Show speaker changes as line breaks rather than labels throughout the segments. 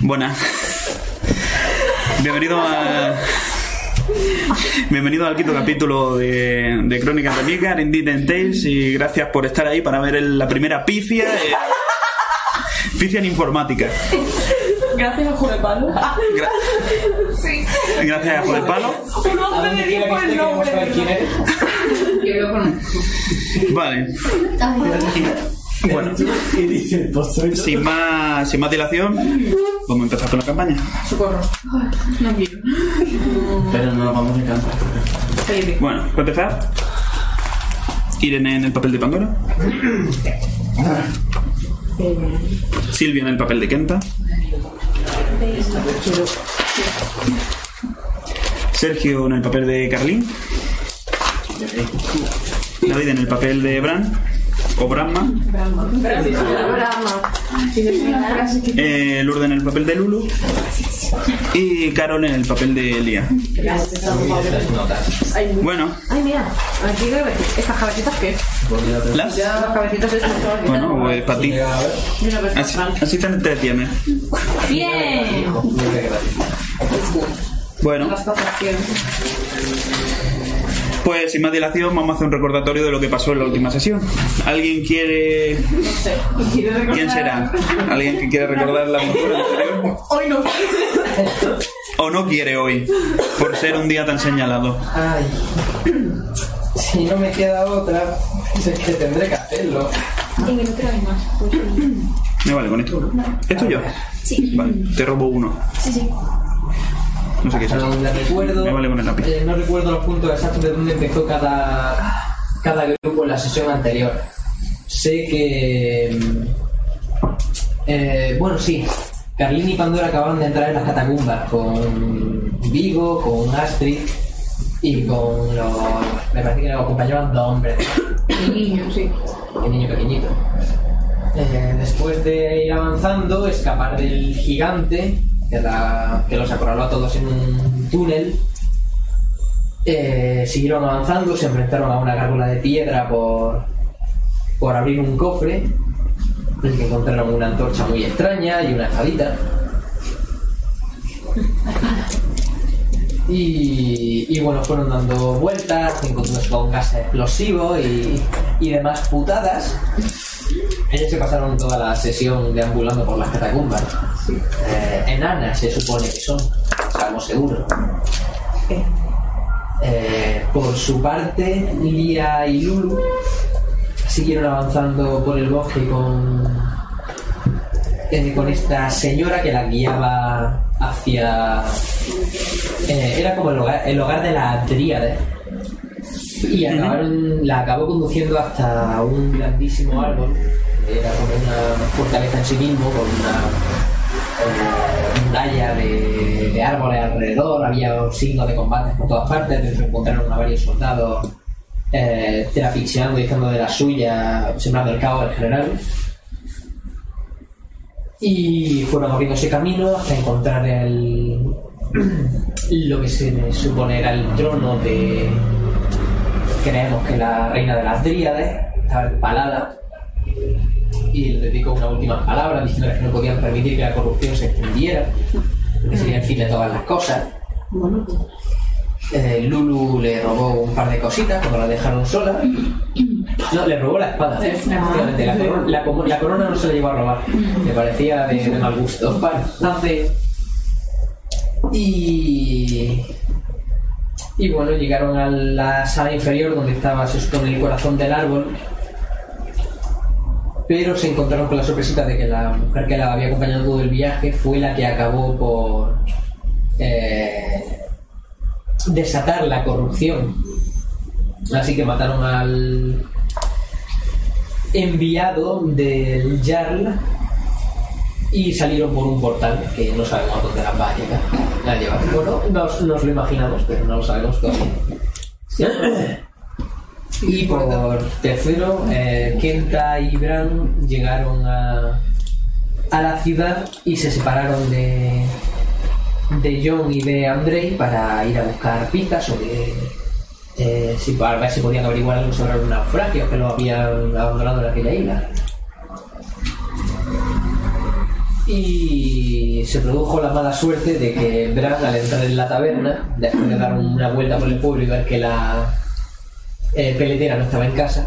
buenas. Bienvenido a. Bienvenido al quinto capítulo de, de Crónicas de Midgar, Indeed and Tales, y gracias por estar ahí para ver el- la primera pifia. eh, pifia en informática.
Gracias a Jurepalo.
Gra-
Sí.
gracias a Joder Palo.
Un
¿A
hombre
dónde
de
quiere
tiempo
que
el
esté? Queremos
nombre.
saber quién es.
Yo lo conozco.
Vale. Bueno,
Y dice, pues soy yo.
sin más, sin más dilación, vamos a empezar con la campaña.
Socorro. No quiero.
Pero no nos vamos a encantar.
Cállate.
Bueno, para empezar, Irene en el papel de Pandora, Silvia en el papel de Kenta, Sergio en el papel de Carlín, David en el papel de Bran o Branma, eh, Lourdes en el papel de Lulu y Carol en el papel de Lía.
Las notas.
Bueno,
Ay, mira, aquí creo que estas cabecitas qué?
Volví a otra.
las.
Las cabecitas estas.
Bueno, pues para ti.
Llega, a ver.
Y una persona
Así,
mal.
así te entretienes.
Bien.
Hijo, mira qué gracia.
Bueno,
Las papas que-
pues sin más dilación, vamos a hacer un recordatorio de lo que pasó en la última sesión. ¿Alguien quiere.? ¿Quién será? ¿Alguien que quiere recordar la aventura anterior?
Hoy no.
¿O no quiere hoy? Por ser un día tan señalado.
Ay. Si no me queda otra, pues es que tendré que hacerlo.
Me vale con esto. ¿Esto yo? Sí. Vale, te robo uno. Sí, sí. No sé qué es
Hasta
eso.
donde recuerdo.
Me vale con el lápiz.
eh, no recuerdo los puntos exactos de dónde empezó cada, cada grupo en la sesión anterior. Sé que. mm, eh, bueno, sí. Carlín y Pandora acababan de entrar en las catacumbas con Vigo, con Astrid y con los. Me parece que los acompañaban dos hombres
El niño, sí.
el niño pequeñito. Eh, después de ir avanzando, escapar del gigante que, la- que los acorraló a todos en un túnel. eh, siguieron avanzando, se enfrentaron a una gárgola de piedra por, por abrir un cofre en el que encontraron una antorcha muy extraña y una espadita. Y, y bueno, fueron dando vueltas, encontrándose con gases explosivos y, y demás putadas. Ellos se pasaron toda la sesión deambulando por las catacumbas. Eh, enanas se supone que son, estamos seguros. Eh, por su parte, Lia y Lulu siguieron avanzando por el bosque con, eh, con esta señora que la guiaba hacia eh, era como el hogar, el hogar de la tríade. Y acabaron, la acabó conduciendo hasta un grandísimo árbol. Era como una fortaleza en sí mismo, con una eh, muralla de, de árboles alrededor. Había signos de combates por todas partes. Dentro encontraron a varios soldados eh, trapicheando y haciendo de la suya, sembrando el caos del general. Y fueron abriéndose camino hasta encontrar el, lo que se supone era el trono de. Creemos que la reina de las dríades estaba empalada y le dedicó una última palabra diciendo que no podían permitir que la corrupción se extendiera, que sería el fin de todas las cosas.
Bueno, pues.
Eh, Lulu le robó un par de cositas cuando la dejaron sola. No, le robó la espada. efectivamente, la, corona, la como- la corona no se la llevó a robar. Me parecía de, de mal gusto. Bastante. Y. Y bueno, llegaron a la sala inferior donde estaba, se supone, el corazón del árbol. Pero se encontraron con la sorpresita de que la mujer que la había acompañado todo el viaje fue la que acabó por. eh, desatar la corrupción. Así que mataron al enviado del Jarl y salieron por un portal que no sabemos dónde las va a llegar. La lleva. Bueno, nos, nos lo imaginamos, pero no lo sabemos todavía. Y por tercero, eh, Kenta y Bran llegaron a, a la ciudad y se separaron de, de John y de Andrei para ir a buscar pistas sobre eh, si para ver si podían averiguar algo sobre los naufragios que lo habían abandonado en aquella isla. Y se produjo la mala suerte de que Bran, al entrar en la taberna, después de dar una vuelta por el pueblo y ver que la eh, peletera no estaba en casa,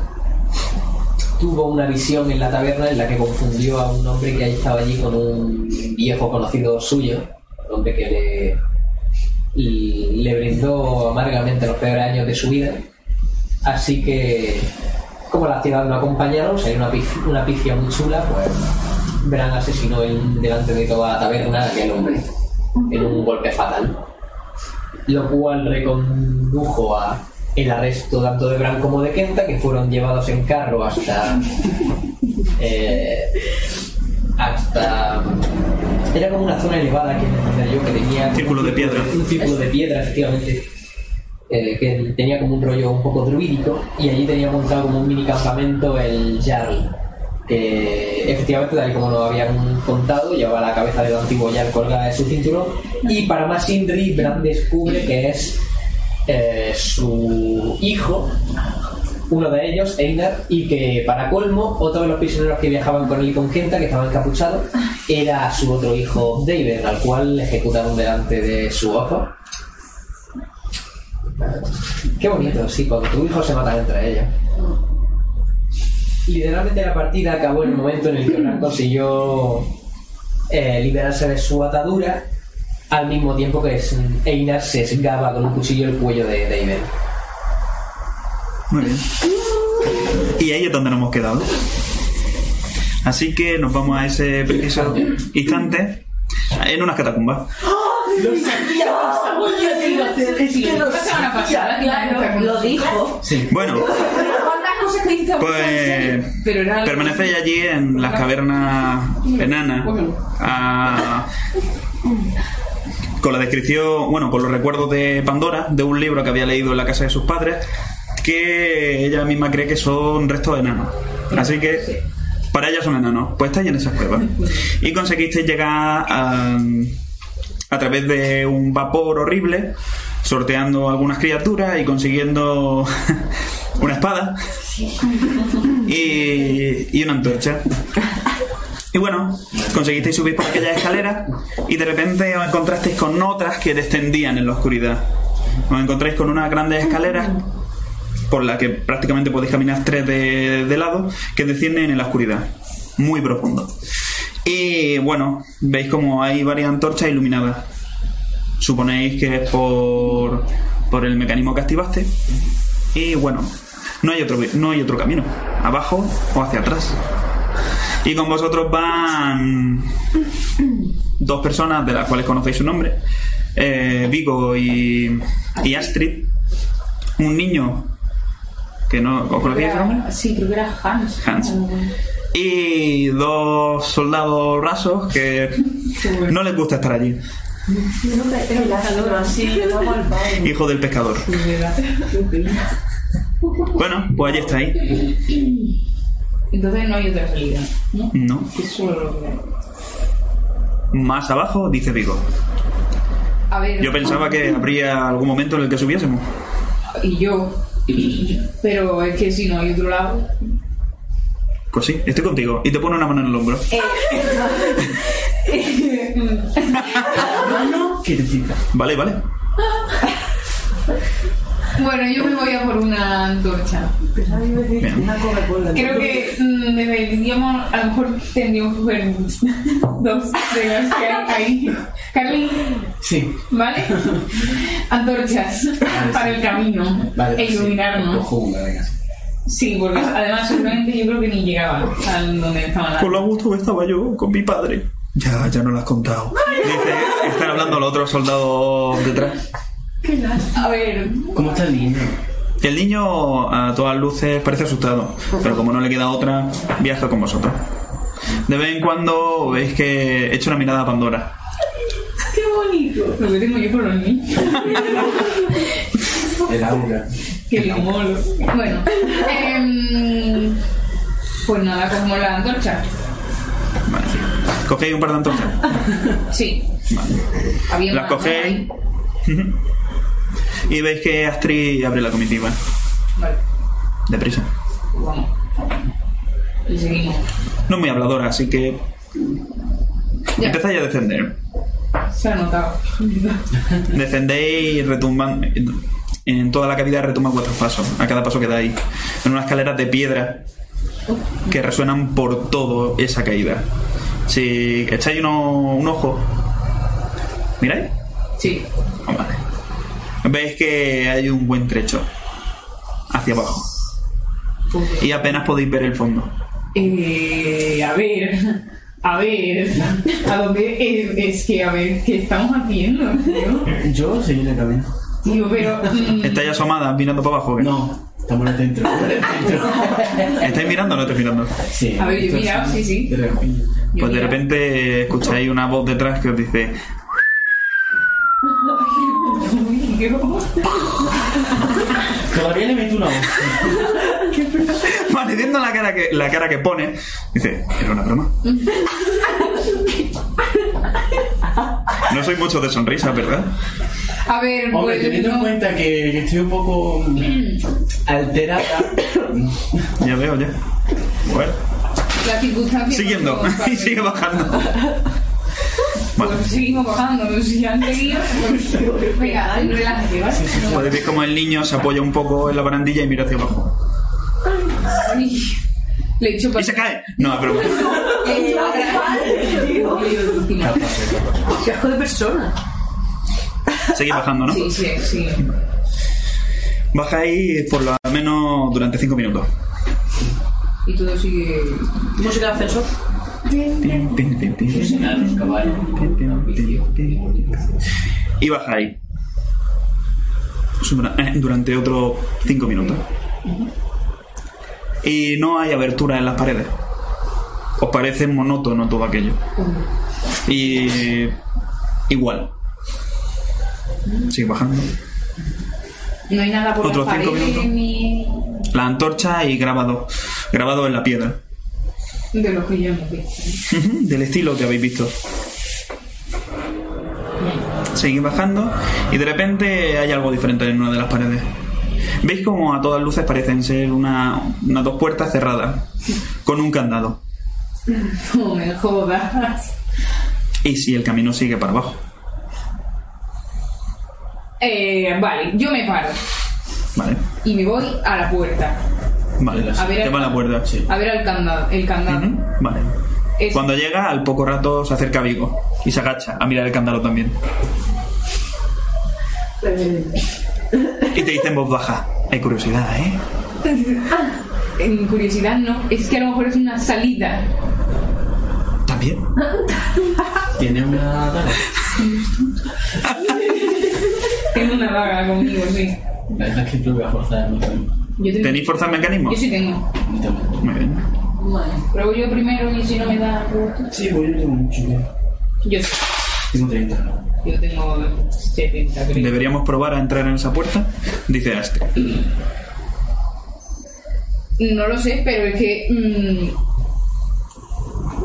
tuvo una visión en la taberna en la que confundió a un hombre que ahí estaba allí con un viejo conocido suyo, un hombre que le, le brindó amargamente los peores años de su vida. Así que, como las tierras no acompañaron, salió una, pif- una pifia muy chula, pues Bran asesinó en- delante de toda la taberna a aquel hombre en un golpe fatal. Lo cual recondujo a el arresto tanto de Bran como de Kenta, que fueron llevados en carro hasta. eh, hasta. Era como una zona elevada que entendía yo que tenía.
Círculo de piedra.
Un círculo de piedra, efectivamente. eh, que tenía como un rollo un poco druídico y allí tenía montado como un mini campamento el Jarl que efectivamente tal y como nos habían contado llevaba la cabeza del antiguo Jarl colgada de su cinturón y para más Indri Bran descubre que es eh, su hijo uno de ellos, Einar, y que para colmo, otro de los prisioneros que viajaban con él y con Kenta, que estaba encapuchado, era su otro hijo David, al cual le ejecutaron delante de su ojo. Qué bonito, sí, cuando tu hijo se matan entre ellos. Literalmente la partida acabó en el momento en el que Bran consiguió eh, liberarse de su atadura, al mismo tiempo que Einar se esgaba con un cuchillo el cuello de David.
Muy bien. Y ahí es donde nos hemos quedado. Así que nos vamos a ese preciso instante en unas catacumbas.
La semana pasada, claro.
Lo dijo.
Bueno,
¿Cuántas cosas que dices?
pues
Pero era algo- Mm.
permanecéis allí en las cavernas enanas a- Ah, con la descripción, bueno, con los recuerdos de Pandora, de un libro que había leído en la casa de sus padres, que ella misma cree que son restos de enanos. Así que para ella son enanos, pues estáis en esas cuevas. Y conseguisteis llegar a, a través de un vapor horrible, sorteando algunas criaturas y consiguiendo una espada y, y una antorcha. Y bueno, conseguisteis subir por aquellas escaleras y de repente os encontrasteis con otras que descendían en la oscuridad. Os encontráis con unas grandes escaleras por las que prácticamente podéis caminar tres de, de lado que descienden en la oscuridad, muy profundo. Y bueno, veis como hay varias antorchas iluminadas. Suponéis que es por, por el mecanismo que activaste. Y bueno, no hay otro, no hay otro camino, abajo o hacia atrás. Y con vosotros van dos personas de las cuales conocéis su nombre, eh, Vigo y, y Astrid. Un niño que no os conocéis su nombre.
Sí, creo que era Hans.
Hans. Y dos soldados rasos que no les gusta estar allí.
Pero la calor así, vamos al baño.
Hijo del pescador. Bueno, pues allí está ahí.
Entonces no hay otra salida. ¿no?
No.
Es solo lo que hay.
Más abajo, dice Vigo.
A ver.
Yo pensaba que habría algún momento en el que subiésemos.
Y yo. Pero es que si no hay otro lado.
Pues sí, estoy contigo. Y te pone una mano en el hombro. Vale, vale.
Bueno, yo me voy a por una antorcha.
Bien.
Creo que mm, deberíamos, a lo mejor tendríamos que ver dos de las que hay ahí. Carly,
Sí, Ah,
¿vale? Antorchas para el camino
Vale,
e
pues sí.
iluminarnos.
Cojo una, venga.
Sí, porque además seguramente yo creo que ni llegaba al donde estaban las.
Con lo gusto que estaba yo con mi padre. Ya, ya no lo has contado. Dice, están hablando los otros soldados detrás.
A ver,
¿Cómo está el niño?
El niño a todas luces parece asustado, pero como no le queda otra, viaja con vosotros. De vez en cuando veis que echa una mirada a Pandora.
qué bonito. Lo que tengo yo por los niños.
El aura.
Que lo molo. Bueno, em, pues nada, cogemos la antorcha.
Vale. Cogéis un par de antorchas.
Sí. Había
Las
más, ¿no?
cogéis. Y veis que Astrid abre la comitiva.
Vale,
Deprisa.
pues vamos. Y seguimos.
No es muy habladora, así que
Ya.
Empezáis a descender.
Se ha notado.
Descendéis y retumban. En toda la cavidad retumban vuestros pasos, a cada paso que dais. En unas escaleras de piedra que resuenan por todo esa caída. Si echáis uno- un ojo, miráis,
Sí.
Ah, vale. veis que hay un buen trecho hacia abajo y apenas podéis ver el fondo.
Eh, a ver, a ver, ¿a dónde es, es que, a ver, qué estamos haciendo, tío?
Yo seguí en el camino.
Tío, pero... mm,
¿Estáis asomadas mirando para abajo? o qué?
No, estamos en el centro.
¿Estáis mirando o no estáis mirando?
Sí.
A ver, yo he
Entonces,
mirado, sí, sí.
de lejos.
yo
Pues de
mira,
repente escucháis una voz detrás que os dice:
uy, qué horror.
Todavía le meto una voz.
Malediendo la cara que la cara que pone, dice, era una broma. No soy mucho de sonrisa, ¿verdad?
A ver,
Hombre,
pues
teniendo en
no,
cuenta que, que estoy un poco mm, alterada.
Ya veo, ya. Bueno,
la circunstancia...
siguiendo. Y sigue bajando.
Pues
Bueno,
seguimos bajando, pero si ya han seguido, pues... Venga, relájate, ¿vale?
podéis ver Pues como el niño se apoya un poco en la barandilla y mira hacia abajo.
Ay, Le he hecho
¡Y
para...
se cae! No, es broma.
Le he hecho para...
Casco de persona.
Seguís bajando, ¿no?
Sí, sí, sí.
Bajáis por lo menos durante 5 minutos.
Y todo sigue...
Música de ascensor.
Tin, tin, tin, tin. Tin, tin, tin, tin. Y bajáis. Subra- eh, Durante otros 5 minutos. Y no hay abertura en las paredes. Os parece monótono todo aquello. Y. Igual. Sigue bajando.
No hay nada por
Otros
las
cinco
paredes
minutos.
ni...
La antorcha y grabado. Grabado en la piedra.
De lo que yo no visto.
Ujú, del estilo que habéis visto. Seguís bajando y de repente hay algo diferente en una de las paredes. ¿Veis como a todas luces parecen ser una, unas dos puertas cerradas con un candado?
No me jodas.
Y si el camino sigue para abajo.
Eh, vale, yo me paro
Vale,
y me voy a la puerta.
vale.
A ver,
Te va la puerta. Sí.
A ver al candado. El candado.
Ujú, Vale.
Es-
Cuando llega, al poco rato se acerca Vigo y se agacha a mirar el candado también. Y te dice en voz baja: Hay curiosidad, ¿eh?
En curiosidad no, es que a lo mejor es una salida.
También.
Ah,
Tiene una. daga.
Tengo una vaga conmigo, sí.
La verdad es que tuve que forzar mucho.
Yo, tengo-
¿Tenéis fuerza en mecanismo?
yo sí tengo.
Muy bien.
Pruebo yo primero y si no me da gusto.
Sí, pues yo tengo mucho.
Yo sí.
Tengo 30.
Yo tengo 70, creo.
Deberíamos probar a entrar en esa puerta, dice Astre.
No lo sé, pero es que. mm,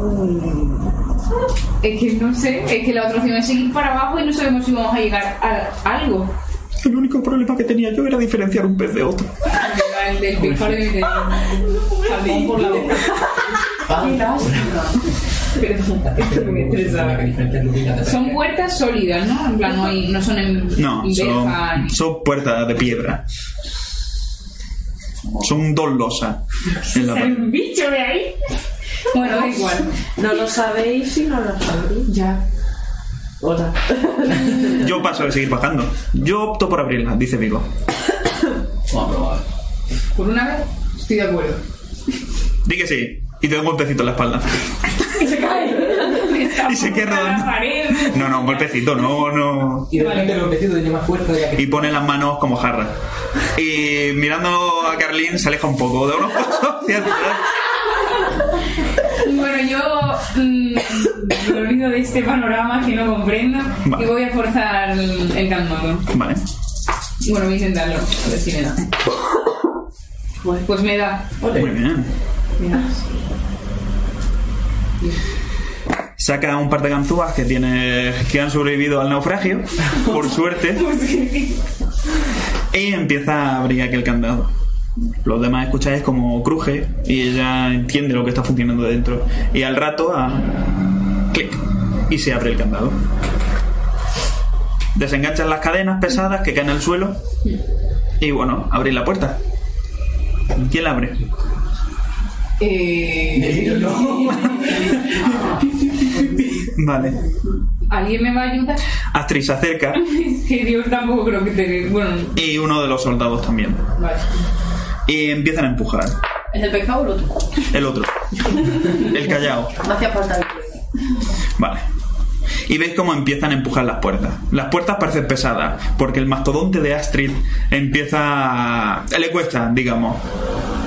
mm, es que no sé, es que la otra opción es seguir para abajo y no sabemos si vamos a llegar a algo.
El único problema que tenía yo era diferenciar un pez de otro.
El del pescado y del
Ah,
salmón por la boca. Perdón, estoy muy estresada. Son puertas sólidas, ¿no? En plan, no, hay- no son en.
No,
en verja
son,
ni-
son puertas de piedra. Son dos losas. en la
Sale
pared.
un bicho de ahí. Bueno, da igual.
No lo sabéis y no lo sabréis.
Ya.
Hola.
Yo paso de seguir bajando. Yo opto por abrirla, dice Vigo.
Vamos a probar.
Por una vez, estoy de acuerdo.
Di que sí. Y te doy un golpecito en la espalda.
Y se cae.
Y se queda
a
rodando.
la pared.
No, no, un golpecito, no, no.
Y de repente lo vestido tiene más fuerza ya que
Y pone las manos como jarra. Y mirando a Carlín se aleja un poco, da unos pasos hacia atrás.
Bueno, yo mm, me olvido de este panorama que no comprendo
Vale.
y voy a forzar el, el candado.
Vale.
Bueno, voy a intentarlo, a ver si me da. Pues me da.
Muy bien. Saca un par de ganzúas que tiene, que han sobrevivido al naufragio, por suerte,
Pues
y empieza a abrir aquel candado. Los demás escucháis como cruje y ella entiende lo que está funcionando dentro. Y al rato, a... ah, clic. y se abre el candado. Desenganchan las cadenas pesadas que caen al suelo y bueno, abrís la puerta. ¿Quién la abre?
Eh,
Vale.
¿Alguien me va a ayudar?
Astrid se acerca
que yo tampoco creo que te... Bueno,
y uno de los soldados también.
vale.
Y empiezan a empujar.
¿El del pescado o el otro?
El otro. El callao.
No hacía falta el
Vale. Y veis cómo empiezan a empujar las puertas. Las puertas parecen pesadas, porque el mastodonte de Astrid empieza a... Le cuesta, digamos.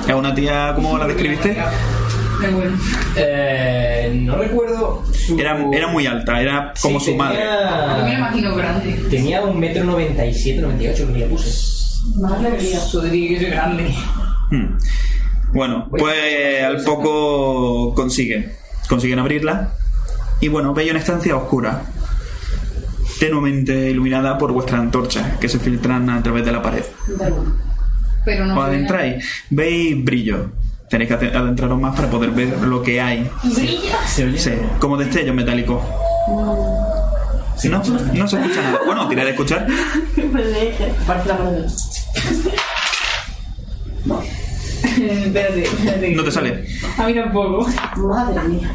Es una tía, ¿cómo la describiste?
Pero bueno.
Eh, no recuerdo. su-
Era, era muy alta, era como
Sí,
su madre.
Yo me la
Tenía,
imagino grande.
tenía un metro noventa y siete, noventa y ocho, creo que le puse.
Madre mía, Rodríguez es grande.
Hmm. Bueno, pues al poco consiguen. Consiguen abrirla. Y bueno, veis una estancia oscura. Tenuamente iluminada por vuestras antorchas que se filtran a través de la pared.
Pero no...
Cuando
se ve
adentráis, veis brillo. Tenéis que ade- adentraros más para poder ver lo que hay.
nada. ¿Brilla?
¿Se oye?
Sí, como destello metálico. no, no se escucha nada. Bueno, tirar a escuchar.
Parece la mano de
espérate, espérate.
No te sale.
A mí tampoco.
Madre mía.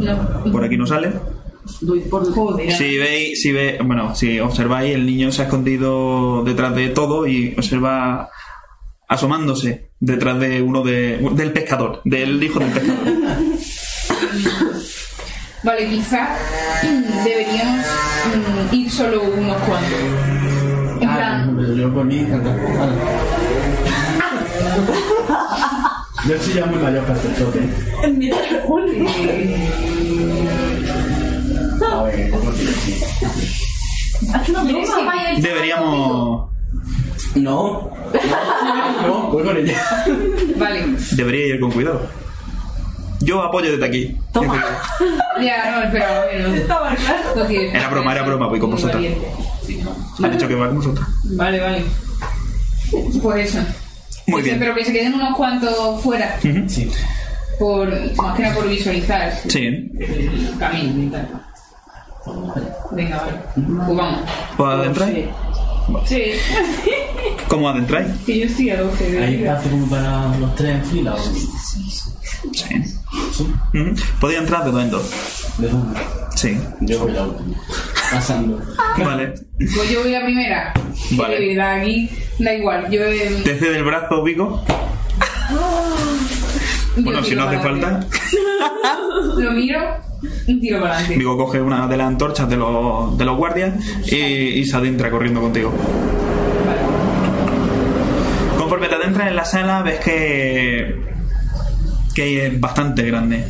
No.
Por aquí no sale.
Doy por
Joder.
Si veis, si ve, bueno, si observáis, el niño se ha escondido detrás de todo y observa asomándose detrás de uno de, del pescador, del hijo del pescador.
Vale, quizá mm, deberíamos mm, ir solo unos cuantos. En
Ah,
plan,
pero yo poní. Yo sí llamo la yopa este toque. A ver, ¿cómo te digo?
¿quieres que vaya el chaval contigo?
Deberíamos,
No. No, no, voy con ella.
Vale,
debería ir con cuidado. Yo apoyo desde aquí.
ya no esperaba menos. Lo que-
Era broma, era broma, voy con
Muy
vosotros.
valiente.
Ha dicho que va con vosotros.
Vale, vale. Pues eso.
Muy
Dice,
bien.
Pero que se queden unos cuantos fuera,
Ujú.
Sí.
por, más que nada por visualizar
Sí.
el camino y tal. Venga, vale. Pues vamos.
¿Os adentráis?
Sí,
¿Cómo adentráis?
que yo estoy a 12 de
Hay
vida.
espacio como para los tres en fila. o-
Sí. Ujú. Podéis entrar de dos en dos.
De uno.
Sí.
Yo voy la última. Pasando.
Vale.
Pues yo voy la primera.
Vale.
Sí, la aquí, da igual. Yo. eh,
Te cede el brazo, Vigo.
yo
Bueno, si
tiro
no hace
para
falta.
adelante. Lo miro, un tiro para adelante.
Vigo coge una de las antorchas de los, de los guardias y, y se adentra corriendo contigo. Conforme te adentras en la sala, ves que. que es bastante grande.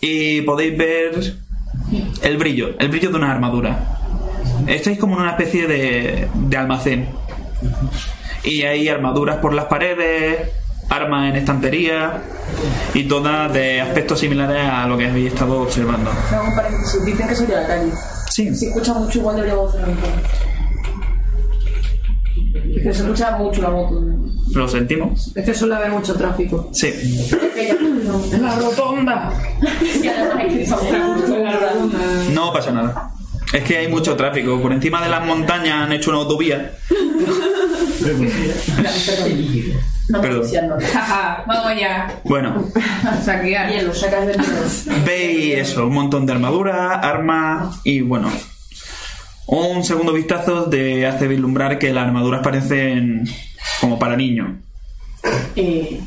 Y podéis ver el brillo, el brillo de una armadura. Estáis como en una especie de, de almacén. Y hay armaduras por las paredes, armas en estantería y todas de aspectos similares a lo que habéis estado observando.
No, parece que sí. Dicen que soy de la calle.
Sí,
Si escucha mucho, igual debería vocear un poco. Pero se escucha mucho la moto.
lo sentimos.
Es que suele haber mucho tráfico.
Sí,
¡La rotonda!
no pasa nada. Es que hay mucho tráfico. Por encima de las montañas han hecho una autovía.
No me
Perdón.
decían no.
Jaja, vamos allá
Bueno,
a saquear.
Hielo, sacas de menos.
veis eso, un montón de armaduras, armas y bueno. Un segundo vistazo te hace vislumbrar que las armaduras parecen como para niños.
Eh,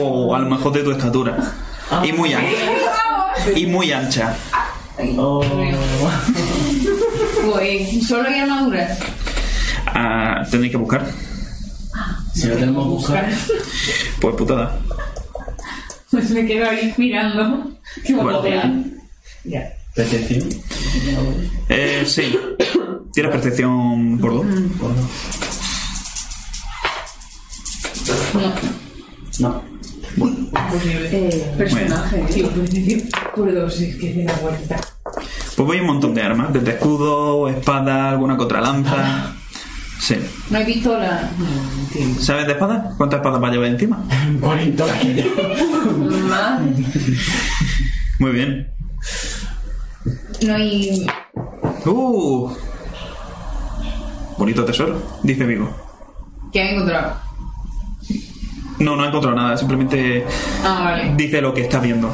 O a lo mejor de tu estatura. Y muy ancha.
¡Vamos!
Y muy ancha.
Oh.
Pues, solo hay armaduras.
Ah, Tenéis que buscar.
Si lo tenemos que buscar.
Pues putada.
Pues me quedo ahí mirando. Qué
Bueno.
guapo era.
Percepción.
Eh, sí. ¿Tienes percepción por dos?
No,
No.
eh,
personaje, tío. Pues decir, por dos, es que de la vuelta.
Pues veis un montón de armas, desde escudo, espada, alguna que otra lanza. Sí.
No hay pistola.
¿Sabes de espadas? ¿Cuántas espadas va a llevar encima?
40 la que llevo.
Madre.
Muy bien.
No hay.
¡Uh! Bonito tesoro, dice Vigo.
¿Qué han encontrado?
No, no ha encontrado nada, simplemente
Ah, vale.
dice lo que está viendo.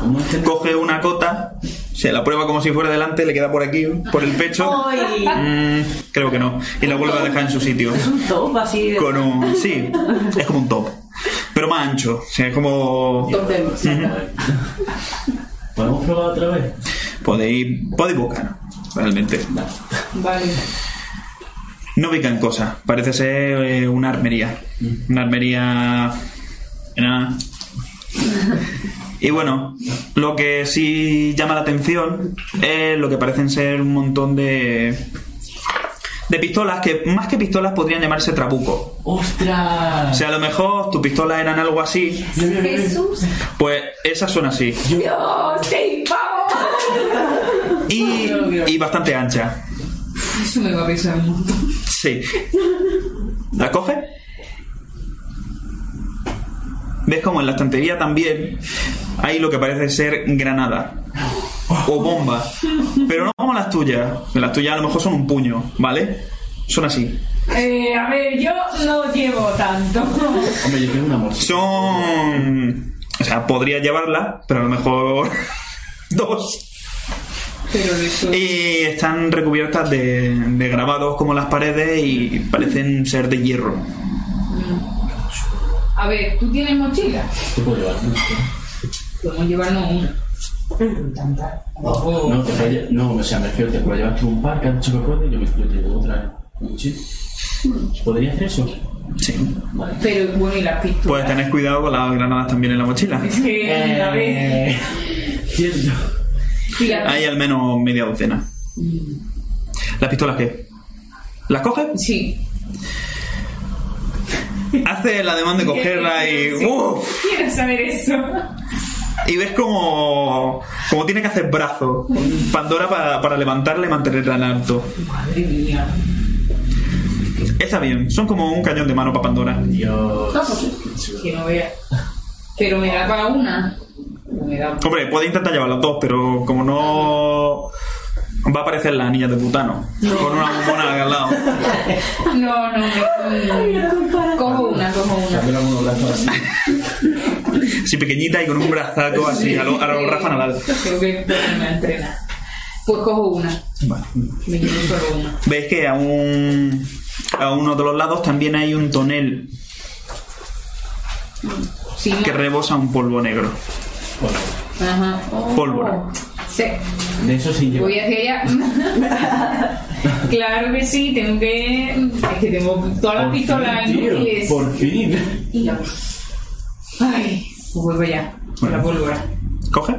¿Cómo es que no?
Coge una cota, se la prueba como si fuera delante, le queda por aquí, por el
Oh.
pecho.
Ay,
Mm, creo que no. Y la vuelve a dejar en su sitio.
es un top así de...
Con un. Sí, es como un top. Pero más ancho. O sea, es como.
Top de luz.
¿Podemos probar otra vez?
Podéis. Podéis buscar, realmente.
Vale.
No ubican cosas. Parece ser eh, una armería. Una armería. nada. Y bueno, lo que sí llama la atención es lo que parecen ser un montón de. de pistolas que, más que pistolas, podrían llamarse trabuco. O
¡Ostras!
sea, a lo mejor tus pistolas eran algo así,
Mira, mira, mira, mira.
Jesús.
pues esas son así.
Dios, sí, vamos.
Y, y bastante ancha.
Eso me va a pesar un montón.
Sí. ¿La coge? ¿Ves como en la estantería también hay lo que parece ser granada? O bomba. Pero no como las tuyas. Las tuyas a lo mejor son un puño, ¿vale? Son así.
Eh, a ver, yo no llevo tanto.
Hombre, yo tengo una morsa.
Son... O sea, podría llevarla, pero a lo mejor dos.
Pero eso.
Y están recubiertas de, de grabados como las paredes y parecen ser de hierro.
A ver, ¿tú tienes mochila?
¿Qué puedo llevar?
Podemos llevarnos una.
No, te puedo lle- no, o sea, me refiero, te puedo llevar tú un par, que han dicho que puede, yo, me- yo te llevo otra. un chip. ¿Podría hacer eso?
Sí.
Vale.
Pero bueno, y las
Pues
pistolas.
tened cuidado con las granadas también en la mochila.
Es que, a ver.
Eh, Cierto.
y las-
Hay al menos media docena. ¿Las pistolas qué? ¿Las coges?
Sí.
Hace la demanda de cogerla y.
Sí.
¡Uf!
Quiero saber eso.
Y ves como. como tiene que hacer brazo. Pandora para, para levantarla y mantenerla en alto.
Madre mía.
Está bien, son como un cañón de mano para Pandora.
Dios.
Que no vea. Pero me da para una. O Me da
Hombre, puede intentar llevar las dos, pero como no. Va a aparecer la niña de putano. Con una bombona al lado.
No, no, me... Cojo una, cojo una.
Cambiar algunos brazos así.
Así pequeñita y con un brazaco así, a lo, a lo Rafa Nadal.
Creo que puedo me entrena. Pues cojo una.
Vale.
Me llevo solo una.
Veis que a un a uno de los lados también hay un tonel
Sí,
que
ma-
rebosa un polvo negro.
Bueno,
Ajá.
Pólvora.
Sí.
de eso sí llevo.
Voy hacia allá. claro que sí, tengo que. Es que tengo todas las pistolas inútiles.
Por fin.
Y la- Ay, pues vuelvo ya. Con la pólvora.
¿Coge?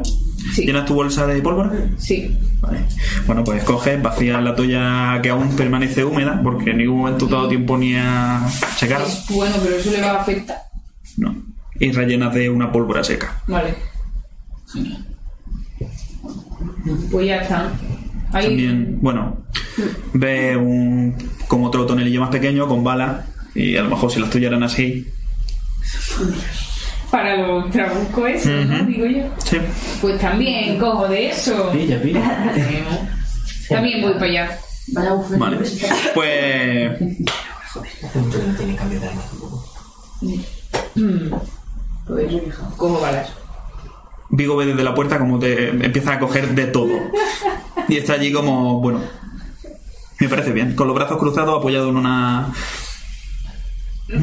Sí.
¿Llenas tu bolsa de pólvora?
Sí.
Vale. Bueno, pues coges, vacías la toalla que aún permanece húmeda, porque en ningún momento te ha dado tiempo ni a secar.
Es bueno, pero eso le va a afectar.
No. Y rellenas de una pólvora seca.
Vale. Pues ya está. Ahí.
También, bueno, ves un, como otro tonelillo más pequeño con balas, y a lo mejor si las tuyas eran así.
Para los trabucos eso, ¿no?
Ujú.
Digo yo.
Sí.
Pues también cojo de eso.
Pilla, pilla.
También voy para allá.
Vaya bufete.
Vale. Pues
Pues cojo balas.
Vigo ve desde la puerta como te empieza a coger de todo. Y está allí como, bueno, me parece bien, con los brazos cruzados apoyado en una...
No,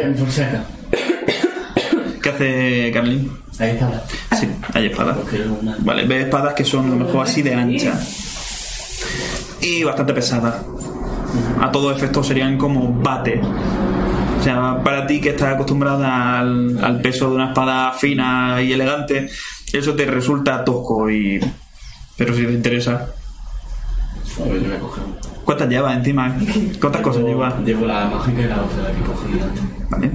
en por saca.
¿Qué hace Carlin?
Ahí está la.
Sí, hay espadas.
Porque era una.
Vale, ve espadas que son a lo mejor así de anchas. Y bastante pesadas. A todo efecto serían como bate. O sea, para ti que estás acostumbrada al, al peso de una espada fina y elegante, eso te resulta tosco y... Pero si te interesa,
A ver, yo voy a coger una.
¿Cuántas llevas encima? ¿Cuántas cosas
Llevo-
llevas?
Llevo la mágica y la otra, la que cogí antes.
Vale.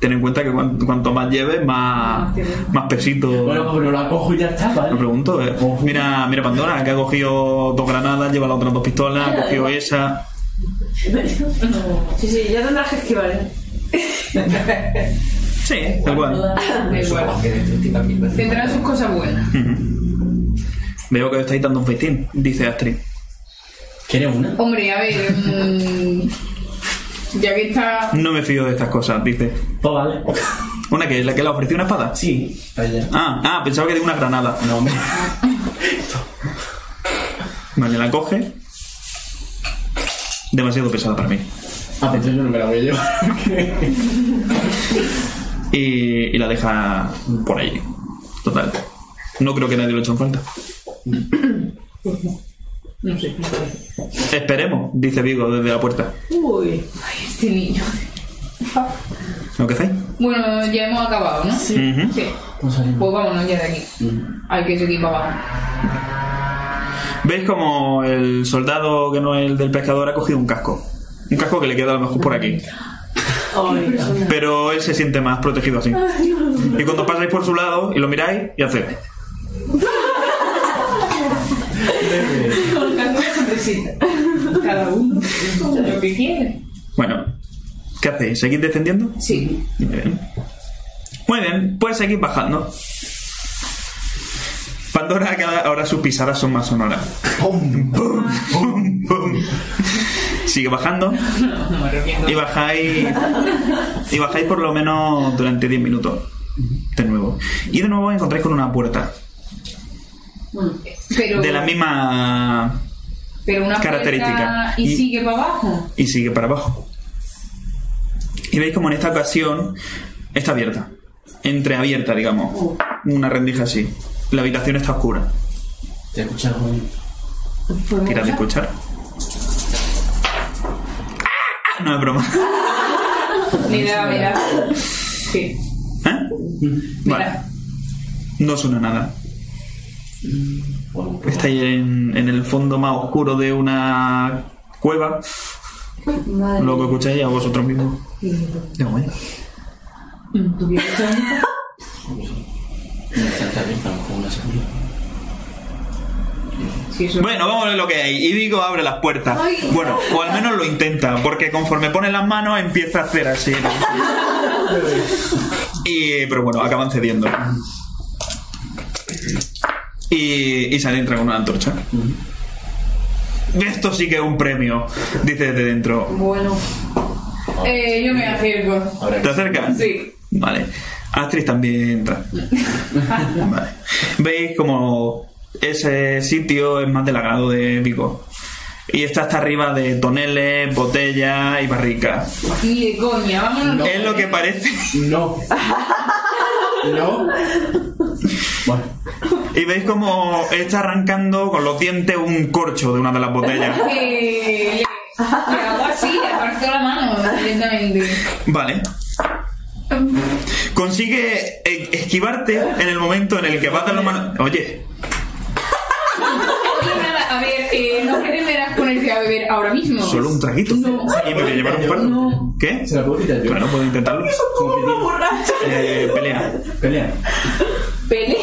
Ten en cuenta que cuan- cuanto más lleves, más,
Más tienes.
más pesito.
Bueno, pues pero la cojo y ya está, ¿vale?
Lo pregunto. eh.
Ojo.
Mira, mira Pandora, que ha cogido dos granadas, lleva las otras dos pistolas, ha cogido esa.
Sí, sí, ya tendrás que esquivar. ¿eh?
Sí, tal cual.
Da igual.
Que destructiva mil veces.
Tendrá sus cosas buenas.
Ujú. Veo que os estáis dando un festín, dice Astrid.
¿Quieres una?
Hombre, a ver. mm, ya que está.
No me fío de estas cosas, dice.
Pues vale.
¿Una que ¿La que le ofreció una espada?
Sí, para allá.
Ah, ah, pensaba que de una granada.
No, hombre.
Vale, la coge. Demasiado pesada para mí.
Ah, pues yo no me la voy a llevar.
Y, y la deja por allí. Total. No creo que nadie lo eche en falta.
No sé.
Esperemos, dice Vigo desde la puerta.
Uy.
Ay, este niño.
¿Lo que hacéis?
Bueno, ya hemos acabado, ¿no? Sí.
Ujú.
Pues salimos.
Pues vámonos ya de aquí. Hay que seguir para abajo.
¿Veis como el soldado que no es el del pescador ha cogido un casco? Un casco que le queda a lo mejor por aquí.
Oiga.
Pero él se siente más protegido así. Y cuando pasáis por su lado y lo miráis, y hace.
Con una sonrisita. Cada uno. Lo que quiere.
Bueno, ¿qué hacéis? ¿Seguís descendiendo?
Sí.
Muy bien. Muy bien, pues seguís bajando. Pandora, cada- ahora sus pisadas son más sonoras. ¡Pum! ¡Pum! ¡Pum! ¡Pum! Sigue bajando
No me arrepiento.
y bajáis. Y bajáis por lo menos durante 10 minutos. De nuevo. Y de nuevo os encontráis con una puerta.
Pero,
De la misma.
pero una puerta
característica.
Y,
Y-
sigue para abajo.
Y sigue para abajo. Y veis como en esta ocasión está abierta. Entreabierta, digamos. Una rendija así. La habitación está oscura.
Te escuchas muy.
Tira de escuchar. Ah, No es broma.
Mira, mira. Sí.
¿Eh? Vale.
Mira.
No suena nada.
Bueno, pues,
Estáis en, en el fondo más oscuro de una cueva.
Madre
Lo que escucháis a vosotros mismos. De momento.
Mm,
mira, pues está- está bien, a lo mejor una segunda.
Sí, eso.
Bueno, vamos a ver lo que hay. Y digo, abre las puertas. Bueno, o al menos lo intenta, porque conforme pone las manos empieza a hacer así. Y, pero bueno, acaban cediendo. Y, y sale entra con una antorcha. Esto sí que es un premio, dice desde dentro.
Bueno.
Eh, yo me acerco.
Ahora
¿Te acercas?
Sí.
Vale. Astrid también entra. Vale. Veis como ese sitio es más del agrado de Vigo. Y está hasta arriba de toneles, botellas y barricas.
Y de coña, vámonos.
No.
Es lo que parece.
No. No. Bueno,
Y veis como está arrancando con los dientes un corcho de una de las botellas.
Que le, Eh, le hago así, le aparto la mano directamente.
Vale. Consigue eh, esquivarte en el momento en el que vas a dar la mano. Oye,
Y nada, a ver, eh, no pretenderás ponerte a beber ahora mismo.
solo un traguito.
No.
Y me voy a llevar un par.
No.
¿Qué?
se la puedo quitar yo.
Claro, puedo intentarlo. Eh, pelea.
Pelea.
Pele.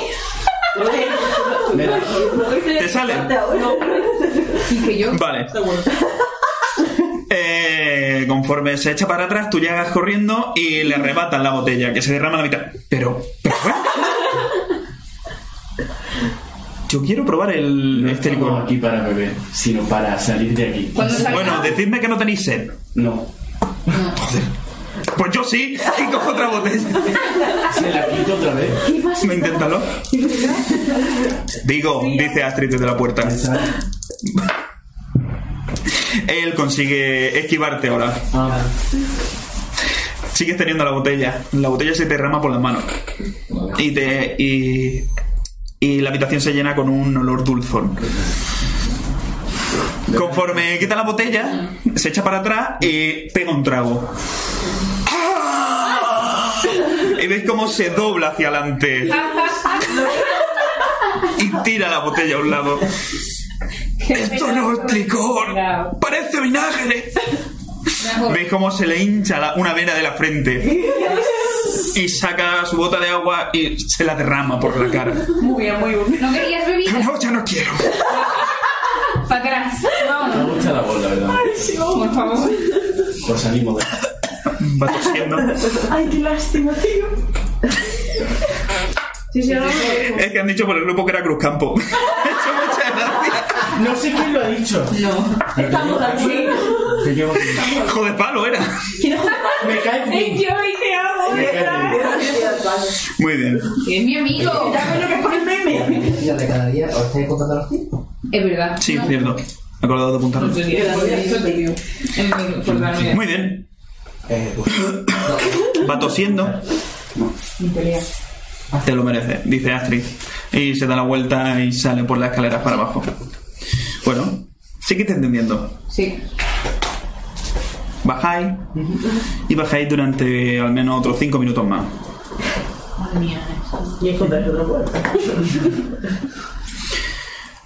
Mira,
¿Te sale?
Y que yo.
Vale. Eh, conforme se echa para atrás, tú llegas corriendo y le arrebatan la botella, que se derrama a la mitad. Pero, pero ¿eh? bueno. Yo quiero probar el
no
este
estamos
licor.
aquí para beber, sino para salir de aquí.
Cuando salga.
Bueno, decidme que no tenéis sed.
No.
Pues yo sí, y cojo otra botella.
Se la quito otra vez.
No, inténtalo. Digo, dice Astrid desde la puerta.
Esa-
Él consigue esquivarte ahora.
Ah,
Sigues teniendo la botella. La botella se te derrama por las manos.
vale.
Y te. Y, y la habitación se llena con un olor dulzón. Conforme quita la botella, se echa para atrás y pega un trago. ¡Ah! Y ves cómo se dobla hacia adelante y tira la botella a un lado. Esto no es licor, parece vinagre.
Mejor.
Veis cómo se le hincha la- una vena de la frente. y saca su bota de agua y se la derrama por la cara.
Muy bien, muy bien.
¿No querías bebida?
No, ya no quiero.
Para atrás.
Me
Vámonos.
gusta la voz, la verdad. Pues
Por favor.
Os animo.
Va tosiendo.
Ay, qué lástima, tío. Sí, sí, ahora me-
Es que han dicho por el grupo que era Cruz Campo. Me ha hecho mucha gracia.
No sé quién lo ha dicho.
No.
Estamos aquí.
Que yo-
Hijo de palo era.
Me cae bien.
yo y te amo.
Me cae bien.
Muy bien.
Es mi amigo.
Dame lo que pone el meme.
Mira, de cada día, ¿os estáis contando los tiempos?
Es verdad.
Sí, cierto. Me he acordado de apuntarlo. Muy bien.
Eh, pues,
Va tosiendo. Te lo merece, dice Astrid. Y se da la vuelta y sale por las escaleras para abajo. Bueno, sí que te entendiendo.
Sí.
Bajáis y bajáis durante al menos otros 5 minutos más.
Madre mía.
Y encontraré otra puerta.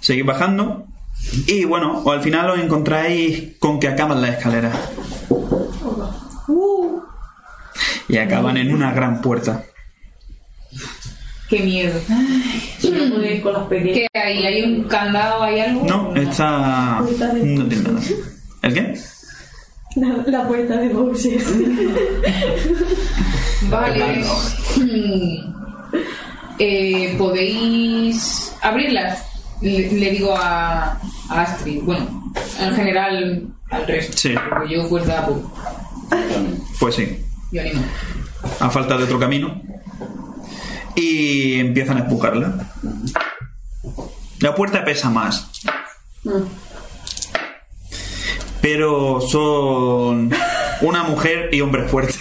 Seguís bajando y bueno, o al final os encontráis con que acaban las escaleras. Y acaban en una gran puerta.
Qué miedo.
Yo puedo ir con las pequeñas.
¿Qué hay? ¿Hay un candado? ¿Hay algo?
No, está... No tiene nada. ¿El qué?
La, la puerta de boxes.
Vale. Hmm. Eh, ¿Podéis abrirlas? Le, le digo a, a Astrid. Bueno, en general al resto.
Sí.
Porque yo cuerda poco.
Pues sí,
Yo animo.
a falta de otro camino. Y empiezan a empujarla. La puerta pesa más. Pero son una mujer y hombre fuerte.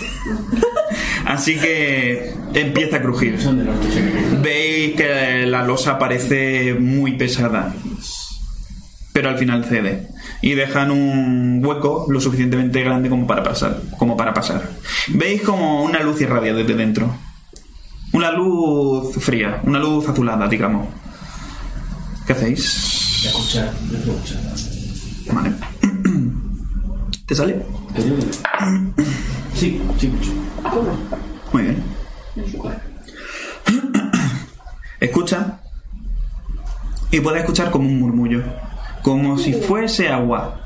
Así que empieza a crujir.
Son de los que se me-
Veis que la losa parece muy pesada. Pero al final cede. Y dejan un hueco lo suficientemente grande como para pasar. Como para pasar. Veis como una luz irradia desde dentro. Una luz fría, una luz azulada, digamos. ¿Qué hacéis?
Escuchar, no escuchar.
Vale. ¿Te sale?
Te digo que- Sí, sí, escucho.
Muy bien. Escucha. Y puedes escuchar como un murmullo. Como si fuese agua.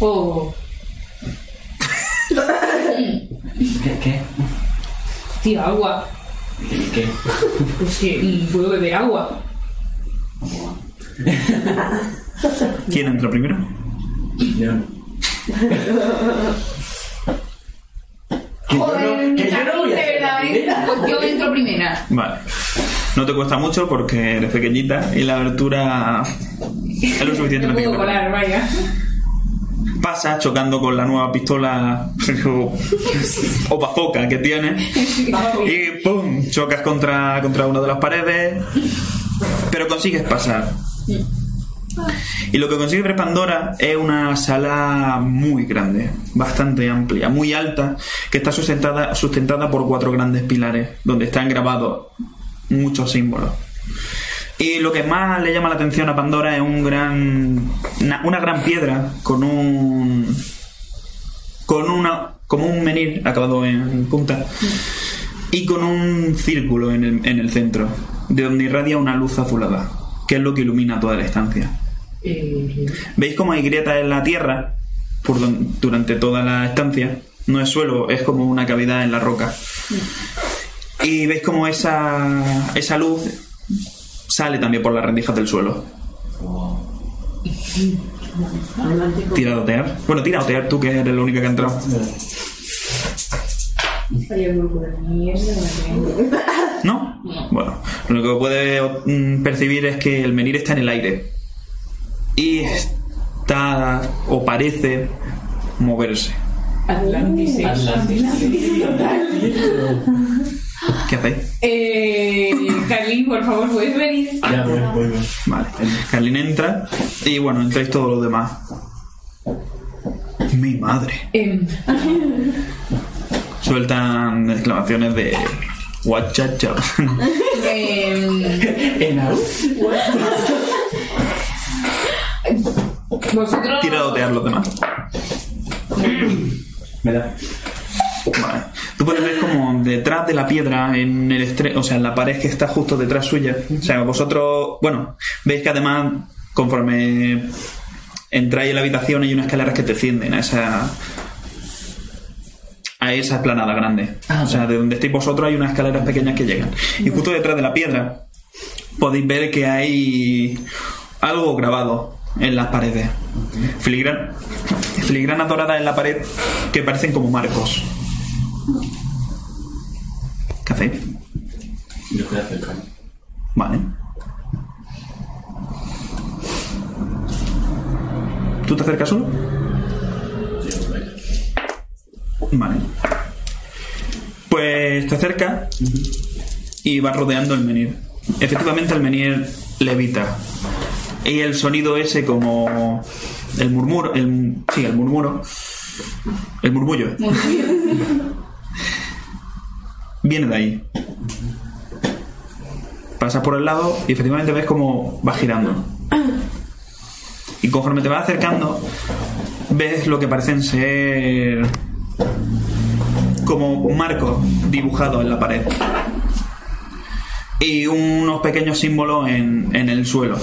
Oh,
¿Qué? ¿Qué?
tío, agua.
¿Qué? ¿Qué?
Pues que mm, puedo beber agua.
¿Quién entra primero?
León. Que yo no- que yo no voy a
de
hacer la
verdad, ¿eh?
primera.
Pues yo entro primera.
Vale. No te cuesta mucho porque eres pequeñita y la abertura es lo suficiente
No puedo
grande.
colar, vaya.
Pasa chocando con la nueva pistola o, o bazooka que tienes. Y ¡pum! Chocas contra, contra una de las paredes, pero consigues pasar. Y lo que consigue ver Pandora es una sala muy grande, bastante amplia, muy alta, que está sustentada, sustentada por cuatro grandes pilares, donde están grabados muchos símbolos. Y lo que más le llama la atención a Pandora es un gran, una, una gran piedra con un con una como un menir acabado en punta y con un círculo en el, en el centro, de donde irradia una luz azulada, que es lo que ilumina toda la estancia. ¿Veis cómo hay grietas en la tierra por don- durante toda la estancia? No es suelo, es como una cavidad en la roca. Y veis cómo esa, esa luz sale también por las rendijas del suelo. Tira a otear. Bueno, tira a otear tú, que eres la única que ha entrado. ¿No? Bueno, lo único que puede mm, percibir es que el menir está en el aire. Y está, o parece, moverse.
Atlantis.
¿Qué hacéis?
Eh, Carlín, por favor, ¿puedes venir?
Ya, voy, voy, voy.
Vale. Carlin entra y bueno, entráis todos los demás. Mi madre.
Em,
Sueltan exclamaciones de... Guachacha.
em,
En la-
vosotros...
Tira a otear los demás.
Me da.
Vale. ¿eh? Tú puedes ver como detrás de la piedra, en el estre- o sea, en la pared que está justo detrás suya. O sea, vosotros, bueno, veis que además, conforme entráis en la habitación, hay unas escaleras que te cienden a esa. a esa esplanada grande.
Ah,
o sea, de donde estáis vosotros hay unas escaleras pequeñas que llegan. Y justo detrás de la piedra podéis ver que hay algo grabado en las paredes. Filigran, filigranas doradas en la pared que parecen como marcos. ¿Qué hacéis?
Y lo que acercar.
Vale. ¿Tú te acercas solo?
Yo, vaya.
Vale. Pues te acerca y va rodeando el menhir. Efectivamente el menhir levita. Y el sonido ese como el murmuro, el, sí, el murmuro, el murmullo, viene de ahí. Pasas por el lado y efectivamente ves cómo va girando. Y conforme te vas acercando, ves lo que parecen ser como un marco dibujado en la pared. Y unos pequeños símbolos en, en el suelo.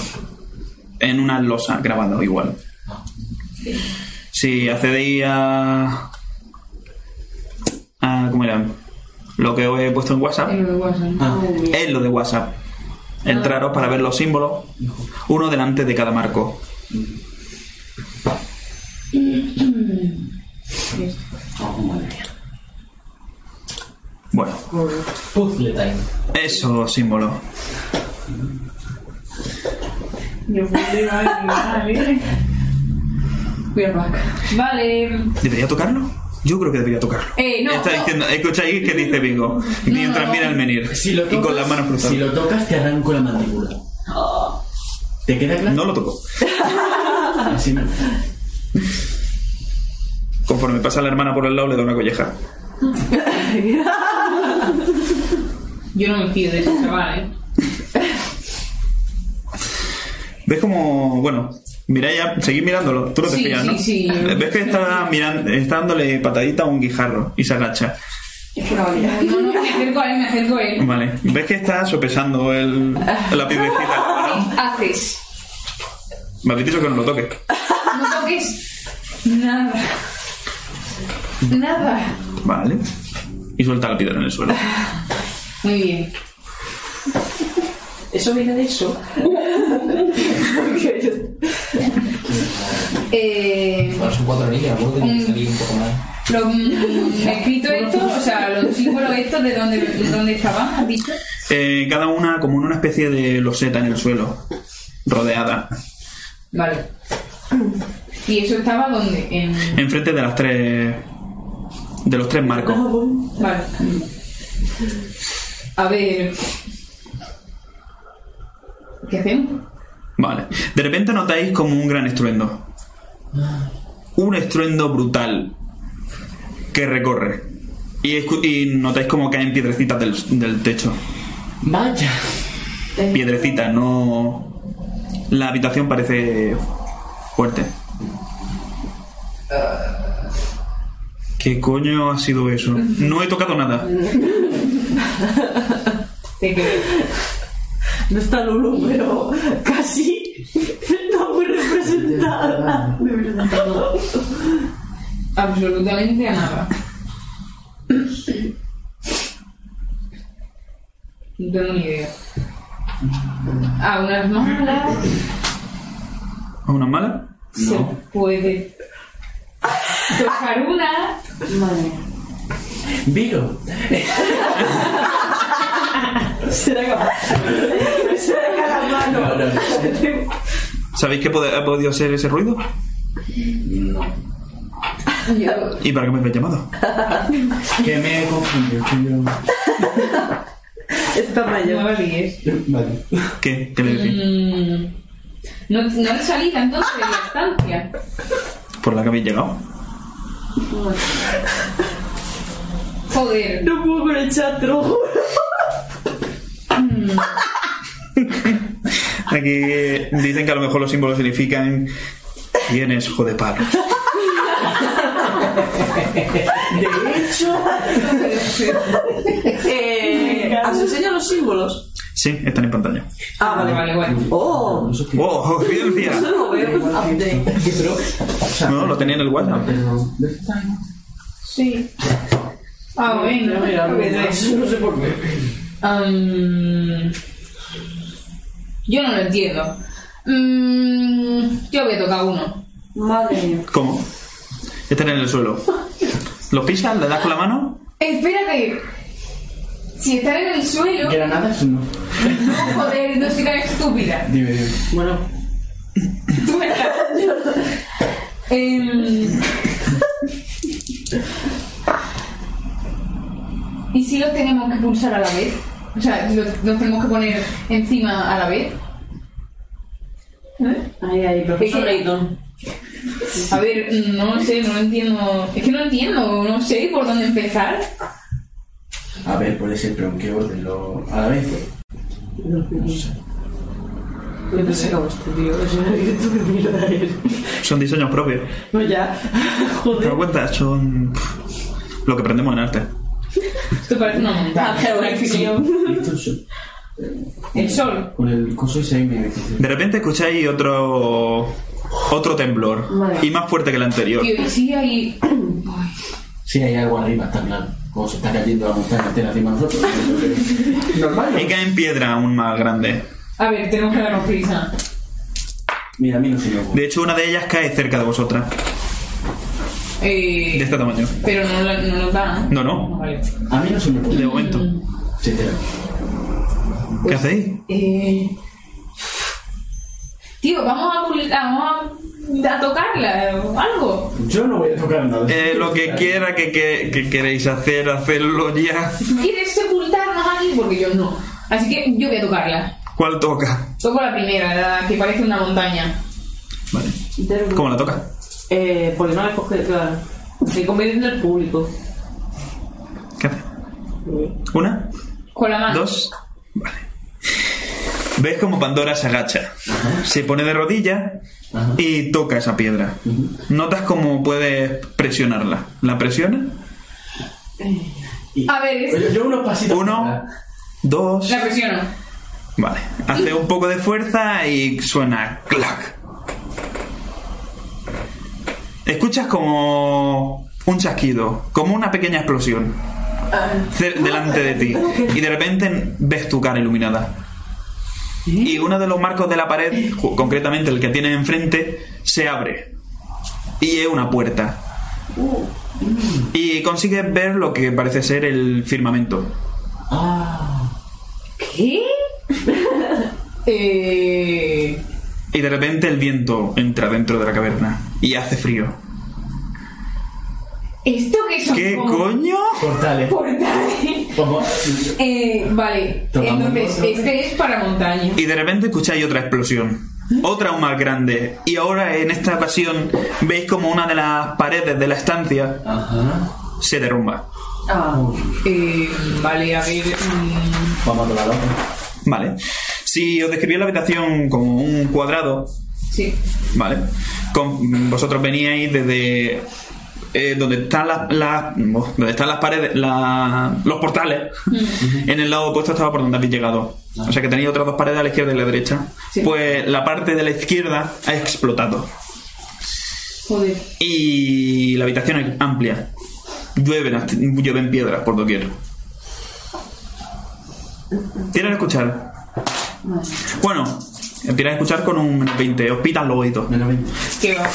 En una losa grabado igual. Si accedéis a... a ¿Cómo era? Lo que os he puesto en WhatsApp
En lo de WhatsApp.
Ah.
es lo de WhatsApp.
Ah.
Entraros para ver los símbolos, uno delante de cada marco. Bueno,
Puzzle time.
esos símbolos.
Yo fui de madre, vale. Voy a vaca. Vale.
¿Debería tocarlo? Yo creo que debería tocarlo.
Eh, no,
Está
no.
diciendo, escucháis que dice Bingo, mientras
no.
mira el menir
Si lo tocas,
y con las manos cruzadas.
Si lo tocas, te arranco la mandíbula. Oh. ¿Te queda claro?
No lo tocó.
Así no.
Conforme pasa la hermana por el lado, le da una colleja.
Yo no me fío de ese chaval, eh.
¿Ves como, bueno, mira ya, seguís mirándolo, tú no te
Sí,
fías,
sí,
¿no?
sí.
Ves que está, mirando, está dándole patadita a un guijarro y se agacha.
Es probable.
¿eh? No, no, me acerco a él, me acerco a él.
Vale, ves que está sopesando el, la piedrecita.
¿Qué haces?
Me habéis dicho que no lo toque.
No toques nada. Nada.
Vale. Y suelta la piedra en el suelo.
Muy bien.
Eso viene de eso. Porque yo-
Eh,
Bueno, son cuatro líneas, alguno tiene
Mm.
que salir un poco más.
lo mm, escrito esto, o sea, los símbolos estos de dónde, de dónde estaban, has dicho.
Eh, cada una como en una especie de loseta en el suelo, rodeada.
Vale. ¿Y eso estaba dónde? En.
Enfrente de las tres. de los tres marcos.
Vale. A ver. ¿Qué hacemos?
Vale. De repente notáis como un gran estruendo. Un estruendo brutal que recorre. Y, escu- y notáis como caen piedrecitas del, del techo.
Vaya.
Piedrecitas, no. La habitación parece fuerte. ¿Qué coño ha sido eso? No he tocado nada.
Te creo.
No está Lulu, pero casi está muy representada.
Absolutamente a nada. No tengo ni idea. A unas malas
¿A una mala?
se puede tocar una.
Madre mía.
Vigo.
Será capaz. Será capaz mano.
No, no, no.
¿Sabéis qué pod- ha podido ser ese ruido?
Yo,
¿Y para qué me habéis llamado?
Que me he confundido, que yo.
Está
no
mayor.
me ríes.
Vale.
¿Qué? ¿Qué le decís?
Mm. No, no hay salida entonces de la estancia.
¿Por la que habéis llegado?
Joder.
No puedo con el chat, te lo juro.
Aquí dicen que a lo mejor los símbolos significan quién es hijo de palo.
De hecho,
Eh, ¿Has enseñado los símbolos?
Sí, están en pantalla.
Ah,
Vale,
vale,
vale, bueno.
Oh,
Eso es que-
¡Wow! ¡Ciencia!
eso no veo. Update.
pero
No, lo tenía en el WhatsApp.
Pero, ¿de qué tal?
Sí. Ah, bueno.
eso no sé por qué.
Am, yo no lo entiendo. Mm, yo voy a tocar uno.
Madre mía.
¿Cómo? Están en el suelo. Los pisas, le das con la mano.
Espérate. Si están en el suelo,
Granadas no.
no joder, no soy tan estúpida.
Dime, dime.
Bueno,
Tú me estás. Em, ¿Y si los tenemos que pulsar a la vez? O sea, los, los tenemos que poner encima a la vez. ¿Eh?
Ahí, ahí,
Eso
profesor.
Leighton.
A ver, no sé, no entiendo. Es que no entiendo, no sé por dónde empezar.
A ver, puede ser, pero ¿en qué orden? Lo... A la vez.
¿Dónde te sacamos este tío? Eso no es tú que mierda eres.
Son diseños propios.
No, ya.
¿Te das
Joder.
cuenta? Son pff, lo que aprendemos en arte.
Esto parece una montaña.
Geografía.
Listo, yo.
El sol.
Con el coso ese ahí me metí.
De repente escucháis otro otro temblor
Vale.
y más fuerte que el anterior.
Tío, y sigue ahí.
Sí, hay algo arriba, está claro. Como se está cayendo la montaña entera encima de nosotros. Normal.
Y
¿no?
cae en piedra aún más grande.
A ver, tenemos que darnos prisa.
Mira, a mí no se me ocurre.
De hecho, una de ellas cae cerca de vosotras, de
Eh,
este tamaño.
pero no, la- no nos da, ¿no?
No, no,
Vale.
A mí no se me ocurre.
de momento.
Sincero.
¿Qué hacéis?
Eh,
Tío, vamos a, pul- vamos a, a tocarla o algo.
Yo no voy a tocar nada.
Eh, lo que quiera que, que- que queréis hacer, hacerlo ya.
¿Quieres sepultarnos aquí? Porque yo no. Así que yo voy a tocarla.
¿Cuál toca?
Toco la primera, la que parece una montaña.
Vale. ¿Cómo la toca?
eh, porque no la he cogido, claro. Se convierte en el público.
¿Qué hace? ¿Una?
Con la mano.
¿Dos? Vale. ¿Ves como Pandora se agacha? Se pone de rodilla
Ajá.
y toca esa piedra. Notas cómo puedes presionarla. ¿La presiona?
A ver, es-
Oye, yo unos pasitos.
Uno, dos.
la presiono.
Vale. Hace un poco de fuerza y suena clac. Escuchas como un chasquido, como una pequeña explosión cer- delante de ti. Y de repente ves tu cara iluminada. Y uno de los marcos de la pared, ju- concretamente el que tienes enfrente, se abre. Y es una puerta. Y consigues ver lo que parece ser el firmamento.
Ah,
¿Qué? eh...
Y de repente el viento entra dentro de la caverna y hace frío.
¿Esto qué son?
¿Qué
como
coño?
portales.
portales?
Vamos.
Eh, vale,
Tocamos
entonces
otro.
este es para montaña.
Y de repente escucháis otra explosión. Otra aún más grande. Y ahora en esta ocasión veis como una de las paredes de la estancia
Ajá.
se derrumba.
Ah,
Eh, vale, a ver. mm,
Vamos a tocar otra.
Vale. Si os describí la habitación como un cuadrado,
sí.
¿vale? Con, vosotros veníais desde eh, donde están las, las- oh, donde están las paredes, la- los portales. En el lado opuesto estaba por donde habéis llegado. O sea que tenéis otras dos paredes a la izquierda y a la derecha.
Sí.
Pues la parte de la izquierda ha explotado.
Joder.
Y la habitación es amplia. Llueven, hasta- llueven piedras por doquier. Tira a escuchar. Bueno, tira a escuchar con un menos 20. Os pitan los oídos.
Menos 20.
¿Qué va?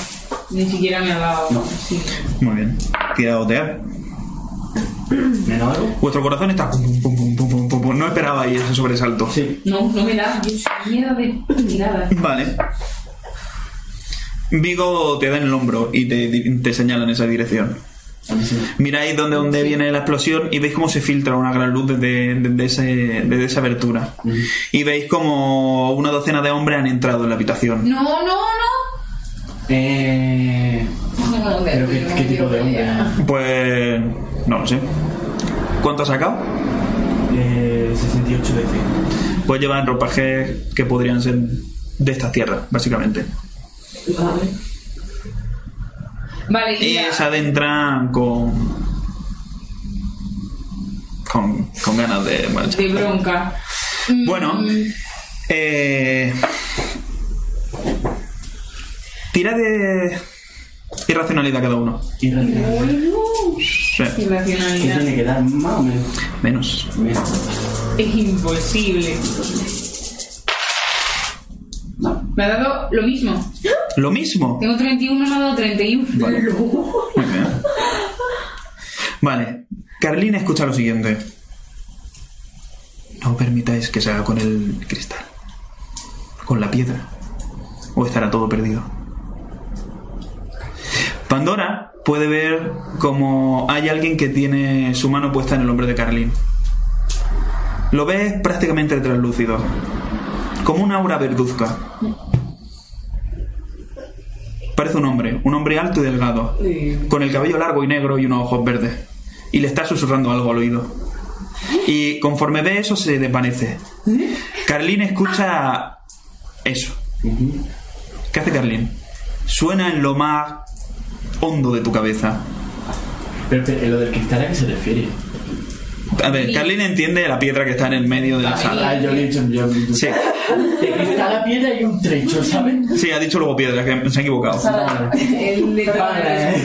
Ni siquiera me ha dado. Sí.
Muy bien. Tira a otear.
¿Menos algo?
Vuestro corazón está. pum, pum, pum, pum, pum, pum, pum. No esperabais ese sobresalto.
Sí.
No, no me da. Yo soy miedo de miradas.
Vale. Vigo te da en el hombro y te, te señala en esa dirección.
A mí sí.
Miráis donde, donde viene la explosión y veis cómo se filtra una gran luz desde, desde ese- desde esa abertura. Y veis como una docena de hombres han entrado en la habitación.
No, no, no.
Eh.
Joder,
Pero qué,
yo no
qué tipo
quiero
de hombre.
pelear.
Pues. No lo sé. ¿Cuánto ha sacado?
Eh. 68 de fe.
Pues llevan ropajes que podrían ser de estas tierras, básicamente.
vale.
Vale, y
Y
la-
se adentran con. con, con ganas de marcha.
de bronca. Mm,
Bueno, eh, tira de irracionalidad cada uno.
Irracional.
Sí,
Que
Irracionalidad.
tiene que dar más o menos.
menos.
Menos.
Es imposible.
No.
Me ha dado lo mismo.
Lo mismo.
Tengo 31, me ha dado 31.
Vale. Muy bien. Vale. Carlina escucha lo siguiente. No permitáis que se haga con el cristal. Con la piedra. O estará todo perdido. Pandora puede ver como hay alguien que tiene su mano puesta en el hombro de Carlín. Lo ves prácticamente translúcido. Como una aura verduzca. Parece un hombre, un hombre alto y delgado, con el cabello largo y negro y unos ojos verdes. Y le está susurrando algo al oído. Y conforme ve eso se desvanece. Carlín escucha eso. ¿Qué hace Carlín? Suena en lo más hondo de tu cabeza.
Pero, pero, lo del cristal a qué se refiere.
A ver, Carlín entiende la piedra que está en el medio de la sala.
Ah, yo le he dicho yo.
Sí,
De cristal a piedra y un trecho, ¿sabes?
sí, ha dicho luego piedra, que se ha equivocado.
El de
Vale.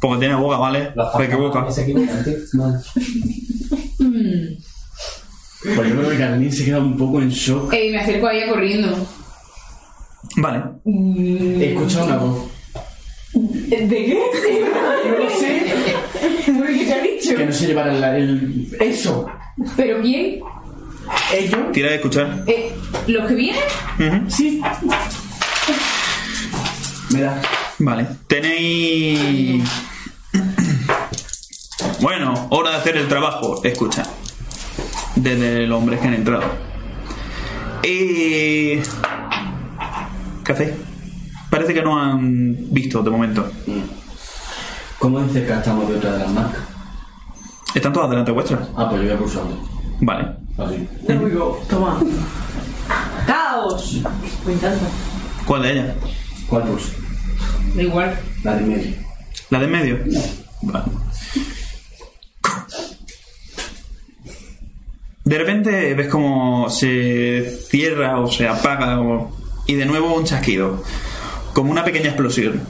Porque tiene boca, ¿vale? Se equivoca.
Es equivocante. Vale.
Pues yo creo que Carlín se queda un poco en shock.
Eh, me acerco a ella corriendo.
Vale.
Escucha una voz.
¿De qué?
No lo sé.
¿Qué te ha dicho?
Que no se llevara el, el- Eso.
¿Pero quién?
Ellos.
Tira de escuchar.
Eh, ¿Los que vienen?
Ujú.
Sí. Me da.
Vale. Tenéis. Bueno, hora de hacer el trabajo. Escucha. Desde los hombres que han entrado. Y. ¿Qué hacéis? Parece que no han visto de momento.
¿Cómo de cerca estamos de otra de las marcas?
Están todas delante vuestras.
Ah, pues yo voy a pulsando.
Vale.
Así.
There we go. Toma. ¡Caos! Me encanta.
¿Cuál de ellas?
¿Cuál pulso?
Da igual.
La de medio.
¿La de en medio? Vale. De repente ves como se cierra o se apaga o- y de nuevo un chasquido, como una pequeña explosión.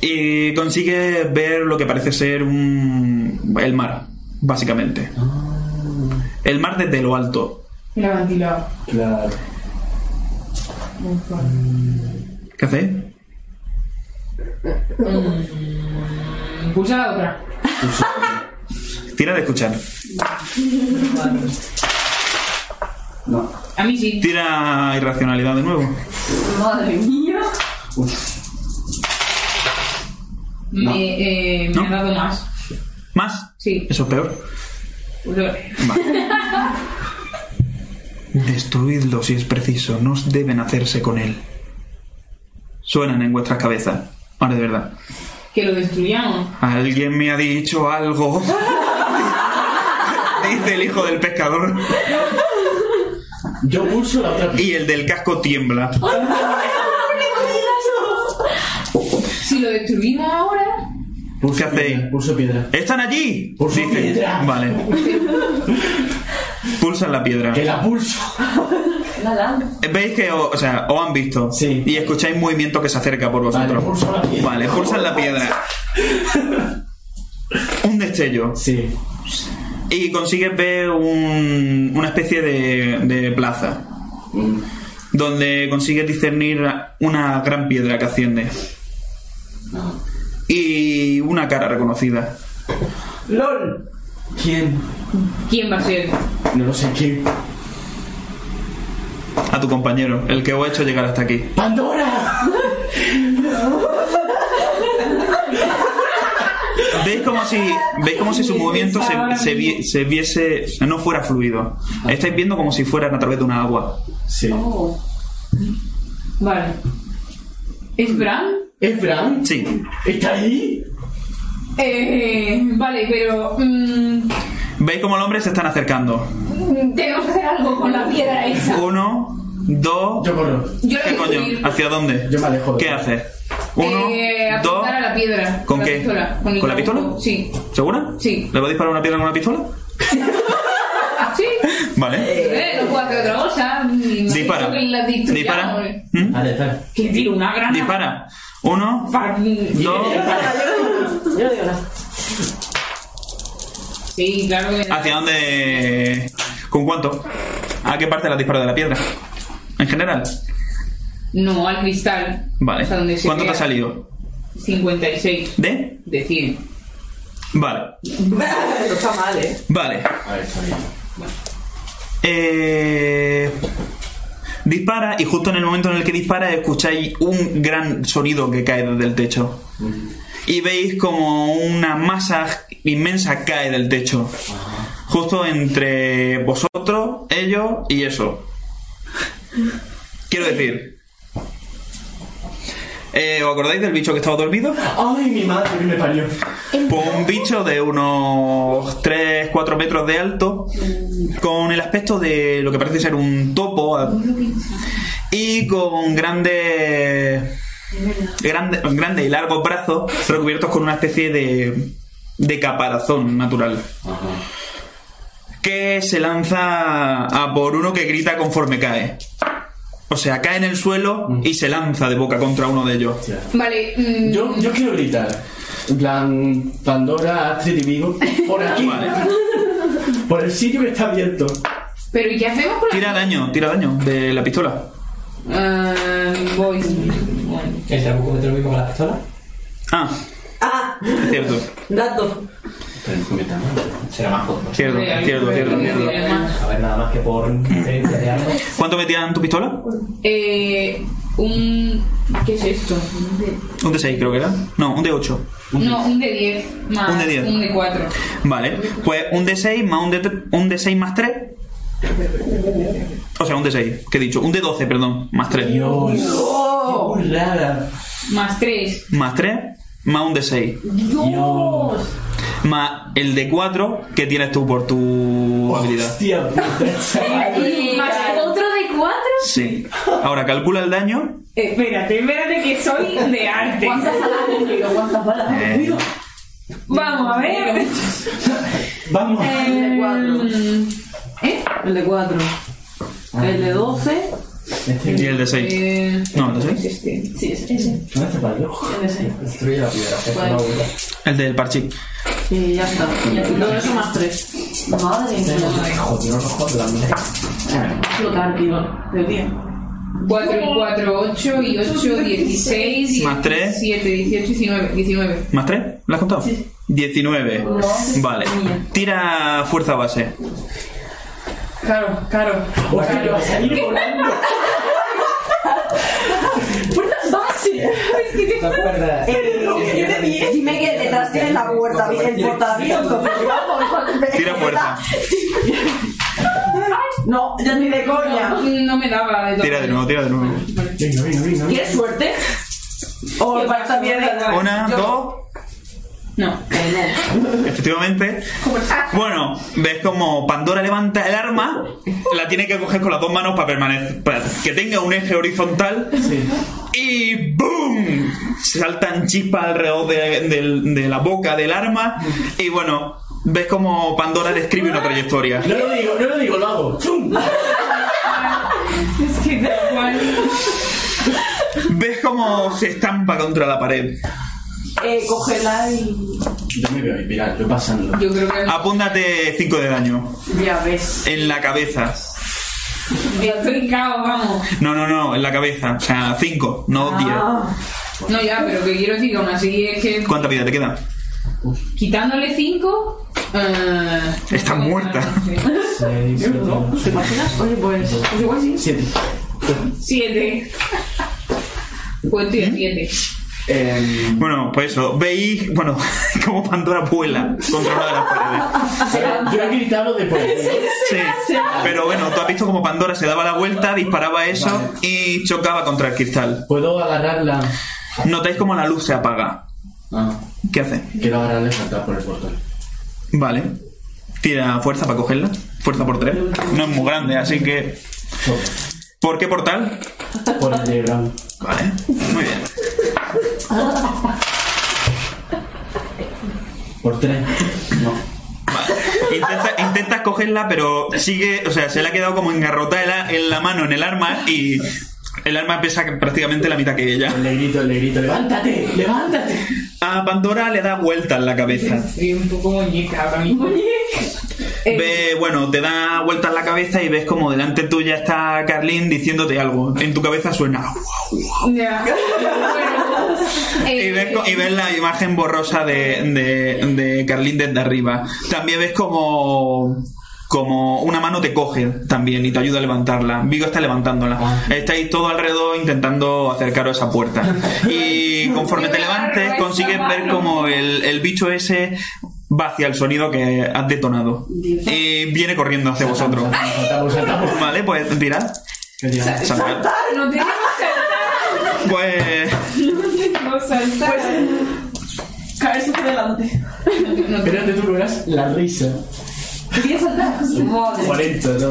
Y consigues ver lo que parece ser un, el mar, básicamente. El mar desde lo alto.
La ventilado.
Claro.
¿Qué hacéis?
Pulsa la otra.
Pulso.
Tira de escuchar.
No.
A mí sí.
Tira irracionalidad de nuevo.
Madre mía.
Uf.
Me, eh, me
No.
ha dado más.
¿Más?
Sí.
Eso es peor.
Pues,
Vale. Destruidlo si es preciso, no os deben hacerse con él. Suenan en vuestras cabezas. Ahora de verdad.
Que lo destruyamos.
Alguien me ha dicho algo. Dice el hijo del pescador.
Yo pulso la otra.
Y el del casco tiembla.
Si lo destruimos ahora.
Pulso
¿Qué hacéis?
piedra, Pulso piedra.
¡Están allí!
Pulsa piedra.
Vale. Pulsan la piedra.
Que la pulso.
La lanza.
Veis que o, o sea, os han visto
Sí.
y escucháis movimiento que se acerca por
Vale,
vosotros.
pulso la piedra.
Vale, pulsan la piedra. Un destello.
Sí.
Y consigues ver un- una especie de, de plaza.
Mm.
Donde consigues discernir una gran piedra que asciende.
No.
Y una cara reconocida.
¡Lol! ¿Quién?
¿Quién va a ser?
No lo sé quién.
A tu compañero, el que os ha hecho llegar hasta aquí.
¡Pandora!
¿Veis como si, veis como si su movimiento se, se vi- se viese. no fuera fluido? Estáis viendo como si fueran a través de una agua.
Sí.
Vale. ¿Es Bran?
¿Es Bran?
Sí.
¿Está ahí?
Eh, vale, pero. mm,
Veis como el hombre se están acercando.
tenemos que hacer algo con la piedra esa.
Uno, dos.
Yo corro.
Yo la
¿Qué
voy a
coño?
destruir.
¿Hacia dónde?
Yo me alejo. de-
¿Qué haces? Uno,
eh, apuntar
dos.
a la piedra.
¿Con
la
qué?
Pistola, con, el
¿Con la
caucho.
pistola?
Sí.
¿Segura?
Sí.
¿Le va a disparar una piedra con una pistola?
Ah, sí.
Vale.
Eh, no puedo hacer otra cosa. ni me
Dispara.
dijo que la
Dispara.
destruyamos.
¿Mm?
Vale, tal.
Que le tiro una grana.
Dispara. Uno,
Fa-
dos.
Yo no digo nada.
Sí, claro que.
¿Hacia dónde? ¿Con cuánto? ¿A qué parte la disparo de la piedra? En general.
No, al cristal.
Vale.
Hasta donde se
¿Cuánto te
vea.
ha salido?
56
¿De?
de 100.
Vale.
No está mal, ¿eh?
Vale.
A ver, está bien.
Eh, dispara y justo en el momento en el que dispara escucháis un gran sonido que cae desde el techo. Y veis como una masa inmensa cae del techo. Justo entre vosotros, ellos y eso. Quiero decir... eh, ¿Os acordáis del bicho que estaba dormido?
¡Ay, mi madre que me parió!
Pues un bicho de unos 3-4 metros de alto, con el aspecto de lo que parece ser un topo, a- y con grandes grande, grandes y largos brazos recubiertos con una especie de, de caparazón natural. Que se lanza a por uno que grita conforme cae. O sea, cae en el suelo y se lanza de boca contra uno de ellos.
Hostia.
Vale. mm,
Yo, yo quiero gritar. En plan, Pandora, Astrid y Vigo. Por aquí.
Vale.
Por el sitio que está abierto.
Pero ¿y qué hacemos con la.?
Tira daño, tira daño de la pistola.
Ah, voy. Bueno.
¿El trabuco me lo mismo con la pistola?
Ah,
¡Ah!
es cierto,
Dato.
Pero no cometa nada.
Será más justo.
cierto,
Voy a-
cierto,
voy a-
cierto,
voy a-
cierto.
voy a-
A ver, nada más que por diferencia de algo.
¿Cuánto metían tu pistola?
Eh, un. ¿Qué es esto?
Un de 6 creo que era. No, un de 8.
No, un de 10 más
Un de 10.
4.
Vale, pues un de 6 más un de, tre- un de 6 más 3. O sea, un de 6, que he dicho, un de 12, perdón, más 3.
Dios.
¡Oh!
Qué burrada.
Más 3.
Más 3, más un de 6.
¡Dios!
Más el de 4 que tienes tú por tu habilidad.
Hostia puta, chaval.
Más otro de 4.
Sí. Ahora calcula el daño.
espérate, espérate que soy de arte.
¿Cuántas balas han comido? ¿Cuántas balas han
Eh,
comido?
Vamos a ver.
Vamos.
El de cuatro.
¿Eh?
El de 4. Ah. El de 12.
Este
y el de 6.
Eh,
No, el de 6.
este.
Sí, ese. ese.
no está para yo.
El de 6.
Destruye la piedra. que es una burla.
El del parchí.
Y ya está. Todo eso más 3. Madre mía.
Joder, no rojo de la mierda.
Explotar, tío. De 10.
4 y 4, 8 y 8, 16.
Más tres.
7, 18, 19. 19.
¿Más 3? ¿La has contado?
Sí.
19. Vale.
Mía.
Tira fuerza base.
Claro, claro.
Hostia, que va a salir volando.
¡Puertas base!
¿Te acuerdas?
Dime que detrás tienes la puerta, el portaabierto. porque vamos,
Tira fuerza.
No, ya ni de coña.
No me daba de todo.
Tira de nuevo, tira de nuevo.
Venga, venga, venga.
¿Quieres suerte? O para esta mierda.
Una,
Yo-
dos.
No.
Efectivamente. Bueno, ves como Pandora levanta el arma, la tiene que coger con las dos manos para permanecer, para que tenga un eje horizontal. Y ¡boom! Saltan chispas alrededor de, del- de la boca del arma. Y bueno, ves como Pandora describe una trayectoria.
No lo digo, no lo digo, lo hago. ¡Zum!
Es que tal cual.
Ves como se estampa contra la pared.
Eh, cógela y.
Yo me veo inspirar, yo pasando.
Yo creo que.
Ah. Apúntate 5 de daño
Ya ves.
en la cabeza.
Estoy cao, vamos.
No, no, no, en la cabeza. O sea, 5, no 10.
Ah,
No, ya, pero que quiero decir que aún así es que
¿Cuánta vida te queda?
quitándole 5.
Está muerta.
Seis, siete, ocho,
¿Te imaginas? Oye, pues. Pues igual sí.
siete.
7. Cuento y a 7.
Em,
Bueno, pues eso, veis, bueno, como Pandora vuela contra una de las paredes.
yo he gritado de por
Sí, pero bueno, tú has visto como Pandora se daba la vuelta, disparaba eso
Vale.
y chocaba contra el cristal.
Puedo agarrarla.
Notáis como la luz se apaga.
Ah,
¿Qué hace?
quiero agarrarla y saltar por el portal.
Vale. Tira fuerza para cogerla. Fuerza por tres. No es muy grande, así que... ¿Por qué portal?
Por el de Brown.
Vale, muy bien.
Por tres. No.
Vale. Intenta- intentas cogerla, pero sigue, o sea, se le ha quedado como engarrotada en la, en la mano, en el arma, y el arma pesa prácticamente la mitad que ella.
Le grito, le grito, levántate, levántate.
A Pandora le da vueltas la cabeza.
Estoy un poco muñeca ahora mismo. Eh,
Ve, bueno, te da vueltas la cabeza y ves como delante tuya está Carlín diciéndote algo. En tu cabeza suena.
Ya. Bueno, eh,
Y ves, co- y ves la imagen borrosa de, de, de Carlín desde arriba. También ves como, como una mano te coge también y te ayuda a levantarla. Vigo está levantándola. Estáis todo alrededor intentando acercaros a esa puerta. Y conforme te levantes consigues ver como el, el bicho ese va hacia el sonido que has detonado. Y viene corriendo hacia vosotros.
Saltamos, saltamos.
Vale, pues tirad.
¿Qué tiramos?
Saltad.
No tenemos
Pues...
No saltar.
Caerse por delante.
No te-
Espérate, tú verás la risa.
¿Querías saltar? Madre.
40, ¿no?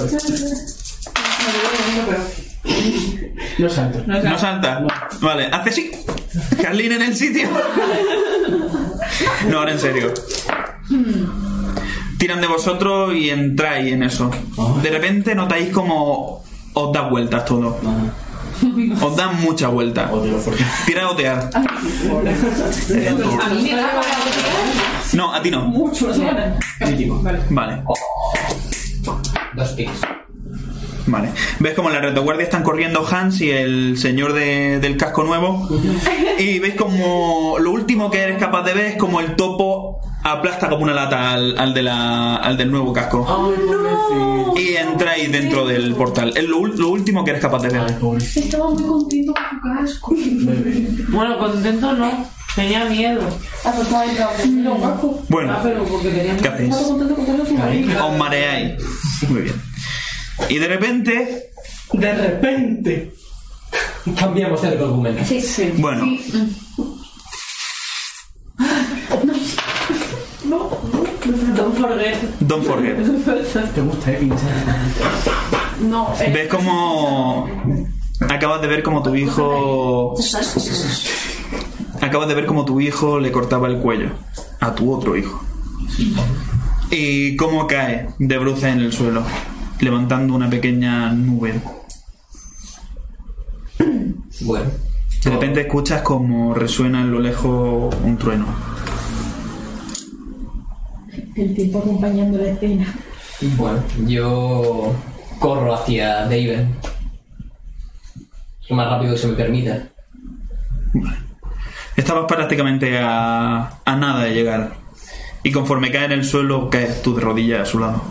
No salto.
no
No
saltar.
salta. Vale, hace sí. Carlín en el sitio. No, ahora en serio. Tiran de vosotros y entráis en eso. De repente notáis como os da vueltas todo.
Ah.
Os dan muchas vueltas.
Odio porque.
Tira a otear. Eh, tú.
A mí me da para
No, a ti no.
Mucho, ¿no?
Crítico.
Vale,
Dos pics.
vale. Ves como en la retaguardia están corriendo Hans y el señor de- del casco nuevo. Y ves como lo último que eres capaz de ver es como el topo aplasta como una lata al, al de la- al del nuevo casco.
Ay, pobrecito.
Y entráis dentro del portal. Es lo, ul- lo último que eres capaz de
Ay,
ver.
pobrecito.
Estaba muy contento con su casco.
Bebé.
Bueno, contento no. Tenía miedo. Ah,
La persona de trabajo. No, casco.
Bueno,
pero porque tenía
¿qué
Estaba
hacéis?
contento con tener su marido.
Os mareáis. Muy bien. Y de repente,
De repente.
Cambiamos el argumento.
Sí, sí.
bueno,
Don't forget.
don't forget.
¿Te gusta, eh, pinchar?
No, eh,
Ves como acabas de ver como tu hijo acabas de ver como tu hijo le cortaba el cuello a tu otro hijo y cómo cae de bruces en el suelo levantando una pequeña nube
Bueno.
de repente escuchas como resuena en lo lejos un trueno
el tiempo acompañando la escena.
Bueno, yo corro hacia David. Lo más rápido que se me permita.
estabas prácticamente a, a nada de llegar y conforme cae en el suelo caes tú de rodillas a su lado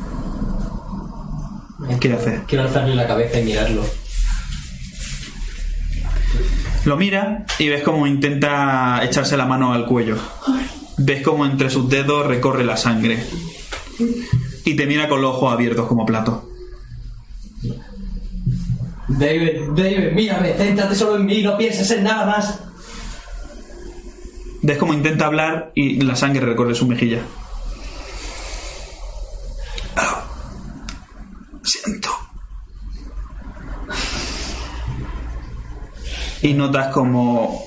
¿qué haces?
Quiero alzarle la cabeza y mirarlo.
Lo mira y ves cómo intenta echarse la mano al cuello. Ves cómo entre sus dedos recorre la sangre. Y te mira con los ojos abiertos como plato.
David, David, mírame, céntrate solo en mí, no pienses en nada más.
Ves cómo intenta hablar y la sangre recorre su mejilla. Ah, Siento. Y notas como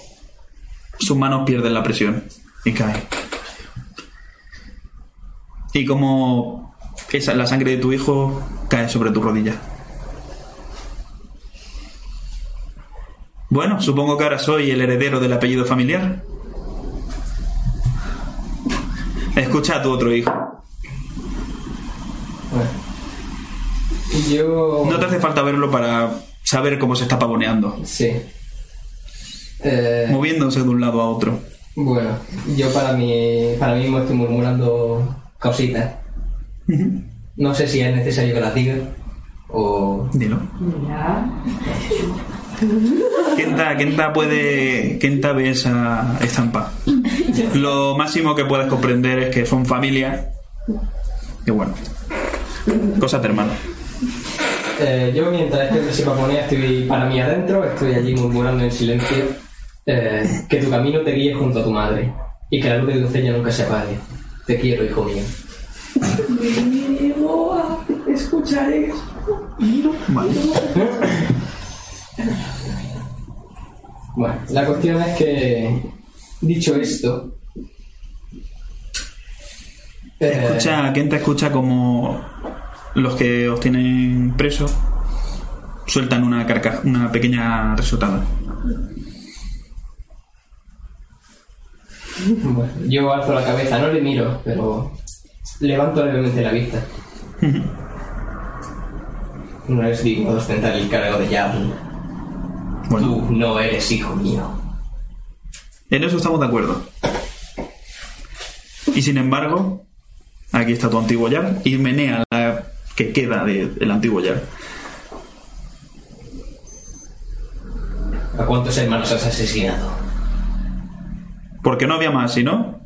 sus manos pierden la presión y caen. Y como esa, la sangre de tu hijo cae sobre tu rodilla. Bueno, supongo que ahora soy el heredero del apellido familiar. Escucha a tu otro hijo.
Bueno. Yo.
No te hace falta verlo para saber cómo se está pavoneando,
Sí. Eh,
moviéndose de un lado a otro.
bueno, yo para mí, para mí mismo estoy murmurando cositas. No sé si es necesario que las diga o.
Dilo. Kenta, Kenta puede. Kenta ve esa estampa. Lo máximo que puedes comprender es que son familia. Y bueno. Cosas de hermano.
Eh, yo mientras este se paponea estoy para mí adentro, estoy allí murmurando en silencio eh, que tu camino te guíe junto a tu madre y que la luz de tu ceña nunca se apague. Te quiero, hijo mío.
Escucharé.
Bueno, la cuestión es que Dicho esto. eh,
Escucha, quien te escucha como los que os tienen presos sueltan una carca- una pequeña risotada.
bueno, yo alzo la cabeza, no le miro, pero levanto levemente la vista. No es digno de ostentar el cargo de Yavin.
Bueno,
Tú no eres hijo mío.
en eso estamos de acuerdo. Y sin embargo, aquí está tu antiguo yar y menea la que queda de- del antiguo yar.
¿A cuántos hermanos has asesinado?
Porque no había más, si no,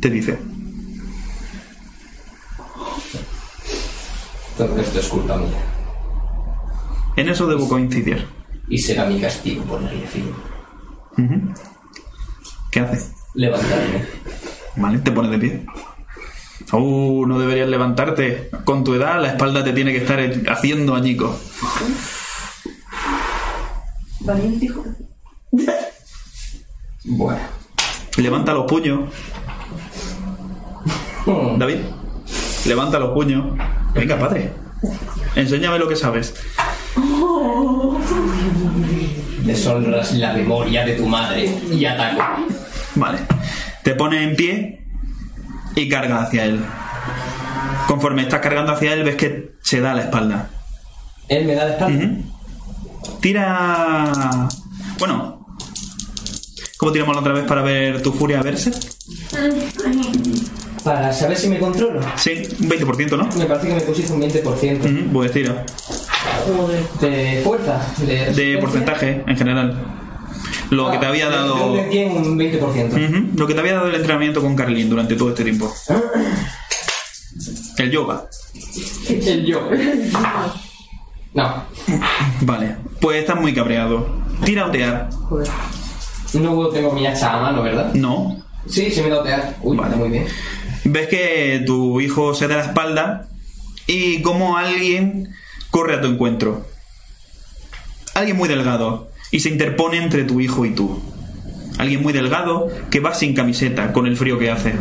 te dice.
Todo esto es culpa mía.
En eso debo coincidir.
Y será mi castigo ponerle fin.
Ujú. ¿Qué hace?
Levantarme.
Vale, te pones de pie. Uh, no deberías levantarte. Con tu edad, la espalda te tiene que estar haciendo añicos.
Valiente, hijo.
Bueno.
Levanta los puños,
Hmm.
David. Levanta los puños. Venga, padre. Enséñame lo que sabes.
Deshonras la memoria de tu madre y ataco.
Vale. Te pone en pie y carga hacia él. Conforme estás cargando hacia él, ves que se da la espalda.
Él me da la espalda.
Ujú. Tira. Bueno. ¿Cómo tiramos la otra vez para ver tu furia verse?
Para saber si me controlo.
Sí, un 20%, ¿no?
Me parece que me pusiste un 20%
Ujú, pues tira.
de fuerza. De,
De
resistencia.
porcentaje en general. Lo que te había
Ah,
dado.
de 100, un 20%.
Ujú, Lo que te había dado el entrenamiento con Carlín durante todo este tiempo. El yoga.
El yo. No,
Vale. Pues estás muy cabreado. Tira a otear.
no tengo mi hacha a mano, ¿verdad?
No.
Sí, se me da otear. Uy,
Vale.
muy bien.
Ves que tu hijo se da la espalda y como alguien corre a tu encuentro. Alguien muy delgado y se interpone entre tu hijo y tú. Alguien muy delgado que va sin camiseta con el frío que hace.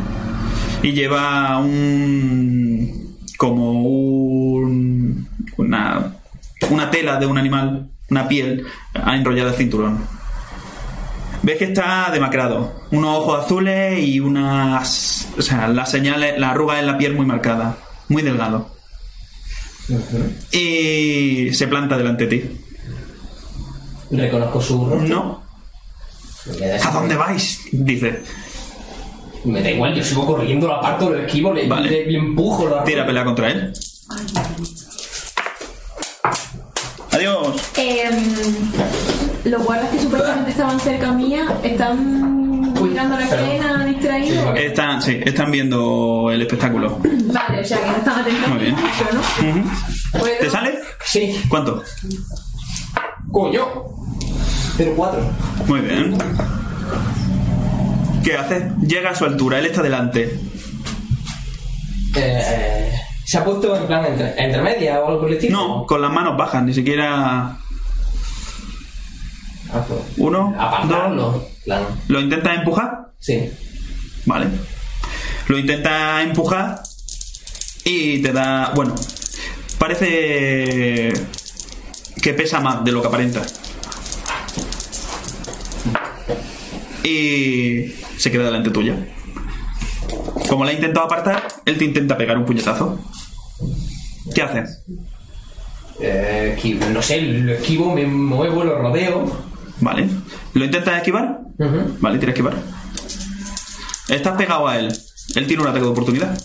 Y lleva un... como un... una, una tela de un animal, una piel enrollada al cinturón. Ves que está demacrado. Unos ojos azules y unas. O sea, las señales, la arruga en la piel muy marcada. Muy delgado. Y se planta delante de ti.
Reconozco su rostro.
No.
Me da,
¿A dónde vais? Dice.
me da igual, yo sigo corriendo, lo aparto, lo esquivo, le,
Vale.
le- le empujo. Lo
Tira pelea contra él. Adiós.
Em, los guardas que supuestamente estaban cerca mía están mirando la
perdón.
escena, distraídos.
Están, sí, están viendo el espectáculo.
Vale, o sea que no están atentos.
Muy bien.
Yo no.
Ujú.
Puedo-
¿Te sale?
Sí,
¿Cuánto?
coño. 04.
Muy bien. ¿Qué hace? Llega a su altura, él está delante.
Eh, ¿Se ha puesto en plan entre, entre media o algo por el estilo?
No, con las manos bajas, ni siquiera.
Ah, pues,
Uno, dos.
Apartarlo. Claro.
¿Lo intenta empujar?
Sí.
Vale. Lo intenta empujar y te da. Bueno, parece que pesa más de lo que aparenta. Y se queda delante tuya. Como la ha intentado apartar, él te intenta pegar un puñetazo. ¿Qué haces?
Eh, esquivo, no sé, lo esquivo, me muevo, lo rodeo.
Vale. ¿Lo intentas esquivar?
Ujú.
Vale, tira esquivar. Estás pegado a él. Él tiene un ataque de oportunidad.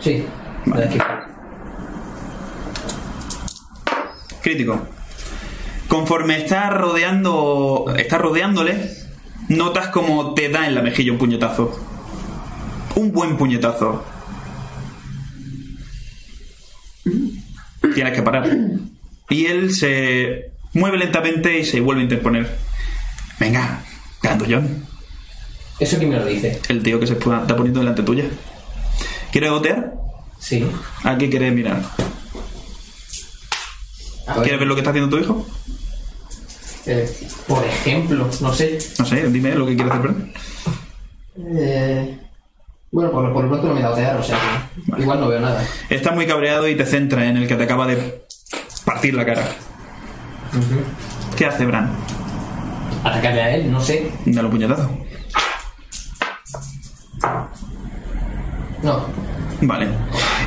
Sí.
Vale.
Esquivo.
Crítico. Conforme estás rodeando. estás rodeándole, notas como te da en la mejilla un puñetazo. Un buen puñetazo. Tienes que parar. Y él se mueve lentamente y se vuelve a interponer. Venga, grandullón.
¿Eso quién me lo dice?
El tío que se está poniendo delante tuya. ¿Quieres gotear?
Sí.
¿A Ah, qué quieres mirar?
A ver.
¿Quieres ver lo que está haciendo tu hijo?
Eh, por ejemplo, no sé.
No sé, dime lo que quieres hacer, perdón.
Eh, bueno, por, por lo pronto no me he dado de dar, o sea, que
Vale.
igual no veo nada.
Estás muy cabreado y te centra en el que te acaba de partir la cara. ¿Qué hace Bran?
Atacarle a él, no sé.
Dale un puñetazo.
No.
Vale.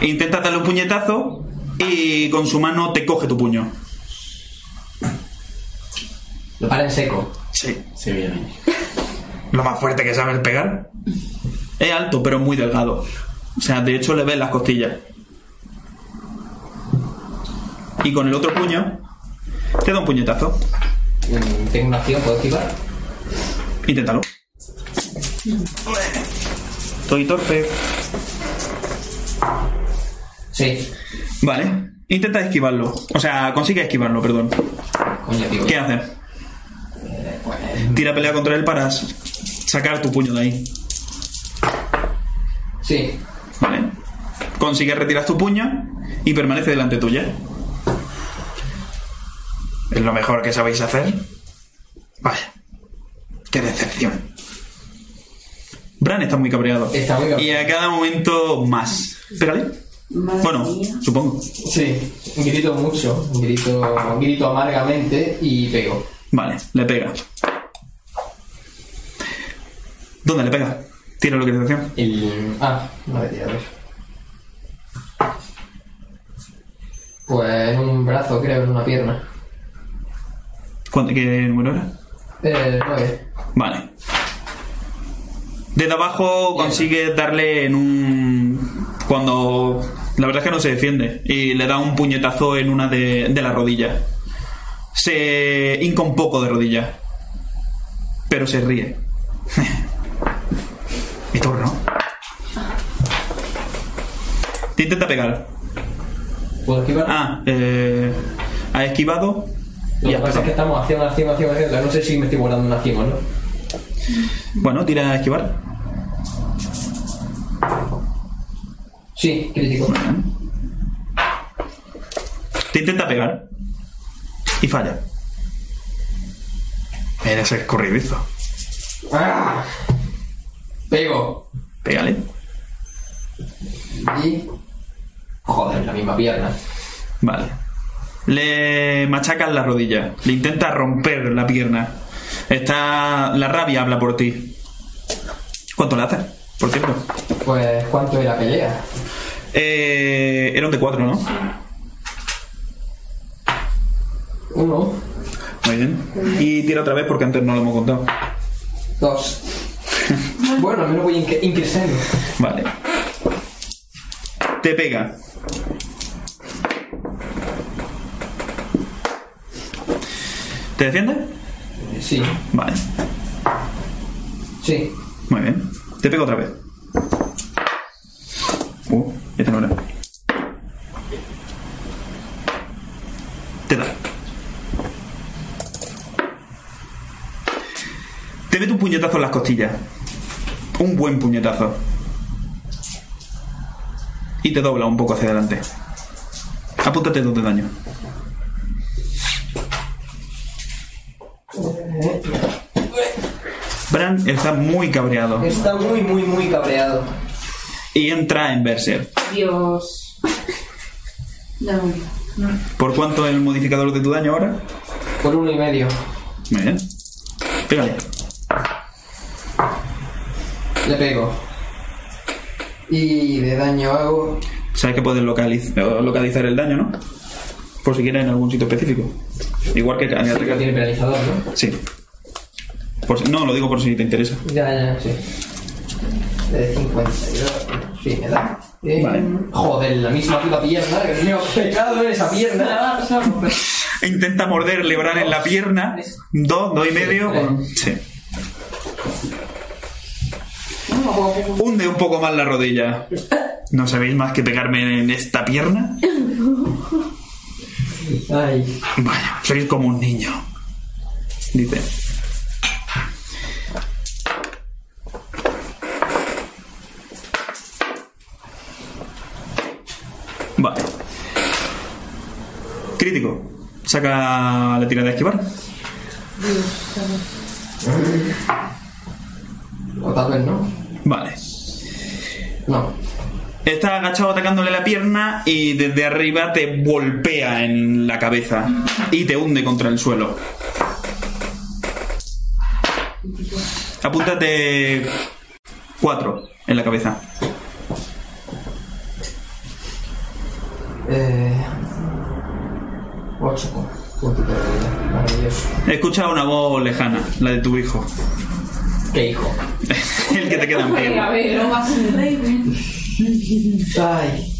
Intenta darle un puñetazo y con su mano te coge tu puño.
Lo para en seco.
Sí.
Se viene.
Lo más fuerte que sabes pegar. Es alto, pero muy delgado. O sea, de hecho le ves las costillas. Y con el otro puño te da un puñetazo.
Mm, Tengo una acción, puedo esquivar.
Inténtalo. Estoy torpe.
Sí.
Vale. Intenta esquivarlo. O sea, consigue esquivarlo, perdón.
Coño, tío.
¿Qué hace? Tira pelea contra él para s- sacar tu puño de ahí.
Sí.
Vale. Consigues retirar tu puño y permanece delante tuya. Es lo mejor que sabéis hacer. Vaya. Qué decepción. Bran está muy cabreado.
Está muy cabreado.
Y a cada momento más. Pégale.
Madre
Bueno,
mía.
supongo.
Sí. Grito mucho. Grito, grito amargamente y pego.
Vale, le pega. ¿Dónde le pega? Tira localización.
El... Ah, no me tira, a ver. Pues en un brazo, creo, en una pierna.
¿Cuánto- ¿Qué número era?
Eh, nueve.
Vale. Desde abajo consigue darle en un. Cuando. La verdad es que no se defiende. Y le da un puñetazo en una de, de las rodillas. Se hinca un poco de rodilla. Pero se ríe. Mi turno. Te intenta pegar.
¿Puedo esquivar?
Ah, eh, ha esquivado.
Lo
Y
que
has
pasa es
pegado.
que estamos acción, acción, acción, acción. No sé si me estoy guardando una acción o no.
Bueno, tira a esquivar.
Sí, crítico.
Te intenta pegar. Y falla. Eres escurridizo.
¡Ah! Pego.
Pégale.
Y. Joder, la misma pierna.
Vale. Le machacas la rodilla. Le intenta romper la pierna. Está. La rabia habla por ti. ¿Cuánto le haces? Por cierto.
Pues, ¿cuánto era pelea?
Eh, era un de 4, ¿no?
Uno,
Muy bien. Y tira otra vez porque antes no lo hemos contado.
dos. bueno, al menos voy incre- increciendo.
Vale. Te pega. ¿Te defiende?
Sí,
Vale.
sí.
Muy bien. Te pego otra vez. Uh, esta no era. Te da. Te mete un puñetazo en las costillas. Un buen puñetazo. Y te dobla un poco hacia adelante. Apúntate dos de daño. Bran está muy cabreado.
Está muy, muy, muy cabreado.
Y entra en Berserk.
Dios.
No.
¿Por cuánto el modificador de tu daño ahora?
Por uno y medio.
Muy bien. Pégale.
Le pego. Y de daño hago.
Sabes que puedes localiz- eh, localizar el daño, ¿no? Por si quieres en algún sitio específico. Igual que
Sí, que tiene
sí.
penalizador, ¿no?
sí. Por si- no, lo digo por si te interesa.
Ya, ya, sí. De 52. Sí, me da. Eh,
Vale.
Joder, la misma puta pierna que me he pegado en esa pierna.
Intenta morderle Bran en la pierna. Dos, dos y medio.
tres.
con- Sí. Hunde un poco más la rodilla. ¿No sabéis más que pegarme en esta pierna?
Ay.
Vaya, sois como un niño. Dice. Vale. Crítico. Saca la tirada de esquivar.
O tal vez no.
Vale.
No.
Está agachado atacándole la pierna y desde arriba te golpea en la cabeza y te hunde contra el suelo. Apúntate cuatro en la cabeza.
Eh, ocho puntos de vida. Maravilloso.
Escucha una voz lejana, la de tu hijo,
¿Qué hijo?
el que te queda en pie.
A ver, no
¿Eh?
más un rey.
Ay.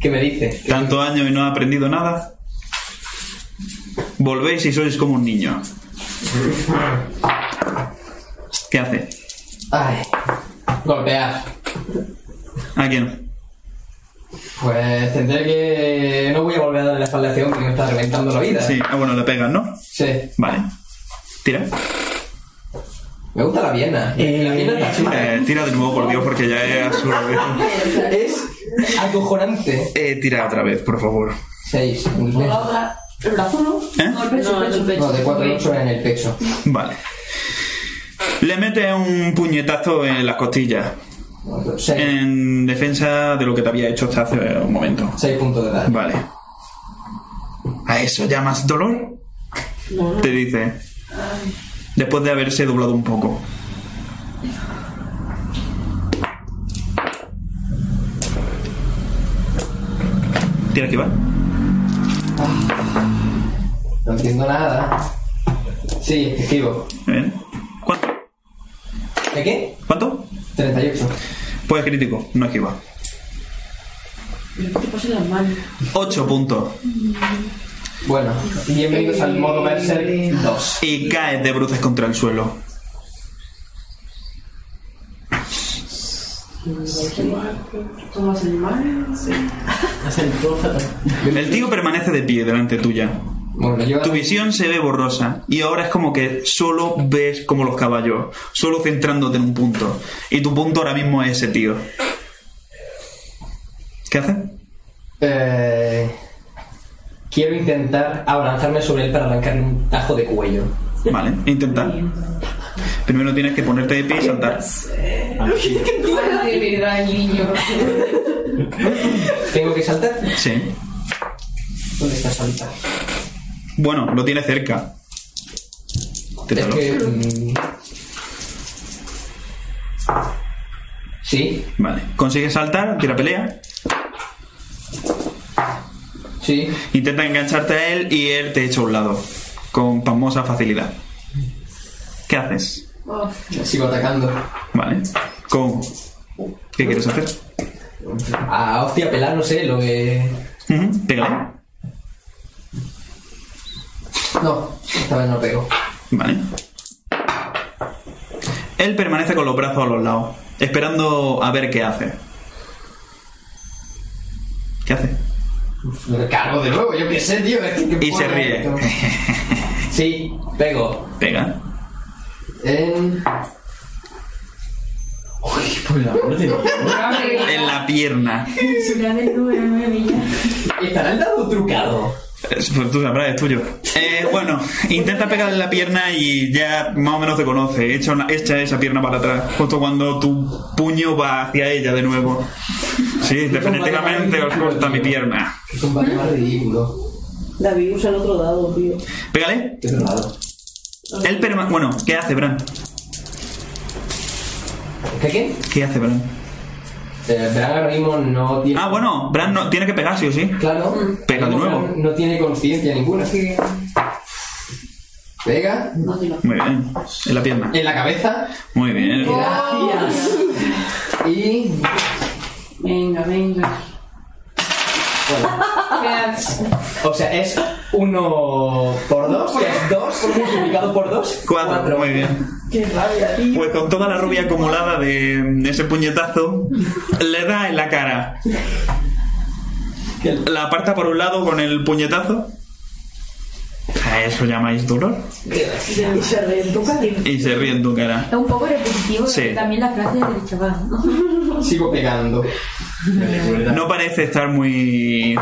¿Qué me dice?
Tanto año y no ha aprendido nada. Volvéis y sois como un niño. ¿Qué hace?
Ay. Golpear.
¿A quién?
Pues tendré que. No voy a volver a darle la espalda a este hombre que me está reventando la vida.
Sí, ah, bueno, le pegas, ¿no?
Sí.
Vale. Tira.
Me gusta la pierna. la pierna está chula.
Eh, tira de nuevo, por Dios, porque ya es absurdo.
Es acojonante.
Eh, tira otra vez, por favor.
Seis. en el
O la
pecho.
otra. El brazo no.
¿Eh?
No, el pecho, el pecho, el pecho.
No, de cuatro en ocho era en el pecho.
Vale. Le mete un puñetazo en las costillas.
Seis.
En defensa de lo que te había hecho hasta hace un momento.
Seis puntos de daño.
Vale. ¿A eso llamas dolor? Te dice. Después de haberse doblado un poco. Tienes que va.
No entiendo nada. Sí, esquivo.
Bien. ¿Cuánto?
¿De qué?
¿Cuánto?
38.
Pues crítico, no esquiva.
Pero ¿qué te pasa en las manos?
8 puntos.
Bueno, bienvenidos al modo Berserk 2.
Y caes de bruces contra el suelo.
Tomas el mar. Sí.
El tío permanece de pie delante tuya.
Bueno, yo.
Tu visión se ve borrosa y ahora es como que solo ves como los caballos, solo centrándote en un punto. Y tu punto ahora mismo es ese tío. ¿Qué haces?
Eh, quiero intentar abalanzarme sobre él para arrancarle un tajo de cuello.
Vale, intenta. Primero tienes que ponerte de pie y saltar.
De verdad, el niño.
¿Tengo que saltar?
Sí.
¿Dónde está saltar?
Bueno, lo tienes cerca.
Es
Tíralo.
que. mm, Sí,
Vale, consigues saltar, tira pelea.
sí.
Intenta engancharte a él y él te echa a un lado. Con pasmosa facilidad. ¿Qué haces?
Sigo atacando.
Vale. ¿Cómo? ¿Qué quieres hacer?
Ah, hostia, pelar, no sé, lo que.
Ujú, pégale.
No, esta vez no pego.
Vale. Él permanece con los brazos a los lados, esperando a ver qué hace. ¿Qué hace?
Me cargo de nuevo, yo qué sé, tío. es que-
Y se ríe.
Sí, pego.
Pega.
En. pues
Por el amor de Dios.
En la pierna.
Será del número 9 ya.
Estará el dado trucado.
Es- pues Tú sabrás, es tuyo. Eh, bueno, intenta pegarle en la pierna y ya más o menos te conoce. Echa, una- echa esa pierna para atrás, justo cuando tu puño va hacia ella de nuevo. Sí, definitivamente os corta mi pierna.
Es un barrio más ridículo.
David usa el otro dado, tío.
Pégale.
Qué cerrado.
Él perma- Bueno, ¿qué hace, Bran?
¿Qué qué?
¿Qué hace, Bran?
Eh, Bran ahora mismo no tiene.
Ah, bueno, Bran no, tiene que pegar, sí o sí.
Claro.
Pega de
Bran
nuevo.
No tiene conciencia ninguna. Pega.
Muy bien. En la pierna.
En la cabeza.
Muy bien.
Gracias. Y.
Venga, venga.
O sea, es uno por dos, que es dos, multiplicado por dos.
Cuatro. Muy bien.
Qué rabia, tío.
Pues con toda la rubia acumulada de de ese puñetazo, le da en la cara. La aparta por un lado con el puñetazo. A eso llamáis dolor.
Y se reentuca.
Y se ríe en tu cara.
Es un poco repetitivo
Sí.
también la frase del chaval, ¿no?
Sigo pegando.
Me recuerda-
No parece estar muy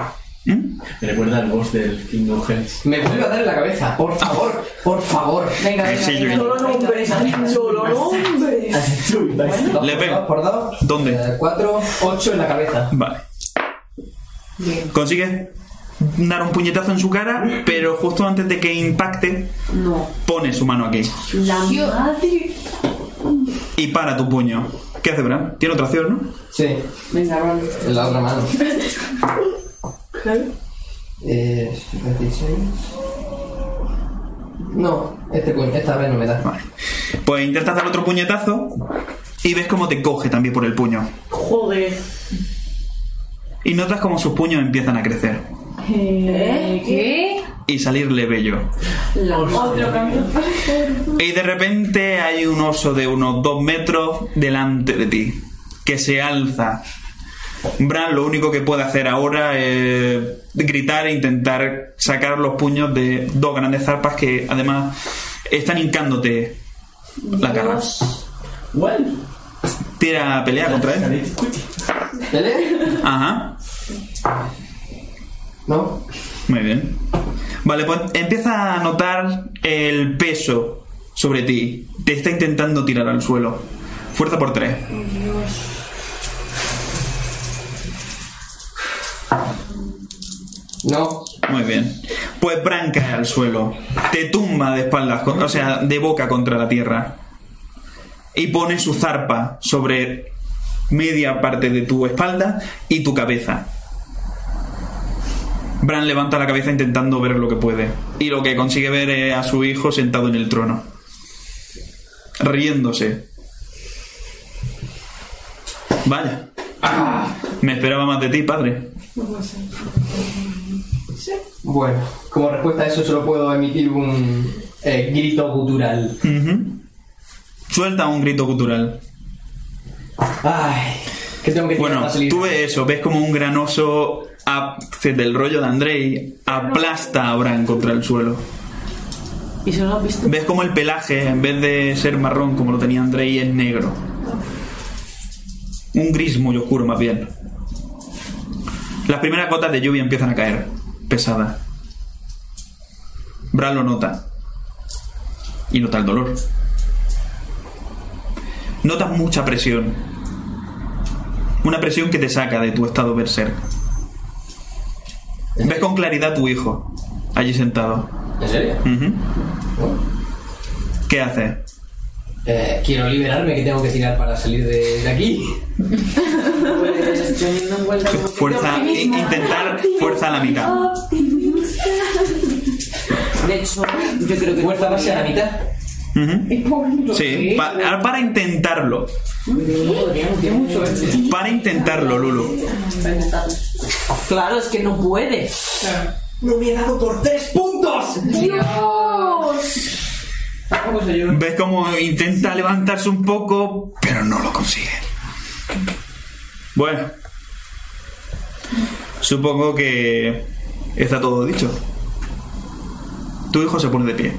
¿Mm?
Me recuerda el boss del Kingdom Hearts.
Me vuelve a dar en la cabeza, por favor, por favor.
Venga,
Ay,
venga,
sí,
venga.
yo-
Solo nombres,
¿eh?
solo nombres.
Dos
Le
por
pego.
dos por dos.
¿Dónde?
Eh, cuatro, ocho en la cabeza.
Vale. Consigues dar un puñetazo en su cara, pero justo antes de que impacte,
No.
pone su mano aquí
La madre.
y para tu puño. ¿Qué hace, Bran? Tiene otra acción, ¿no?
Sí,
Venga, Ron.
en la otra mano.
Claro.
Eh, 56. No, este, pu- esta vez no me da.
Vale. Pues intentas dar otro puñetazo y ves cómo te coge también por el puño.
Joder.
Y notas cómo sus puños empiezan a crecer
Eh,
¿Qué?
y salirle bello.
La
Otro cambio.
Y de repente hay un oso de unos dos metros delante de ti que se alza. Bran lo único que puede hacer ahora es gritar e intentar sacar los puños de dos grandes zarpas que además están hincándote la cara.
Well,
Tira pelea contra él.
Canete Cuti.
¿Pele?
Ajá.
No.
Muy bien. Vale, pues empieza a notar el peso sobre ti. Te está intentando tirar al suelo. Fuerza por tres.
No.
Muy bien. Pues Bran cae al suelo. Te tumba de espaldas, con- o sea, de boca contra la tierra. Y pone su zarpa sobre media parte de tu espalda y tu cabeza. Bran levanta la cabeza intentando ver lo que puede. Y lo que consigue ver es a su hijo sentado en el trono. Riéndose. Vaya. Me esperaba más de ti, padre.
Bueno, como respuesta a eso solo puedo emitir un eh, grito gutural.
Ujú. Suelta un grito cultural.
Ay, que tengo que tirar
Bueno,
para salir.
tú ves eso, ves como un gran oso ap- del rollo de Andrei aplasta a Bran contra el suelo.
¿Y se lo has visto?
Ves como el pelaje, en vez de ser marrón como lo tenía Andrei, es negro. Un gris muy oscuro más bien. Las primeras gotas de lluvia empiezan a caer, pesadas. Bran lo nota. Y nota el dolor. Notas mucha presión. Una presión que te saca de tu estado berserk. Ves con claridad a tu hijo, allí sentado.
¿En serio?
Ujú.
Bueno,
¿Qué haces?
eh, quiero liberarme, que tengo que tirar para salir de, de aquí.
Pues teniendo en cuenta como que-
Fuerza, in- intentar fuerza a la mitad.
De hecho, yo creo que.
Fuerza base a la mitad.
Ujú.
Pobre.
Sí, pa- ahora para intentarlo. Para intentarlo, Lulu.
Claro, es que no puede.
Claro.
No me he dado por tres puntos.
Ves cómo intenta levantarse un poco, pero no lo consigue. Bueno, supongo que está todo dicho. Tu hijo se pone de pie.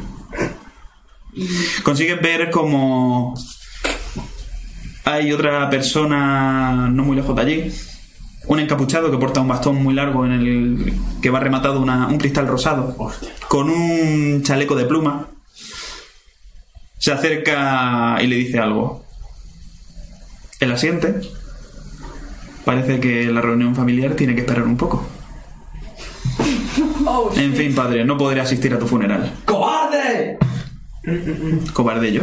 Consigues ver como hay otra persona no muy lejos de allí. Un encapuchado que porta un bastón muy largo en el que va rematado una- un cristal rosado. Con un chaleco de pluma se acerca y le dice algo. Él asiente. Parece que la reunión familiar tiene que esperar un poco. En fin, padre, no podré asistir a tu funeral.
¡Cobarde!
Cobarde yo.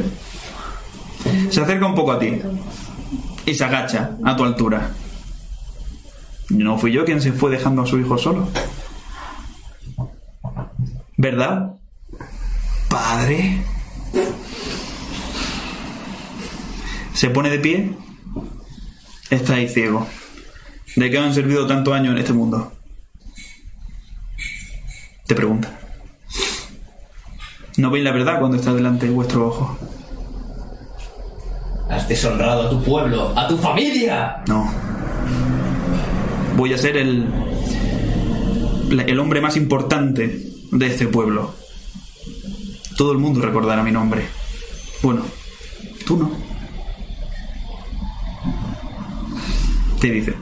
Se acerca un poco a ti. Y se agacha a tu altura. No fui yo quien se fue dejando a su hijo solo. ¿Verdad? Padre. Se pone de pie. Estáis ciego. ¿De qué han servido tantos años en este mundo? Te pregunta. No veis la verdad cuando está delante de vuestro ojo.
Has deshonrado a tu pueblo, a tu familia.
No. Voy a ser el, la- el hombre más importante de este pueblo. Todo el mundo recordará mi nombre. Bueno, tú no. Te dice.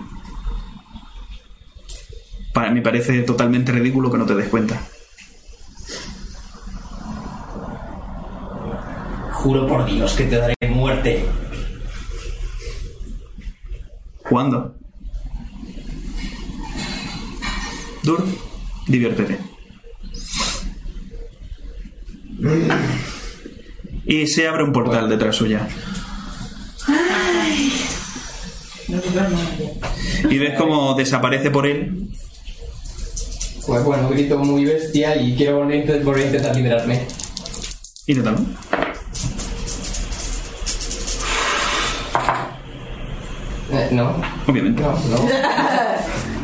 Pa- me parece totalmente ridículo que no te des cuenta.
Juro por Dios que te daré muerte.
¿Cuándo? Dur, diviértete. Y se abre un portal detrás suya. Y ves cómo desaparece por él.
Pues bueno, grito muy bestia y quiero volver a intent- volver a intentar liberarme.
Y no tal.
Eh, no,
Obviamente.
no, no.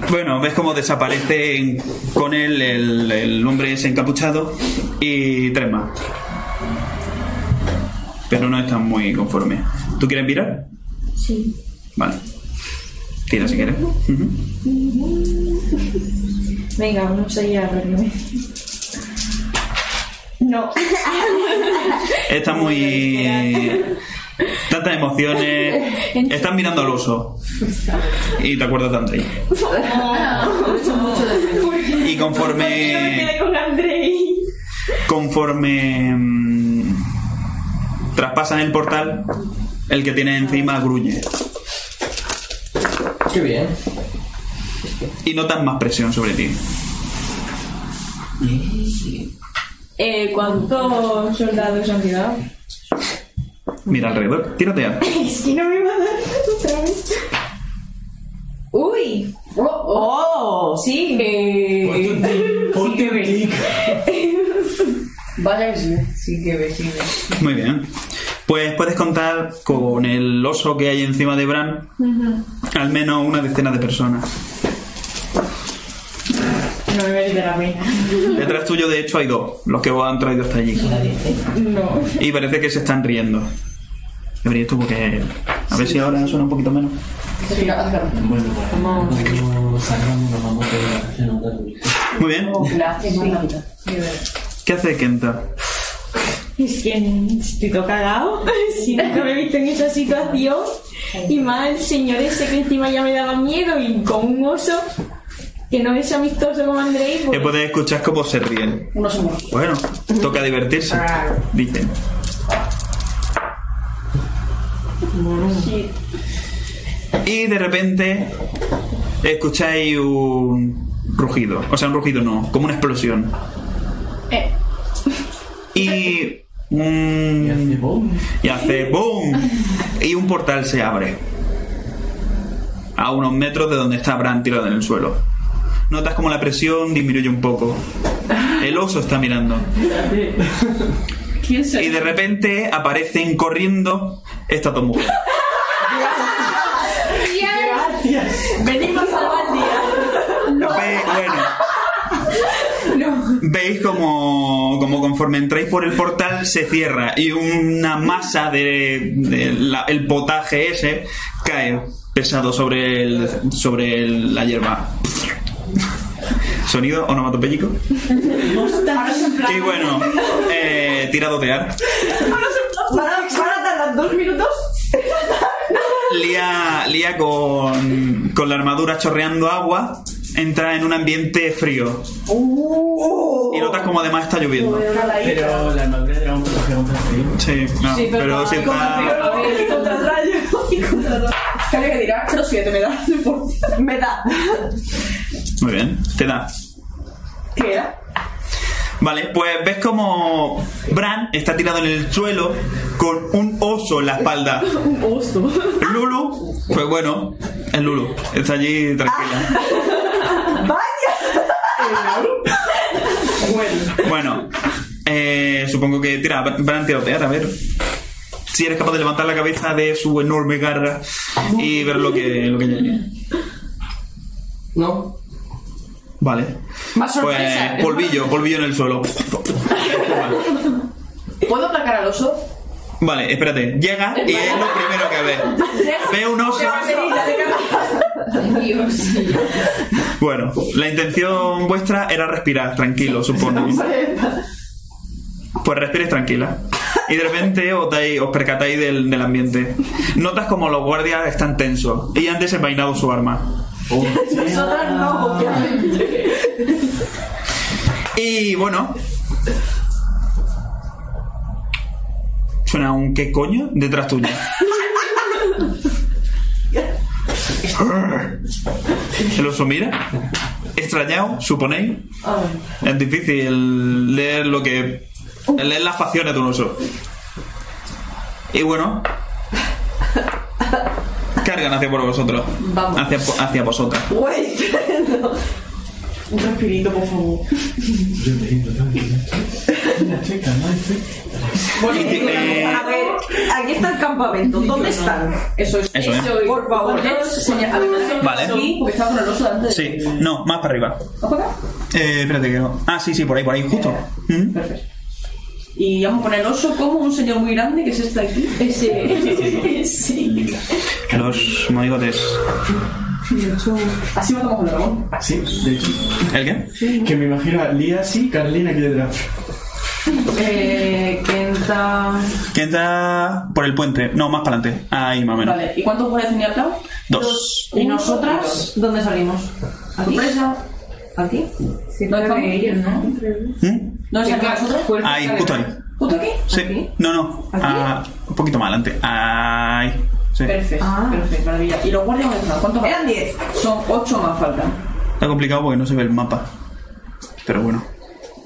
Bueno, ves cómo desaparece con él el, el hombre ese encapuchado y tres más. Pero no están muy conformes. ¿Tú quieres mirar?
Sí.
Vale. Tira si quieres. Ujú.
Venga, vamos a ir a verme. No.
Está muy. Tantas emociones. Estás mirando al oso. Y te acuerdas de Andrei. Y conforme.
con Andrei.
Conforme. mm, Traspasan el portal, el que tiene encima gruñe.
Qué bien.
Y notas más presión sobre ti.
Eh, ¿Cuántos soldados han quedado?
Mira alrededor. Tírate ya.
Es que no me va a dar otra vez. Uy. Oh, Sí. eh,
Ponte clic.
Vaya que sí. Sí que ve, sí
Muy bien. Pues puedes contar con el oso que hay encima de Bran. Al menos una decena de personas.
No me merece la pena.
Detrás tuyo, de hecho, hay dos, los que vos han traído hasta allí.
No.
Y parece que se están riendo. Deberías tú, porque. A ver si ahora suena un poquito menos.
Bueno, pues. Como sacamos una mamota de la cena, un dato.
Muy bien. ¿Qué hace Kenta?
Es que estoy todo cagado. Si nunca me he visto en esa situación. Y más el señor ese que encima ya me daba miedo y con un oso que no es amistoso como Andrei.
Eh,
Pues,
Puedes escuchar cómo se ríen.
Uno somos.
Bueno, toca divertirse. Dicen. Y de repente escucháis un rugido. O sea, un rugido no, como una explosión.
eh,
Y un.
Y hace boom.
Y hace ¡boom! Y un portal se abre. A unos metros de donde está Bran tirado en el suelo. Notas como la presión disminuye un poco. El oso está mirando.
¿Quién soy?
Y de repente aparecen corriendo estas dos mujeres.
Venimos a salvar el día.
Ve- bueno. Veis como, como conforme entráis por el portal se cierra y una masa de, de la- el potaje ese cae pesado sobre el, sobre el- la hierba. Sonido onomatopéyico. Y bueno, eh, tira dotear.
Para, para tardar dos minutos.
Lía, Lía con, con la armadura chorreando agua entra en un ambiente frío.
Uh.
Y notas como además está lloviendo.
Pero la armadura de dragón protege contra el frío.
Sí, no,
Sí,
pero,
pero
si
con
está...
Contra rayo. Claro que dirá, pero siete me da. Me da.
Muy bien, te da.
¿Qué era?
Vale, pues ves como Bran está tirado en el suelo con un oso en la espalda.
Un oso.
Lulu, pues bueno, es Lulu, está allí tranquila.
Bueno.
Bueno, eh, supongo que tira, Bran tirotear, a ver. Si eres capaz de levantar la cabeza de su enorme garra y ver lo que, lo que hay allí.
No,
Vale.
Más
Pues
sorpresa.
polvillo, polvillo en el suelo.
¿Puedo aplacar al oso?
Vale, espérate. Llega y es lo primero que ve. Ve un oso. Bueno, la intención vuestra era respirar, tranquilo, supongo. Pues respires tranquila. Y de repente os, dais- os percatáis del, del ambiente. Notas como los guardias están tensos y han desenvainado su arma.
Nosotras no, obviamente.
Y bueno. Suena un qué coño detrás tuyo. El oso mira, extrañado, suponéis. Es difícil leer lo que. leer las facciones de un oso. Y bueno. Cargan hacia por vosotros.
Vamos.
Hacia, po- hacia vosotras.
Wait, no. Un respirito, por favor.
Yo me he ido Una chica, no
Bueno,
Y tiene-
a ver, aquí está el campamento. ¿Dónde están?
Eso es.
Eso, ¿eh?
Por favor.
Vale.
Sí, porque estaba con el oso antes.
Sí, no, más para arriba.
¿Ojo acá?
Eh, espérate que no. Ah, sí, sí, por ahí, por ahí, justo. Mm.
Perfecto. Y vamos a poner el oso como un señor muy grande que es este de aquí.
Ese. Sí.
Los monigotes.
Así matamos al dragón.
Sí, de hecho.
¿El qué?
Que me imagino a Lía así, Carolina aquí detrás.
Eh, Kenta.
Que entra por el puente. No, más para adelante. Ahí, más o menos.
Vale, ¿y cuántos guardias tenía al lado?
Dos.
¿Y nosotras? ¿Dónde salimos? ¿Aquí?
Sorpresa.
¿Aquí?
¿Dónde estamos?
Mm.
¿Dónde Pues está nosotros?
Ahí, justo ahí.
¿Justo aquí?
Sí.
¿Aquí?
No, no.
¿Aquí?
Ah, un poquito más adelante. Ahí. Sí.
Perfecto,
Ah.
perfecto, maravilla. ¿Y los guardias dónde están? ¿Cuántos
Eran 10.
Son ocho más faltan.
Está complicado porque no se ve el mapa. Pero bueno.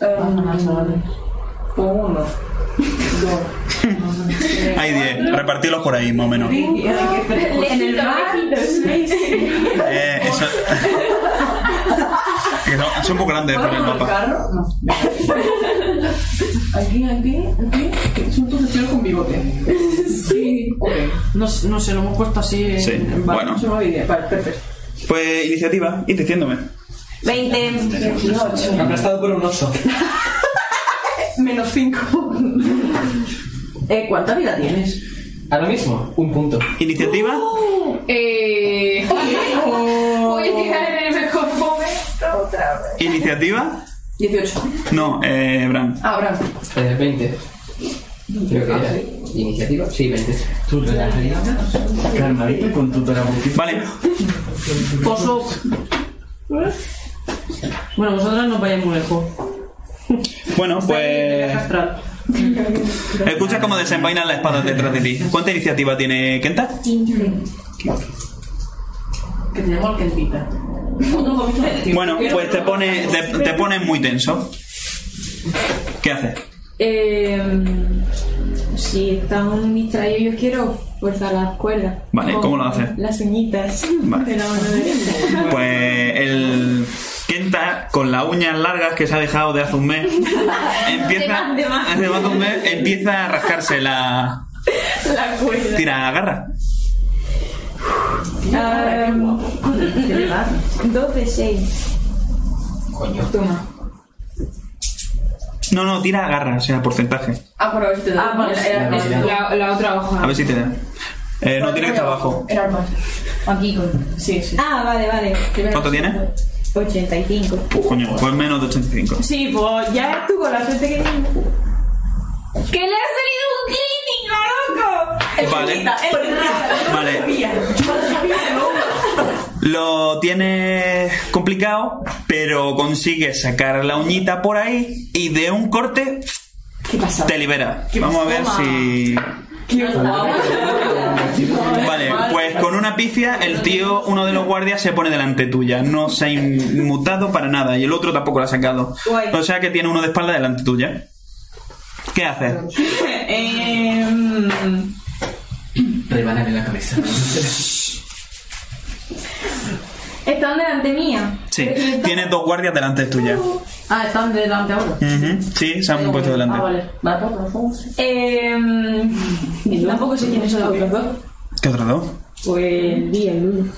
Ah,
Um, pues uno. Dos. Eh,
Hay diez. Repartirlos por ahí, más o menos.
Y hay
Ah,
que esperar.
En el mar.
Eh, eso... Que son, son un poco grandes por el
¿Vamos al
mapa.
carro? No. Aquí, aquí, aquí. Son todos señores con bigote. Sí. Ok.
No, sé- no sé, lo hemos puesto así en,
Sí,
en
Vale,
bueno.
eso no lo diré. Vale, perfecto.
Pues iniciativa, y diciéndome.
20.
18.
Aplastado por un oso.
Menos 5.
Eh, ¿Cuánta vida tienes?
Ahora mismo, un punto.
Iniciativa.
¡Uh!
Eh.
Oh.
Voy a llegar en el mejor momento.
Iniciativa.
18.
No, eh, Bran.
Ahora.
Eh, 20. Creo que era. ¿Iniciativa? Ah, Sí, 20.
Tú, calmadita con tu terabuquita.
Vale.
Poso. Bueno, vosotras no vayáis muy lejos.
Bueno, pues.
Castrar.
Escuchas cómo desenvainan las espadas detrás de ti. ¿Cuánta iniciativa tiene Kenta?
Que tenemos al Kentita.
Bueno, pues te pone, te, te pone muy tenso. ¿Qué haces?
Eh, si están distraídos, yo quiero forzar las cuerdas.
Vale,
Con
¿cómo lo haces?
Las uñitas
Vale.
de la mano derecha.
Pues el Kenta, con las uñas largas que se ha dejado de hace un mes, empieza,
De más, de más.
hace más de un mes, empieza a rascarse la.
La cuerda.
Tira, agarra.
eh,
Ah, dos de seis.
No, no, tira, agarra, o sea, porcentaje.
Ah, por ver si te
Ah, vale,
Era-
vale,
era- la, la otra
A
hoja.
ver si te da. Eh, no, tiene que estar abajo.
Era más. Aquí con. Sí, sí.
Ah, vale, vale.
¿Cuánto tiene?
85.
Pues coño, pues menos de 85.
Sí, pues ya es tú con la suerte que tienes.
¡Que le ha salido un crítico, loco!
Vale. Vale. Lo tienes complicado, pero consigues sacar la uñita por ahí y de un corte
¿Qué pasa?
te libera. Vamos a ver si. Vale, pues con una pifia el tío, uno de los guardias, se pone delante tuya. No se ha inmutado para nada y el otro tampoco lo ha sacado.
Guay.
O sea que tiene uno de espalda delante tuya. ¿Qué haces?
Em,
Rebáname la cabeza.
Están delante mía.
Sí, tienes dos guardias delante tuya.
Uh.
Ah, están delante ahora.
Ujú, Sí, se han puesto delante.
Ah, vale. Vale, por favor.
Eh,
Em,
tampoco sé quiénes son los otros dos.
¿Qué otros dos?
Pues el día, el uno.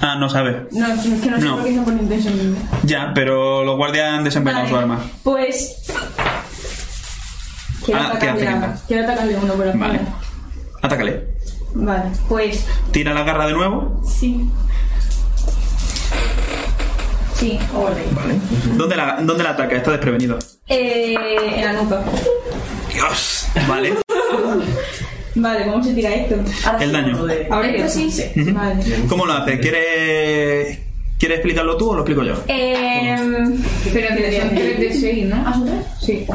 Ah, no sabe.
No, es que no sé
No.
por qué no ponen de eso en mí.
Ya, pero los guardias han desenvainado
Vale,
su arma.
Pues. Quiero
Ah, ¿qué hace
atacarle a-
Kenta?
Quiero atacarle uno por la
Vale.
espalda.
Atácale.
Vale, pues.
Tira la garra de nuevo.
Sí. Sí, ole.
Vale. ¿Dónde la, dónde la ataca? Está desprevenido.
Eh, en la nuca.
Dios. Vale.
Vale, ¿cómo se tira esto?
Ah,
El daño.
Ahora
Esto
yo.
sí.
Vale.
¿Cómo lo haces? ¿Quieres, ¿Quieres explicarlo tú o lo explico yo?
Eh,
Pero que son 3 de 6, ¿no? ¿Ah, son 3? Sí.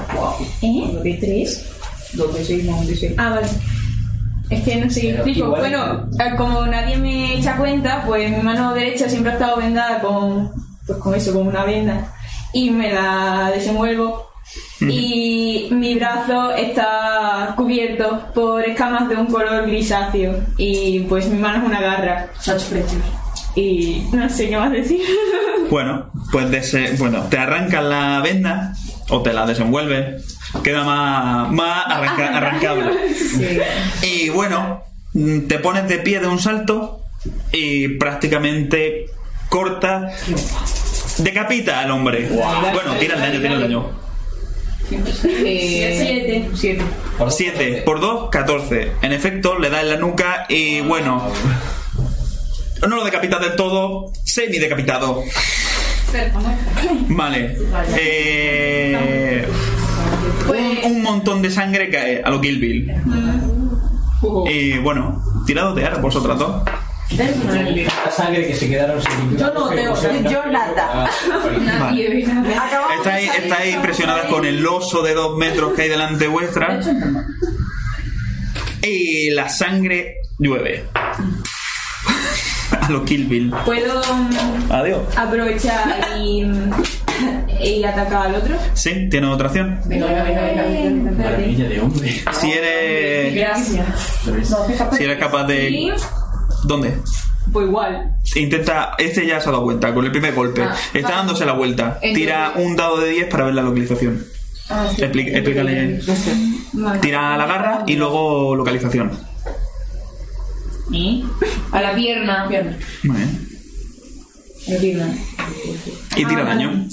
¿Eh?
1 de 3. 2 de 6 más 1 de 6.
Ah, vale. Es que no sé, yo
Pero
explico.
igual-
Bueno, eh, como nadie me echa cuenta, pues mi mano derecha siempre ha estado vendada con, pues con eso, con una venda. Y me la desenvuelvo. Y mi brazo está cubierto por escamas de un color grisáceo. Y pues mi mano es una garra. Y no sé qué más decir.
Bueno, pues dese- bueno, te arrancas la venda o te la desenvuelves. Queda más, más arranca- arrancable. Y bueno, mm, te pones de pie de un salto y prácticamente corta, decapita al hombre. Bueno, tira el daño, tira el daño.
Eh, 7.
7 por 2, 14. En efecto, le da en la nuca y bueno. No lo decapitas del todo, semi decapitado. Vale. Eh, un, un montón de sangre cae a lo Kill Bill. Y bueno, tirado de ar vosotras dos.
La sangre que se quedaron sin Yo no tengo
Yo nada.
Nadie ve nada.
Acabamos de
Estáis,
salir
estáis
con-
presionadas con el oso de dos metros que hay delante vuestra. Y la sangre llueve. A lo Kill Bill.
¿Puedo mm,
Adiós.
aprovechar y, mm, y atacar al otro?
Sí, tiene otra acción.
Venga, venga, venga, venga, venga.
Espérate.
Maravilla de hombre.
Si
Eh,
eres,
Gracias.
¿Sabes?
si eres capaz de... ¿Dónde?
Pues igual.
Intenta... Este ya se ha dado vuelta con el primer golpe. Está dándose la vuelta. Tira un dado de 10 para ver la localización. Expli- Explícale.
Vale.
Tira la garra y luego localización.
¿Y? A la pierna. Pierna.
Muy bien.
La pierna.
Y tira daño.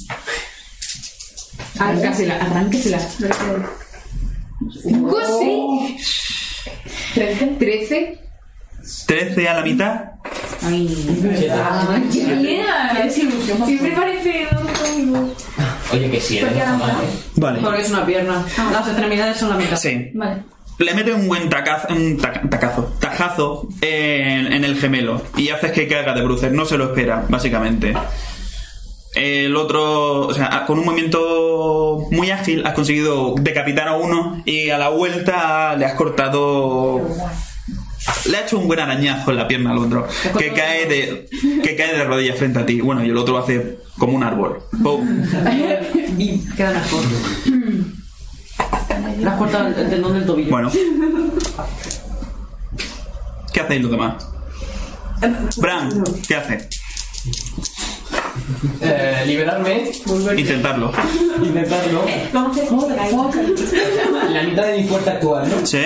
Arráncasela, arránquesela. ¿Cinco, sí? ¿Trece? ¿Trece?
13 a la mitad.
Ah, ¡Qué bien! ¡Qué desilusión! Siempre parece un domingo.
Oye, que
¿eh?
sí, eres normal,
Vale.
Porque es una pierna.
Ah.
Las extremidades son la mitad.
Sí.
Vale.
Le mete un buen tacazo, un taca- tacazo, tajazo en, en el gemelo y haces que caiga de bruces. No se lo espera, básicamente. El otro, o sea, con un movimiento muy ágil has conseguido decapitar a uno y a la vuelta le has cortado. Le ha hecho un buen arañazo en la pierna al otro, que cae de, que cae de rodillas frente a ti. Bueno, y el otro hace como un árbol. ¡Pum!
Quedan las cortas. Las cortas del tendón del tobillo.
Bueno. ¿Qué hacéis los demás? Bran, ¿qué hace?
Eh, liberarme,
Intentarlo.
intentarlo.
Vamos a hacer
La mitad de mi fuerza actual, ¿no?
Sí.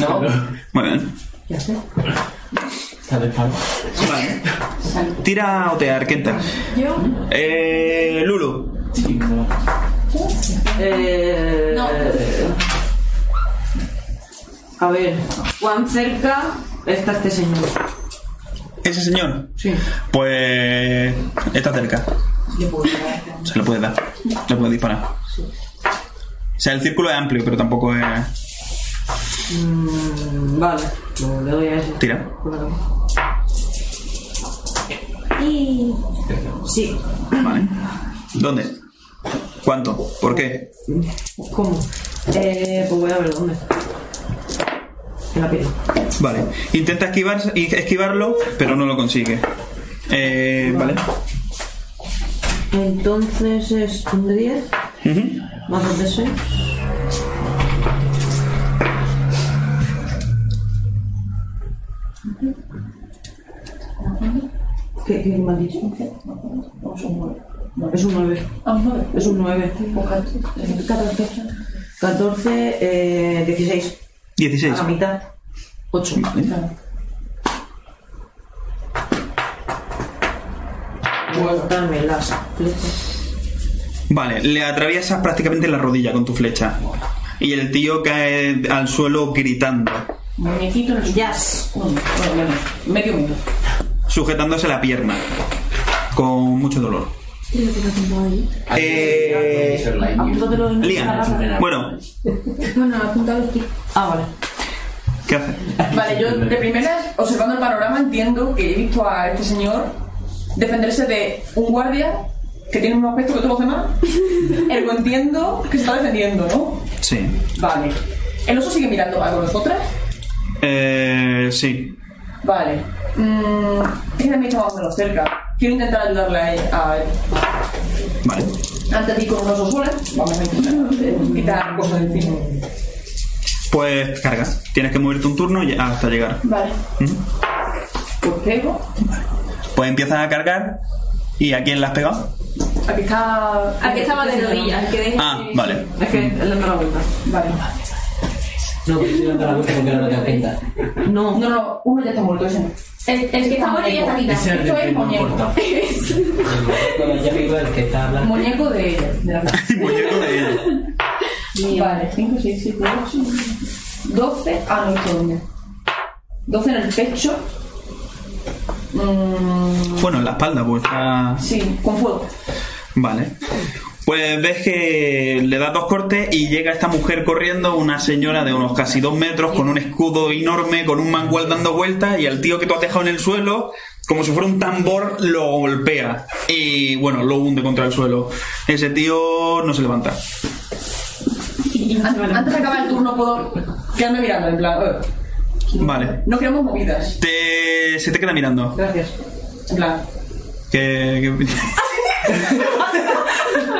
No.
Muy bien.
Está de palo.
Vale. Tira a otear, Kenta.
Yo.
Eh, Lulu.
Sí, como-
Eh,
No.
A ver, cuán cerca está este señor.
Ese señor.
Sí.
Pues. Está cerca. Se le puede dar. Le puede disparar. O sea, el círculo es amplio, pero tampoco es.
Mm, vale, lo le doy a ese.
Tira.
Y
Sí,
Vale. ¿Dónde? ¿Cuánto? ¿Por qué?
¿cómo? Eh, pues voy a ver dónde. En la piel.
Vale. Intenta esquivar- esquivarlo, pero no lo consigue. Eh, vale.
Entonces es un de 10,
Ujú.
más un de 6. ¿Qué, qué mal es? Es un 9. Es un 9. 14. 14, eh, 16.
16.
A la mitad. 8.
Vale.
Guardame las flechas.
Vale, le atraviesas prácticamente la rodilla con tu flecha. Y el tío cae al suelo gritando,
Muñequito en el
Jazz.
Bueno, menos. Medio mundo.
sujetándose la pierna, con mucho dolor. Eh,
Ser like you.
Ah,
Apúntatelo en
Lian, bueno,
Ah, Bueno, apunta los pies.
Ah, vale.
¿Qué hace?
Vale, yo de primeras, observando el panorama, entiendo que he visto a este señor defenderse de un guardia que tiene un aspecto que todos los demás. El que entiendo que se está defendiendo, ¿no?
Sí.
Vale. El oso sigue mirando a nosotras.
Eh, sí.
Vale. Mm, es que también está más o menos cerca. Quiero intentar ayudarle a él. A él.
Vale.
Antes de ir con unos soles, vamos a intentar eh, quitar cosas de encima.
Pues carga. Tienes que moverte un turno y- hasta llegar.
Vale.
¿Mm?
Ujú.
Pues pego.
Pues empiezas a cargar. ¿Y a quién le has pegado?
Aquí está.
Aquí estaba de rodillas, que deje-
Ah, vale.
Es que él no la vuelta.
Vale.
No, pero estoy dando la vuelta porque ahora no tengo pinta.
No.
No, no, uno ya está muerto, ese no.
El, el que está bonito ya está quitado.
Ese es el
Esto
del
es
que no
muñeco.
importa.
Con el amigo del que está hablando.
Muñeco de ella, de la
Y muñeco de ella.
Vale, 5, 6, 7, 8, 12. Ah, no, esto dónde. 12 en el pecho. Mm,
Bueno, en la espalda, pues está.
sí, con fuego.
Vale. Pues ves que le das dos cortes y llega esta mujer corriendo, una señora de unos casi dos metros, con un escudo enorme, con un mangual dando vueltas, y al tío que tú has dejado en el suelo, como si fuera un tambor, lo golpea. Y bueno, lo hunde contra el suelo. Ese tío no se levanta.
An- Antes de acabar el turno puedo quedarme mirando, en plan. eh,
Vale.
No queremos movidas.
Te- Se te queda mirando.
Gracias. En plan.
Que- que-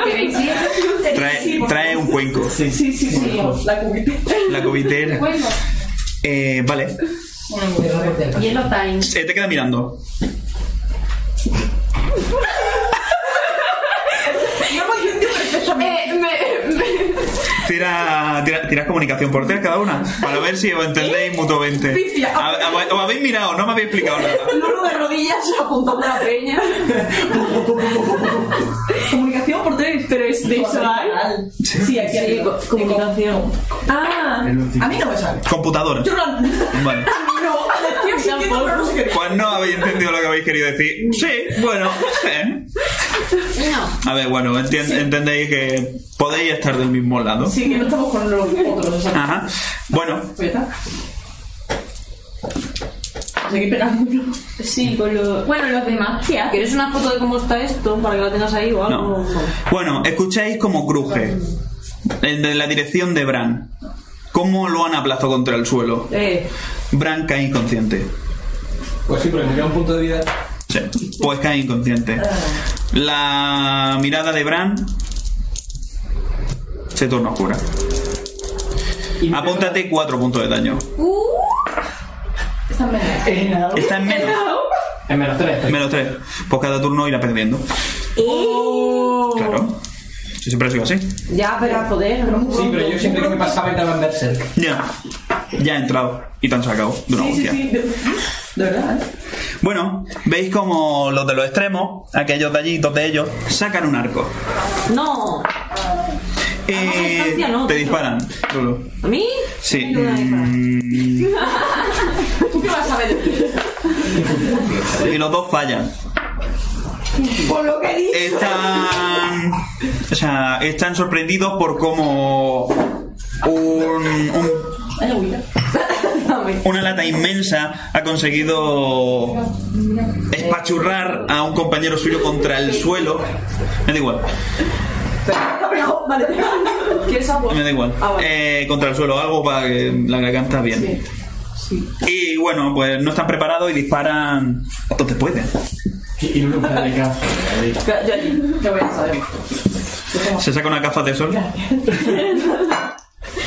¿Queréis ir?
Trae, trae un cuenco.
Sí, sí, sí. La cubita.
La cubitera.
Bueno,
Eh, vale.
Yellow Time.
Se te queda mirando.
eh, me, me,
Tira, tira, tira comunicación por tres cada una para ver si os
¿Eh?
entendéis mutuamente.
Pifia.
A- a- Os habéis mirado, no me habéis explicado nada.
Lulu Eh, de rodillas apuntó una peña.
Comunicación por tres, pero es de visual. Sí, aquí hay comunicación.
Ah,
A mí no me sale.
Computadora.
Yo no.
Vale.
No, yo sí entiendo, pero no sé qué.
Pues no habéis entendido lo que habéis querido decir. Sí, bueno. eh. A ver, bueno, entien- entendéis que podéis estar del mismo lado.
Sí, que no estamos con los otros, o sea,
Ajá. Bueno,
pues ya está. Seguí pegando.
sí, con los. Bueno, los demás, ¿qué hacen?
¿Quieres una foto de cómo está esto para que la tengas ahí o algo?
No. Bueno, escucháis como cruje el de la dirección de Bran. ¿Cómo lo han aplastado contra el suelo?
Eh,
Bran cae inconsciente.
Pues sí, porque me queda un punto de vida.
Sí, pues cae inconsciente. La mirada de Bran se torna oscura. Apúntate cuatro puntos de daño.
Están menos.
Está en menos.
En menos tres. estoy.
Menos tres. Pues cada turno irá perdiendo.
¡Oh!
Claro. Yo siempre sigo así.
ya, pero joder. no.
Sí, pero yo siempre que me pasaba entraba en Berserk.
Ya. Ya ha entrado. Y te han sacado de una
Sí, sí,
hostia.
sí. De, de verdad, ¿eh?
Bueno, veis como los de los extremos, aquellos de allí, dos de ellos, sacan un arco.
No. a
Eh,
distancia, Ah, no,
te
tío.
disparan. Lolo.
¿A mí?
Sí.
Me ayuda a disparar.
mm,
¿Tú qué vas a ver?
y los dos fallan.
Por lo que dices.
Están. O sea, están sorprendidos por cómo. Un, un-
Ay, huida.
una lata inmensa ha conseguido espachurrar a un compañero suyo contra el suelo. Me da igual,
Vale.
¿Quieres agua?
Pues me da igual.
Ah, vale.
Eh, contra el suelo, algo para que la garganta bien. Y bueno, pues no están preparados y disparan a donde pueden.
Y y no nos da de caza. ¿vale?
Ya, ya.
Ya voy a saber.
Se saca una gafa de sol.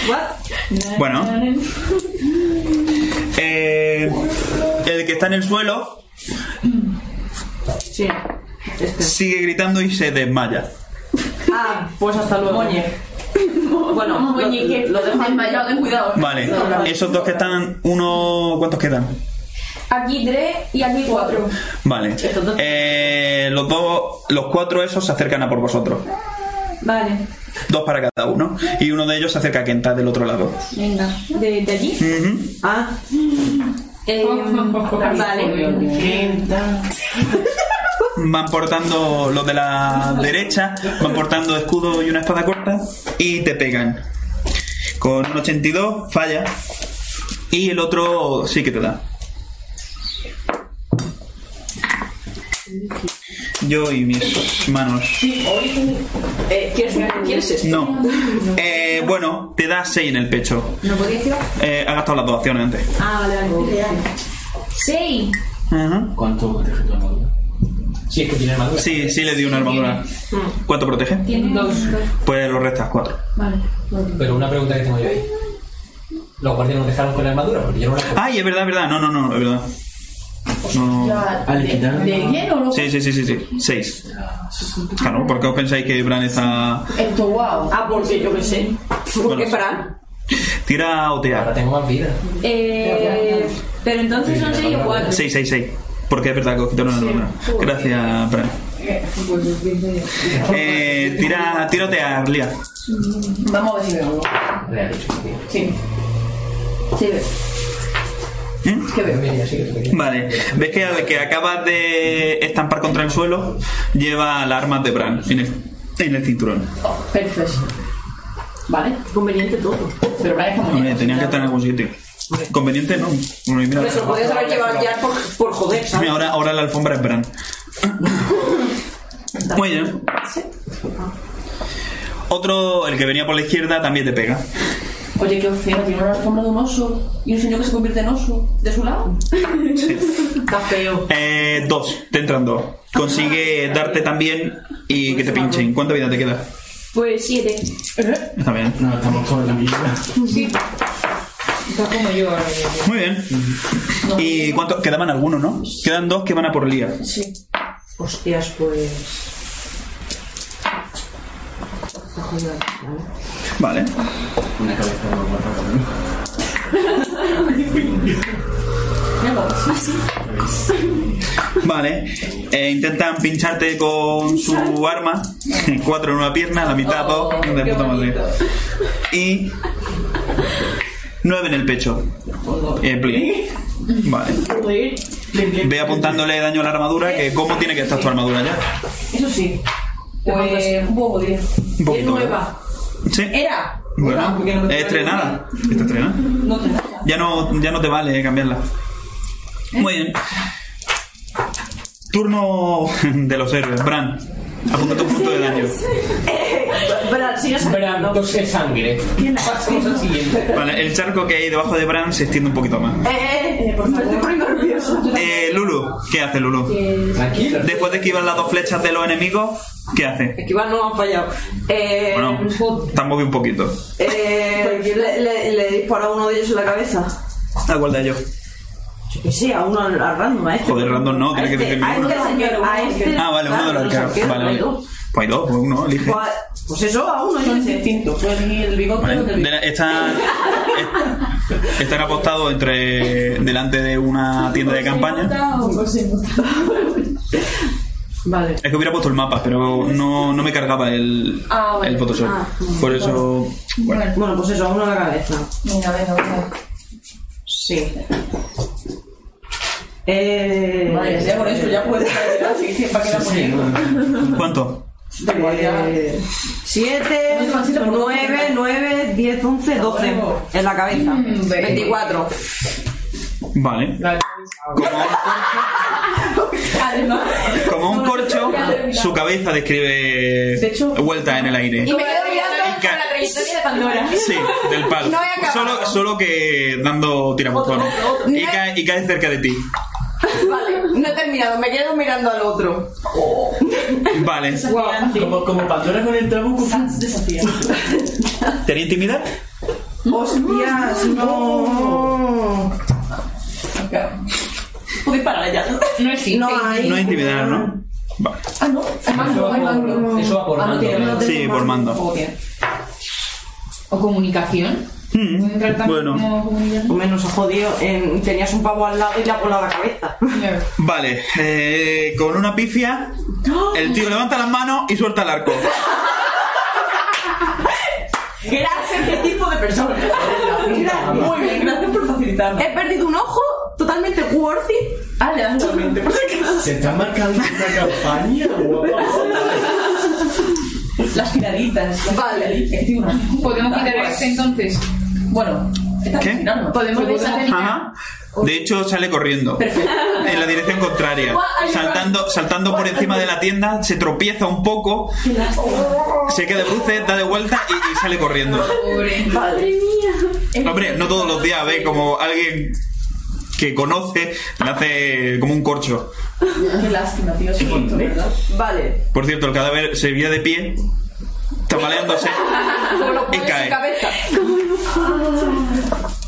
What?
Bueno. Eh, el que está en el suelo
Sí. Este.
sigue gritando y se desmaya.
Ah, pues hasta luego.
Moñe.
Bueno, lo-
Moñe,
lo, dejo
Desmayado, ten cuidado.
Vale. Esos dos que están, uno. ¿Cuántos quedan?
Aquí tres y aquí cuatro.
Vale.
Estos dos.
Eh, los dos, los cuatro esos se acercan a por vosotros.
Vale,
Dos para cada uno. Y uno de ellos se acerca a Kenta del otro lado.
venga. ¿De, de allí?
Ujú.
Ah,
Eh, vale.
Van portando los de la derecha, van portando escudo y una espada corta y te pegan. Con un 82 falla. Y el otro sí que te da. Yo y mis manos.
¿Quieres, ¿Quieres esto?
No. Eh, bueno, te da 6 en el pecho.
¿No podía tirar?
Eh, ha gastado las dos acciones antes.
Ah, vale, vale. real. Sí.
Ajá.
¿Cuánto protege tu armadura?
Si es que tiene armadura.
Sí, sí le di una armadura. ¿Cuánto protege?
Tiene dos.
Pues lo restas 4.
Vale.
Pero una pregunta que tengo yo ahí. Los guardias nos dejaron con la armadura porque yo no la puedo.
Ay, es verdad, es verdad. No, no, no, es verdad. No, no.
Al quitar
¿De hielo no?
Sí, sí, sí, sí, sí. 6. Claro, ¿por qué os pensáis que Bran está.
Esto, wow.
Ah, porque yo qué sé. ¿Por qué
Bueno,
Fran?
Tira a otear.
Ahora tengo más vida.
Eh, pero entonces son seis o cuatro.
6, 6, 6. Porque es verdad que os quitaron el número. Gracias, Bran. Eh, tira, tirotear, Lía.
Vamos a ver si veo.
Le ha dicho que tiene.
Sí.
Sí,
¿Eh?
Pero mira, sí que tiene.
Vale, ves que al que acabas de estampar contra el suelo lleva las armas de Bran en el, en el cinturón.
Oh, Perfecto. Vale.
conveniente todo.
Pero Brian está muy
Hombre,
bien.
tenían que estar en algún sitio. Conveniente no. Hombre, mira,
Pero se lo podías haber llevado ya por, por joder,
mira,
¿sabes?
ahora, ahora la alfombra es Bran. Muy bien. Otro, el que venía por la izquierda, también te pega.
Oye, qué feo, tiene una alfombra de un oso y un señor que se convierte en oso de su lado.
Está feo.
Eh, dos, te entran dos. Consigue darte también y que te pinchen. ¿Cuánta vida te queda?
Pues siete.
Está bien.
No, estamos todos en la mierda.
Está como yo ahora mismo.
Muy bien. ¿Y cuántos? Quedaban algunos, ¿no? Quedan dos que van a por Lía.
Hostias, pues. Está jodido.
Vale.
Una cabeza de guarda conmigo.
Vale. Eh, intentan pincharte con su arma. Cuatro en una pierna, la mitad
Oh,
dos. de puta madre. Y. Nueve en el pecho. Eh, plie. Vale. Ve apuntándole daño a la armadura, que cómo tiene que estar tu armadura ya.
Eso sí. Pues un poco bien.
Un
Es
poquito.
nueva.
Sí.
Era.
Bueno,
porque no te-
estrenada. Está estrenada.
No te nada.
Ya no, ya no te vale eh, cambiarla. Muy bien. Turno de los héroes, Bran. Apunta tu punto de daño.
Pero si no sabes.
Verán, tose sangre. Pasemos al siguiente.
Vale, el charco que hay debajo de Bran se extiende un poquito más.
Eh, eh, eh, por favor. Estoy poniendo nervioso.
Eh, Lulu, ¿qué hace Lulu?
Tranquilo.
Después de esquivar las dos flechas de los enemigos, ¿qué hace?
Es que igual no han fallado. Eh,
Bueno, tampoco un poquito.
eh, le, le, le disparo a uno de ellos en la cabeza.
Da Ah, igual de ello.
Yo qué sé, a uno al, al random, a este.
Joder, random no,
A
tiene que
este-
decirme
A
uno.
este señor, a este.
Ah, vale, uno de los
Claro,
arqueros. Vale,
no
vale.
sé qué,
Pues hay dos, pues uno, elige.
Pues, pues eso, a uno, yo qué
Son
sé.
distintos. Puedes elegir el bigote
Vale,
o el
de la- están, est- están apostados entre delante de una tienda de campaña.
Vale.
Es que hubiera puesto el mapa, pero no, no me cargaba el,
Ah, vale.
el Photoshop.
Ah,
Por eso. Bueno.
Bueno, pues eso, a uno en la cabeza.
Venga, venga, venga.
Sí. Eh.
Vale, ya con eso ya puedes estar así que para que la ponemos.
¿Cuánto?
Eh, Siete, nueve, nueve, diez, once, doce. En la cabeza. Veinticuatro.
Vale.
Además,
Como un corcho, su cabeza describe vuelta en el aire.
Y me quedo mirando
Ca-
con la trayectoria de Pandora.
Sí, del palo.
No he acabado.
solo, solo que dando tirabuzones. Y,
No he-
cae, y cae cerca de ti.
Vale, no he terminado, me quedo mirando al otro.
Vale.
Como, como Pandora con el trabuco.
¿Tenía intimidad?
Hostias, no.
podéis parar ya.
No es
No hay.
No hay intimidad, ¿no? Vale.
Ah, no.
Eso va por- Eso va por
Ah, no
mando.
tiene- no tiene
eh. Sí, por mando.
Muy bien.
O comunicación.
Mm,
¿Pueden tratar
bueno.
como comunicación?
O menos ha jodido, eh, tenías un pavo al lado y le ha volado la cabeza.
Vale, eh, con una pifia, el tío levanta las manos y suelta el arco.
Gracias,
este
qué tipo de persona. Gracias, muy bien, gracias por facilitarme. He perdido un ojo totalmente worth it.
Ah, le das totalmente.
Se está marcando una campaña, guapa.
Las tiraditas. las
Vale.
tiraditas, tío, una-
Podemos quitar
Aguas.
este entonces.
Bueno, esta
¿Qué?
sin armas.
Podemos deshacer.
Ajá. De hecho, sale corriendo. En la dirección contraria. Saltando, saltando por encima de la tienda, se tropieza un poco, se queda de bruces, da de vuelta y, y sale corriendo.
Pobre.
Madre mía.
Hombre, no todos los días ve como alguien que conoce le hace como un corcho.
este.
Qué lástima, tío, ese corto, ¿verdad?
Vale.
Por cierto, el cadáver se veía de pie, tambaleándose.
Bueno,
Y
pone
cae.
su cabeza.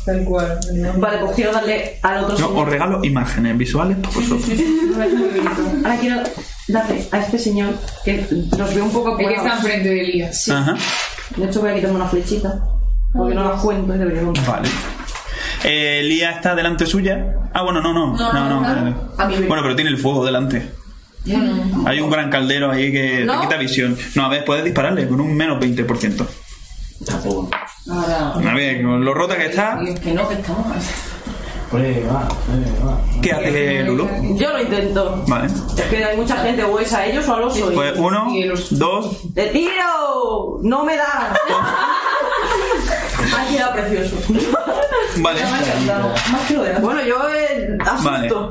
Tal cual.
Vale, pues quiero darle al otro
No,
señor.
os regalo imágenes visuales para vosotros.
Ahora quiero darle a este señor que nos ve un poco
El que está
curados.
enfrente de Elías.
Ajá.
De hecho, voy a quitarme una flechita. Porque no las cuento y debería contar.
Vale. Eh, Lía está delante suya. Ah, bueno, no, no.
No, no, no.
vale.
A mi ver.
Bueno, pero tiene el fuego delante. Hay un gran caldero ahí que
¿No?
te quita visión. No, a ver, puedes dispararle con un menos 20%.
Tampoco.
Ahora.
A ver, con lo rota que está,
Dios, que no, que estamos.
Prueba, prueba.
¿qué hace Lulu?
Yo lo intento.
Vale.
Es que hay mucha gente, o es a ellos o a los soy.
Pues uno, dos,
¡Te tiro! ¡No me da!
pues,
ha quedado precioso.
vale.
Más que lo de la.
Bueno, yo eh,
Vale.
asusto.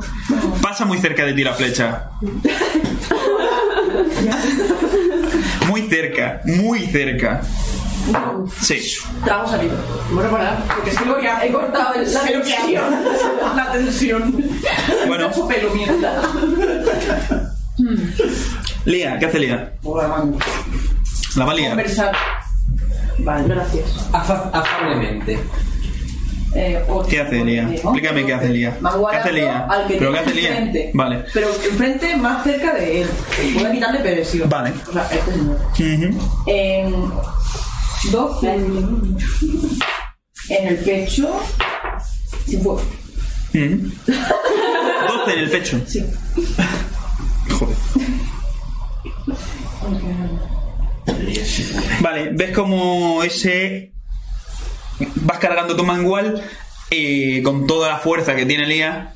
Pasa muy cerca de ti la flecha. Muy cerca, muy cerca. Sí.
Trago salido. Bueno, para. Porque es que lo que ha- he cortado el- la tensión. la tensión.
Bueno,
Su pelo, mierda.
Lía, ¿qué hace Lía?
Hola, man.
La va a liar.
Conversar.
Vale.
Gracias.
Afa- afablemente.
Eh, o-
¿Qué hace Lía? Explícame qué hace Lía.
Más
¿Qué hace Lía?
guardado al que
¿Pero qué
tiene
hace Lía?
enfrente.
Vale.
Pero enfrente, más cerca de él. Voy a quitarle presión.
Vale.
O sea, este señor.
Ujú.
Eh, 12 en el pecho. Sí, fue.
Ujú. 12 en el pecho.
Sí.
Joder. Vale, ves como ese. Vas cargando tu mangual y con toda la fuerza que tiene Lía.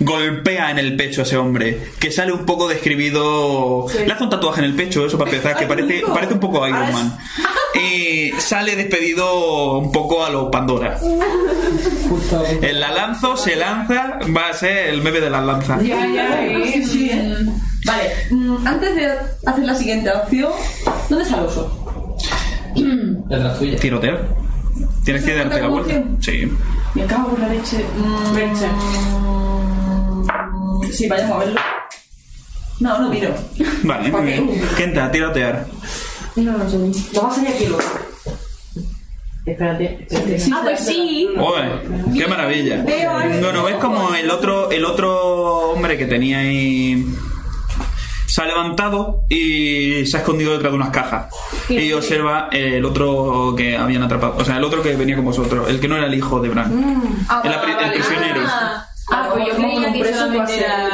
Golpea en el pecho a ese hombre, que sale un poco describido. Le hace un tatuaje en el pecho, eso para empezar, que parece, parece un poco Iron Man. Y sale despedido un poco a los Pandora.
Justo.
En la lanzo, se lanza, va a ser el meme de las lanzas.
Ya, ya, sí, sí. Vale, mm, antes de hacer la siguiente acción, ¿dónde está el oso?
Detrás tuya.
Tiroteo. Tienes que darte la vuelta. Sí.
Me cago en la leche. Mm, mm, Sí, vayamos a verlo. No, no miro.
Vale, muy bien. Kenta, tirotear.
No va a salir aquí loco. Espérate. espérate.
Ah, pues sí.
Oye, qué maravilla. Bueno, ves como el otro, el otro hombre que tenía ahí se ha levantado y se ha escondido detrás de unas cajas. Y observa el otro que habían atrapado. O sea, el otro que venía con vosotros, el que no era el hijo de Bran.
Mm.
El, apri- el prisionero.
Ah, pues yo creía que solamente era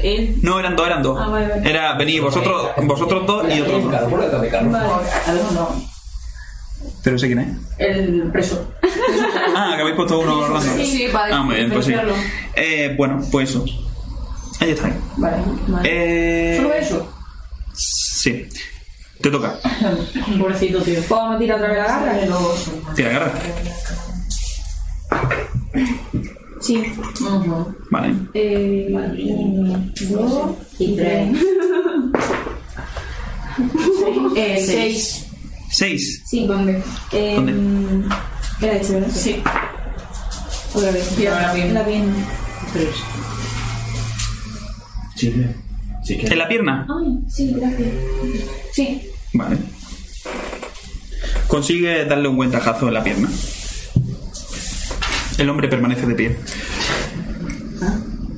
él.
No, eran dos, eran dos.
Ah, vale, vale.
Era, venid vosotros, vosotros dos y otros dos.
Claro, por detrás de Carlos.
A ver, no.
Pero sé quién es.
El preso.
Ah, que habéis puesto uno random.
Sí, sí, para
Ah, muy bien, pues sí.
diferenciarlo.
Eh, bueno, pues eso. Ahí está.
Vale.
Eh,
¿Solo eso?
Sí. Te toca.
Pobrecito, tío.
¿Puedo tirar otra vez la garra?
eh.
Tira garra.
Sí.
Vale.
Eh, uno, dos y tres.
Eh,
Seis.
Seis.
Sí, ¿dónde? Eh, Era este, ¿verdad?
Sí.
Otra vez.
Y ahora bien.
La bien.
Chicle. Chicle.
¿En la pierna?
Ay, sí, gracias. Sí.
Vale. Consigue darle un buen tajazo en la pierna. El hombre permanece de pie.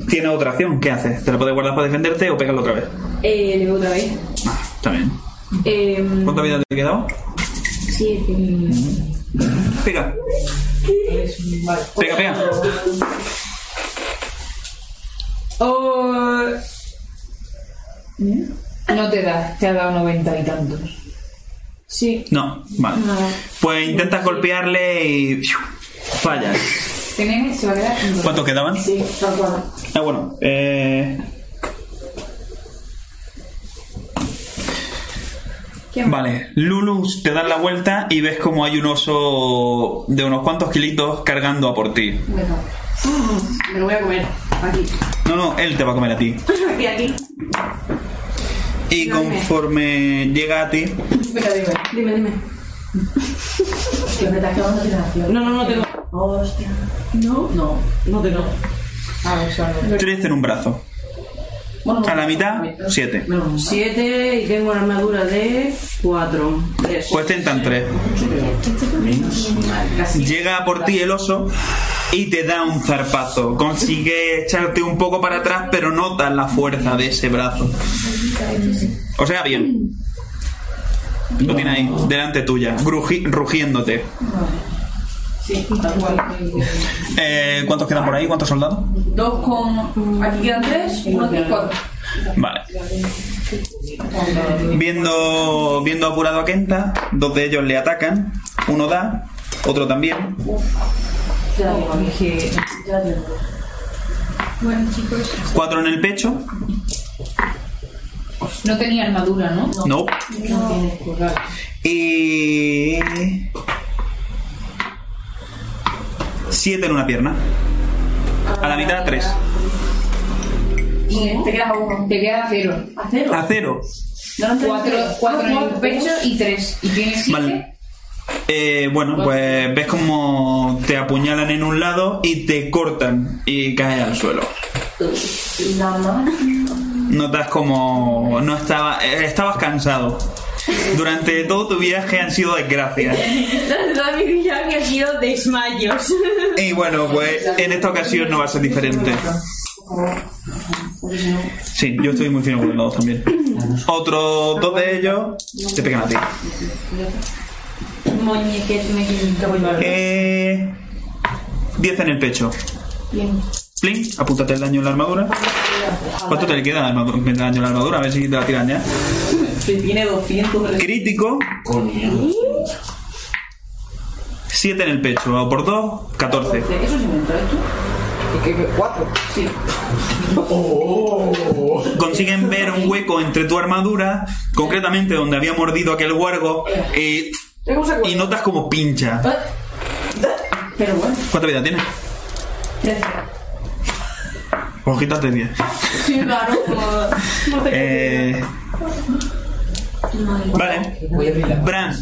Tiene otra acción. ¿Qué haces? ¿Te la puedes guardar para defenderte o pegarlo otra vez?
Eh, le veo otra vez.
Ah, está bien.
Eh,
¿Cuánta vida te ha quedado?
siete.
Pega. Pega, pega.
Oh. No te da, te ha dado 90 y tantos.
Sí.
No, vale.
No.
Pues intentas golpearle y. Fallas.
Tiene, se va a quedar. en dos.
¿Cuántos quedaban?
Sí, tal cual.
Ah, bueno. Eh... Vale, Lulu te da la vuelta y ves como hay un oso de unos cuantos kilitos cargando a por ti.
Me lo voy a comer. Aquí.
No, no, él te va a comer a ti.
Aquí, aquí.
Y conforme llega a ti,
Dime, dime.
Hostia, verdad que vamos a tener acción.
No, no, no tengo. Hostia. No. No, no tengo.
A ver, solo.
13 en un brazo.
Bueno,
A la mitad, 7.
Siete y tengo una armadura de cuatro. Tres.
Pues tentan 3.
Menos mal.
Llega por ti el oso y te da un zarpazo. Consigue echarte un poco para atrás, pero notas la fuerza de ese brazo. O sea, bien. Lo tiene ahí, delante tuya, gruji- rugiéndote.
Sí, tal cual.
Eh, ¿Cuántos quedan por ahí? ¿Cuántos soldados?
Dos con. Aquí quedan tres, uno aquí cuatro.
Vale. Viendo, viendo apurado a Kenta, dos de ellos le atacan. Uno da, otro también.
Ya tengo, dije.
Bueno, chicos,
Cuatro en el pecho.
no tenía armadura, ¿no?
No. Y. Siete en una pierna. A la mitad, tres.
Y te quedas a uno.
Te queda cero.
A cero.
A cero.
No, no,
Cuatro,
tres.
cuatro en el
Ah, Cuatro.
pecho y tres. Y tienes siete.
Vale. Eh, bueno, pues ves como te apuñalan en un lado y te cortan y caes al suelo.
La madre.
Notas como no estaba, eh, estabas cansado. Durante todo tu viaje han sido desgracias.
Toda mi vida me ha sido desmayos.
Y bueno, pues en esta ocasión no va a ser diferente. Sí, yo estoy muy fino con los lados también. Otros dos de ellos te pegan a ti.
Muñequete, me
Eh, 10 en el pecho. Plin, apúntate el daño en la armadura. ¿Cuánto te le queda de armadu- de daño en la armadura? A ver si te la tiran ya.
Que tiene 200.
Crítico,
Coño.
7 en el pecho. A por 2, 14.
Eso sí me entra esto.
¿Qué, qué, cuatro
Sí.
Consiguen ver un hueco entre tu armadura, concretamente donde había mordido aquel huargo, y,
Tengo un saco.
y notas como pincha.
Pero bueno.
¿Cuánta vida tienes?
Trece.
Hojita de 10.
Sí, claro.
Eh, vale.
Voy a abrirla.
Bran,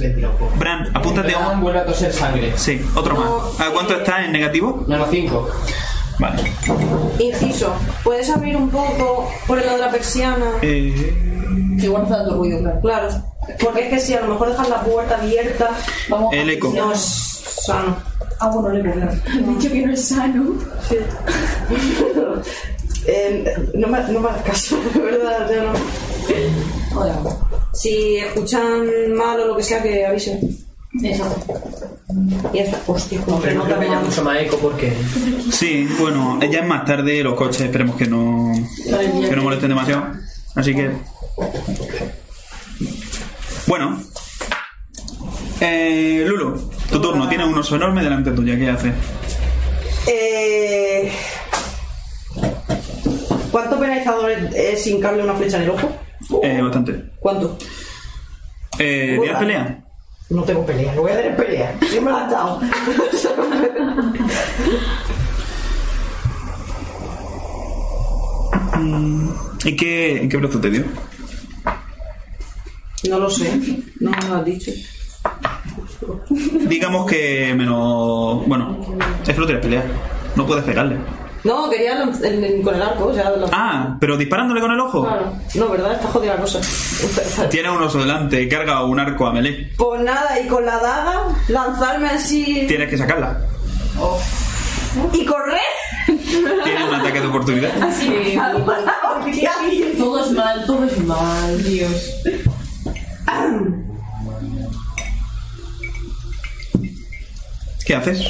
Bran, apúntate
Ah,
un.
Vuelve a toser sangre.
Sí, otro más. ¿A cuánto está en negativo?
Menos 5.
Vale.
Inciso. ¿Puedes abrir un poco por el lado de la persiana?
Eh,
Igual no está dando ruido, claro.
Claro. Porque es que si a lo mejor dejas la puerta abierta,
Vamos.
el eco.
no es sano.
Ah, bueno, le claro.
Has dicho que no es sano.
Eh, no, me, no me hagas caso, de verdad, yo no.
Hola.
Si escuchan mal o lo que sea, que avisen.
Exacto.
Y es, hostia, como que
Pero no
no
creo que haya
tan mal.
mucho más eco porque.
Sí, bueno, ya es más tarde, los coches esperemos que no, que no molesten demasiado. Así que. Bueno. Eh, Lulu, tu turno. Tienes un oso enorme delante tuya. ¿Qué haces?
Eh, ¿Cuánto penalizador es, es hincarle una flecha en el ojo?
Eh, bastante.
¿Cuánto?
Eh, ¿Días pelea?
No tengo pelea, no voy a tener pelea.
Yo me la han dado.
¿Y qué, qué brazo te dio?
no lo sé, no me lo has dicho.
Digamos que menos. Bueno, es que no tienes pelea. No puedes pegarle.
No, quería lanz- el- el- con el arco, o sea, lo-
Ah, pero disparándole con el ojo.
claro. No, ¿verdad? Está jodida la cosa.
Tiene un oso delante, carga un arco a melee.
Pues nada, y con la daga, lanzarme así
Tienes que sacarla.
y correr.
Tiene un ataque de oportunidad.
Sí.
Hostia.
Todo es mal, todo es mal. Dios.
¿Qué haces?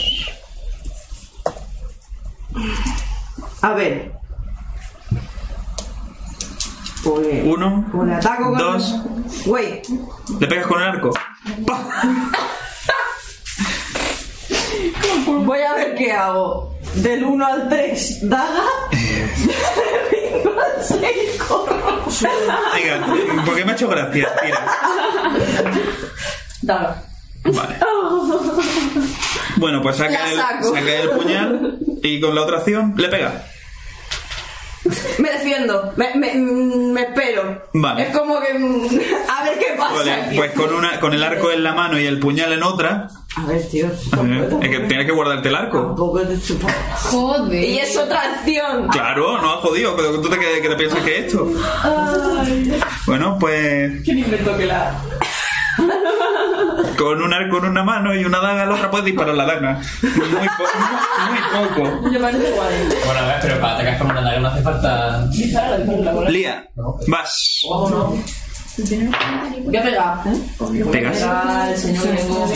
A ver. Pues.
Uno,
Con el ataco con-
dos,
Güey,
le pegas con el arco. ¡Pah!
voy a ver qué hago. Del 1 al 3, daga.
Diga, porque me ha hecho gracia. Tira.
Dalo.
Vale. Bueno, pues saca
La
el,
saco.
saca el puñal y con la otra acción le pega.
Me defiendo, me, me, me espero.
Vale.
Es como que. mm, A ver qué pasa.
Vale,
aquí.
pues con, una, con el arco en la mano y el puñal en otra. Eh,
A ver, tío.
Es que tienes que guardarte el arco.
Tampoco te chupa.
Joder.
Y es otra acción.
Claro, no has jodido, pero tú te, que, que te piensas que es esto. Bueno, pues
¿Quién inventó que la.?
con un arco en una mano y una daga en la otra puedes disparar la daga. Muy, po- muy- muy poco.
Me parece guay.
Bueno, a ver, pero para atacar con una daga no hace falta.
Dispara, dispara, la
Lía, vas.
¿O no? Voy a pegar.
Pegas.
Pegar, señor, tengo.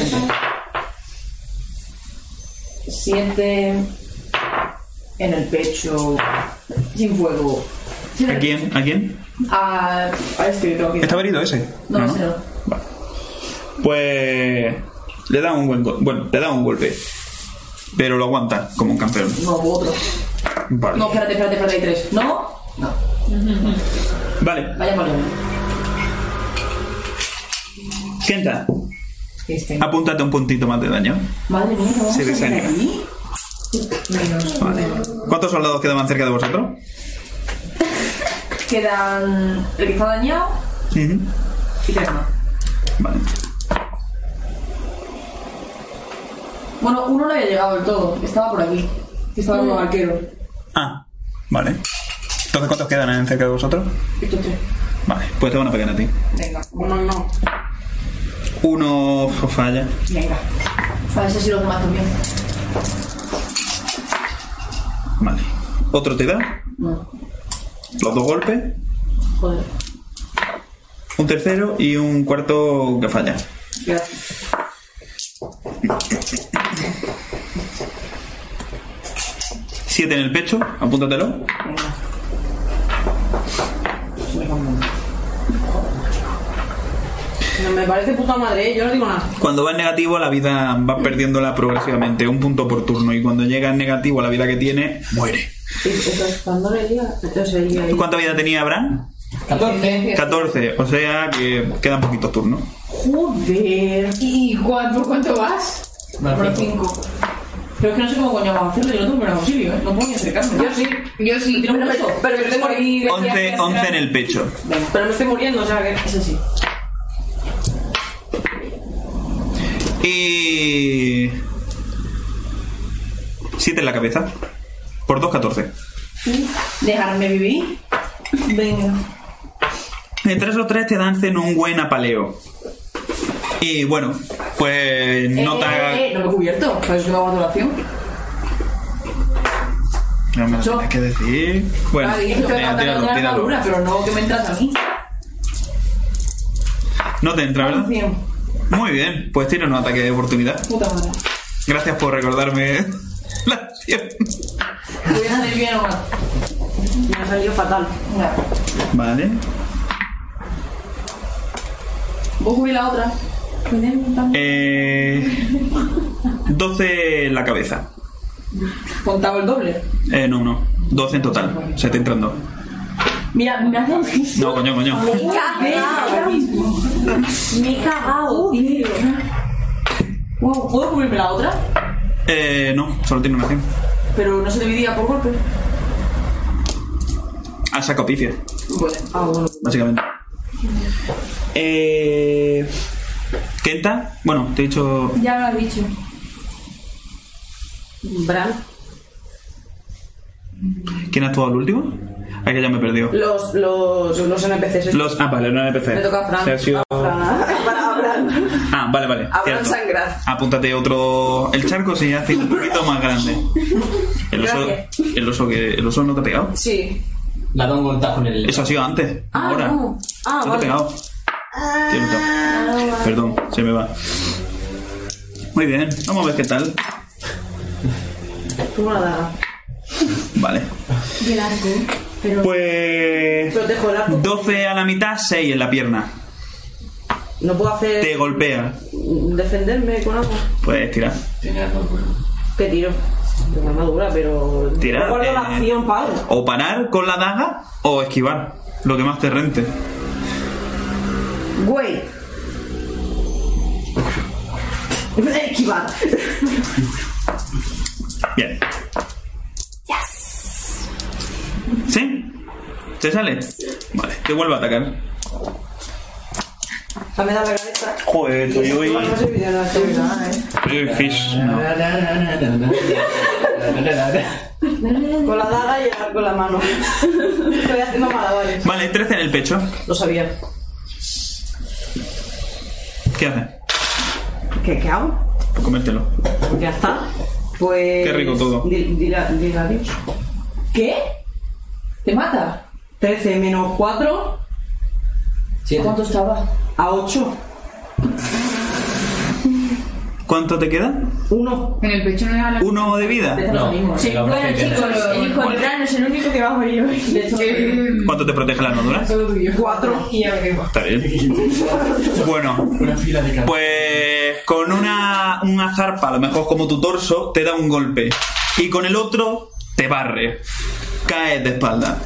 Siete. En el pecho. Sin fuego. Sin
¿A quién? ¿A quién?
A, a este que tengo aquí.
¿Está herido ese?
No, no, no.
Pues le da un buen go- bueno, le da un golpe. Pero lo aguanta como un campeón.
No, otro.
Vale.
No, espérate, espérate, espérate, hay tres. ¿No? No.
Vale.
Vaya mal.
Kenta,
Este.
apúntate un puntito más de daño.
Madre mía, ¿cómo
Se
vas a hacer
desanima.
ahí? Menos.
Vale. ¿Cuántos soldados quedaban cerca de vosotros?
Quedan el que está dañado
Ujú.
y tres más.
Vale.
Bueno, uno no había llegado del todo. Estaba por aquí. Estaba como arquero.
Ah, vale. Entonces, ¿cuántos quedan eh, cerca de vosotros?
Estos tres.
Vale, pues te van a pegar a ti.
Venga. Uno no.
Uno f- falla.
Venga. A ver si los demás también.
Vale. Otro te da.
No.
Los dos golpes.
Joder.
Un tercero y un cuarto que falla.
Gracias.
Siete en el pecho. Apúntatelo.
Venga.
Me parece puta madre, ¿eh? yo no digo nada.
Cuando va en negativo, la vida va perdiéndola progresivamente, un punto por turno. Y cuando llega en negativo a la vida que tiene, muere.
Cuando le diga, o sea, yo ahí.
¿Cuánta vida tenía Bran?
14.
14, o sea que quedan poquitos turnos.
Joder.
¿Y cuánto, cuánto vas?
Por cinco. Pero es que no sé cómo coño vamos a hacerlo. Yo no tengo primer auxilio, ¿eh? No puedo ni acercarme.
Yo sí,
Yo sí.
¿Tiene un beso?
pero me estoy muriendo.
11, 11 en el pecho.
Pero me estoy muriendo, o sea que.
Eso sí.
Y. 7 en la cabeza. Por 2, 14.
Dejarme vivir. Venga.
Entre esos Eh, tres te dancen un buen apaleo. Y bueno, pues no te haga-
Eh, no me he cubierto. Pues yo hago adoración.
No me lo
yo-
tienes que decir. Bueno,
Vale, Ah,
venga,
yo te
tíralo,
la
tíralo.
armadura, pero no que me entras a mí.
No te entra, ¿verdad?
Un cien.
Muy bien, pues tira un ataque de oportunidad.
Puta madre.
Gracias por recordarme la acción.
Voy a salir bien o mal.
Me ha salido fatal.
Venga.
Vale.
Vos cubrí la otra.
Eh, 12 en la cabeza.
Contaba el doble.
Eh, no, no. 12 en total. Se te entran dos.
Mira, me hace un gesto.
No, coño, coño.
Me he cagado. Me he cagado, tío.
Wow, ¿Puedo cubrirme la otra?
Eh, no, solo tiene una acción.
Pero no se dividía por golpe.
Ah, saco pifia,
Bueno, ah, bueno.
básicamente. Eh, Kenta, bueno, te he dicho.
Ya lo has dicho.
Bran.
¿Quién ha actuado el último? Ay, que ya me perdió.
Los, los, los NPCs.
Los. Ah, vale, no NPC.
Me toca a Fran.
Se ha sido-
Para Bran.
Ah, vale, vale.
A Bran
cierto.
sangrar.
Apúntate otro. El charco se hace un poquito más grande. El oso,
Gracias.
el oso, que, el oso no te ha pegado.
Sí.
Le ha dado un goltazo en el.
Eso ha sido antes.
Ah,
ahora.
no. Ah,
te he
vale. Ah.
pegado. Cierto. Perdón, se me va. Muy bien, vamos a ver qué tal.
Tú una daga.
Vale.
Y el arco. Pero.
Pues.
Protejo el arco.
12 a la mitad, 6 en la pierna.
No puedo
Te
hacer.
golpea.
defenderme con algo.
Puedes tirar.
¿Qué tiro? Tengo armadura, pero.
Tira,
No guardo la
eh,
acción, padre.
O parar con la daga o esquivar. Lo que más te rente.
Güey. Esquivar.
Bien. ¿Sí? ¿Te sale? Vale, te vuelvo a atacar.
O sea, me da la cabeza.
Joder, estoy hoy.
No sé si ya no estoy nada, eh.
Estoy hoy fish. No.
Con la daga y ahora con la mano. Estoy haciendo malabares.
Vale, 13 en el pecho.
Lo sabía.
¿Qué hace?
¿Qué, qué hago?
Pues comértelo.
Ya está. Pues.
Qué rico todo.
Dile di, di- adiós.
¿Qué? ¿Te mata?
13 menos 4
Siete.
¿Cuánto estaba?
a 8.
¿Cuánto te queda?
1.
En el pecho no era la...
¿Uno de vida?
No,
Sí,
la
bueno,
verdad es que-
chicos, el hijo de Gran es el único que va a morir hoy. De hecho,
¿Cuánto te protege la armadura?
todo tuyo.
4.
Y ya veremos.
Está bien. Bueno,
Una fila de cabezas.
Pues con una, una zarpa, a lo mejor como tu torso, te da un golpe. Y con el otro te barre. Caes de espalda.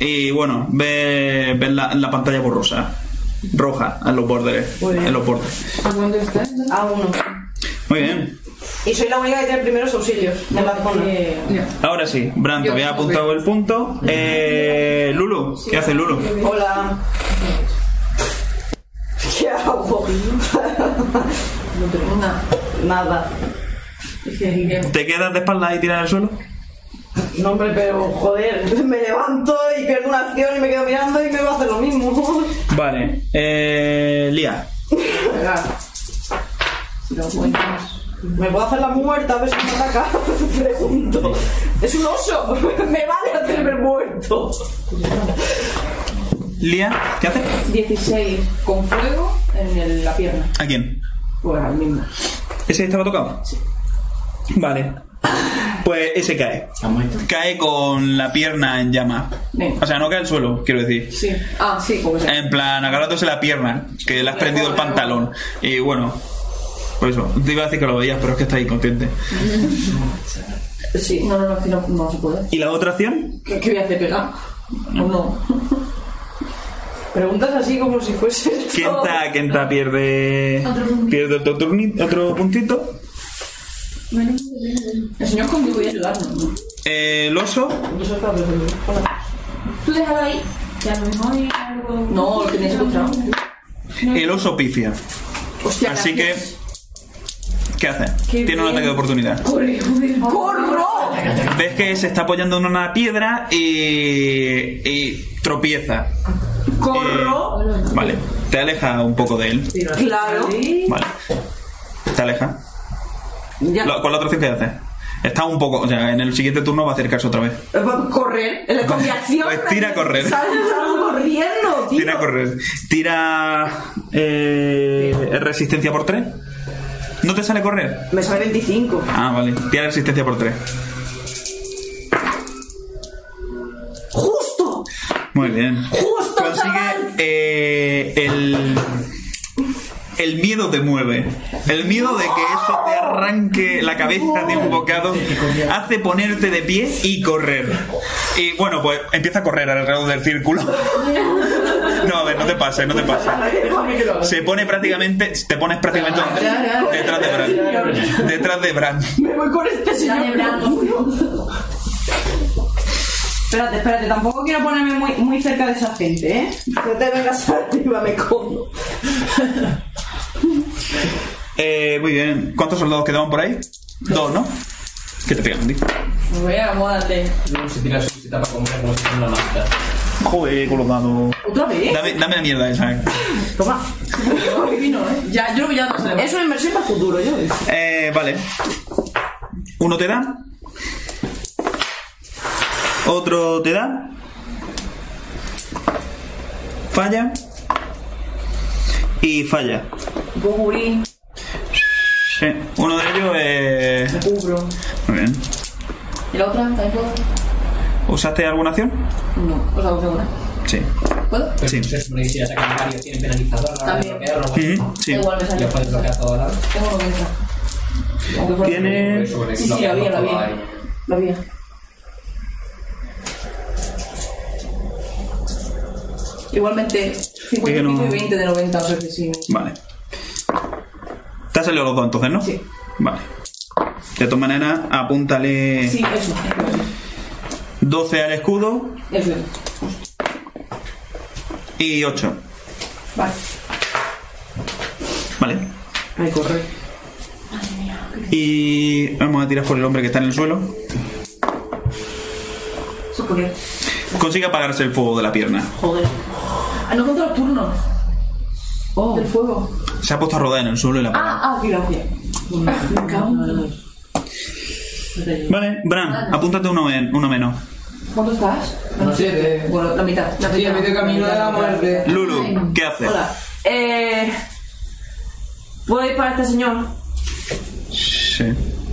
Y bueno, ves, ves la, la pantalla borrosa. Roja en los bordes. En los bordes.
¿A dónde estás?
A 1.
Muy bien.
Y soy la única que tiene primeros auxilios de la zona.
Ahora sí, Bran, te
Yo
había
creo que-
apuntado el punto. Eh, Lulu, ¿qué hace Lulu?
Hola. ¿Qué hago? no tengo nada. Nada.
¿Te quedas de espalda y tiras al suelo?
No, hombre, pero joder, me levanto y pierdo una acción y me quedo mirando y me va a hacer lo mismo.
Vale. Eh, Lía.
Venga. ¿Me puedo hacer la muerta a ver si me ataca? Pregunto. ¡Es un oso! ¡Me vale hacerme el muerto!
Lía, ¿qué hace?
16 con fuego en el- la pierna.
¿A quién?
Pues al mismo.
¿Ese estaba tocado? Sí. Vale. Pues ese cae.
Ha muerto.
Cae con la pierna en llama.
Venga.
O sea, no cae al suelo, quiero decir.
Sí. Ah, sí, como sea.
En plan, agarrándose la pierna, que le has prendido el pantalón. Y bueno, por eso. Te iba a decir que lo veías, pero es que está inconsciente.
Sí. No, no, no, es que no, no se puede.
¿Y la otra acción?
¿Qué, qué voy a hacer? ¿Pegar? ¿O no?
Preguntas así como si fuese.
Kenta, Kenta pierde. Pierde otro, turni- otro puntito.
El señor conmigo voy a ayudarnos. ¿no?
Eh, el oso.
Tú déjalo ahí. Que a lo mejor hay algo...
No, lo tenéis encontrado.
El oso pifia.
Hostia,
Así que.
gracias.
¿Qué hace? Tiene un ataque de oportunidad.
¡Corro!
Ves que se está apoyando en una piedra y, y tropieza.
¡Corro!
Eh, vale, te aleja un poco de él.
Claro.
Vale, te aleja.
Ya.
Lo- ¿Cuál otra opción que hace? Está un poco, o sea, en el siguiente turno va a acercarse otra vez.
Eh, va a Correr. En la combinación.
Pues tira a correr.
Sal- Salgo corriendo, tío.
Tira a correr. Tira eh, resistencia por 3. ¿No te sale correr?
Me sale 25.
Ah, vale. Tira resistencia por 3.
¡Justo!
Muy bien.
¡Justo,
Consigue
chaval!
eh, el. El miedo te mueve. El miedo de que eso te arranque la cabeza de un bocado hace ponerte de pie y correr. Y bueno, pues empieza a correr alrededor del círculo. No, a ver, no te pases, no te pases. Se pone prácticamente. Te pones prácticamente detrás de Bran. Detrás de Bran.
Me voy con este señor. Espérate, espérate, tampoco quiero ponerme muy, muy cerca de esa gente, ¿eh? No te vengas arriba, me como.
Eh, muy bien. ¿Cuántos soldados quedaban por ahí? Dos, ¿no? Que te pegan, tío.
Vea, módate.
Luego se tira su tapa con como si fuera una manta.
Joder, con los dados.
¿Otra vez?
Dame, dame la mierda esa. eh.
Toma. ¿eh?
Ya, yo lo voy a hacer.
Es una inversión para el futuro, yo.
Eh, vale. Uno te da. Otro te da. Falla. Y falla.
Puedo cubrir,
Sí. Uno de ellos
me
es.
cubro.
Muy bien.
¿Y la otra? ¿También puedo?
¿Usaste alguna acción?
No, o sea, segura.
Sí.
¿Puedo?
Pero
Sí.
eso es una idea, sacan varios, tienen penalizador a la hora de
También.
bloquearlo.
Ujú, Sí.
Igual me
Ya
sale.
puedes bloquear todo, ¿no?
Tengo 90. Aunque fuera-
Tiene.
Sí, sí, lo vi, lo vi. Lo vi. Igualmente, 50
Es que
y
no-
pico y 20 de 90, o sea que sí.
Vale. Te ha salido los dos entonces, ¿no?
Sí.
Vale. De todas maneras, apúntale
Sí, eso.
12 al escudo
Eso es.
y 8.
Vale.
Vale.
Ay, corre.
Y vamos a tirar por el hombre que está en el suelo.
Suponer.
Consigue apagarse el fuego de la pierna.
Joder.
Ah, no contra los turnos.
Oh. El fuego.
Se ha puesto a rodar en el suelo y la apaga.
Ah, ah, ok, Ah, ok. Me cago en-
Vale, Bran, apúntate uno, men- uno menos.
¿Cuánto estás?
No sé, de-
Bueno, la mitad. La
Sí,
mitad.
medio camino de la muerte.
Lulu, ¿qué haces?
Hola. Eh. Voy para este señor.
Sí.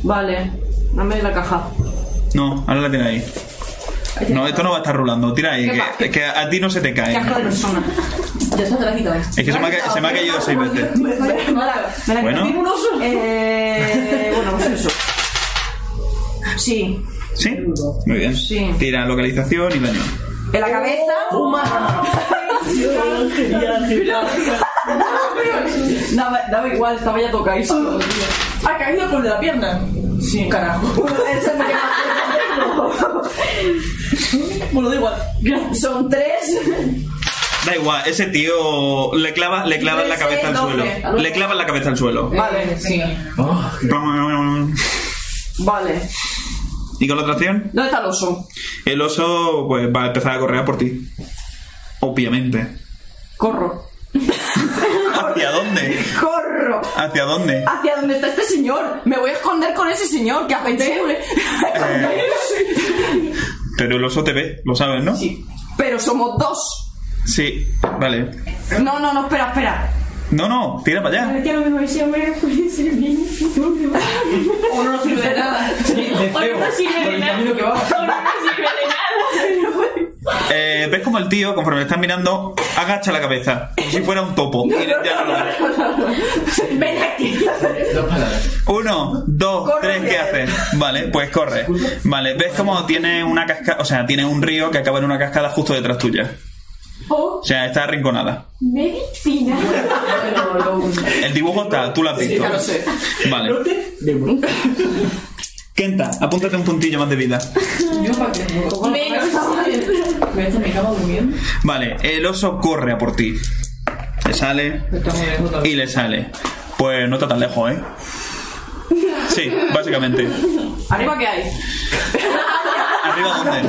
Vale. Dame la caja.
No, ahora la tira ahí. No, esto no va a estar rulando. Tira ahí,
Epa.
que, que a ti no se te cae.
Casco de persona.
Ya está, te la quitas.
Es que se me ha, ca- se me ha caído seis veces.
Me la
Bueno.
un oso. Eh. Bueno, pues eso. Sí.
¿Sí? Muy bien.
Sí.
Tira localización y daño.
En la cabeza. Humana. daba, daba igual, estaba ya tocáis.
Ha caído por la pierna.
Sí.
Carajo.
Eso me queda-
Bueno, da igual.
Son tres.
Da igual, ese tío le clava, le clava la cabeza al
Doce,
suelo.
doce.
Le clava la cabeza al suelo.
Vale,
Sí.
Oh, qué-
Vale.
¿Y con la otra acción?
¿Dónde está el oso?
El oso pues va a empezar a correr a por ti. Obviamente.
Corro.
¿Hacia dónde?
¡Corro!
¿Hacia dónde?
Hacia donde está este señor. Me voy a esconder con ese señor que apetece.
Pero el oso te ve, lo sabes, ¿no?
Sí. Pero somos dos.
Sí, vale.
No, no, no, espera, espera.
No, no, tira para allá.
Ahora que a lo mejor ese hombre puede ser bien futuro.
Uno no sirve de nada.
De
Hoy
cebo,
no sirve
por
de
el
nada.
camino que va.
Hoy no sirve de nada.
Eh, ¿Ves como el tío, conforme le están mirando, agacha la cabeza? Como si fuera un topo. Y ya no lo ve.
Ven aquí.
Dos palabras.
Uno, dos,
Corre
tres, ¿qué
hacia él.
haces? Vale, pues corre. Vale, ves como tiene una cascada, o sea, tiene un río que acaba en una cascada justo detrás tuya.
Oh,
O sea, está arrinconada.
medicina.
El dibujo está, tú lo has visto.
Ya lo sé.
Vale. Kenta, apúntate un puntillo más de vida.
Yo para que.
Venga,
Voy a estar en mi cama durmiendo.
Vale, el oso corre a por ti. Le sale
Está muy lejos
y le sale. Pues no está tan lejos, ¿eh? Sí, básicamente.
¿Arriba qué hay?
¿Arriba dónde?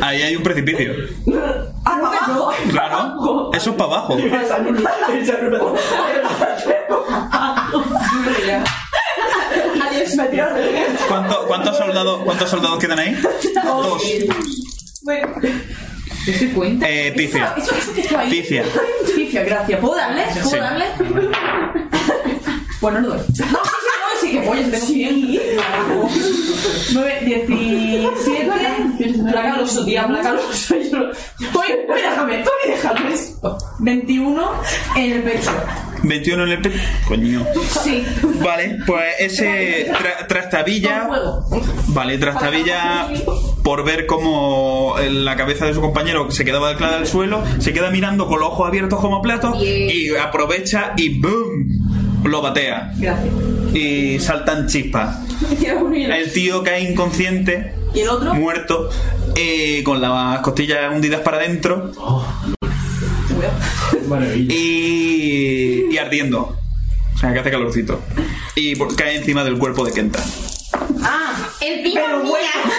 Ahí hay un precipicio.
Arriba Ah, abajo.
Claro. Eso es para abajo.
Adiós, me tiro.
¿Cuánto- ¿Cuántos soldados cuántos soldados quedan ahí? Dos.
Bueno,
¿Te das cuenta?
Eh, Pifia.
eso eso que está ahí.
Pifia.
Pifia, gracias. ¿Puedo darle? ¿Puedo
Sí.
darle? Bueno, no lo doy. No, sí, sí, sí, que voy, tengo 100. 9, 17. Plácaloso, tía, plácaloso. Yo no- Tú y tú y déjame, tú y déjame.
21 en el pecho.
21 en el pe- Coño.
Sí.
Vale, pues ese tra- trastabilla.
Con fuego.
Vale, trastabilla por ver cómo eh, la cabeza de su compañero se quedaba anclada al suelo, se queda mirando con los ojos abiertos como platos y aprovecha y ¡boom! Lo batea.
Gracias.
Y saltan chispas. El tío cae inconsciente,
¿Y el otro?
muerto, y con las costillas hundidas para adentro
Maravilla.
y, y ardiendo. O sea, que hace calorcito. Y por- cae encima del cuerpo de Kenta.
Ah, el piña mía.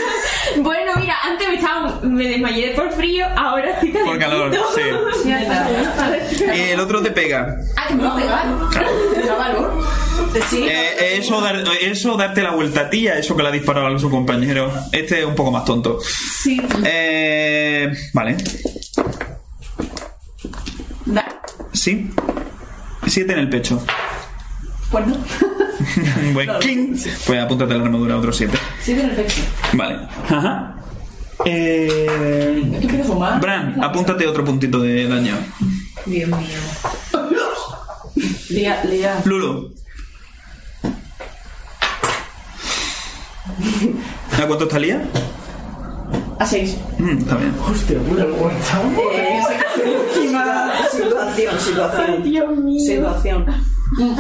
Bueno. mira, antes me estaba, me desmayé por frío, ahora estoy
Por
calentito.
calor, sí. Eh, El otro te pega.
Ah, que me va a pegar.
Sí.
Eh, eso, dar- eso darte la vuelta a ti, a eso que le ha disparado a su compañero. Este es un poco más tonto.
Sí.
Eh, vale.
Da.
Sí. Siete en el pecho.
Pues no.
Un Buen king. Pues apúntate a la armadura otro siete.
Siete en el pecho.
Vale. Ajá. Eh,
Es que quiero fumar.
Bran, apúntate otro puntito de daño.
Dios mío.
Lía, lía.
Lulu, ¿A cuánto está Lía?
A 6.
Mm, está bien.
Hostia, pura puerta.
Situación,
Ay,
situación.
Dios mío.
Situación.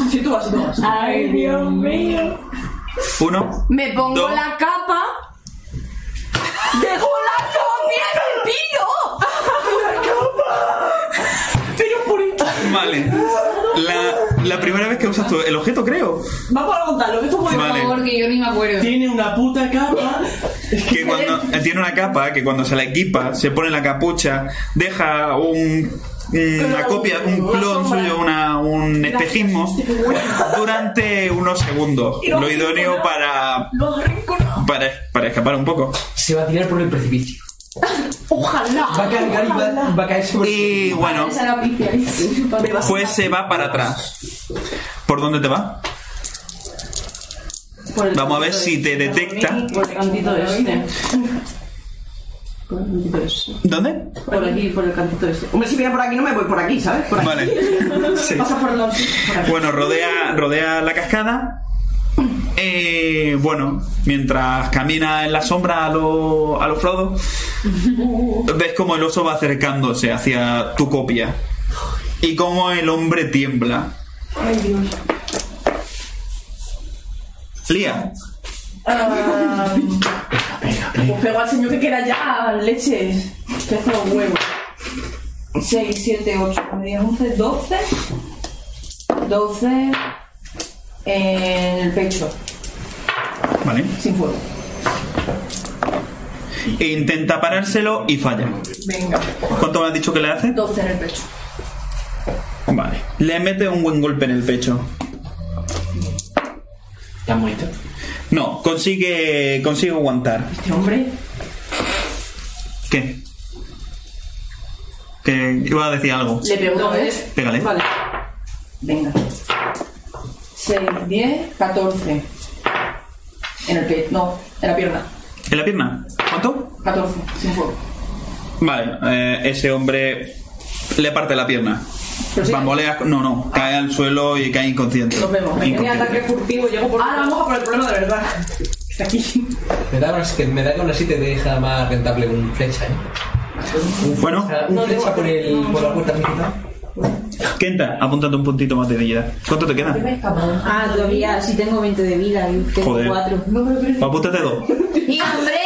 Si tú vas, si tú vas.
Ay, Dios mío.
Uno.
Me pongo
Dos.
la capa. ¡Dejo la copia en el pino!
Vale. La, la primera vez que usas tu, el objeto, creo.
Vamos a contarlo, que esto puede
Por favor,
Vale.
que yo ni me acuerdo.
Tiene una puta capa.
Que cuando eh, tiene una capa, que cuando se la equipa, se pone la capucha, deja un, una copia, un clon suyo, una, un espejismo, durante unos segundos. Lo idóneo para, para, para escapar un poco.
Se va a tirar por el precipicio. Ojalá. Va a cargar y va, va a caer sobre
Y bueno,
Esa era picia.
pues se va para atrás. ¿Por dónde te va? Vamos a ver si te detecta.
Por el cantito este. Por el cantito este.
¿Dónde?
Por aquí, por el cantito este. Hombre, si viene por aquí no me voy por aquí, ¿sabes? Por aquí.
Vale. Sí.
Pasa por los... por aquí.
Bueno, rodea, rodea la cascada. Eh, bueno, mientras camina en la sombra a los a lo Frodo, ves como el oso va acercándose hacia tu copia y como el hombre tiembla. Lía,
Ah, Pues pego al señor que quiera ya leches. Pezo los huevos. 6, 7, 8, 10, 11, 12. 12 en el pecho,
vale,
sin fuego.
e intenta parárselo y falla.
Venga,
¿Cuánto me has dicho que le hace?
12 en el pecho.
Vale, le mete un buen golpe en el pecho.
¿Estás muerto?
No, consigue, consigue aguantar.
Este hombre,
¿Qué? Que iba a decir algo.
le pego una vez.
Pégale.
Vale.
Venga. 6, 10, 14. En el pecho. No, en la pierna.
¿En la pierna? ¿Cuánto?
14, sin fuego.
Vale, eh, ese hombre le parte la pierna.
Pero sí.
Bambolea, no, no, cae al suelo y cae inconsciente.
Nos vemos. Venga,
Tenía
Inconsciente.
ataque furtivo, llego por...
Ahora vamos a por el problema de verdad. Está aquí.
Me da, una, que me da que aún así te deja más rentable un flecha, ¿eh? O
Bueno,
sea, un flecha por, el, por la puerta principal.
Kenta, apúntate un puntito más de vida. ¿Cuánto te queda?
Ah, todavía sí tengo 20 de vida y tengo
Joder.
4.
Pues Apúntate dos.
¡Y hombre!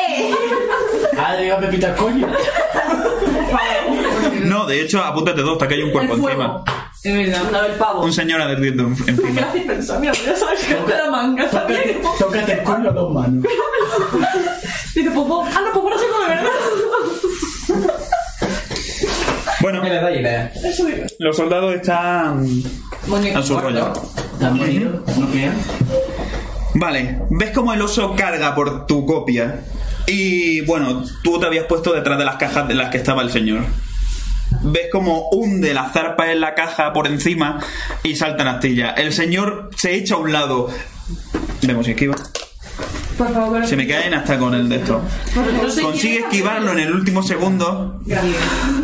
Ah, le digo a Pepita, coño.
No, de hecho, apúntate dos, hasta que hay un cuerpo encima.
Es verdad.
No, el pavo.
Un señor adheriendo en- encima.
Gracias, pensar, mira, ya sabes que la manga, sabía que...
Tócate, tócate el culo a dos manos.
Dice, Popo, ah, no, Popo no sé cómo de verdad.
Bueno,
Me la da y la
los soldados están a su rollo.
También, no crean.
Vale, ves como el oso carga por tu copia. Y bueno, tú te habías puesto detrás de las cajas de las que estaba el señor. Ves como hunde las zarpas en la caja por encima y saltan astillas. El señor se echa a un lado. Vemos si esquiva.
Por favor,
Se me caen hasta con el de esto. Consigue esquivarlo en el último segundo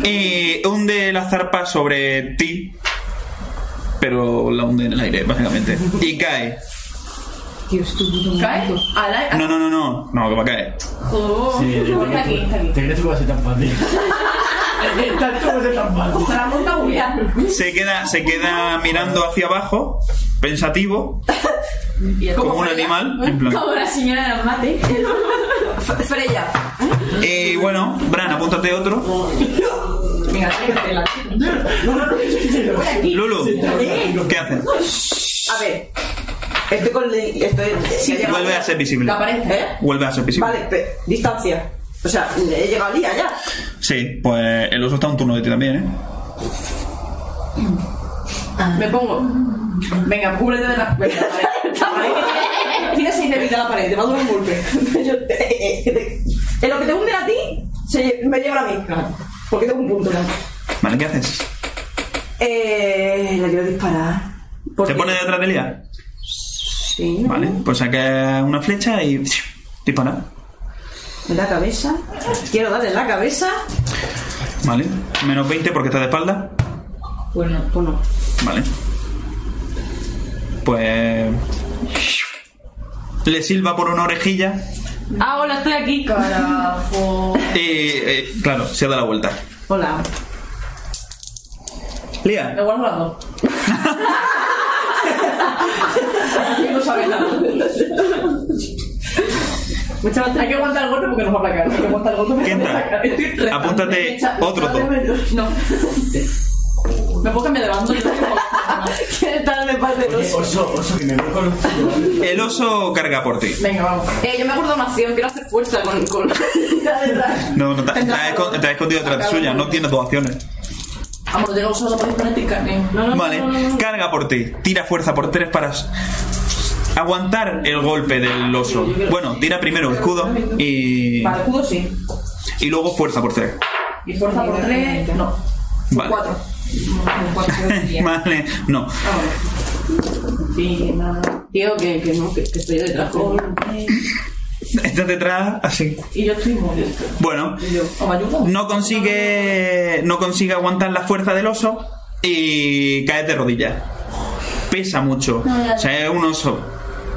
y hunde la zarpa sobre ti. Pero la hunde en el aire, básicamente. Y cae.
Dios, tu puto
cae.
mundo.
Al aire.
No, no, no, no. No, que va a caer.
Sí, yo creo
Está aquí,
que-
está aquí.
Te crees que va a ser tan fácil. Tanto va a ser tan fácil.
Se la monta Julián.
se queda, se queda mirando hacia abajo, pensativo, como un animal. en plan.
Como la señora de los mates.
Freya.
Y "Eh, bueno, Bran, apúntate otro.
Venga, tírate
Lulu, ¿qué haces?
A ver, estoy con... le- Estoy... Sí,
Vuelve a ser visible.
La pared, ¿eh?
Vuelve a ser visible.
Vale, pe- distancia. O sea, he llegado al día ya.
Sí, pues el oso está a un turno de ti también, ¿eh?
Me pongo. Venga, cúbrete de la. Venga, pared.
Tiene seis de vida la pared, te va a durar un golpe. Yo- eh, eh, eh, en lo que te hunde a ti, se lle- me lleva a mí. Porque tengo un punto.
Vale, ¿qué haces?
Eh, la quiero disparar.
¿Te
Porque-
pones detrás de Lía?
Sí, ¿no?
Vale, pues saca una flecha y dispara.
En la cabeza. Quiero darle en la cabeza.
Vale, menos 20 porque está de espalda.
Bueno, pues no.
Vale. Pues. Le silba por una orejilla
Ah, hola, estoy aquí.
Carajo.
Y, eh, claro, se da la vuelta.
Hola.
Me
Lía,
vuelvo volando. no sabe nada.
Muchas gracias.
Hay que aguantar el golpe porque nos va a aplacar. Hay que aguantar el golpe porque nos va a
Kendra,
aplacar. Estoy retando.
apúntate
Echa-
otro
echa- No. ¿Me puedo cambiar de bando?
¿Qué tal me parece?
Oye, oso, oso, que me voy con un chico, ¿vale?
el oso carga por ti.
Venga, vamos.
Eh, yo me acuerdo una acción, quiero hacer fuerza con. con... la verdad.
No, no, te, te has escon- te has escondido detrás de suya, no tienes dos acciones.
Vamos, de los osos podéis poner tica.
No, no,
Vale,
no, no, no.
carga por ti, tira fuerza por tres para s- aguantar el golpe del oso. Bueno, tira primero escudo y,
Para el escudo sí.
y luego fuerza por tres.
Y fuerza por tres. No.
Vale.
Cuatro. Mm, Cuatro. diez.
Vale, no.
Sí, no, no. Tío, que, que no, que, que estoy detrás. Con...
Estás detrás, así.
Y yo estoy molesto.
Bueno,
Y yo, ¿o me ayudas?
no consigue, no consigue aguantar la fuerza del oso y caes de rodillas. Pesa mucho. O sea, es un oso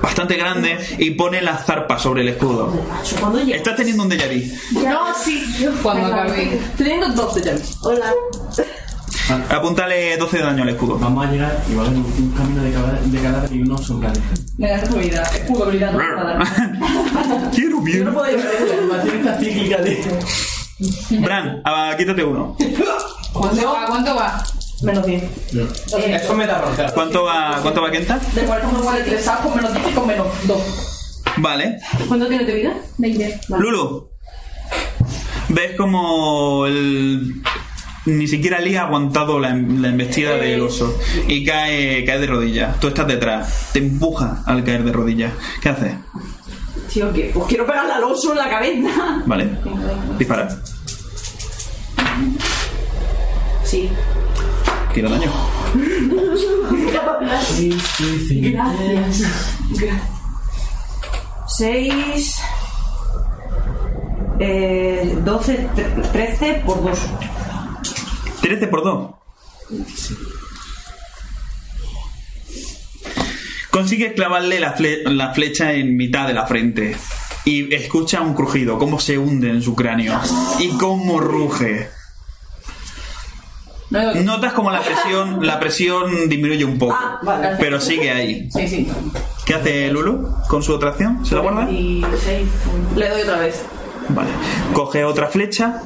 bastante grande y pone las zarpas sobre el escudo.
¿Cuándo llego?
Estás teniendo un déjà vu.
No, sí.
Cuando acabe.
Teniendo dos de llaves.
Hola.
Apúntale 12 de daño al escudo.
Vamos a llegar y va a haber un, un camino de cada de cadáver y un oso en plan.
Me ganas tu vida. Es pura habilidad. No me va a dar.
Quiero
Yo no
bien.
puedo ir.
Animación está cíclica de.
Bran, ah, quítate uno.
¿Cuánto va? ¿Cuánto va?
Menos 10.
Es con metarroncar.
¿Cuánto va, cuánto va Kenta?
De 40 con 43 con menos 10 y con menos 2.
Vale.
¿Cuándo tiene tu vida?
20.
Lulu. Ves como el... Ni siquiera Lee ha aguantado la, la embestida del oso. Y cae, cae de rodillas. Tú estás detrás. Te empuja al caer de rodillas. ¿Qué haces?
Tío, que pues quiero pegarle al oso en la cabeza.
Vale. Dispara.
Sí.
Tira daño.
Sí, sí, sí.
Gracias. Gra- Seis. Eh, 12, 13 por 2.
13 por 2. Consigues clavarle la, fle- la flecha en mitad de la frente y escucha un crujido, cómo se hunde en su cráneo y cómo ruge. Notas como la presión, la presión disminuye un poco,
vale.
pero sigue ahí.
Sí, sí.
¿Qué hace Lulu con su otra acción? ¿Se la guarda?
Le doy otra vez.
Vale. Coge otra flecha,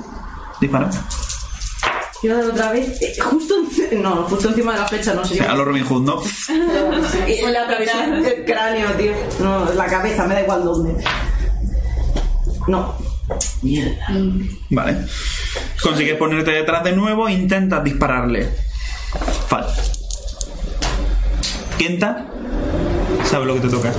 dispara.
Quiero dar otra vez. eh, Justo, ence- no, justo encima de la fecha, no sé.
A lo Robin Hood, ¿no?
Eh, la presión del cráneo, tío. No, la cabeza, me da igual dónde. No.
Vale. Consigues ponerte detrás de nuevo e intentas dispararle. Fal. Kenta sabe lo que te toca.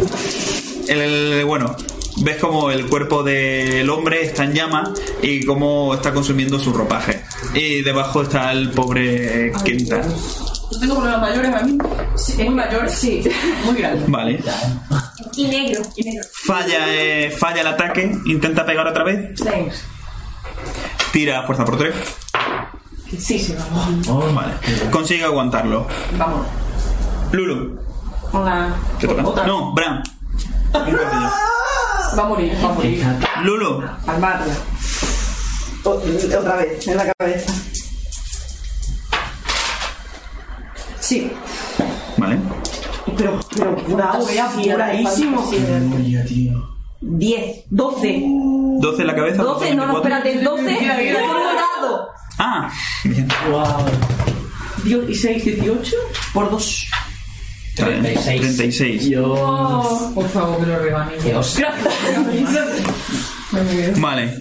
El, el- bueno, ves como el cuerpo del hombre está en llama y cómo está consumiendo su ropaje. Y debajo está el pobre Kenta.
Yo tengo problemas mayores a mí. muy mayores. Sí. Muy grandes.
Vale.
Y negro.
Falla, eh, falla el ataque. Intenta pegar otra vez.
Seis.
Tira fuerza por tres.
Sí, sí, vamos.
Oh,
Vale. Consigue aguantarlo.
Vamos.
Lulu,
Hola.
te toca. No, Bram. Un cuartillo.
Va a morir. Va a morir.
Lulu,
Palmarla. Otra vez, en la cabeza. Sí,
Vale.
pero, pero curado, era curadísimo.
Oye, tío.
10, 12,
12 en la cabeza.
12, no, no,
24.
espérate, 12,
Mira, mira.
por un dado.
Ah, bien.
Wow.
Dios, ¿Y 6, 18? Por 2.
Está bien.
36.
36.
Dios.
Por favor, que lo rebanille.
Dios.
Vale.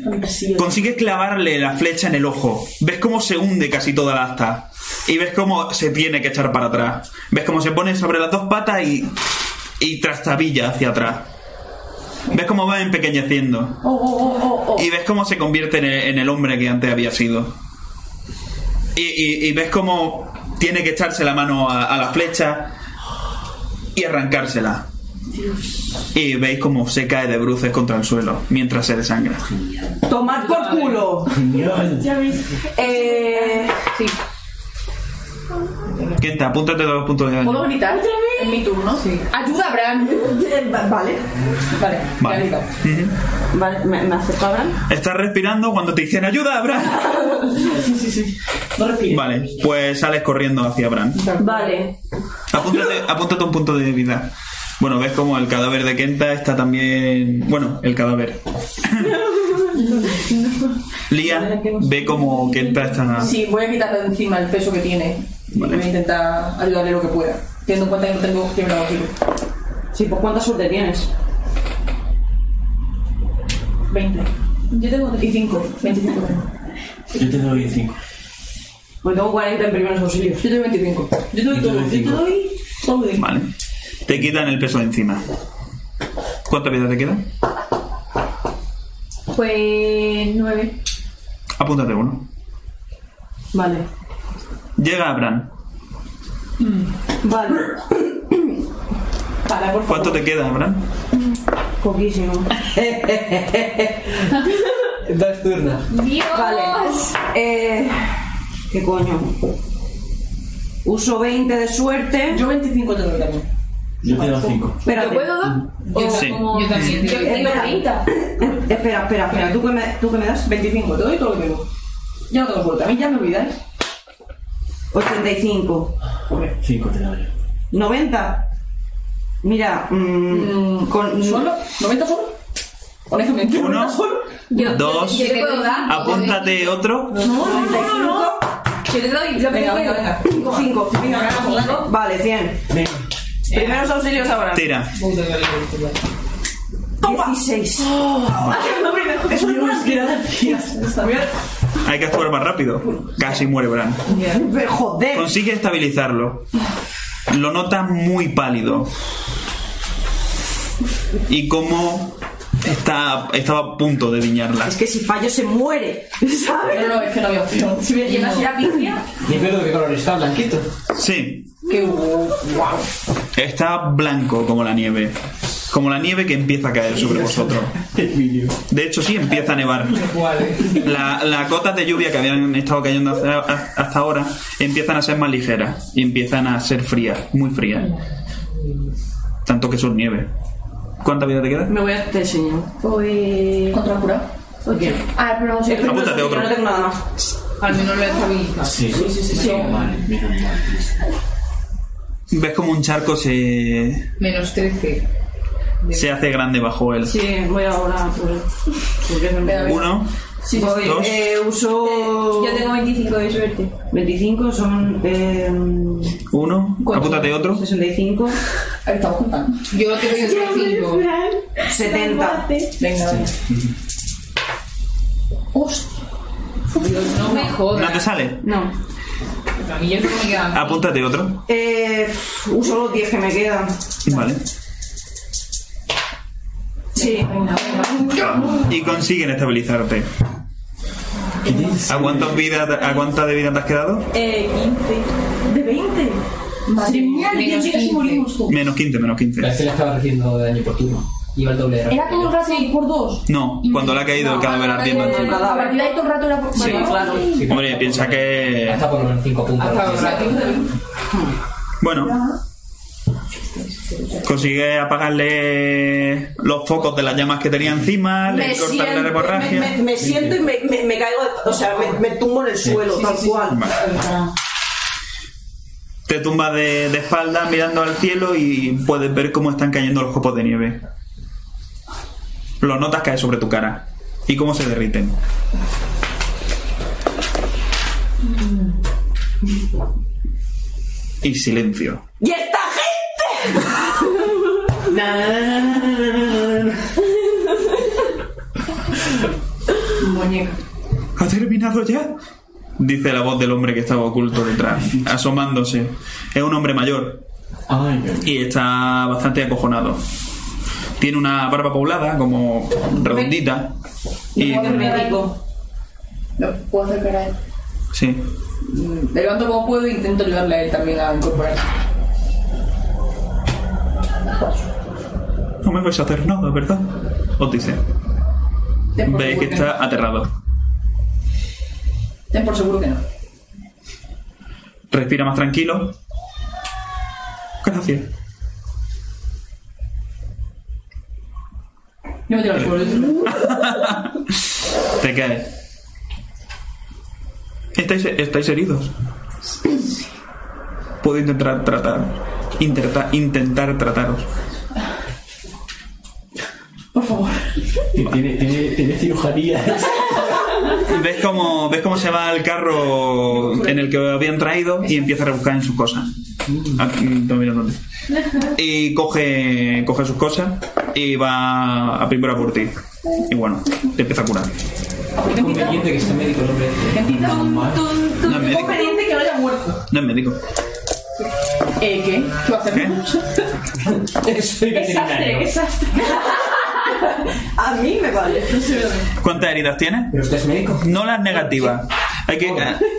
Consigues clavarle la flecha en el ojo. Ves cómo se hunde casi toda la asta. Y ves cómo se tiene que echar para atrás. Ves cómo se pone sobre las dos patas y. y trastabilla hacia atrás. Ves cómo va empequeñeciendo.
Oh, oh, oh, oh, oh.
Y ves cómo se convierte en el, en el hombre que antes había sido. Y, y- y ves cómo tiene que echarse la mano a, a la flecha y arrancársela. Y veis cómo se cae de bruces contra el suelo mientras se desangra.
Tomad por culo.
Genial.
Eh, sí.
Kenta, apúntate dos puntos de
¿Puedo
daño.
gritar? En mi turno. Sí. ¡Ayuda, Bran!
Eh, va- Vale.
Vale,
Vale.
ya grito.
Ujú.
Vale, me, me acerco a Bran.
Estás respirando cuando te dicen ayuda, Bran.
No respiro.
Vale, pues sales corriendo hacia Bran.
Vale.
Apúntate, apúntate un punto de vida. Bueno, ves como el cadáver de Kenta está también. Bueno, el cadáver. Lía ve como Kenta está.
Sí, voy a quitarle de encima el peso que tiene. Y
Vale.
Voy a intentar ayudarle lo que pueda. Teniendo en cuenta que no tengo quebrado aquí.
Sí, pues cuánta suerte tienes.
20. Yo tengo 35. 25.
Yo te doy 5.
Pues tengo 40 en primeros auxilios.
Yo tengo 25.
Yo te doy todo. Yo te doy todo.
Vale. Te quitan el peso de encima. ¿Cuánta vida te queda?
Pues nueve.
Apúntate uno.
Vale.
Llega Bran.
Vale.
Para, por favor.
¿Cuánto te queda, Bran?
Poquísimo.
Dos turnos.
Dios.
Vale. Eh, ¿Qué coño? Uso 20 de suerte.
Yo 25 tengo también.
Yo te doy 5.
Espérate.
Yo,
Sí.
como- yo también. Yo tengo 30.
Eh, Espera, espera, espera. ¿Tú qué me, tú qué me das?
25, te doy todo lo que tengo. Ya no tengo suerte. A mí ya me olvidáis.
85.
5 te doy.
90. Mira, mm, con
¿Solo? ¿90 solo? Honestamente.
Uno,
Yo,
dos.
Yo te puedo dar.
Apúntate otro.
Yo te doy. Yo te
Venga,
doy.
venga, venga.
5.
Venga, ahora vamos, dale.
Vale, 100. Primeros auxilios ahora.
Tira.
16. Eso no es
Hay que actuar más rápido. Casi muere Bran.
Pero, Joder.
Consigue estabilizarlo. Lo nota muy pálido. Y como está, estaba a punto de viñarla.
Es que si fallo se muere.
Pero
¿Sabes?
no, es que no había opción. Si me
Yo
llenas
nací
ya.
la pifia.
Ni pierdo qué color está, blanquito.
Sí,
Que wow.
está blanco como la nieve. Como la nieve que empieza a caer sobre vosotros. De hecho, sí, empieza a nevar.
¿Cuál es?
La- Las gotas de lluvia que habían estado cayendo hasta, hasta ahora empiezan a ser más ligeras y empiezan a ser frías, muy frías. Tanto que son nieve. ¿Cuánta vida te queda?
Me voy a te enseño.
Pues.
Contra la cura.
Ah, pero no sé.
Apúntate
Yo
otro.
no tengo nada más.
Al menos lo he estabilizado.
Sí, sí, sí. Vale, menos mal.
Ves como un charco se,
Menos 13.
se hace grande bajo él.
Sí, voy ahora. Pues, porque no me-
Uno,
Voy,
dos.
eh, uso.
Yo tengo 25 de suerte.
25 son eh,
uno, apúntate otro.
65,
Ahí estamos contando.
Yo tengo 25.
70.
Venga, venga. Hostia.
No me
No te
jodas.
sale.
No.
A mí yo no me quedan.
Apúntate otro.
Eh, uso los 10 que me quedan.
Vale.
Sí.
Y consiguen estabilizarte. ¿A cuántas vidas a cuánta de vida te has quedado?
Eh, 15. ¿De 20?
Madre mía, el día
menos
que casi
15.
morimos todos.
Menos 15, menos 15.
Parece que le estaba recibiendo daño por turno. Iba el doble de
Era todo el
rápido.
rato por dos.
No, cuando le ha caído el cadáver ardiendo en ti.
A partir de ahí todo el rato era por
Sí, claro.
Sí,
Hombre, piensa que.
Hasta por lo menos 5 puntos.
Bueno. Consigue apagarle los focos de las llamas que tenía encima, le cortan la
me,
hemorragia.
me- me siento y me, me- me caigo, o sea, me, me tumbo en el suelo, tal cual.
Vale. Te tumbas de, de espalda mirando al cielo y puedes ver cómo están cayendo los copos de nieve. Lo notas caer sobre tu cara y cómo se derriten. Y silencio.
¡Y esta gente!
Muñeca.
¿Ha terminado ya? Dice la voz del hombre que estaba oculto detrás, asomándose. Es un hombre mayor,
Ay, qué
y está bastante acojonado. Tiene una barba poblada, como redondita. Y,
No, puedo acercar a él.
sí.
Mm, Le levanto como puedo e intento ayudarle a él también a incorporarse.
No me vais a hacer nada, ¿verdad? Os dice.
Ten por
Veis que
seguro
está aterrado.
no. Ten por seguro que no.
respira más tranquilo. Gracias.
Yo me tiro al suelo.
Te caes. Estáis, estáis heridos. Puedo intentar tratar. Interta- intentar trataros.
Por favor.
Tiene, tiene, tiene cirujanía.
¿Ves cómo, ¿Ves cómo se va el carro en el que habían traído y empieza a rebuscar en sus cosas? Ah, Aquí, no, mira dónde. Y coge, coge sus cosas y va a primero a por ti. Y bueno, te empieza a curar.
Conveniente que esté médico el hombre.
Gentita,
No es médico.
conveniente que no haya muerto.
No es médico.
Eh, ¿qué? ¿Qué va a hacer?
¿Qué?
Soy
Desastre,
veterinario.
desastre.
A mí me vale.
¿Cuántas heridas tienes?
Pero usted es médico.
No las negativas. Hay que.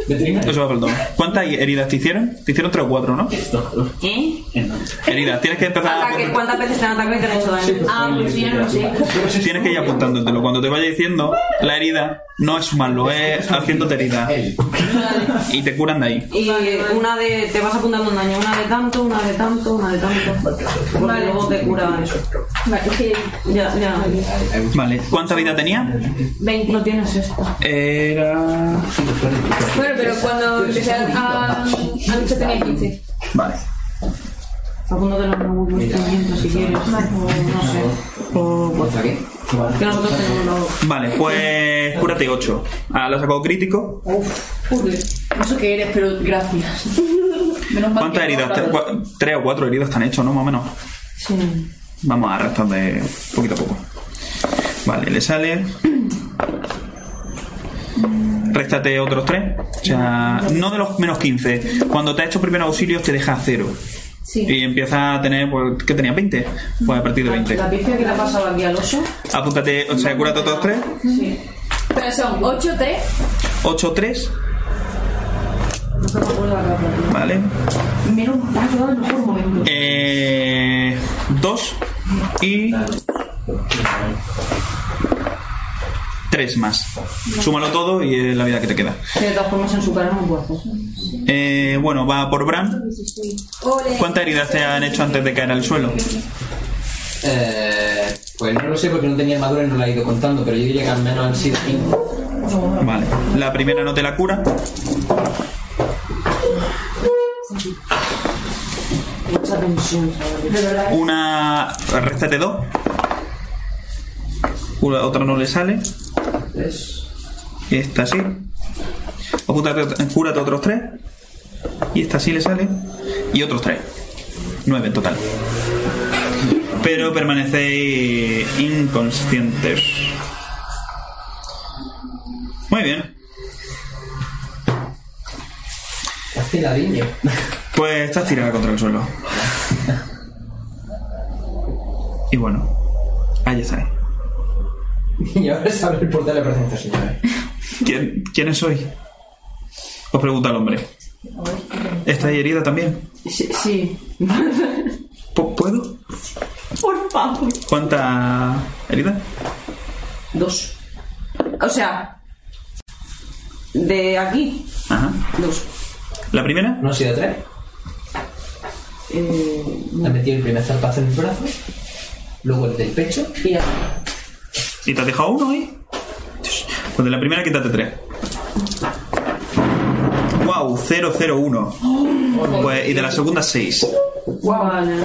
Veterinario.
Eso va faltando. ¿Cuántas heridas te hicieron? Te hicieron tres o cuatro, ¿no?
¿Eh?
Heridas. Tienes que empezar. a
Ataque,
apuntar-
Ah, ¿Cuántas veces te han atacado y te han hecho daño?
Ah, pues yo no sé.
Tienes que ir apuntándotelo. Cuando te vaya diciendo la herida, no es sumarlo, es haciéndote herida. Y te curan de ahí.
Y una de. Te vas apuntando un daño. Una de tanto, una de tanto, una de tanto. Porque luego te cura eso.
Vale, que
Ya, ya.
Vale. ¿Cuánta vida tenía?
20. No tienes esto.
Era.
Bueno, pero cuando empecé a. a- a luchar tenía 15.
Vale.
Apúntate los nuevos instrumentos si quieres. O no sé. Que nosotros tenemos los.
Vale, pues cúrate 8. Ah, la sacó crítico.
No sé qué eres, pero gracias. Menos mal
¿Cuántas
que no
heridas? Tres,
hablas.
cua- tres o cuatro heridas están hechos, ¿no? Más o menos.
Sí.
Vamos a restar de poquito a poco. Vale, le sale. Réstate otros tres. O sea, no de los menos 15. Cuando te ha hecho primeros auxilios te deja a cero. Y empieza a tener, pues, ¿qué tenía? ¿20? Pues a partir
Ah,
de 20.
La pizca que le ha pasado aquí al oso.
Apúntate, o sea, cúrate otros tres.
Sí.
Pero son 8, 3.
8, 3.
No se recuerda la cara.
Vale.
Menos mal que no en el mejor momento.
Eh, 2 y 3 más. Súmalo todo y es la vida que te queda.
De todas formas, en su cara no puedo hacer.
Eh, bueno, va por Bran. ¿Cuántas heridas te han hecho antes de caer al suelo?
Eh, pues no lo sé porque no tenía armadura y no la he ido contando, pero yo diría que al menos han sido cinco.
Vale. La primera no te la cura.
Mucha tensión.
Una. Réstate dos. Una- otra no le sale. Esta sí. Apúntate- cúrate otros tres. Y esta sí le sale. Y otros tres. Nueve en total. Pero permanecéis inconscientes. Muy bien.
Hace la viña.
Pues estás tirada contra el suelo. Y bueno. Ahí estáis.
Y ahora se abre el portal de presencia, señores.
¿Quién, ¿Quiénes sois? Os pregunta el hombre. ¿Estáis herida también?
Sí. sí.
¿Pu- ¿Puedo?
Por favor.
¿Cuántas heridas?
Dos. O sea. De aquí,
Ajá.
dos.
¿La primera?
¿No han sido tres?
Eh,
Le ha metido el primer zarpazo en el brazo, luego el del pecho.
y aquí.
¿Y te has dejado uno ahí? Dios. Pues de la primera quítate tres. ¡Wow! 001. Pues, y de la segunda, seis.
Vale.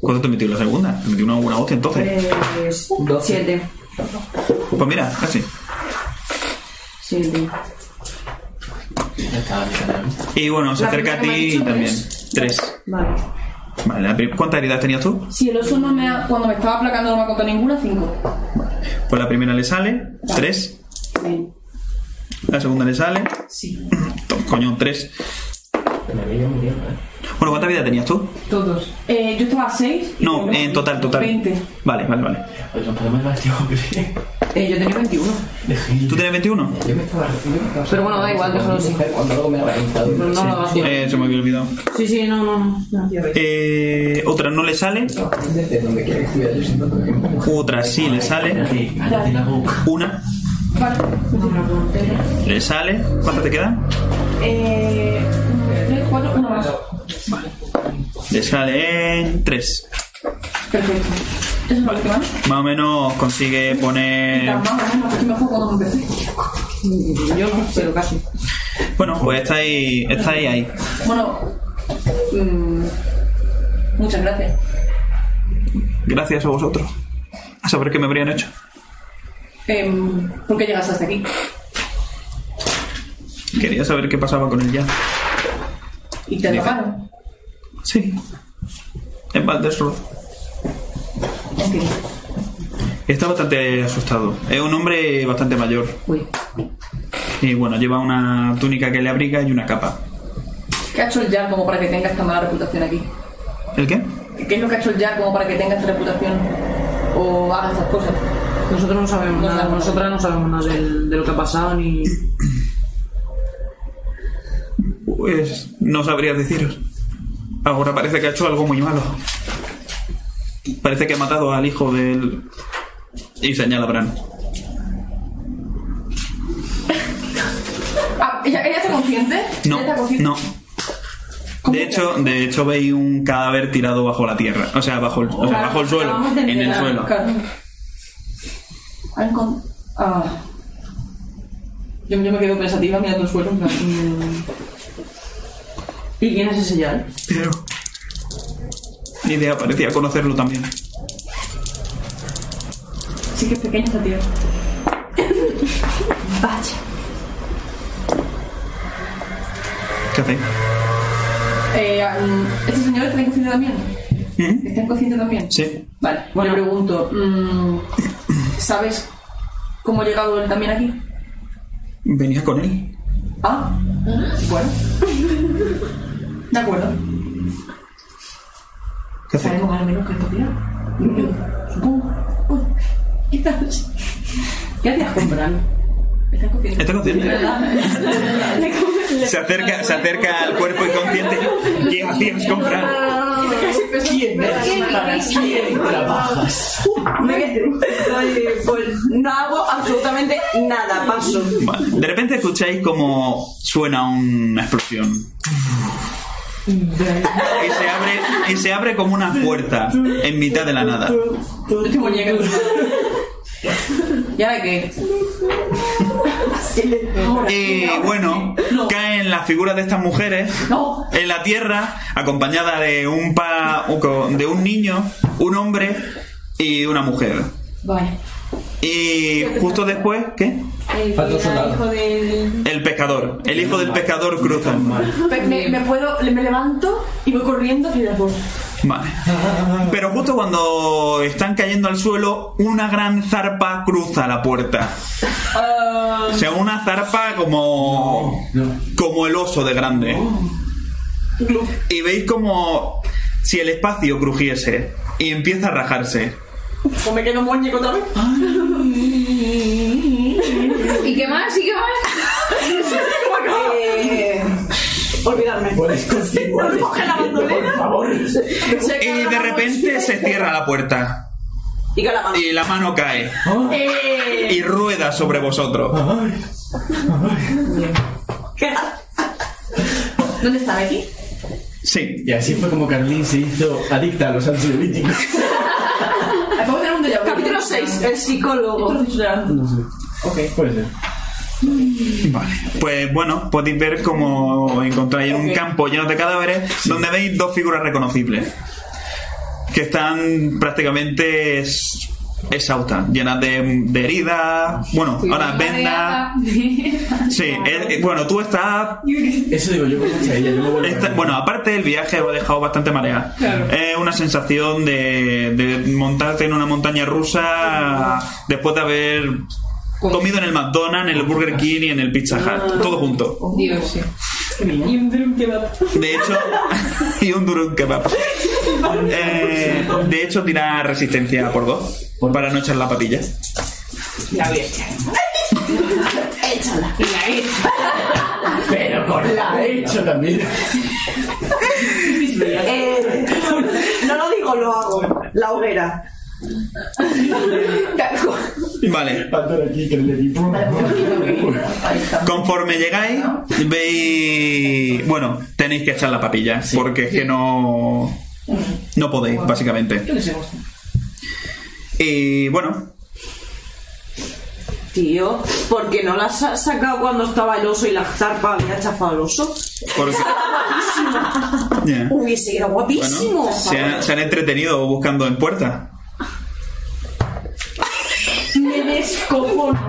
¿Cuánto te metió la segunda? Te metió una buena hostia entonces.
Tres.
Doce.
Siete.
Pues mira, casi.
Siete.
Y bueno, se
La
acerca a
primera que me ha
ti
dicho,
también. Tres.
Vale.
Vale, la pri- ¿cuántas heridas tenías tú?
Si el oso no me ha, cuando me estaba aplacando no me ha contado ninguna, cinco.
Pues la primera le sale, 3.
Bien.
La segunda le sale,
Sí.
to- coño, 3. Bueno, ¿cuánta vida tenías tú?
Todos. Eh, yo estaba a seis. y
No,
tengo
en total, total.
Veinte.
Vale, vale, vale.
Oye, no podemos llevar este hombre.
Eh, yo tenía 21.
¿Tú tienes 21?
Yo me estaba yo me estaba-
Pero bueno, da igual, que solo sí.
Cuando luego me ha realizado.
No, no lo hagas bien.
Eh, se me había olvidado.
Sí, sí, no, no, no.
Eh, otra no le sale,
Desde donde quiera que estuviera yo siento que me
otra sí le sale,
Cállate, cállate la boca.
una
Vale.
le sale. ¿Cuántas te quedan?
Eh, un, tres, cuatro, uno más.
Le salen tres.
Perfecto. Eso es lo que más.
Más o menos consigue poner.
Tan más o menos, que mejor cuando me empecé.
Yo pero casi.
Bueno, pues está ahí, está ahí, ahí.
Bueno, mm, muchas gracias.
Gracias a vosotros. A saber qué me habrían hecho.
Em, ¿Por qué llegas hasta aquí?
Quería saber qué pasaba con él ya.
Y te atraparon.
Sí. En Baldur's Road.
En fin.
Está bastante asustado. Es un hombre bastante mayor.
Uy.
Y bueno, lleva una túnica que le abriga y una capa.
¿Qué ha hecho el Jar como para que tengas tan mala reputación aquí?
¿El qué?
¿Qué es lo que ha hecho el Jar como para que tengas esta reputación? O hagas estas cosas.
Nosotros no sabemos
No
nada,
sabemos.
nosotras no sabemos nada del- de, lo que ha pasado ni.
Pues no sabría deciros. Ahora parece que ha hecho algo muy malo. Parece que ha matado al hijo del... Y señala a Bran.
Ah, ¿ella, ella está consciente?
No,
¿Ella está consciente?
no. De hecho, de hecho veis un cadáver tirado bajo la tierra. O sea, bajo el, o sea, bajo el suelo.
acabamos de
En el
enterar,
suelo.
Claro. Han con- ah. Yo, yo me quedo pensativa mirando el suelo. en plan, mm.
¿Y quién es ese Yal?
Pero... Ni idea, parecía conocerlo también.
Sí que es pequeña esta tierra.
Vaya.
¿Qué hacéis?
Eh, mm, ¿Este señor está inconsciente también?
¿Mm?
¿Está inconsciente también?
Sí.
Vale, bueno, le pregunto, mm, ¿sabes cómo ha llegado él también aquí?
Venía con él.
Ah, bueno. De acuerdo.
¿Qué hacéis?
Sabemos al menos que esto tira. Supongo. Uy, ¿Qué tal? ¿Qué hacías con Bran? ¿Estás consciente?
Está consciente.
¿Verdad? Le come- le-
Este Se acerca, se acerca al cuerpo inconsciente. ¿Qué hacías con Bran?
¿Quién
pues,
eres? ¿Quién trabajas?
Oye, pues no hago absolutamente nada, paso.
Vale. De repente escucháis como suena una explosión. Y se abre, y se abre como una puerta en mitad de la nada.
Este muñeco. ¿Y ahora qué?
Y bueno, caen las figuras de estas mujeres
No.
en la tierra, acompañada de un pa, de un niño, un hombre y una mujer.
Vale.
Y justo después, ¿qué?
El
Falta un
que era
soldado.
hijo del.
El pescador. El hijo del pescador cruza.
Pe- Me, me puedo, me levanto y voy corriendo hacia el árbol.
Vale. Pero justo cuando están cayendo al suelo, una gran zarpa cruza la puerta.
Ah,
O sea, una zarpa como. como el oso de grande. Y veis como si el espacio crujiese y empieza a rajarse.
O me quedo muñeco otra vez.
¿Y qué más? ¿Y qué más?
Eh, olvidarme.
Puedes continuar.
Coge la bandolera.
Por favor.
Y de repente se cierra la puerta.
Y que la mano.
Y la mano cae. Y rueda sobre vosotros.
Ay,
¿Qué?
¿Dónde está Becky?
Sí.
Y así fue como Carlín se hizo adicta a los ansiolíticos.
Acabo de tener un déjà vu.
Capítulo 6, el
Otro
psicólogo.
titular.
No sé. Ok, puede ser.
Vale. Pues bueno, podéis ver como encontráis un campo lleno de cadáveres donde veis dos figuras reconocibles que están prácticamente es- exhaustas, llenas de, de heridas. Bueno, ahora vendas. Sí, eh, eh, bueno, tú estás
Eso digo yo con mucha ella. Yo me vuelvo
Esta-
a-
bueno, aparte el viaje lo ha dejado bastante mareada. Es una sensación de, de montarte en una montaña rusa después de haber comido en el McDonald's, en el Burger King y en el Pizza Hut. Todo junto.
Dios, sí.
Y un drum que va.
De hecho, y un duro kebab. Eh, de hecho, tira resistencia por dos para no echar la patilla.
La voy a echar. Échala. Y la echa.
Pero con la hecha también.
Eh, no lo digo, lo hago. La hoguera.
Vale.
aquí que le di pum.
Conforme llegáis, veis. Bueno, tenéis que echar la papilla, porque es que no. No podéis, básicamente. Y bueno,
Tío, ¿por qué no las has sacado cuando estaba el oso y la zarpa había chafado al oso?
porque. Ya.
Hubiese era guapísimo.
Bueno, se, han, se han entretenido buscando en puertas.
Me descojono.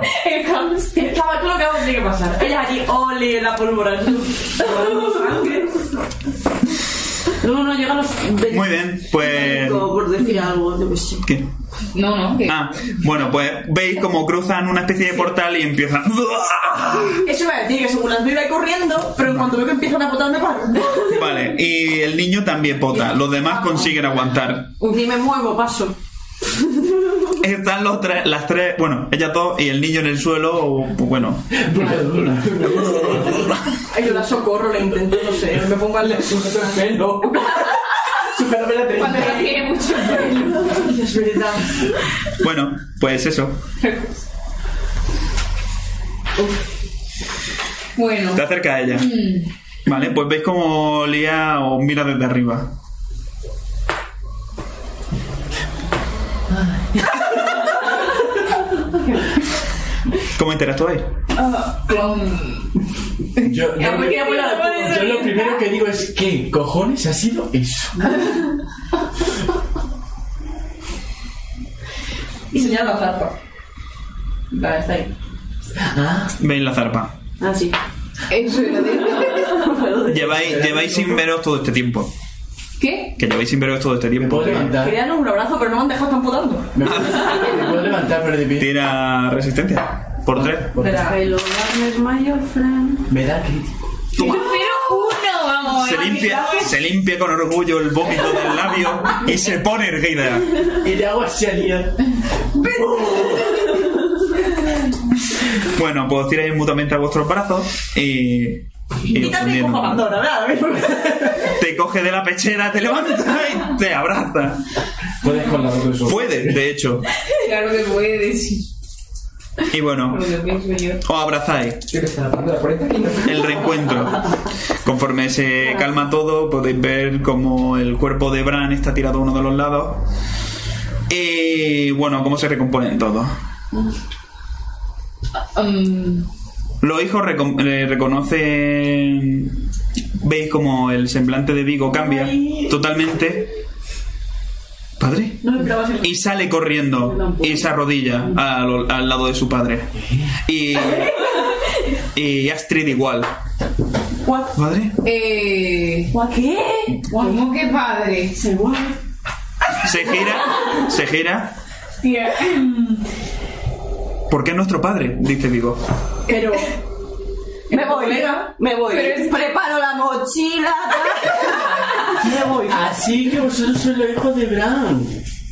Estaba todo lo que tenía que pasar. Ella allí, ole, la pólvora. No, no, llegan los 25,
Muy bien, pues.
por decir algo, yo qué sé.
¿Qué?
No, no, que.
Ah, bueno, pues veis como cruzan una especie de portal y empiezan.
Eso me decir que según las veo ahí corriendo, pero en cuanto veo que empiezan a botar me paro.
Vale, y el niño también pota. Los demás consiguen aguantar.
Ni me muevo, paso.
Están los tres, las tres, bueno, ellas dos y el niño en el suelo, o, pues bueno.
Ay, yo la socorro, la intento, no sé, me pongo al
Sujétame el pelo. Sujétame la
Cuando
trenza.
no tiene mucho
Es verdad.
Bueno, pues eso.
Bueno.
Te acerca a ella. Vale, pues veis como Lía os mira desde arriba. ¿Cómo interactuáis?
Yo, yo,
porque ya fue la de-
yo lo primero que digo es: ¿qué cojones ha sido eso?
Y señala la zarpa. Vale, está ahí.
Veis la zarpa.
Ah, sí.
Eso era de.
Lleváis, lleváis sin veros todo este tiempo.
¿Qué?
Que lleváis sin veros todo este
Me
tiempo.
puedo levantar.
Querían un abrazo, pero no me han dejado tan potando.
Me puedo, me puedo levantar, pero de pie.
Tira resistencia. Por tres.
Por-
Hello, darkness, my old friend.
Me da crítico.
Pero uno, vamos.
Se limpia, se limpia con orgullo el vómito del labio y se pone erguida.
Y le hago así a Lía.
Bueno, pues tiráis mutuamente a vuestros brazos y. y os
Quítame
hundieron.
como Pandora, ¿verdad?
te coge de la pechera, te levanta y te abraza.
Puedes con la boca de su
Puede, de hecho.
Claro que puede decir.
Y bueno,
Por lo pienso yo.
os abrazáis.
Yo que estaba parando la 40 kilos.
El reencuentro. Conforme se calma todo, podéis ver como el cuerpo de Bran está tirado a uno de los lados. Y bueno, cómo se recomponen todos.
Um,
Los hijos recom- eh, reconocen. Veis como el semblante de Vigo cambia totalmente. ¿Padre?
No me esperaba ser
Y sale corriendo y se arrodilla al, al lado de su padre. Y. Y Astrid igual.
What?
¿Padre?
eh,
¿What? ¿Qué?
¿Cómo que padre?
Say what?
Se gira, se gira.
Tía.
¿Por qué nuestro padre? Dice Vigo.
Pero. Me voy,
colega.
me voy.
Pero es-
Preparo la mochila. me voy.
Así que vosotros sois los hijos de Bran.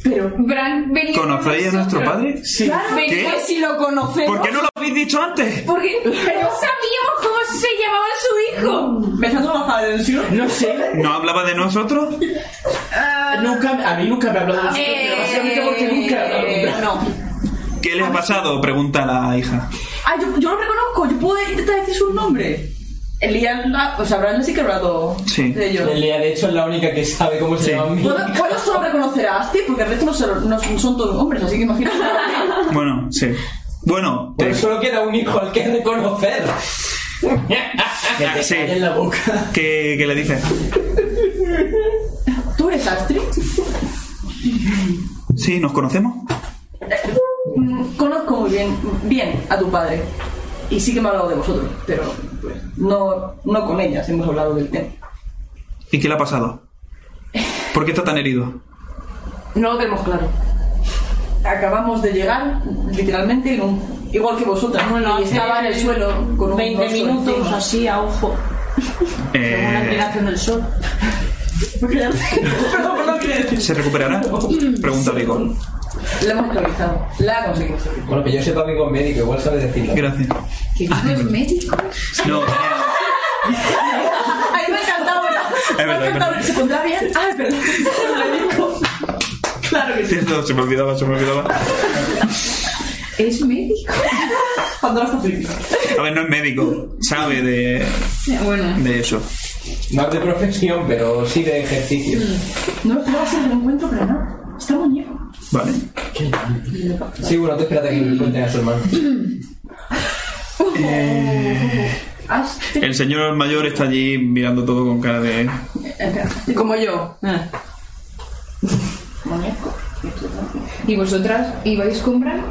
Pero.
Bran, venid con
¿Conocéis a nuestro
nosotros.
padre?
Sí.
Venid.
¿Qué?
Pues si lo conocemos.
¿Por qué no lo habéis dicho antes?
Porque no sabíamos cómo se llamaba su hijo.
¿Me estás bajada de tensión?
No sé.
¿No hablaba de nosotros?
Nunca, a mí nunca me ha hablado de eso.
Eh,
pero básicamente porque nunca he hablado de Bran.
no.
¿Qué le ha pasado? Pregunta la hija.
Ah, yo, yo lo reconozco, yo puedo intentar decir su nombre. Elías, la- o sea, Brandon sí que ha hablado
Sí.
de ellos.
Lea, de hecho, es la única que sabe cómo se
Sí.
llama mi.
¿Puedo, puedo solo reconocer a Asti porque el resto no, se lo- no son son todos hombres, así que imagino.
Bueno, sí. Bueno, pues,
Bueno,
te-
solo queda un hijo al que reconocer.
Que te
Sí.
calles la boca.
¿qué, qué le dices?
¿Tú eres Astrid?
Sí, ¿nos conocemos?
Mm, Conozco muy bien, bien a tu padre. Y sí que me ha hablado de vosotros, pero pues, no, no con ellas hemos hablado del tema.
¿Y qué le ha pasado? ¿Por qué está tan herido?
No lo tenemos claro. Acabamos de llegar, literalmente, en un- igual que vosotras.
Bueno,
y estaba en el suelo con un
20
oso
minutos
encima.
así a ojo. Según la
Eh,
inclinación del sol.
Perdón, perdón, quería decir.
¿Se recuperará? Pregunta Vigo.
La hemos actualizado. La conseguimos.
Bueno, que yo sepa que con médico, igual sabe decirlo.
Gracias.
¿Qué es médico?
No, tenía-
Ay, me ha encantado, ¿verdad?
verdad,
Me ha encantado.
es verdad.
¿Se pondrá bien? Ah, es verdad.
Claro que sí.
Cierto, se me olvidaba, se me olvidaba.
¿Es médico?
Cuando las facilita.
A ver, no es médico, sabe de,
Bueno,
de eso.
No es de profesión, pero sí de ejercicio.
No me esperaba ser el encuentro para nada. Está muy bien.
Vale.
Sí, bueno, te espérate que le cuenten a su hermano.
Eh, El señor mayor está allí mirando todo con cara de.
Como yo.
¿y vosotras ibais con Bran?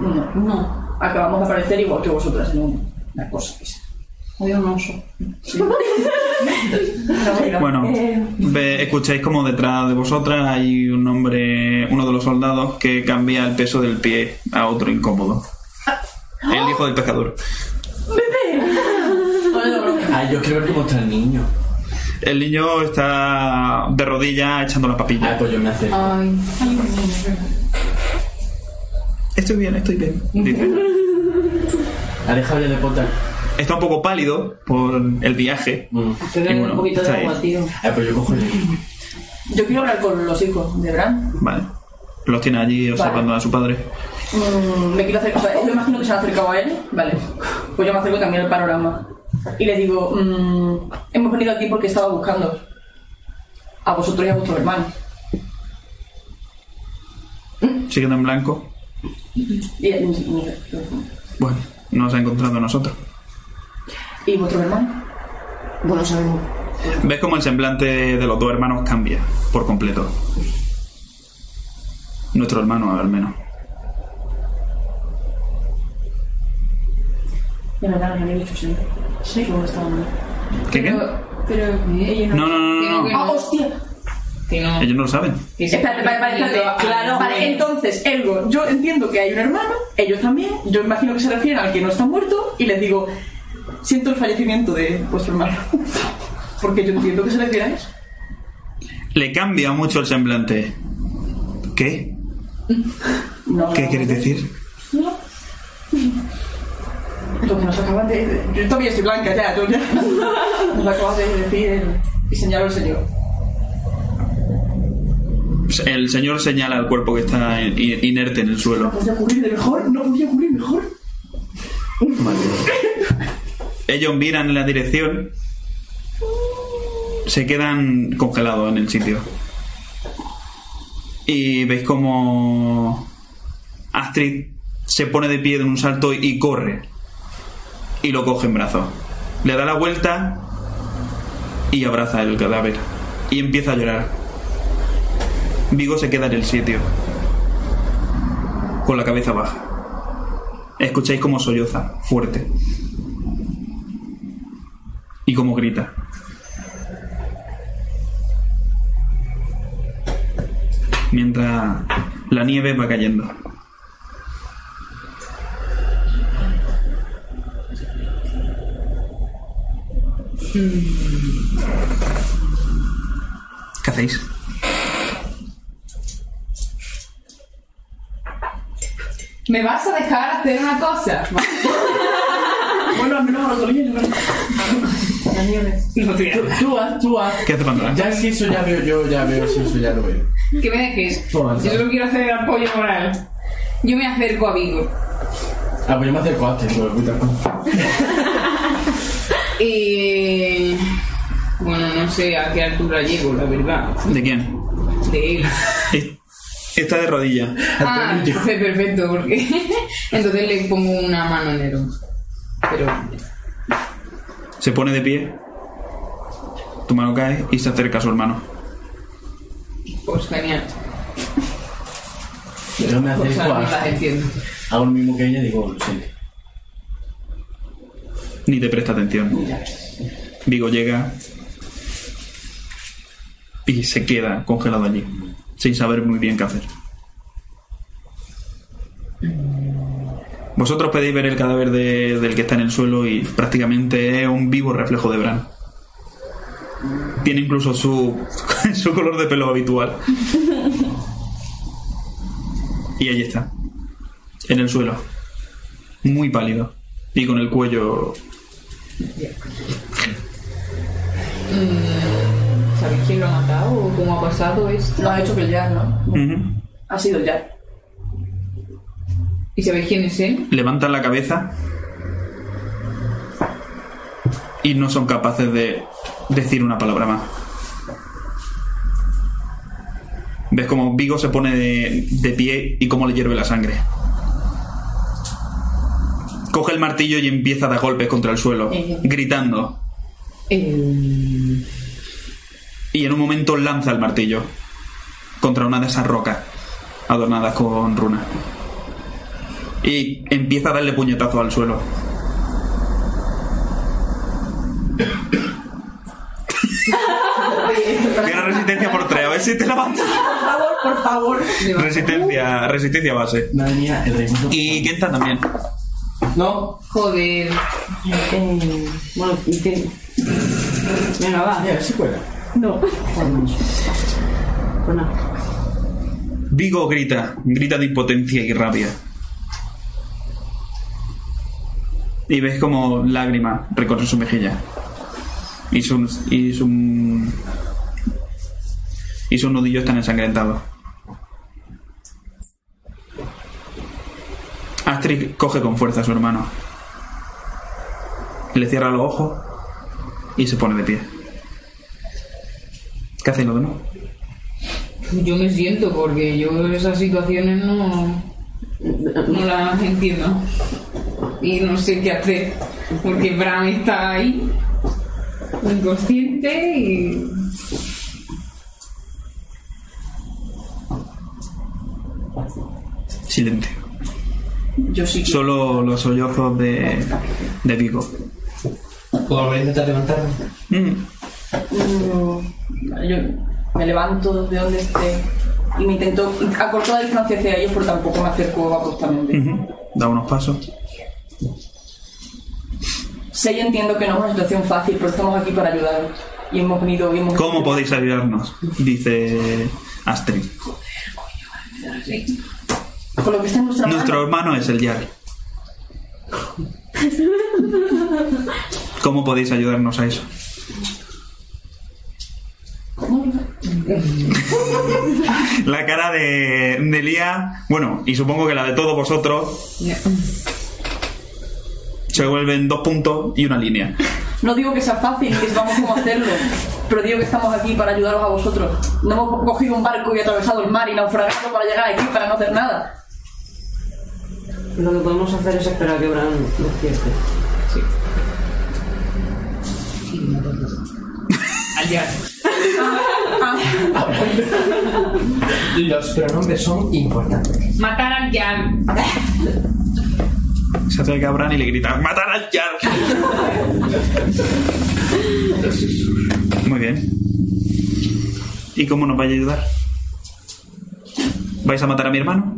No, no. Acabamos de aparecer igual que vosotras en un- una cosa que sea. Odio un oso.
Bueno, ve- escucháis como detrás de vosotras hay un hombre, uno de los soldados, que cambia el peso del pie a otro incómodo. El hijo del pescador.
Ay, Ah, yo quiero ver cómo está el niño.
El niño está de rodillas echando la
Ay,
papilla.
pues yo me acerco.
Ay,
Estoy bien, estoy bien. Dice.
Aléjale de pota.
Está un poco pálido por el viaje.
Mm.
Y
Pero
bueno,
un poquito de
está
agua,
ahí.
tío.
Ay, pues yo cojo el niño.
Yo quiero hablar con los hijos de Bran.
Vale. Los tiene allí observando a su padre.
Mm, me quiero hacer. O sea, yo imagino que se han acercado a él. Vale. Pues yo me acerco también al panorama. Y le digo: mm, Hemos venido aquí porque estaba buscando a vosotros y a vuestro hermano.
Siguiendo en blanco.
Y, y,
Bueno, nos ha encontrado a nosotros.
y vuestro hermano.
bueno, sabemos.
Ves como el semblante de los dos hermanos cambia por completo. Nuestro hermano, al menos.
De verdad, me había dicho siempre. Sí, cómo estaban.
¿Qué qué?
Pero, pero
¿Eh?
No, no, no, no. no.
¡Ah, hostia!
Que no.
Ellos no lo saben.
Que se-
Espérate, vale, vale, espérate.
Claro,
Vale,
bueno.
entonces, Elgo, yo entiendo que hay un hermano, ellos también, yo imagino que se refieren al que no está muerto, y les digo, siento el fallecimiento de vuestro hermano. Porque yo entiendo que se refiere a eso.
Le cambia mucho el semblante. ¿Qué?
No,
¿Qué
no,
quieres
no.
decir?
No. Lo que nos acaban de. de- Yo todavía estoy blanca ya, yo ya. Nos lo acabas de decir el- y señalar el señor.
El señor señala al cuerpo que está in- inerte en el suelo.
¿Podría ocurrir de mejor? ¿No podría ocurrir mejor?
Ellos miran en la dirección. Se quedan congelados en el sitio. Y veis como Astrid se pone de pie de un salto y corre. Y lo coge en brazos. Le da la vuelta y abraza el cadáver. Y empieza a llorar. Vigo se queda en el sitio. Con la cabeza baja. Escucháis como solloza, fuerte y como grita. Mientras la nieve va cayendo. ¿Qué hacéis?
¿Me vas a dejar hacer una cosa?
Bueno, al menos a los niños, ¿no? Las nieves.
No, tía.
Tú, tú haz, tú haz.
¿Qué hace Pandora?
Ya si eso ya veo yo, ya veo si eso ya lo veo.
Que me dejes.
Toma,
Yo
toma.
solo quiero hacer el apoyo moral. Yo me acerco a Vigo.
Ah, pues yo me acerco a este, hijo de puta.
Y. Bueno, no sé a qué altura llego, la verdad.
¿De quién?
De él.
Es- Está de rodilla.
Ah, entonces perfecto, porque. Entonces le pongo una mano en el hombro. Pero.
Se pone de pie. Tu mano cae y se acerca a su hermano.
Pues genial.
Yo me
Pues
acerco
ahora me
a,
las entiendo.
hago lo mismo que ella y digo, lo siento.
Ni te presta atención. Vigo llega y se queda congelado allí, sin saber muy bien qué hacer. Vosotros podéis ver el cadáver de- del que está en el suelo y prácticamente es un vivo reflejo de Bran. Tiene incluso su, su color de pelo habitual. Y ahí está, en el suelo, muy pálido y con el cuello
¿Sabéis quién lo ha matado o cómo ha pasado esto?
Lo ha hecho pelear, ¿no?
Ujú.
Ha sido ya.
¿Y sabéis quién es él?
Levantan la cabeza y no son capaces de decir una palabra más. Ves como Vigo se pone de, de pie y cómo le hierve la sangre. Coge el martillo y empieza a dar golpes contra el suelo, gritando.
El...
Y en un momento lanza el martillo contra una de esas rocas adornadas con runas. Y empieza a darle puñetazos al suelo. Tiene resistencia por tres, a ver si te levantas.
Por favor, por favor.
Resistencia, resistencia base.
Madre mía, el rey
Y Kenta también.
No,
Joder.
Eh, bueno, intento. Venga, va.
Mira, sí cuela.
No. Pues nada.
Vigo grita, grita de impotencia y rabia. Y ves como lágrima recorre su mejilla. Y su, y su, y sus nudillos están ensangrentados. Astrid coge con fuerza a su hermano. Le cierra los ojos y se pone de pie. ¿Qué hacen los demás?
Yo me siento porque yo esas situaciones no, no las entiendo. Y no sé qué hacer. Porque Bram está ahí, inconsciente y.
Silencio.
Yo sí que.
Solo los sollozos de, de Vigo.
puedo volver a intentar levantarme.
Mm.
Mm-hmm. Mm, Yo me levanto de donde esté y me intento acortar la distancia hacia ellos, pero tampoco me acerco abruptamente.
Ujú. Da unos pasos.
Sé y entiendo que no es una situación fácil, pero estamos aquí para ayudaros. Y hemos venido y hemos.
¿Cómo podéis ayudarnos? Dice Astrid.
Con lo que está en nuestra mano.
Nuestro hermano es el Yar. ¿Cómo podéis ayudarnos a eso? La cara de, de Lía, bueno, y supongo que la de todos vosotros, se vuelven dos puntos y una línea.
No digo que sea fácil, que sepamos cómo hacerlo, pero digo que estamos aquí para ayudaros a vosotros. No hemos cogido un barco y atravesado el mar y naufragado para llegar aquí para no hacer nada.
Lo que podemos hacer es esperar a que Bran despierte.
Los pronombres son importantes.
Matar al Jan.
Se acerca a Bran y le grita, ¡Matar al Yar! Muy bien. ¿Y cómo nos vais a ayudar? ¿Vais a matar a mi hermano?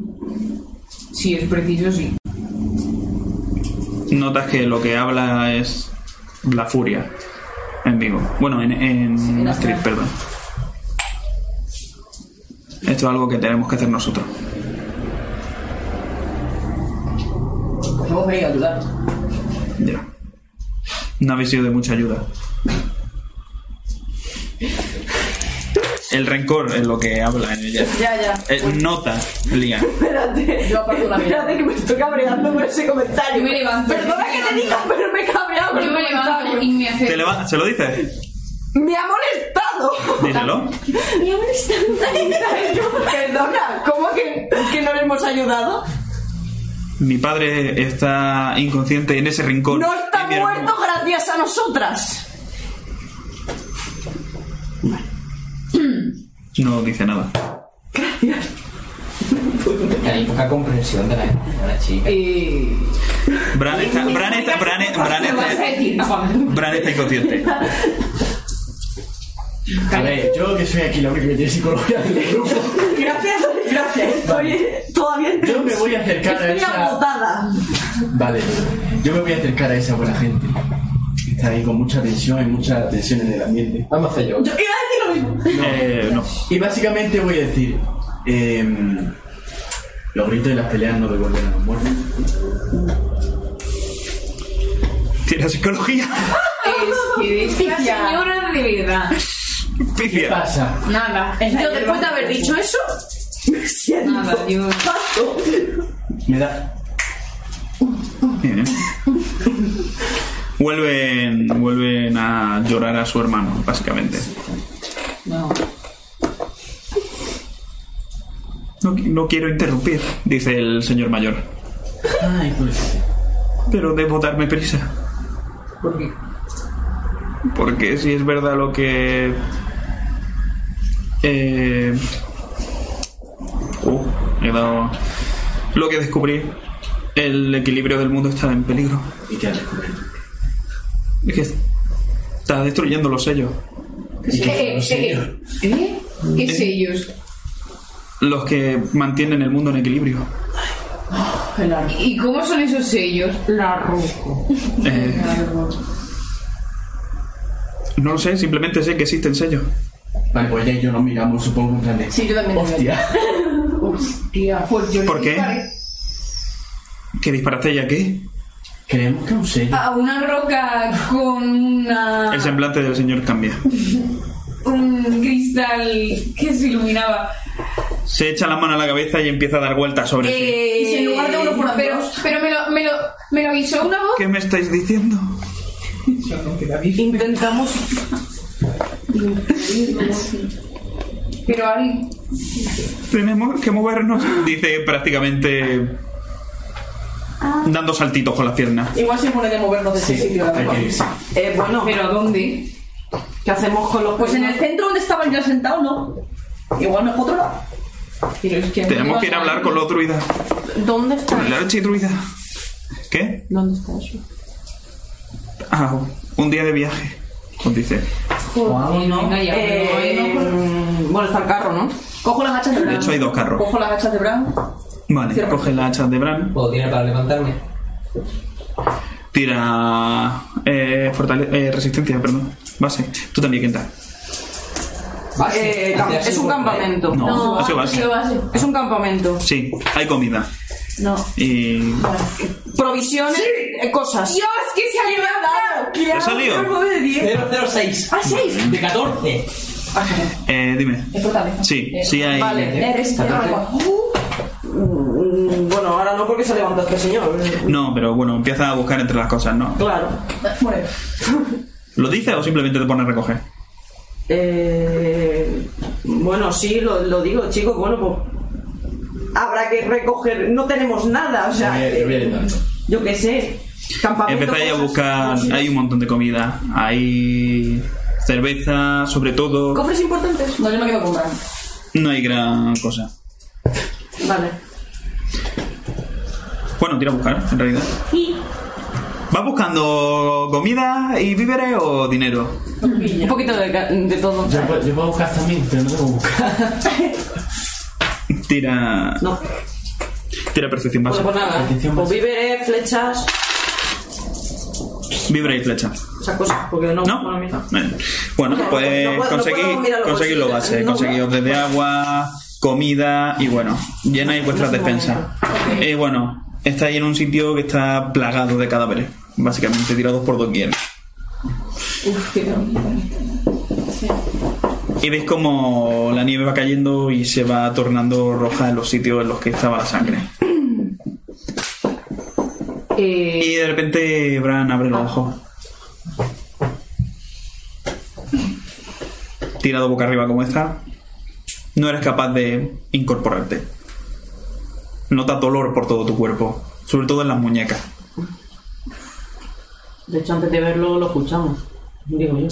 Si es preciso, sí.
Notas que lo que habla es la furia en vivo. Bueno, en, en Astrid, perdón. Esto es algo que tenemos que hacer nosotros.
Hemos venido a ayudar.
Ya. No habéis sido de mucha ayuda. El rencor es lo que habla en ella.
Ya, ya.
Eh, nota, Lía.
Espérate.
Yo aparto la mirada.
Espérate que me estoy cabreando por ese comentario.
Yo me levanto.
Perdona que te diga, pero me he cabreado. por
Yo me
el comentario.
levanto y me
¿Te
acerco.
leva- ¿Se lo dices?
Me ha molestado.
Díselo.
Mi amor está
Perdona, ¿cómo que, que no le hemos ayudado?
Mi padre está inconsciente en ese rincón.
No está
Y mi hermano-
muerto gracias a nosotras.
No dice nada.
Hay poca comprensión de la, de la chica.
Eh,
Bran está, Bran está, Bran, Bran
¿Qué vas a
está,
decir?
Bran está inconsciente.
A ver, yo que soy aquí la única que tiene psicología del grupo,
Gracias, gracias. Estoy todavía en
yo me voy a acercar a
Estoy
esa.
agotada.
Vale, yo me voy a acercar a esa buena gente. que Está ahí con mucha tensión y mucha tensión en el ambiente.
Vamos a hacer yo.
Yo iba a decir lo mismo.
Eh, no.
Y básicamente voy a decir: em, Los gritos de las peleas no devuelven a los muertos.
Tiene psicología.
Es que de esta
Ya.
señora de verdad.
Pifia.
pasa?
Nada.
Yo después de haber dicho eso, me siento
Nada, yo.
pato.
Me da.
Bien. Vuelven, vuelven a llorar a su hermano, básicamente.
No.
No, qui- no quiero interrumpir, dice el señor mayor,
Ay, pues.
pero debo darme prisa,
¿Por qué?
porque si es verdad lo que... Eh... uh, he dado- Lo que descubrí, el equilibrio del mundo está en peligro.
¿Y qué has descubierto?
Es que está destruyendo los sellos.
¿Y qué
Eh,
no sé
eh,
yo.
¿Eh? ¿Qué sellos?
Los que mantienen el mundo en equilibrio.
¿Y cómo son esos sellos? La rojo.
Eh, no lo sé, simplemente sé que existen sellos.
Vale, pues ya yo nos miramos, supongo, en plan de.
Sí, yo también.
Hostia.
Hostia. Pues yo
¿Por qué? ¿Que disparaste ella qué?
Creemos que un sello.
Ah,
A una roca con una.
El semblante del señor cambia.
un cristal que se iluminaba.
Se echa la mano a la cabeza y empieza a dar vueltas sobre sí.
Eh,
Y si en lugar de uno fueran
pero,
dos.
pero me lo, me lo, me lo avisó una voz.
¿Qué me estáis diciendo?
Intentamos.
Pero alguien.
Tenemos que movernos. Dice prácticamente dando saltitos con las piernas.
Igual se pone de movernos de
Sí,
ese sitio, la
hay
verdad.
que irse.
Eh, bueno,
¿Pero dónde?
¿qué hacemos con los
Pues en el
peinados?
centro donde estaba yo sentado, no.
Igual no es otro lado.
Pero es que
Tenemos que ir a hablar con los druidas.
¿Dónde está?
¿Con el archidruida? ¿Qué?
¿Dónde está eso?
Ah, un día de viaje. Os dice.
Joder,
No,
venga ya, pero
eh,
hoy no,
Bueno, está el carro, ¿no?
Cojo las hachas de Bran.
De hecho, hay dos carros.
Cojo las hachas de Bran.
Vale, coge la hacha de Bran.
¿Puedo tirar para levantarme?
Tira eh, fortale- eh, resistencia, perdón. Base. Tú también, Kenta.
Eh, cam- es un campamento.
No, ha sido
sí,
base.
base.
Es un campamento.
Sí, hay comida.
No.
Y...
Provisiones, eh, cosas.
Dios, que se le ha dado.
¿Ha salido?
006.
eh, ¡Ah, seis!
De 14.
Eh, dime.
Es fortaleza.
Sí, sí hay...
Eh, Vale.
Eres
Mm, Bueno, ahora no porque se levanta este señor.
No, pero bueno, empieza a buscar entre las cosas, ¿no?
Claro.
Bueno,
¿Lo dice o simplemente te pone a recoger?
Eh, bueno, sí, lo, lo digo, chicos. Bueno, pues. Habrá que recoger. No tenemos nada, o sea.
Eh,
Te voy a ayudando.
Yo qué sé. Campamento.
Empezáis a
cosas,
buscar...
cosas.
Hay un montón de comida. Hay cerveza, sobre todo.
Cofres importantes.
no, yo me quedo con Bran.
No hay gran cosa.
Vale.
Bueno, tira a buscar, en realidad. ¿Vas buscando comida y víveres o dinero?
Un poquito de, ca- de todo.
Yo, puedo- yo puedo buscar también, pero no tengo que buscar.
Tira...
No,
Tira
pues,
básica.
pues
¿eh?
nada.
Atención,
Pues
base.
víveres, flechas,
Vibra y flecha.
esas cosas. Porque no.
¿No?
bueno, mira.
Vale. Bueno,
No,
pues
no puedo- no
conseguí,
puedo mirar los
conseguí lo
bolsillos.
base.
No,
conseguí
no.
desde agua, comida y bueno, llenáis vuestras despensas. Y bueno, estáis en un sitio que está plagado de cadáveres, básicamente tirados por doquier.
Uf, qué terrible.
Y veis como la nieve va cayendo y se va tornando roja en los sitios en los que estaba la sangre.
Eh,
Y de repente Bran abre los ojos. Tirado boca arriba como está, no eres capaz de incorporarte. Notas dolor por todo tu cuerpo, sobre todo en las muñecas.
De hecho, antes de verlo, lo escuchamos. Digo yo.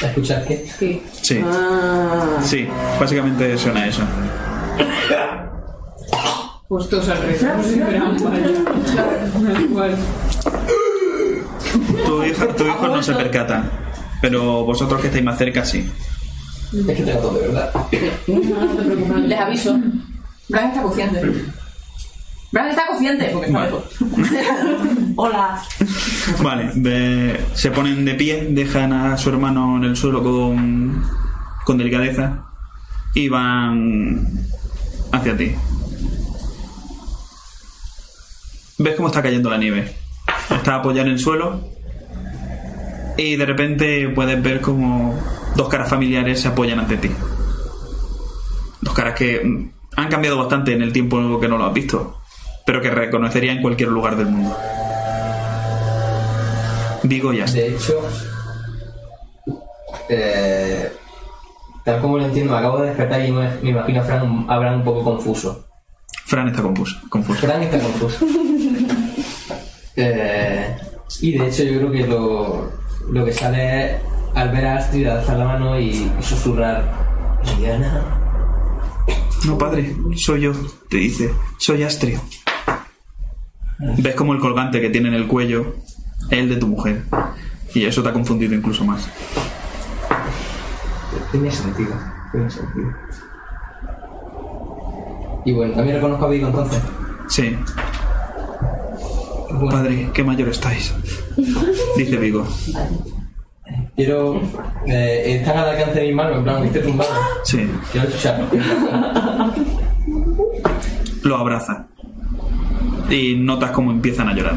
¿Escuchas qué?
Sí,
Ah,
sí, básicamente suena eso.
pues todos alrededor. No sé, pero vaya. Da igual.
Tu hijo, tu hijo no se percata, pero vosotros que estáis más cerca sí.
Es que tengo todo, de verdad.
Les aviso. Bran está consciente. Bran está consciente. Porque está
Vale.
loco.
Hola.
Vale, de- se ponen de pie, dejan a su hermano en el suelo con, con delicadeza y van hacia ti. ¿Ves cómo está cayendo la nieve? Está apoyada en el suelo y de repente puedes ver como dos caras familiares se apoyan ante ti. Dos caras que mm, han cambiado bastante en el tiempo que no lo has visto, pero que reconocería en cualquier lugar del mundo. Digo ya.
De hecho, eh, tal como lo entiendo, me acabo de despertar y me me imagino a Fran, a Bran un poco confuso.
Fran está confuso. confuso.
Fran está confuso. Eh, y de hecho, yo creo que lo, lo que sale es al ver a Astrid alzar la mano y susurrar: Liliana.
No, padre, soy yo, te dice. Soy Astrio. Ves como el colgante que tiene en el cuello es el de tu mujer. Y eso te ha confundido incluso más.
Tiene sentido, tiene sentido. Y bueno, también reconozco a Vigo entonces.
Sí,
Bueno,
padre, qué mayor estáis. Dice Vigo.
Quiero. Eh, están al alcance de mis manos, en plan, estoy tumbado.
Sí,
Quiero escucharlo.
lo abraza. Y notas cómo empiezan a llorar.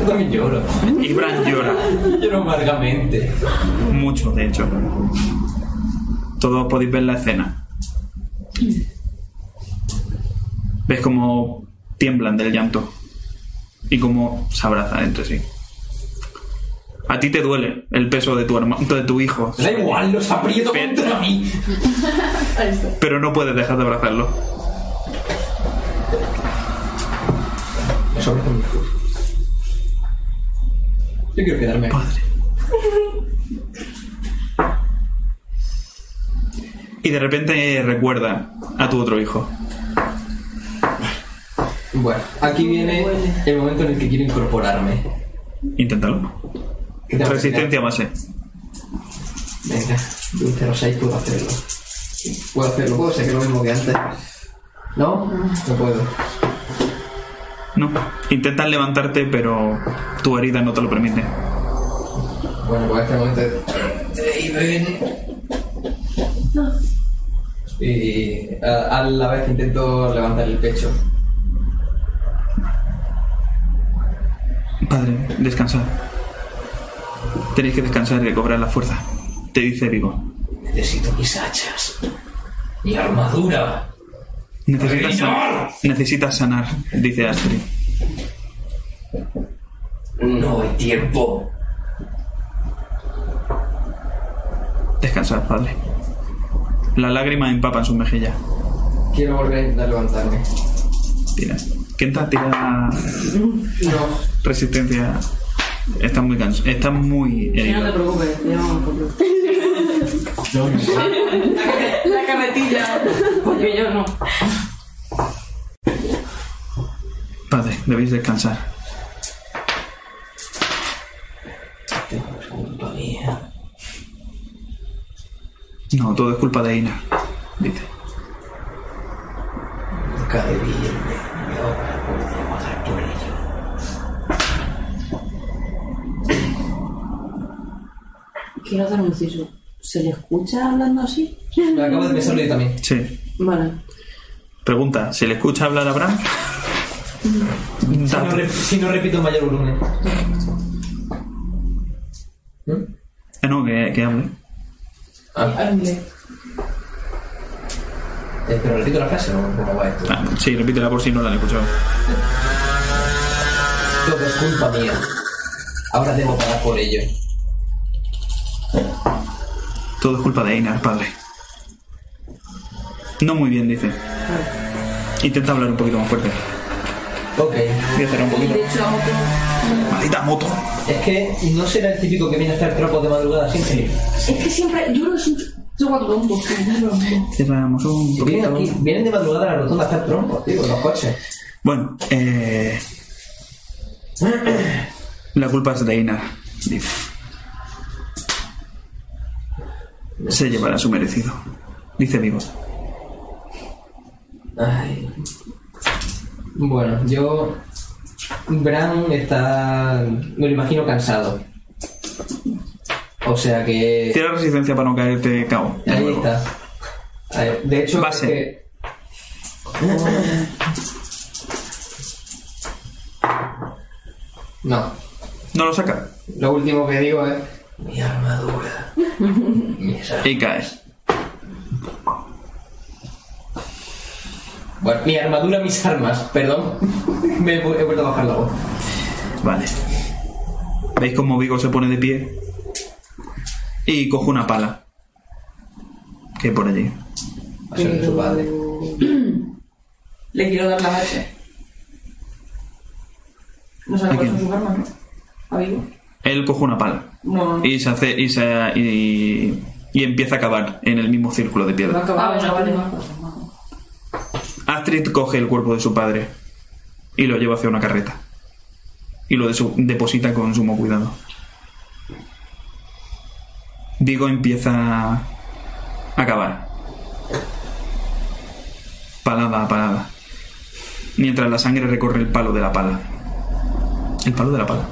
Yo también lloro.
Y Bran llora.
Lloro amargamente.
Mucho, de hecho. Todos podéis ver la escena. Ves cómo tiemblan del llanto y cómo se abrazan entre sí. A ti te duele el peso de tu hermano, de tu hijo,
Da igual, los aprieto contra mí.
pero no puedes dejar de abrazarlo.
Los abrazo con mis pies. Yo quiero quedarme aquí.
Padre. Y de repente recuerda a tu otro hijo.
Bueno, aquí viene el momento en el que quiero incorporarme.
Inténtalo.
¿Qué te parece?
Resistencia base.
Venga, 206 puedo hacerlo. Puedo hacerlo, puedo ser que lo mismo que antes. ¿No? No puedo.
No. Intentas levantarte, pero tu herida no te lo permite.
Bueno, pues este momento es Draven. Y eh, a, a la vez que intento levantar el pecho.
Padre, descansad. Tenéis que descansar y recobrar la fuerza. Te dice Vigo.
Necesito mis hachas. Mi armadura.
Necesitas, san- necesitas sanar, dice Astrid.
No hay tiempo.
Descansad, padre. Las lágrimas empapan su mejilla.
Quiero volver a intentar levantarme.
Tira. Kenta, tira
No.
resistencia. Está muy cansado. Está muy
Ya no te
herido.
preocupes, ya no me preocupes.
La carretilla.
Porque yo no.
Padre, debéis descansar.
Culpa mía.
No, todo es culpa de Ina. Dice.
Nunca debí irme. Y ahora puedo pagar por ello.
Quiero hacer un inciso. ¿Se le escucha hablando así?
Lo acabo de pensarlo yo también.
Sí.
Vale.
Pregunta, ¿se le escucha hablar a Bran?
Si no,
Dato.
re- si no repito en mayor volumen.
Eh, No, que, que hable.
¿Mm? Ah, eh, pero repito la frase, ¿no? ¿Cómo va esto?
Ah, sí, repítela por si no la han escuchado.
Todo es culpa mía. Ahora debo pagar por ello.
Todo es culpa de Einar, padre. No muy bien, dice. Intenta hablar un poquito más fuerte.
Ok.
Voy a cerrar un poquito. Maldita moto.
Es que no será el típico que viene a hacer tropos de madrugada siempre.
Es que siempre. Yo no soy. Yo cuando tonto.
Cerramos un
Y Vienen,
poquito.
aquí, vienen de madrugada a la rotonda a hacer trompos, tío, con los coches.
Bueno, eh... La culpa es de Einar, dice. Se llevará su merecido, dice Vigo.
Ay. Bueno, yo. Bran está. Me lo imagino cansado. O sea que.
Tira resistencia para no caerte cabo. de
Ahí
nuevo.
está. A ver, de hecho,
Base.
que- No,
No lo saca.
Ah. lo último que digo es. Mi armadura.
Y caes.
Bueno, mi armadura, mis armas, perdón. Me he vu- he vuelto a bajar la voz.
Vale. ¿Veis cómo Vigo se pone de pie? Y coge una pala. Que hay por allí.
Va a ser de su padre.
Le quiero dar la H. No sabe
¿A
cuáles son
quién?
sus armas, ¿no? ¿A Vigo?
Él coge una pala.
No, no.
Y se hace. Y, se- y- y empieza a cavar en el mismo círculo de piedra.
Ah, bueno, vale.
Astrid coge el cuerpo de su padre y lo lleva hacia una carreta. Y lo desu- deposita con sumo cuidado. Vigo empieza a cavar. Palada a palada. Mientras la sangre recorre el palo de la pala. El palo de la pala.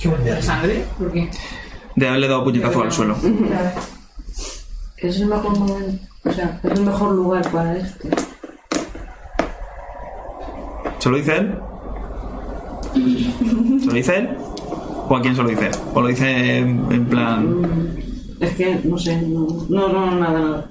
Qué buen día.
¿La sangre? ¿Por qué?
De haberle dado puñetazo al suelo.
Es el mejor momento. O sea, es el mejor lugar para esto.
¿Se lo dice él? ¿Se lo dice él? ¿O a quién se lo dice? ¿O lo dice en en plan...
Es que, no sé, no, no, no, nada, nada.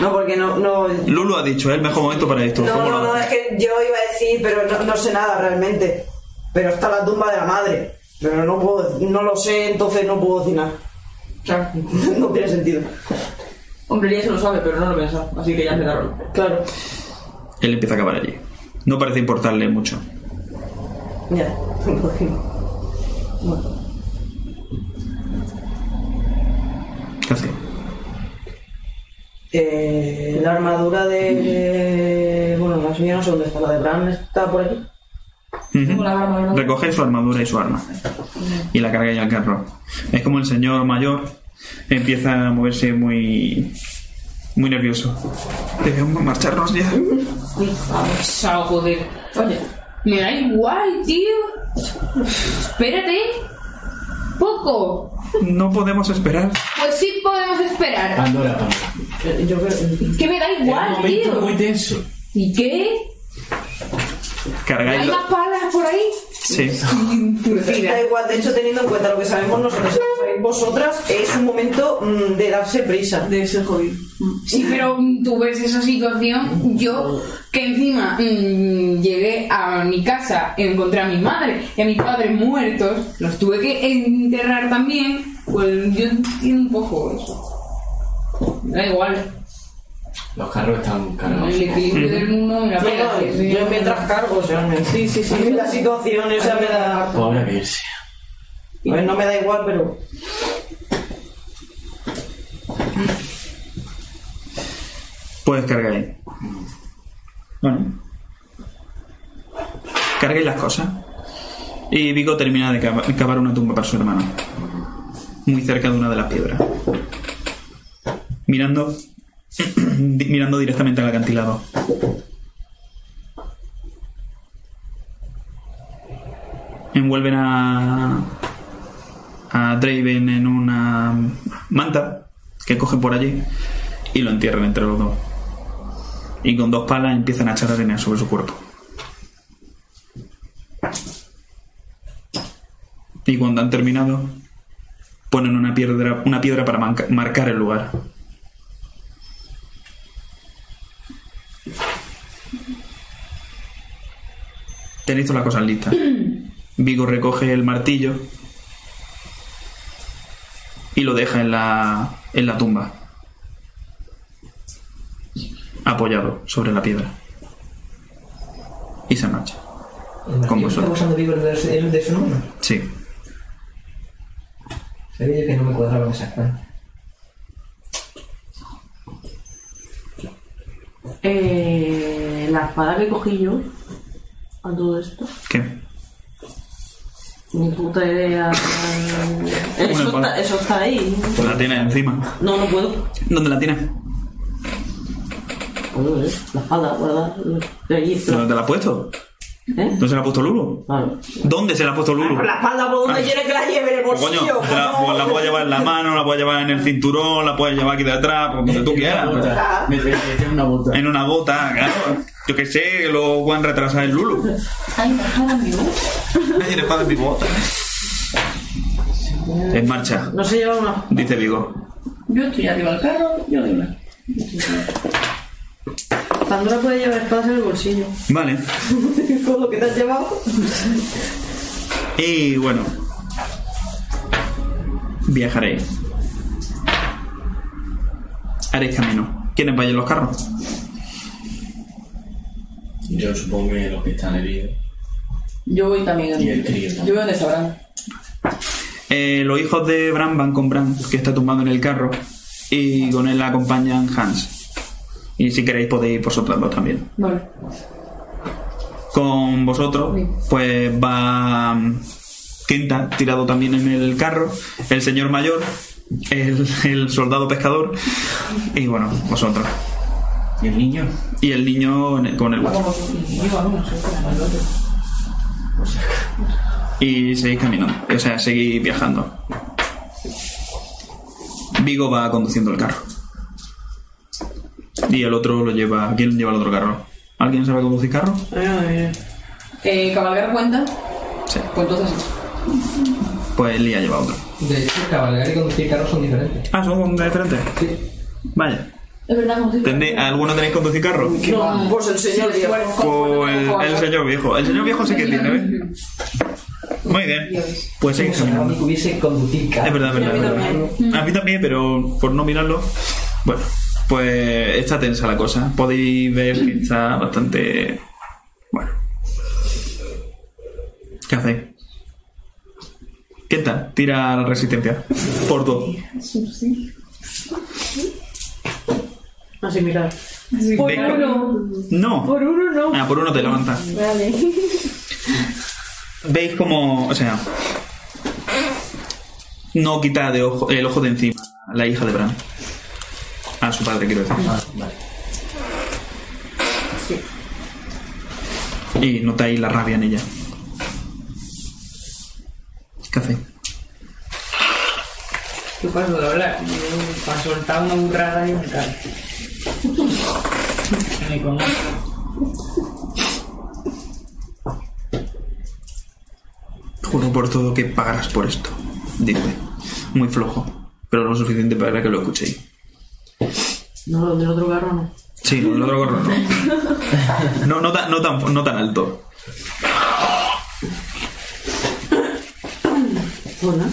No, porque no, no,
Lulu ha dicho, es el mejor momento para esto.
No,
¿Cómo
no,
lo
no, es
hace?
que yo iba a decir, pero no, no sé nada realmente. Pero está la tumba de la madre. Pero no puedo, no lo sé, entonces no puedo decir nada. Claro, no tiene sentido.
Hombre, ella se lo sabe, pero no lo piensa. Así que ya se da rol.
Claro,
Él empieza a acabar allí. No parece importarle mucho.
ya, me imagino.
¿Qué hace?
Eh, la armadura de. Bueno, más bien no sé dónde está. La de Bran está por aquí.
Ujú.
Con la barba, ¿no?
Recoge su armadura y su arma. Y la carga ya al carro. Es como el señor mayor empieza a moverse muy. muy nervioso. Debemos marcharnos ya.
Pesado, joder.
Oye,
Me da igual, tío. Espérate. Poco.
No podemos esperar.
Pues sí podemos esperar.
Pandora, Pandora.
Eh, Yo creo.
Que me da
Era un
igual,
momento
tío.
muy tenso.
¿Y qué?
Cargáis
¿Hay
lo-
más palas por ahí?
Sí.
Da igual, de hecho, teniendo en cuenta lo que sabemos nosotros y lo que sabéis vosotras, es un momento mm, de darse prisa.
de ese jodido.
Sí, pero mm, tú ves esa situación, yo que encima mm, llegué a mi casa, encontré a mi madre y a mi padre muertos, los tuve que enterrar también, pues yo entiendo un poco eso. Me Da igual,
Los carros están cargados.
el equilibrio del mundo me la
No,
pela,
no,
que soy
yo
una-
mientras cargo, o sea, me-
Sí, sí, sí.
la situación esa me da.
Pues habrá que irse.
A ver, no me da igual, pero.
Puedes cargar ahí. Bueno. Carguéis las cosas. Y Vigo termina de cava- cavar una tumba para su hermano. Muy cerca de una de las piedras. Mirando. di- mirando directamente al acantilado. Envuelven a. a Draven en una manta que cogen por allí y lo entierran entre los dos. Y con dos palas empiezan a echar arena sobre su cuerpo. Y cuando han terminado, ponen una piedra, una piedra para manca- marcar el lugar. Tenéis todas las cosas listas. Vigo recoge el martillo y lo deja en la, en la tumba apoyado sobre la piedra. Y se marcha. Con
¿Está
vosotros.
usando Vigo el de, el de su número?
Sí.
Sabía yo que no me cuadraba exactamente.
Eh, la espada que cogí yo a todo esto.
¿Qué?
Ni puta idea. Eso está,
espada.
eso está ahí.
Pues la tienes encima.
No, no puedo.
¿Dónde la tienes?
Puedo, ¿eh? La espada, ¿verdad? De allí.
¿Dónde te la has puesto?
¿Eh?
¿Dónde se la ha puesto Lulu?
Claro.
¿Dónde se la ha puesto Lulu?
La espalda, ¿por dónde
Ay.
quiere que la lleve en el
Pues
bolsillo?
coño, te la, pues la puedes llevar en la mano, la puedes llevar en el cinturón, la puedes llevar aquí detrás, por donde tú quieras. pues. Eh.
Una bota. Me metí una bota.
En una bota, claro. Yo qué sé, que lo van a retrasar el Lulu.
Ay, me en mi voz.
Ay, eres padre mi bota. En marcha.
No se lleva una.
Dice Vigo.
Yo estoy arriba del carro, yo doy una.
Pandora puede llevar espadas en el bolsillo.
Vale.
Con lo que te has llevado.
Y bueno. Viajaré. Haréis camino. ¿Quiénes vayan los carros?
Yo supongo que los que están heridos.
Yo voy también.
Y el crío, ¿no?
Yo veo donde sabrán.
Eh, los hijos de Bran van con Bran, que está tumbado en el carro, y con él acompañan Hans. Y si queréis podéis ir vosotros dos también.
Vale.
Con vosotros, pues va mm, Quinta tirado también en el carro, el señor mayor, el, el soldado pescador, y bueno, vosotros.
¿Y el niño?
Y el niño en el- con el guacho. Y seguís caminando, o sea, seguís viajando. Vigo va conduciendo el carro. Y el otro lo lleva. ¿Quién lleva el otro carro? ¿Alguien sabe conducir carro?
Eh, cabalgar cuenta.
Sí.
Pues entonces sí.
Pues Lía lleva otro.
De hecho, cabalgar y conducir carros son diferentes.
Ah, son diferentes. Vaya.
Es verdad, como dice.
¿Tendéis- ¿Alguno tenéis conducir carro?
No, pues el señor
Sí,
viejo.
bueno,
O el, el señor viejo. El señor viejo sí que tiene, ¿ves? Muy bien. Pues seguís
Si
caminando.
Mónico hubiese conducir
Es
carros.
verdad, es verdad, es verdad. A mí también, pero por no mirarlo. Bueno, pues está tensa la cosa. Podéis ver que está bastante. Bueno. ¿Qué hacéis? ¿Qué tal? Tira la resistencia. Por dos.
Así mirar.
Por
Venga.
uno.
No.
Por uno no.
Ah, por uno te levantas.
Vale.
veis como, o sea, no quita de ojo, el ojo de encima a la hija de Bran. A su padre, quiero decir. Y notáis la rabia en ella. ¿Qué hacéis?
¿Qué pasó de hablar? Yo para soltar una burrada y un tal. Me conozco.
Juro por todo que pagarás por esto. Dice, muy flojo, pero lo suficiente para que lo escuchéis.
No, lo del otro carro no.
Sí, lo del otro gorro no. No, no, tan, no, tan, no tan alto.
Bueno,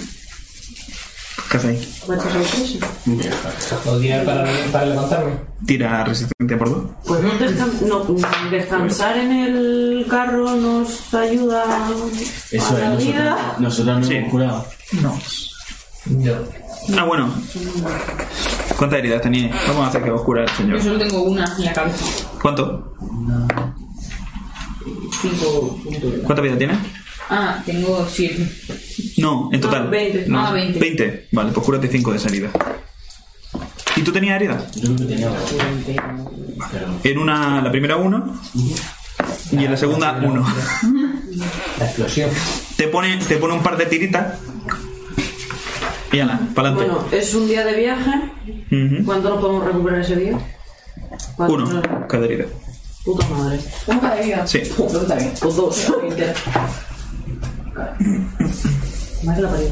¿Qué hacéis?
me estás al preso.
¿Podría para, para levantarme?
Tira resistencia por dos.
Pues no, descan- no, descansar en el carro nos ayuda
Eso
a
es,
la vida.
nosotros, nosotros no
Sí.
hemos curado.
No.
Ah, bueno. ¿Cuántas heridas teníais? Vamos a hacer que os cura el señor.
Yo solo tengo una en la cabeza.
¿Cuánto?
Cinco puntos.
¿Cuánta vida tiene?
Ah, tengo siete.
No, en total.
No, 20.
Ah, 20.
20. Vale, pues cúrate 5 de esa herida. ¿Y tú tenías heridas?
Yo creo que tenía dos.
En una, la primera uno y en la segunda uno.
La explosión.
Te pone, te pone un par de tiritas y ala, para adelante.
Bueno, es un día de viaje. ¿Cuánto nos podemos recuperar ese día? ¿Cuánto?
Uno, cada herida.
Puta madre.
Una para vida.
Sí.
Yo también.
O dos. Más que la pared.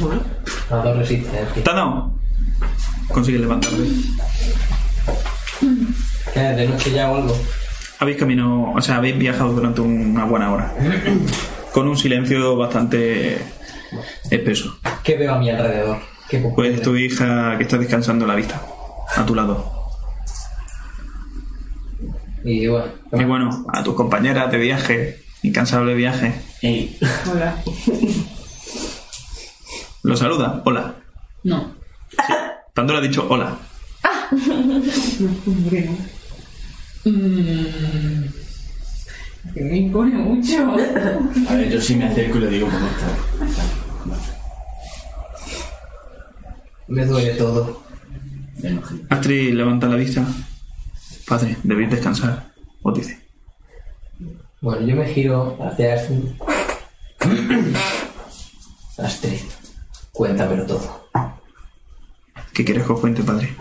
Bueno,
A dos resistencias.
¿Te has dado? Consigue levantarme.
¿Qué? ¿De noche ya o algo?
Habéis caminado, o sea, habéis viajado durante una buena hora. Con un silencio bastante espeso.
¿Qué veo a mi alrededor? ¿Qué puedo
Pues
ver?
tu hija que está descansando la vista, a tu lado.
Y bueno.
Y bueno, a tus compañeras de viaje, incansable viaje.
Ey,
Hola.
Lo saluda, hola.
No.
Tanto le ha dicho hola.
Mm. Que me impone mucho.
a ver, yo sí me acerco y le digo cómo está.
Me duele todo.
Me enojé.
Astrid levanta la vista. Padre, debéis descansar. Os dice.
Bueno, yo me giro hacia Astrid. Astrid, cuéntamelo todo.
¿Qué quieres que os cuente, padre?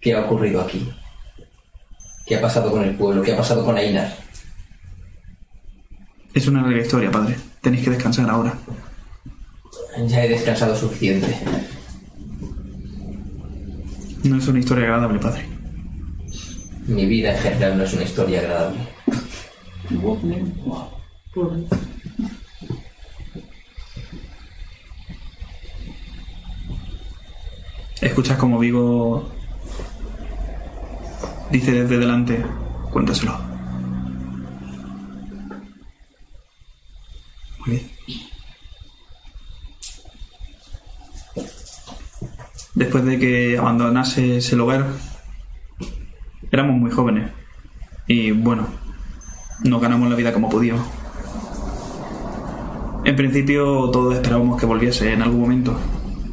¿Qué ha ocurrido aquí? ¿Qué ha pasado con el pueblo? ¿Qué ha pasado con Ainar?
Es una larga historia, padre. Tenéis que descansar ahora.
Ya he descansado suficiente.
No es una historia agradable, padre.
Mi vida en general no es una historia agradable.
Escuchas como Vigo dice desde delante, cuéntaselo. Muy bien. Después de que abandonase ese lugar, éramos muy jóvenes. Y bueno, nos ganamos la vida como pudimos. En principio todos esperábamos que volviese en algún momento,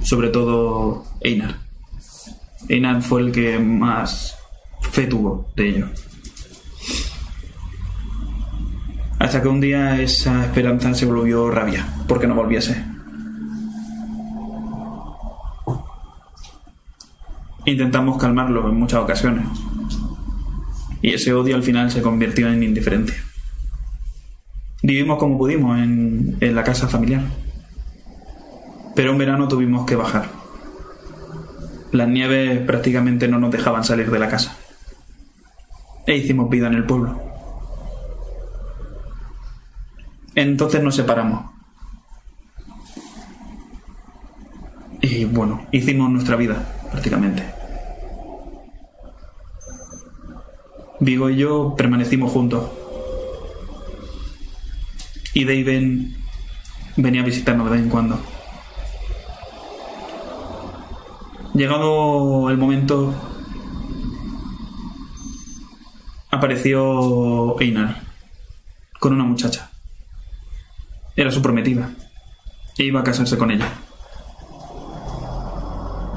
sobre todo Einar. Einar fue el que más fe tuvo de ello. Hasta que un día esa esperanza se volvió rabia, porque no volviese. Intentamos calmarlo en muchas ocasiones. Y ese odio al final se convirtió en indiferencia. Vivimos como pudimos en, en la casa familiar. Pero en verano tuvimos que bajar. Las nieves prácticamente no nos dejaban salir de la casa. E hicimos vida en el pueblo. Entonces nos separamos. Y bueno, hicimos nuestra vida, prácticamente. Vigo y yo permanecimos juntos. Y Daven venía a visitarnos de vez en cuando. Llegado el momento, apareció Einar con una muchacha. Era su prometida e iba a casarse con ella.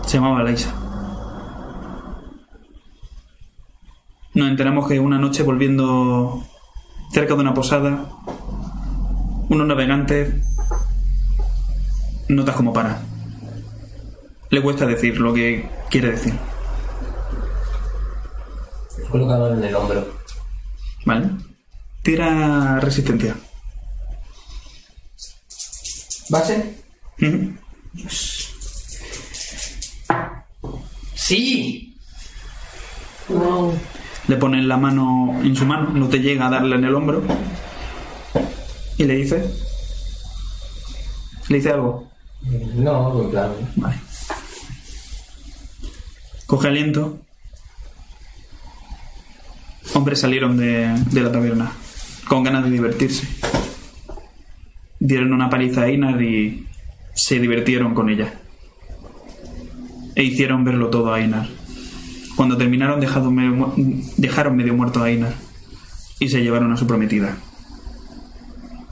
Se llamaba Laisa. Nos enteramos que una noche volviendo cerca de una posada, unos navegantes notas como para. Le cuesta decir lo que quiere decir,
Colocado en el hombro.
¿vale? Tira resistencia.
¿Base?
Ujú.
¡Sí!
Le pones la mano en su mano, no te llega a darle en el hombro. Y le dice. Le dice algo.
No, en plan.
Coge aliento. Hombres salieron de, de la taberna, con ganas de divertirse. Dieron una paliza a Einar y se divirtieron con ella. E hicieron verlo todo a Einar. Cuando terminaron dejado medio mu- dejaron medio muerto a Einar y se llevaron a su prometida.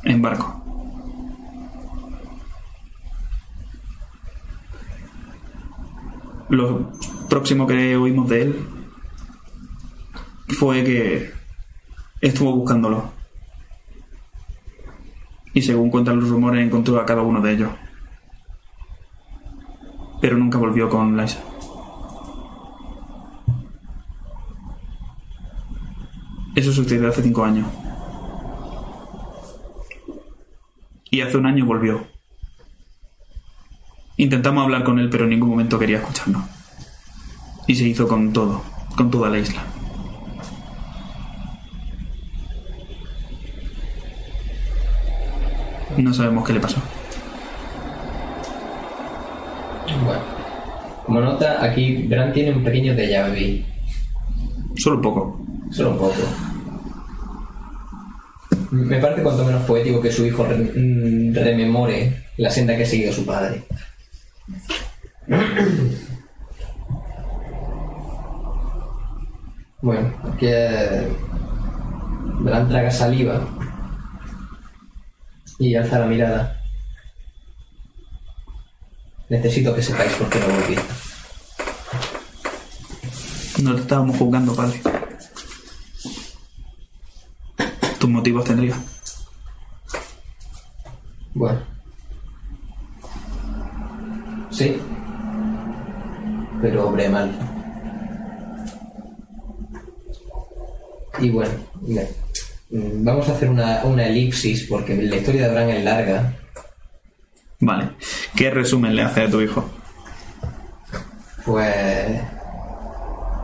En barco. Lo próximo que oímos de él fue que estuvo buscándolo. Y según cuentan los rumores, encontró a cada uno de ellos. Pero nunca volvió con Lysa. Eso sucedió hace cinco años. Y hace un año volvió. Intentamos hablar con él, pero en ningún momento quería escucharnos. Y se hizo con todo, con toda la isla. No sabemos qué le pasó.
Bueno. Como nota, aquí Bran tiene un pequeño déjà vu.
Solo un poco.
Solo un poco. Me parece cuanto menos poético que su hijo re- mm, rememore la senda que ha seguido su padre. Bueno, que Bran traga saliva y alza la mirada. Necesito que sepáis por qué no volví.
No te estábamos juzgando, padre. Tus motivos tendría.
Bueno. Sí. Pero obré mal. Y bueno, me- Mm, Vamos a hacer una, una elipsis porque la historia de Bran es larga.
Vale. ¿Qué resumen le hace a tu hijo?
Pues.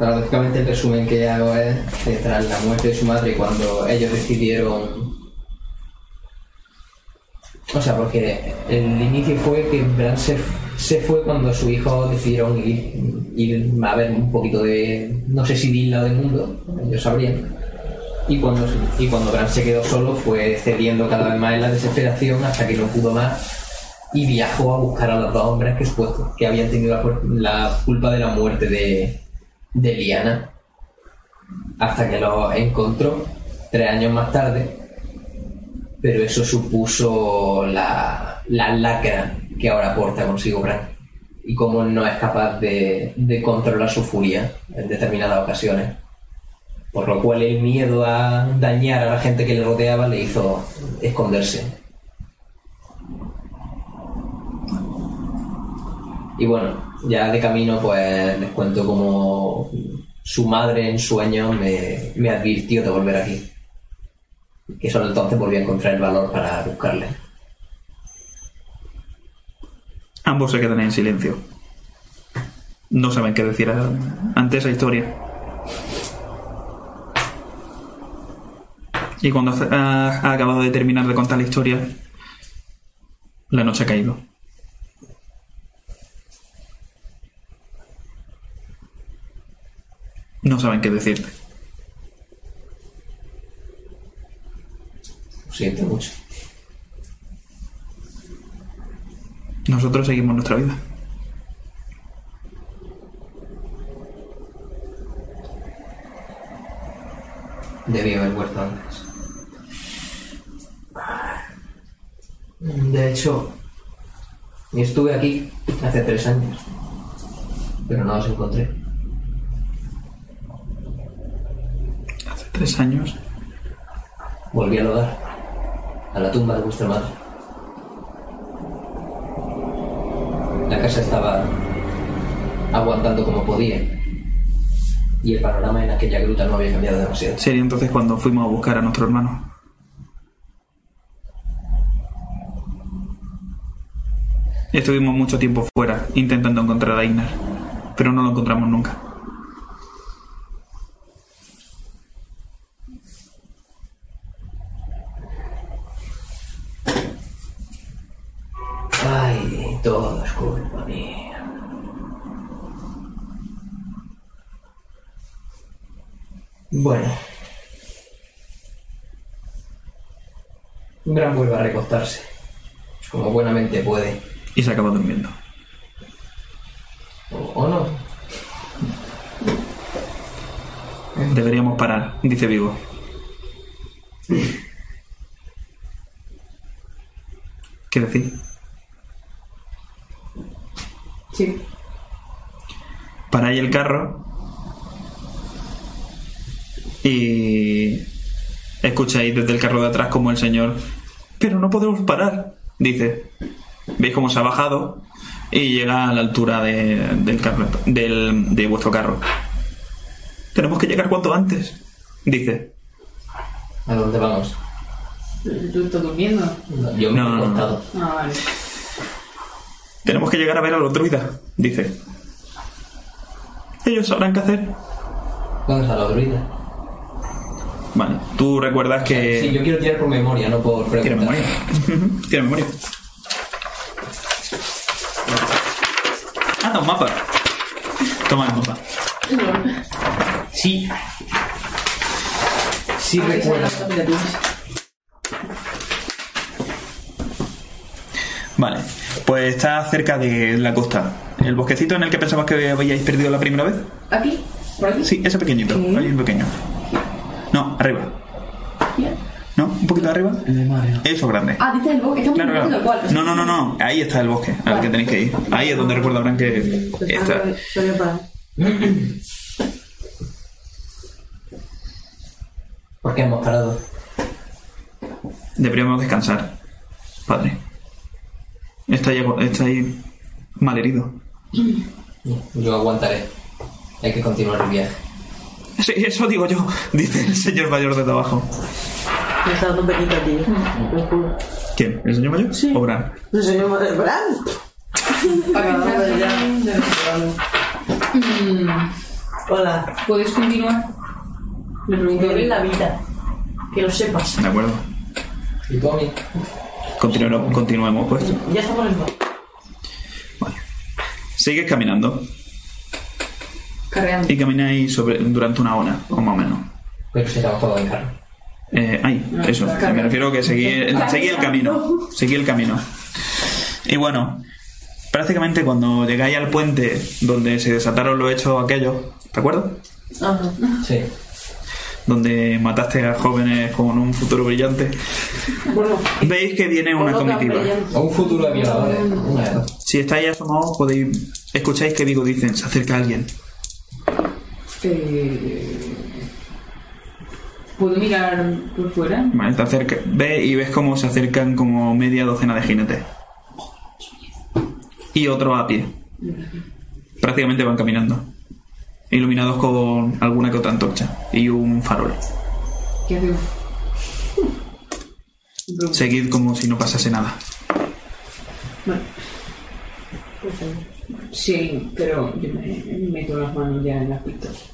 Paradójicamente, el resumen que hago es que tras la muerte de su madre, cuando ellos decidieron. O sea, porque el inicio fue que Bran se, se fue cuando su hijo decidieron ir, ir a ver un poquito de. No sé si de isla o de mundo, ellos sabrían. Y cuando, y cuando Bran se quedó solo, fue cediendo cada vez más en la desesperación hasta que no pudo más y viajó a buscar a los dos hombres que, supuesto- que habían tenido la, pu- la culpa de la muerte de, de Liana. Hasta que los encontró tres años más tarde. Pero eso supuso la, la lacra que ahora porta consigo Bran. Y cómo no es capaz de, de controlar su furia en determinadas ocasiones. Por lo cual el miedo a dañar a la gente que le rodeaba le hizo esconderse. Y bueno, ya de camino pues les cuento como su madre en sueños me, me advirtió de volver aquí. Que solo entonces volví a encontrar el valor para buscarle.
Ambos se quedan en silencio. No saben qué decir a- ante esa historia. Y cuando hace- ha, ha acabado de terminar de contar la historia, la noche ha caído. No saben qué decirte.
Lo siento mucho.
Nosotros seguimos nuestra vida.
Debí haber vuelto antes. De hecho, estuve aquí hace tres años, pero no os encontré.
Hace tres años.
Volví al hogar, a la tumba de vuestra madre. La casa estaba aguantando como podía y el panorama en aquella gruta no había cambiado demasiado.
Sería entonces cuando fuimos a buscar a nuestro hermano. Estuvimos mucho tiempo fuera intentando encontrar a Ignar, pero no lo encontramos nunca.
Ay, todo es culpa mía. Bueno. Gran vuelve a recostarse, como buenamente puede.
Y se acaba durmiendo.
¿O no?
Deberíamos parar, dice Vigo. ¿Qué decir?
Sí.
Para ahí el carro y escucháis desde el carro de atrás como el señor, pero no podemos parar, dice. Veis cómo se ha bajado y llega a la altura de, del carro, del- de vuestro carro. Tenemos que llegar cuanto antes, dice.
¿A dónde vamos?
¿Tú estás durmiendo?
Yo me he acostado.
Ah, vale.
Tenemos que llegar a ver a los druidas, dice. Ellos sabrán qué hacer.
¿Dónde está la druida?
Vale, tú recuerdas que...
Sí, yo quiero tirar por memoria, no por
Tira
preguntar.
memoria. Tira memoria. Anda, un Ah, mapa. Toma el mapa. Sí.
Sí recuerdo.
Vale, pues está cerca de la costa. El bosquecito en el que pensabas que habíais perdido la primera vez.
¿Aquí? ¿Por aquí?
Sí, ese pequeñito. Ahí un pequeño. No, arriba. ¿No? ¿Un poquito arriba? Eso grande.
Ah, dice el bosque. Estamos
Claro,
buscando el
claro.
cual.
No, no, no, no. Ahí está el bosque al que tenéis que ir. Ahí es donde recuerda Bran que está.
¿Por qué hemos parado?
Deberíamos descansar, padre. Está ahí, está ahí mal herido.
Yo aguantaré. Hay que continuar el viaje.
Sí, eso digo yo, dice el señor mayor de abajo.
Me está dando penita, tío. Lo juro.
¿Quién? ¿El señor mayor? Sí. ¿O Bran?
El señor Madre Brand. Hola.
¿Puedes continuar? Le pregunto.
Debe la vida. Que lo sepas.
De acuerdo.
Y tú a mí.
Continuemos, continuemos pues.
Ya estamos en paz.
Sigues caminando. Y camináis sobre, durante una hora, o más o menos.
Pero se te ha bajado el carro.
Eh, ay, eso.
claro.
Me refiero que seguí,
Claro.
seguí el camino. Seguí el camino. Y bueno, prácticamente cuando llegáis al puente donde se desataron los hechos aquellos, ¿te acuerdas?
Ajá.
Sí.
Donde mataste a jóvenes con un futuro brillante.
Bueno,
Veis que viene una
Con otra
comitiva.
brillante.
O un futuro de violadores. Una de dos.
Si estáis asomados, podéis. Escucháis que Vigo dicen: se acerca alguien.
Eh, ¿Puedo mirar por fuera?
Vale, te acerca, ve y ves cómo se acercan como media docena de jinetes. Y otro a pie. Prácticamente van caminando. Iluminados con alguna que otra antorcha y un farol.
¿Qué hacemos?
Seguid como si no pasase nada.
Sí, pero yo me meto las manos ya en las pistas.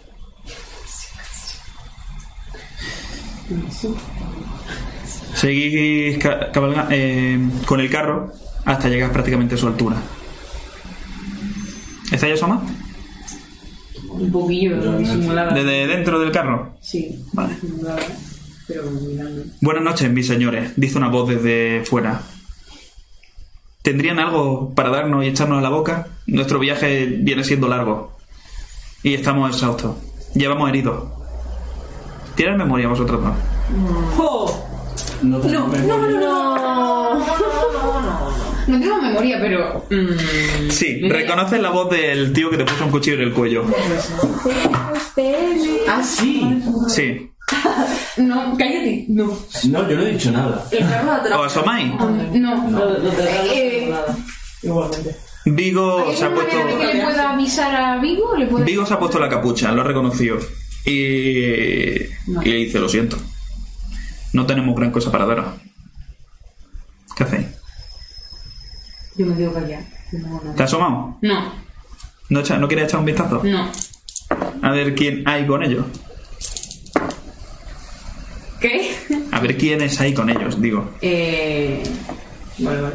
Seguís ca- cabalga- eh, con el carro hasta llegar prácticamente a su altura. ¿Estáis asomados?
Un poquillo
Ah.
disimulada.
Desde dentro del carro.
Sí,
Vale.
disimulada. Pero mirando.
Buenas noches, mis señores, dice una voz desde fuera. ¿Tendrían algo para darnos y echarnos a la boca? Nuestro viaje viene siendo largo. Y estamos exhaustos. Llevamos heridos. ¿Tienen memoria vosotros dos?
No, no, no.
No tengo memoria, pero. mm,
Sí, reconoces la voz del tío que te puso un cuchillo en el cuello.
Ah, sí.
Sí.
No, cállate. No.
No, yo no he dicho nada.
el carro de atrás.
¿Os asomáis?
No.
Lo, lo del carro no
Eh,
pasa nada. Igualmente.
Vigo se ha
¿Hay
puesto.
alguna manera de que le pueda avisar a Vigo? ¿Le puedo...
Vigo se ha puesto la capucha, lo ha reconocido. Y, y le dice, lo siento. No tenemos gran cosa para daros. ¿Qué hacéis?
Yo me quedo callada. Yo no hago nada.
¿Te has asomado?
No,
¿No, echa- ¿No quieres echar un vistazo?
no.
A ver quién hay con ellos.
¿Qué?
A ver quiénes hay con ellos, digo.
Eh... Vale, vale.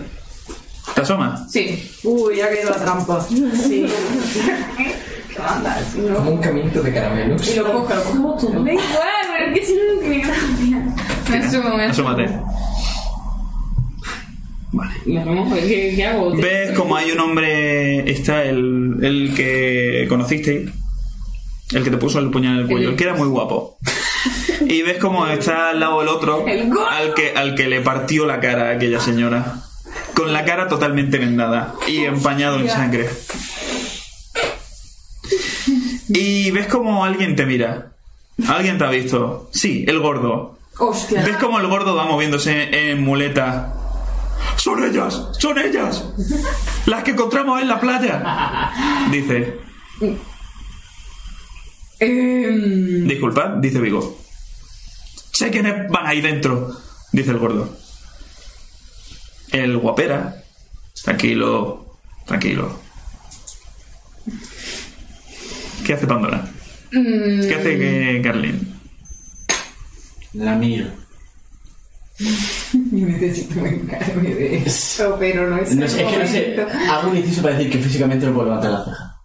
¿Te asomas?
Sí.
Uy, ya ha caído la trampa.
Sí.
Como un caminito de caramelos.
Y lo coge, lo cogemos todo.
Da igual, pero que si no me Me asumo, me asumo.
Asómate. Vale.
Me asumo, pues, ¿qué, qué hago?
¿Ves como hay un hombre... Está el, el que conociste. El que te puso el puñal en el cuello. El que era muy guapo. Y ves como está al lado el otro.
El gordo.
al que, al que le partió la cara a aquella señora. Con la cara totalmente vendada y empañado en sangre. Y ves como alguien te mira. Alguien te ha visto. Sí, el gordo.
Hostia.
¿Ves cómo el gordo va moviéndose en muleta? ¡Son ellas! ¡Son ellas! ¡Las que encontramos en la playa! Dice.
Em,
Disculpad, dice Vigo. Sé quiénes van ahí dentro, dice el gordo. El guapera. Tranquilo, tranquilo. ¿Qué hace Pandora?
mm,
¿Qué hace que Carlin?
La miro.
Yo necesito encargarme de eso, pero no
Pues
es
No sé,
el
es que no sé.
momento.
Hago un inciso para decir que físicamente no puedo levantar la ceja.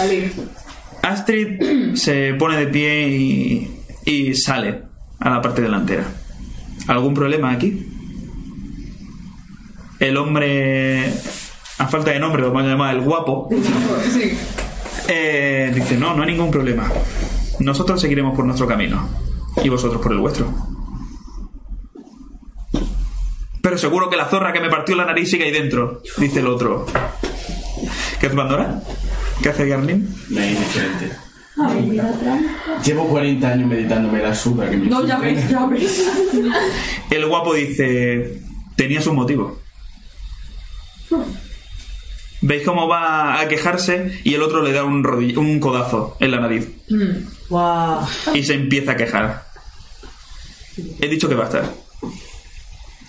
Vale.
Astrid se pone de pie y, y sale a la parte delantera. ¿Algún problema aquí? El hombre, a falta de nombre, lo vamos a llamar el guapo,
Sí.
eh, dice, no, no hay ningún problema. Nosotros seguiremos por nuestro camino y vosotros por el vuestro. Pero seguro que la zorra que me partió la nariz sigue ahí dentro, dice el otro. ¿Qué hace Pandora? ¿Qué hace Garlin?
Me es indiferente. Llevo 40 años meditándome la surra que me
No, ya
hiciste.
ves, ya ves.
El guapo dice, tenías un motivo. Veis cómo va a quejarse y el otro le da un, rodill- un codazo en la nariz.
Guau.
Y se empieza a quejar. He dicho que basta.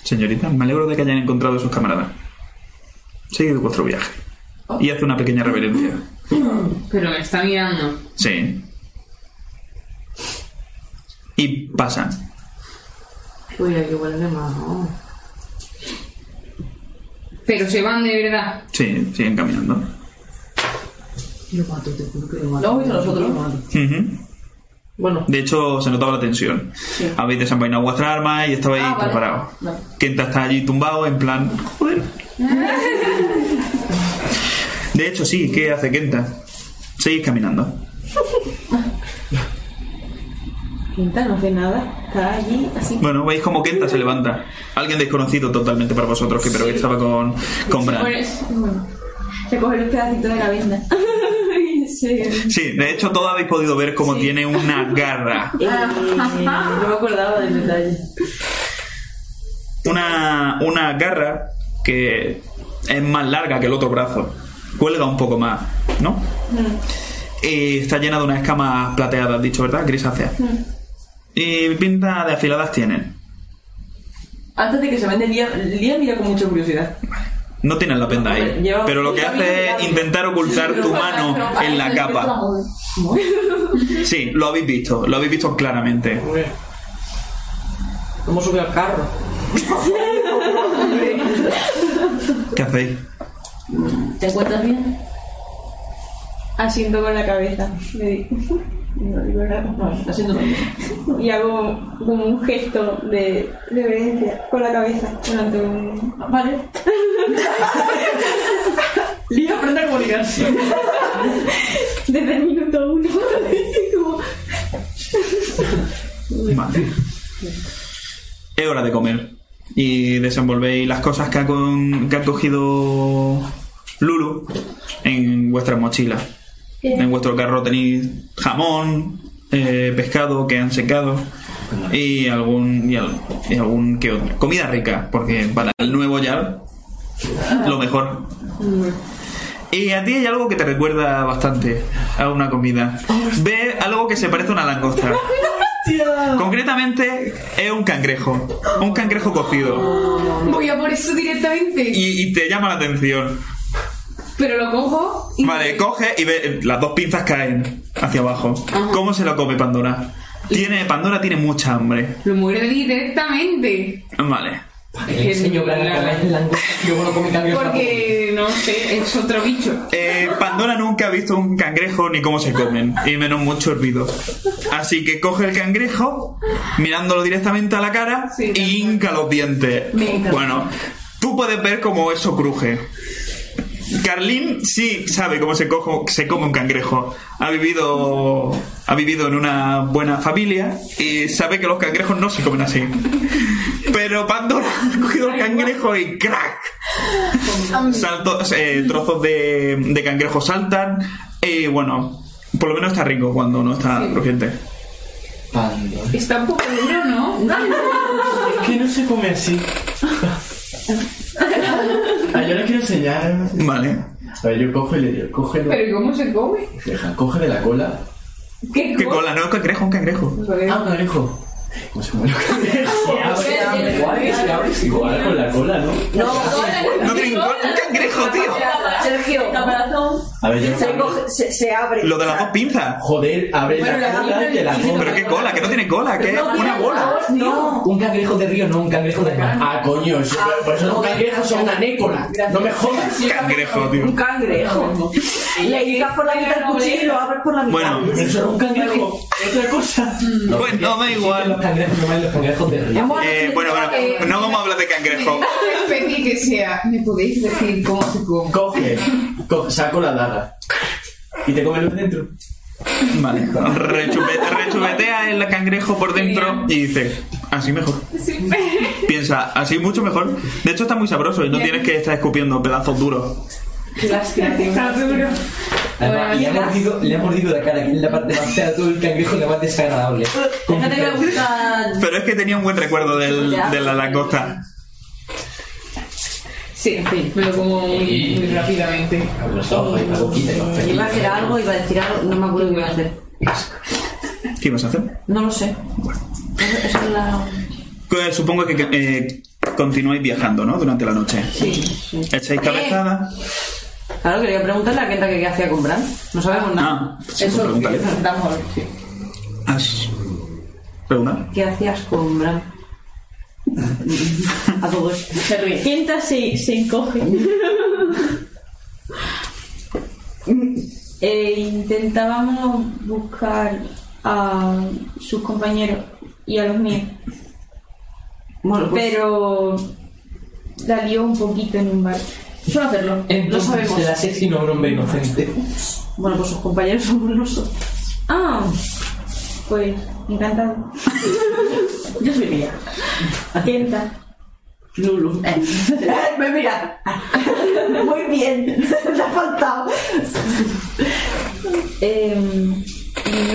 Señorita, me alegro de que hayan encontrado a sus camaradas. Seguid vuestro viaje. Y hace una pequeña reverencia.
Pero me está mirando.
Sí. Y pasan.
Uy, aquí huele más. Pero se van de verdad.
Sí, siguen caminando.
Lo mato, te juro que lo
mato.
No, y nosotros.
Ujú.
Bueno.
De hecho, se notaba la tensión. Habéis desenvainado vuestra arma y estabais
Ah, vale.
preparados.
Vale.
Kenta está allí tumbado, en plan. Joder. De hecho, sí, ¿qué hace Kenta? Seguís caminando.
Quinta no hace nada, está allí así.
Bueno, veis como Kenta se levanta. Alguien desconocido totalmente para vosotros, que pero que estaba con, con Bran.
Pues, bueno, se coge los pedacitos de la venda. Y se-
Sí, de hecho, todos habéis podido ver cómo tiene una garra.
Eh, no me acordaba del detalle.
Una, una garra que es más larga que el otro brazo. Cuelga un poco más, ¿no? Y está llena de unas escamas plateadas, dicho, ¿verdad? Grisáceas. Y pinta de afiladas tienen.
Antes de que se vende, Lía, Lía mira con mucha curiosidad.
No tienen la penda ahí.
Lleva-
Pero lo que
lleva
hace es intentar ocultar tu mano en la capa. Sí, lo habéis visto, lo habéis visto claramente.
¿Cómo sube al carro?
¿Qué hacéis?
¿Te encuentras bien? Asiento con la cabeza. le digo. No digo nada.
Haciendo lo mismo.
Y hago como un gesto de reverencia con la cabeza durante un. Vale.
Lía aprende a comunicarse.
Desde el minuto uno. así como-
Vale. Es hora de comer. Y desenvolvéis las cosas que ha, con- que ha cogido Lulu en vuestras mochilas. En vuestro carro tenéis jamón, eh, pescado que han secado y algún, y al- y algún que otro. Comida rica, porque para el nuevo ya lo mejor. Y a ti hay algo que te recuerda bastante a una comida. Ve algo que se parece a una langosta. Concretamente es un cangrejo. Un cangrejo cocido.
Voy a por eso directamente.
Y, y te llama la atención.
Pero lo cojo.
Vale, coge y ve. eh, Las dos pinzas caen hacia abajo. ¿Cómo se lo come Pandora? Tiene, Pandora tiene mucha hambre.
Lo muerde directamente.
Vale.
le enseño que la comer Porque, no sé, es otro bicho.
Eh, Pandora nunca ha visto un cangrejo ni cómo se comen, y menos mucho hervido. Así que coge el cangrejo, mirándolo directamente a la cara, y hinca los dientes.
Me encanta.
Bueno, tú puedes ver cómo eso cruje. Carlín sí sabe cómo se, cojo- se come un cangrejo. Ha vivido, ha vivido en una buena familia y sabe que los cangrejos no se comen así. Pero Pandora ha cogido el cangrejo y ¡crack! Saltos, eh, trozos de, de cangrejo saltan. Y bueno, por lo menos está rico cuando no está crujiente.
Está un poco duro, ¿no?
que no se come así. Ah, yo le quiero enseñar.
Vale.
A ver, yo cojo y le digo, cógelo.
Pero ¿y cómo se come?
Deja, coge de la cola.
¿Qué,
cola? No es cangrejo, un cangrejo.
Ah, un cangrejo. ¿Cómo se come los cangrejos?
Se abre,
Se abre, guay, se abre, sí, igual con la cola, ¿no?
No
tienen un cangrejo, tío.
Sergio,
A ver, yo.
se, coge- se- se abre.
Lo de las dos pinzas.
Joder, abre
Bueno, la
la cola
cola
te la
sí,
comes.
Pero qué cola, que no tiene cola, que es una bola.
No.
Un cangrejo de río, no un cangrejo de mar.
Ah, coño, eso- por eso los cangrejos son una nécola. No me jodas.
Cangrejo, tío.
Un cangrejo. Le quitas por la mitad el cuchillo y lo abres por la mitad.
Bueno,
Pero eso era un cangrejo. Otra cosa.
Bueno, da igual.
Los cangrejos, no valen los cangrejos de río.
Eh, bueno, bueno, no vamos a hablar de cangrejo.
Especie que sea. ¿Me podéis decir cómo se come?
Coge, coge, saco la daga. Y te comes lo de dentro.
Vale. Rechupete- rechupetea el cangrejo por dentro y dice, así mejor.
Sí.
Piensa, así mucho mejor. De hecho está muy sabroso y no tienes que estar escupiendo pedazos duros.
Está duro. Bueno,
Además, le, ha
gracias.
mordido, le ha mordido la cara, que es la parte más fea de todo el cangrejo y la más desagradable.
Pero es que tenía un buen recuerdo del- de la langosta.
Sí, en fin, me lo como muy, muy rápidamente.
Los ojos y la boquita y los
Y
pelitos.
iba a hacer
algo, iba a decir algo, no me acuerdo qué iba a hacer.
¿Qué ibas a hacer?
No lo sé. Eso- eso es la...
Que Pues Supongo que eh, continuáis viajando, ¿no? Durante la noche.
Sí.
Eh.
Echáis cabezada.
Claro, quería preguntarle a Kenta que qué hacía comprar. No sabemos nada.
sí, pues pregúntale.
Vamos,
¿Has preguntado?
¿Qué hacías comprar? A todos. Se ríe.
Kenta se, se encoge. Eh, intentábamos buscar a sus compañeros y a los míos.
Bueno, pues-
Pero la lió un poquito en un bar.
Suelo hacerlo.
lo
Entonces,
sabemos.
la
sexy no hombre inocente.
Bueno, pues sus compañeros son burlosos.
Ah, pues encantado.
Yo soy Mía.
Kenta.
Lulu.
Eh.
Me Pues mira. Muy bien. Le ha faltado.
Em,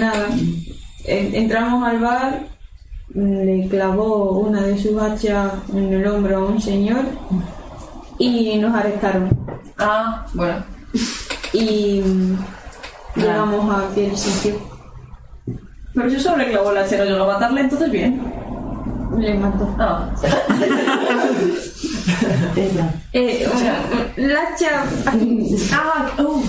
nada, en- entramos al bar, le clavó una de sus hachas en el hombro a un señor y nos arrestaron.
Ah, bueno.
Y mm, llegamos a aquel sitio.
Pero yo solo le clavó la chera, yo lo matarle, entonces bien.
Le mató.
Ah.
Eh,
O sea,
la hacha.
Ah, oh.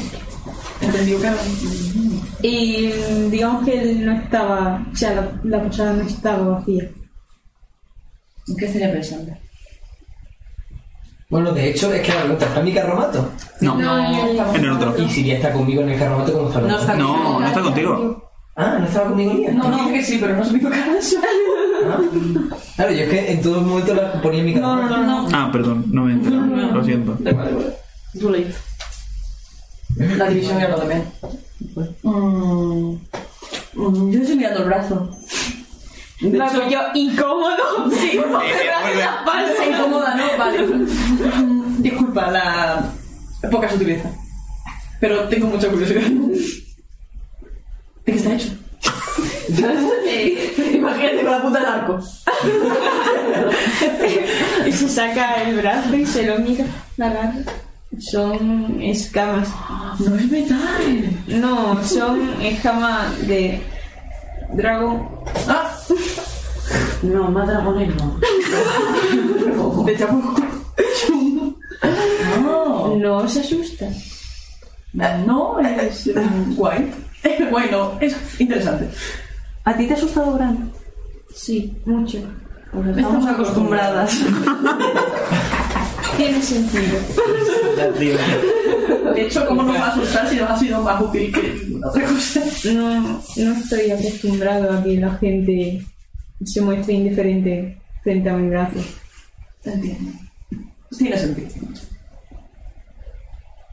Entendió que.
Y mm, digamos que él no estaba, o sea, la, la posada no estaba vacía.
¿Qué sería pensando?
Bueno, de hecho, es que la pregunta, ¿está en mi carromato?
No,
No.
en el otro.
¿Y Siria está conmigo en el carromato cómo está?
No está No, conmigo. no está
contigo.
Ah, ¿no estaba conmigo ni
No, no, que sí, pero no se me hizo caso.
Claro, yo es que en todo momento la ponía en mi carromato.
No, no, no.
Ah, perdón, no me he enterado. Lo siento.
Too late. La división ya lo también. Mm, mm, yo estoy mirando el brazo.
Claro, yo incómodo, sí,
la falsa incómoda, ¿no? Vale. Mm, Disculpa la poca sutileza. Pero tengo mucha curiosidad. ¿De qué está hecho?
Imagínate con la puta del arco.
Y se saca el brazo y se lo mira. La agarra. Son escamas.
No es metal.
No, son escamas de dragón.
No, más dragones no.
De chapuco. No.
No se asusta.
No, es mm, guay. Bueno, es interesante.
¿A ti te ha asustado Bran? Pues
Sí, mucho.
Estamos acostumbradas.
Tiene sentido.
De hecho, ¿cómo nos va a asustar si nos ha sido más útil que ninguna otra cosa?
No, no estoy acostumbrado a que la gente se muestre indiferente frente a mi brazo.
Te entiendo. Tiene sentido.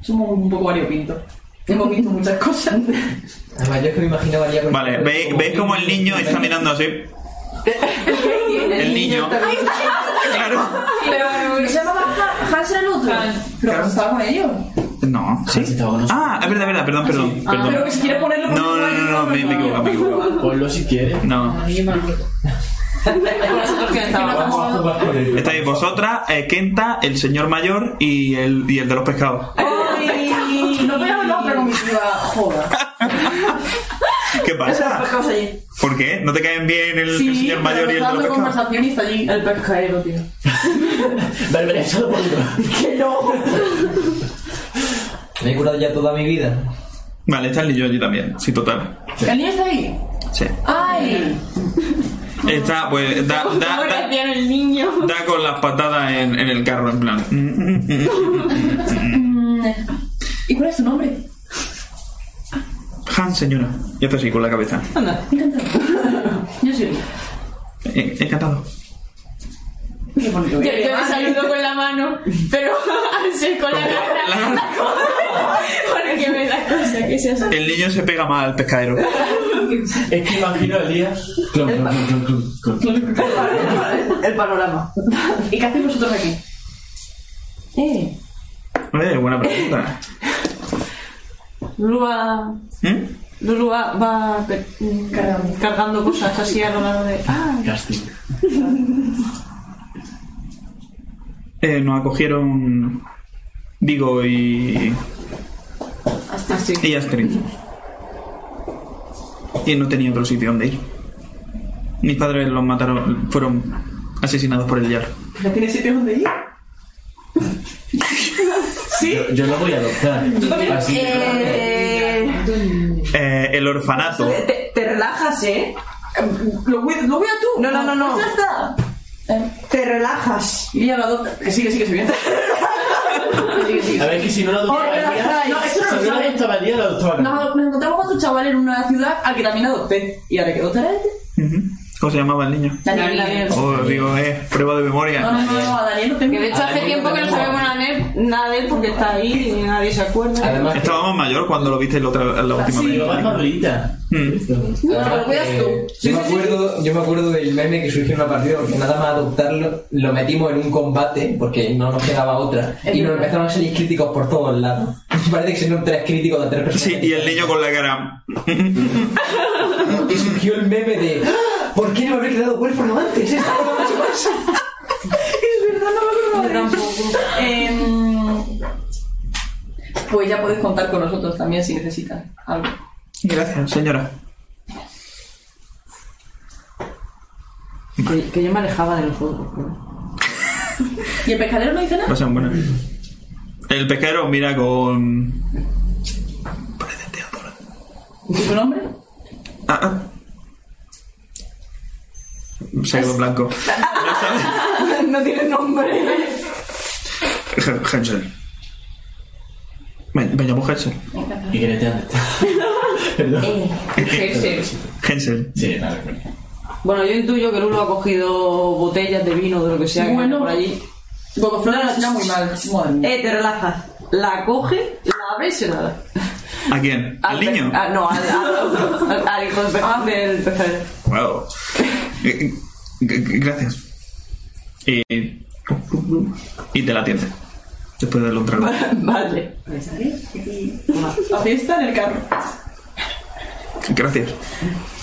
Somos un poco variopinto. Hemos visto muchas cosas.
Además, yo es que me imaginaba ya con
Vale, ¿veis, veis como el niño está mirando así? El niño. Claro.
Pero se llama Hans el otro. Pero estaba con ellos.
Pues No. ¿Sí? Ah, es verdad, es verdad, perdón, perdón.
Ah,
perdón.
pero que si quieres ponerlo por
No, no, no, no, me, me equivoco, me equivoco.
Ponlo si quieres.
No.
Nosotros que estábamos.
Estáis vosotras, eh, Kenta, el señor mayor y el, y el de los pescados.
Ay, no voy a hablar otra comitiva. Joda.
¿Qué pasa?
Pescados allí.
¿Por qué? ¿No te caen bien el, el señor
pero
mayor y el de
está
los
dando
pescados?
conversación y está allí el pescadero, tío.
Vale, eso lo pongo.
Que no.
Me he curado ya toda mi vida.
Vale, está el niño allí también, sí, total.
¿El niño está ahí?
Sí.
¡Ay!
Está, pues, da, da, da-
Ahora el niño.
da con las patadas en, en el carro, en plan. mm, mm, mm,
Mm, ¿Y cuál es tu nombre?
Han, señora. Y hace así con la cabeza.
Anda, encantado. Yo soy Olivia.
Eh, Encantado.
Qué bonito.
Yo, yo le saludo con la mano, pero al ser con la garra. la cojo, Porque me da cosa que se asusta.
El niño se pega mal al pescadero.
Es que imagino a Elías. Clon, clon, clon, clon, clon, clon.
El panorama.
¿Y qué hacéis vosotros aquí?
Eh,
Eh, buena pregunta.
Lulu va.
¿Mm?
Lulu va, va pe- mm, cargando. cosas así a lo largo de. Ah,
Casting.
Eh, nos acogieron Digo y.
Ah,
Y Astrid. Y no tenía otro sitio donde ir. Mis padres los mataron, fueron asesinados por el Yar.
¿No tienes sitio donde ir?
¿Sí? Yo, yo la voy a adoptar. Así que-
Eh,
Eh, el orfanato.
Te, te relajas, ¿eh? Lo, cuidas- lo cuidas tú.
No, no, no, no.
Ya está.
Te relajas.
Y ya lo adopta.
Eh,
Que sigue, sigue, sigue.
A ver, que si no la adoptaba
Hola,
María,
no, eso no
si
lo
no la
sabe.
adoptaba María, la adoptaba Carmen.
Nos, nos encontramos con tu chaval en una ciudad al que también adopté. Y ahora que adoptaré.
¿Cómo se llamaba el niño?
Daniel, Daniel.
Oh, digo, eh, prueba de
No,
memoria.
no, no, no, a Daniel no tengo. Ah,
Que de hecho hace tiempo que no sabemos nada de él, nada de él porque está ahí y nadie se acuerda.
Además, que-
Estábamos mayor cuando lo viste la, otra, la última
Mi
vez. Mm.
mamá es madurita.
No, lo
además
cuidas
que-
tú.
Ah, eh, yo, me acuerdo, yo me acuerdo del meme que surgió en una partida porque nada más adoptarlo lo metimos en un combate porque no nos quedaba otra y nos empezaron a salir críticos por todos lados. Parece que salieron tres críticos de tres personas.
Sí, y el niño con la cara.
Y surgió el meme de "¡Ah! ¿Por qué no me habré quedado huérfano antes? Esta cosa no se pasa".
Yo tampoco. Em, pues ya podéis contar con nosotros también si necesitas algo.
Gracias, señora.
Que, yo me alejaba de nosotros. ¿Y el pescadero no dice nada?
Pasan buenas. El pesquero mira con.
¿Y tu nombre?
Ah, ah. Se ha ido blanco.
no tiene nombre.
Ge- Hensel. Me, me llamo Hensel.
Y que le te han- Perdón.
Hensel.
Sí, nada, coño.
Bueno, yo intuyo que Lulo ha cogido botellas de vino, de lo que sea que
Bueno.
haya por allí.
Gogoflor la cocina muy mal. Madre mía.
Eh, te relajas. La coge, la abre y se la da.
¿A quién? ¿Al
pe-
niño?
Ah, no, al, al, al, al hijo del pe- del pescadero.
Wow. G- Eh, g- Gracias. Y, y te la atiende. Después de un trago.
Vale.
La fiesta en el carro.
Gracias.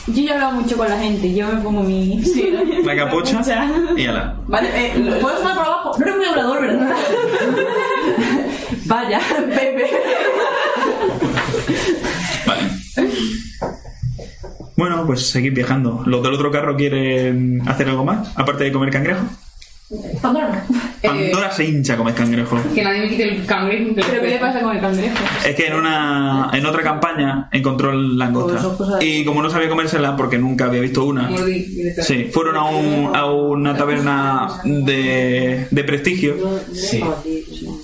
Yo ya hablo mucho con la gente, yo me pongo mi. Sí,
La capucha y ala.
Vale, eh, ¿lo- ¿puedo sumar por abajo? No eres muy hablador, ¿verdad?
Vaya, bebé.
Bueno, pues seguid viajando. ¿Los del otro carro quieren hacer algo más? Aparte de comer cangrejo.
Pandora.
Pandora se hincha a comer cangrejo.
Que nadie me quite el cangrejo.
¿Pero qué le pasa con el cangrejo?
Es que en una en otra campaña encontró langosta. Y como no sabía comérsela porque nunca había visto una, sí, fueron a, un- a una taberna de, de prestigio.
Sí.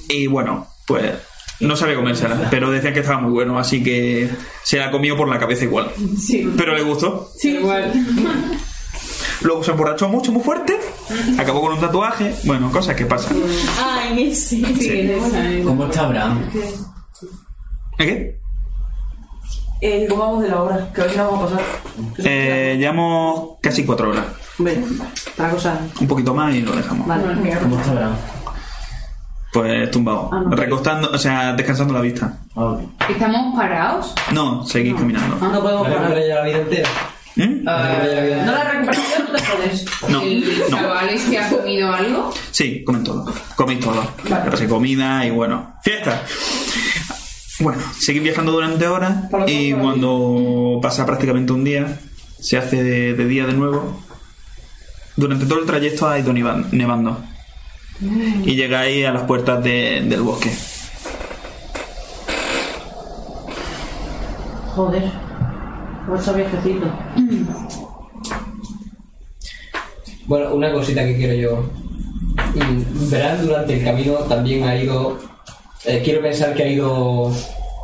Y bueno, pues no sabía comérsela, pero decían que estaba muy bueno, así que se la comió por la cabeza igual.
Sí.
Pero le gustó.
Sí, igual.
Luego se emborrachó mucho, muy fuerte. Acabó con un tatuaje. Bueno, cosas que pasan.
Ay, me sí.
¿Cómo está Abraham?
¿Eh, ¿Qué?
Eh, ¿Cómo vamos de la hora? Que hoy no vamos a pasar.
Eh, llevamos casi cuatro horas.
Ven, otra cosa.
Un poquito más y lo dejamos.
Vale.
¿Cómo está Abraham?
Pues tumbado.
Ah, no.
Recostando, o sea, descansando la vista.
Ah, ok.
¿Estamos parados?
No, seguís caminando.
No podemos
Me
parar.
recuperé ya la vida entera.
¿Mm?
Me recuperé ya la vida
Ah, No
entera.
la recuperación, no te jodes.
No,
¿El
no.
chaval este ha comido algo?
Sí, comen todo. Coméis todo. Lo que pasa es comida y bueno. ¡Fiesta! Bueno, seguís viajando durante horas y cuando pasa prácticamente un día, se hace de, de día de nuevo. Durante todo el trayecto ha ido nevan- nevando. Y llegáis a las puertas de- del bosque.
Joder. Ocho viejecitos.
Bueno, una cosita que quiero yo. Mm, Verán durante el camino también ha ido. eh, quiero pensar que ha ido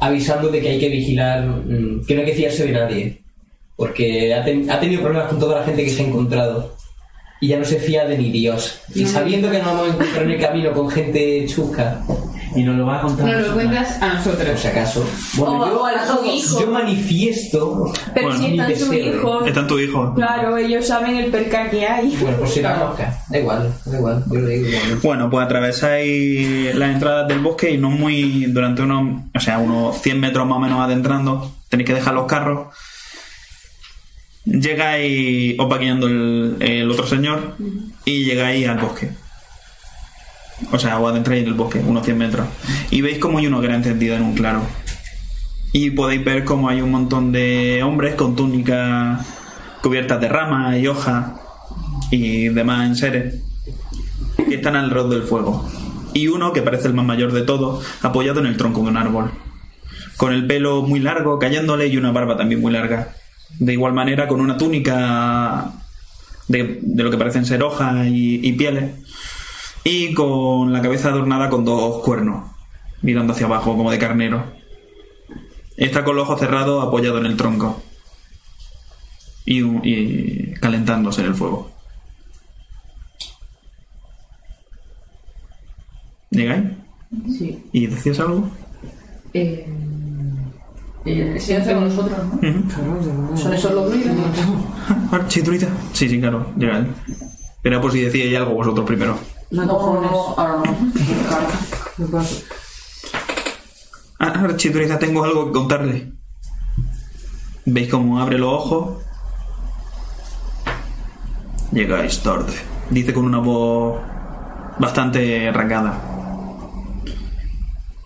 avisando de que hay que vigilar, mm, que no hay que fiarse de nadie. Porque ha, ten- ha tenido problemas con toda la gente que se ha encontrado. Y ya no se fía de ni Dios. Y sabiendo que nos vamos a encontrar en el camino con gente chusca,
Y nos lo va a contar.
No lo cuentas a
por
nosotros.
si acaso. Bueno, yo,
a su hijo.
yo manifiesto.
Pero
Bueno,
si
mi
están sus
deseo.
hijos.
Está en tu hijo.
Claro, ellos saben el perca que hay.
Bueno, por si la mosca. Da igual, da igual. Yo lo digo igual.
Bueno, pues atravesáis las entradas del bosque y no muy. durante unos. o sea, unos 100 metros más o menos adentrando. Tenéis que dejar los carros. Llegáis. os va guiando el, el otro señor. Y llegáis al bosque. O sea, os adentráis en el bosque, unos 100 metros. Y veis como hay una hoguera encendida en un claro. Y podéis ver como hay un montón de hombres con túnicas cubiertas de ramas y hojas y demás enseres que están alrededor del fuego. Y uno, que parece el más mayor de todos, apoyado en el tronco de un árbol. Con el pelo muy largo cayéndole y una barba también muy larga. De igual manera, con una túnica de, de lo que parecen ser hojas y, y pieles. Y con la cabeza adornada con dos cuernos, mirando hacia abajo como de carnero. Está con los ojos cerrados apoyado en el tronco. Y, un- y calentándose en el fuego. ¿Llegáis?
Sí.
¿Y decías algo?
Eh,
El señor está eh, con nosotros, ¿no? Son esos los ruidos.
Architruida. Sí, sí, claro, llegáis. Era por si decíais algo vosotros primero.
No, no, ahora no.
Ah, Architruida, tengo algo que contarle. ¿Veis cómo abre los ojos? Llegáis tarde. Dice con una voz bastante arrancada.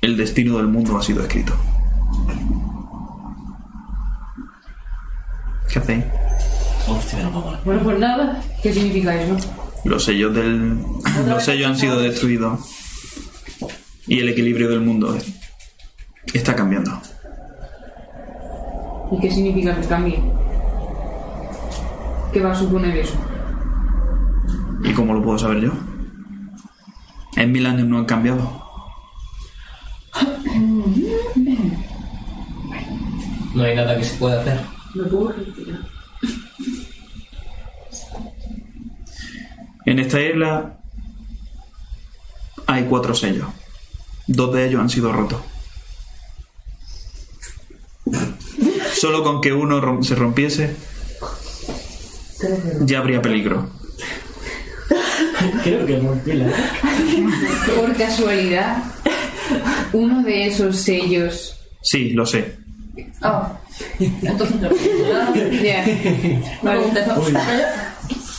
El destino del mundo ha sido escrito. ¿Qué hacéis?
Hostia, no, mamá.
Bueno, pues nada. ¿Qué significa eso?
Los sellos del. Los sellos han sido destruidos. Y el equilibrio del mundo es- está cambiando.
¿Y qué significa que cambie? ¿Qué va a suponer eso?
¿Y cómo lo puedo saber yo? En mil años no han cambiado.
No hay nada que se pueda hacer.
¿Me puedo retirar?
En esta isla hay cuatro sellos. Dos de ellos han sido rotos. Solo con que uno rom- se rompiese ya habría peligro.
Creo que rompí la.
Por casualidad, uno de esos sellos.
Sí, lo sé.
Ah, entonces no. Ya. Vale.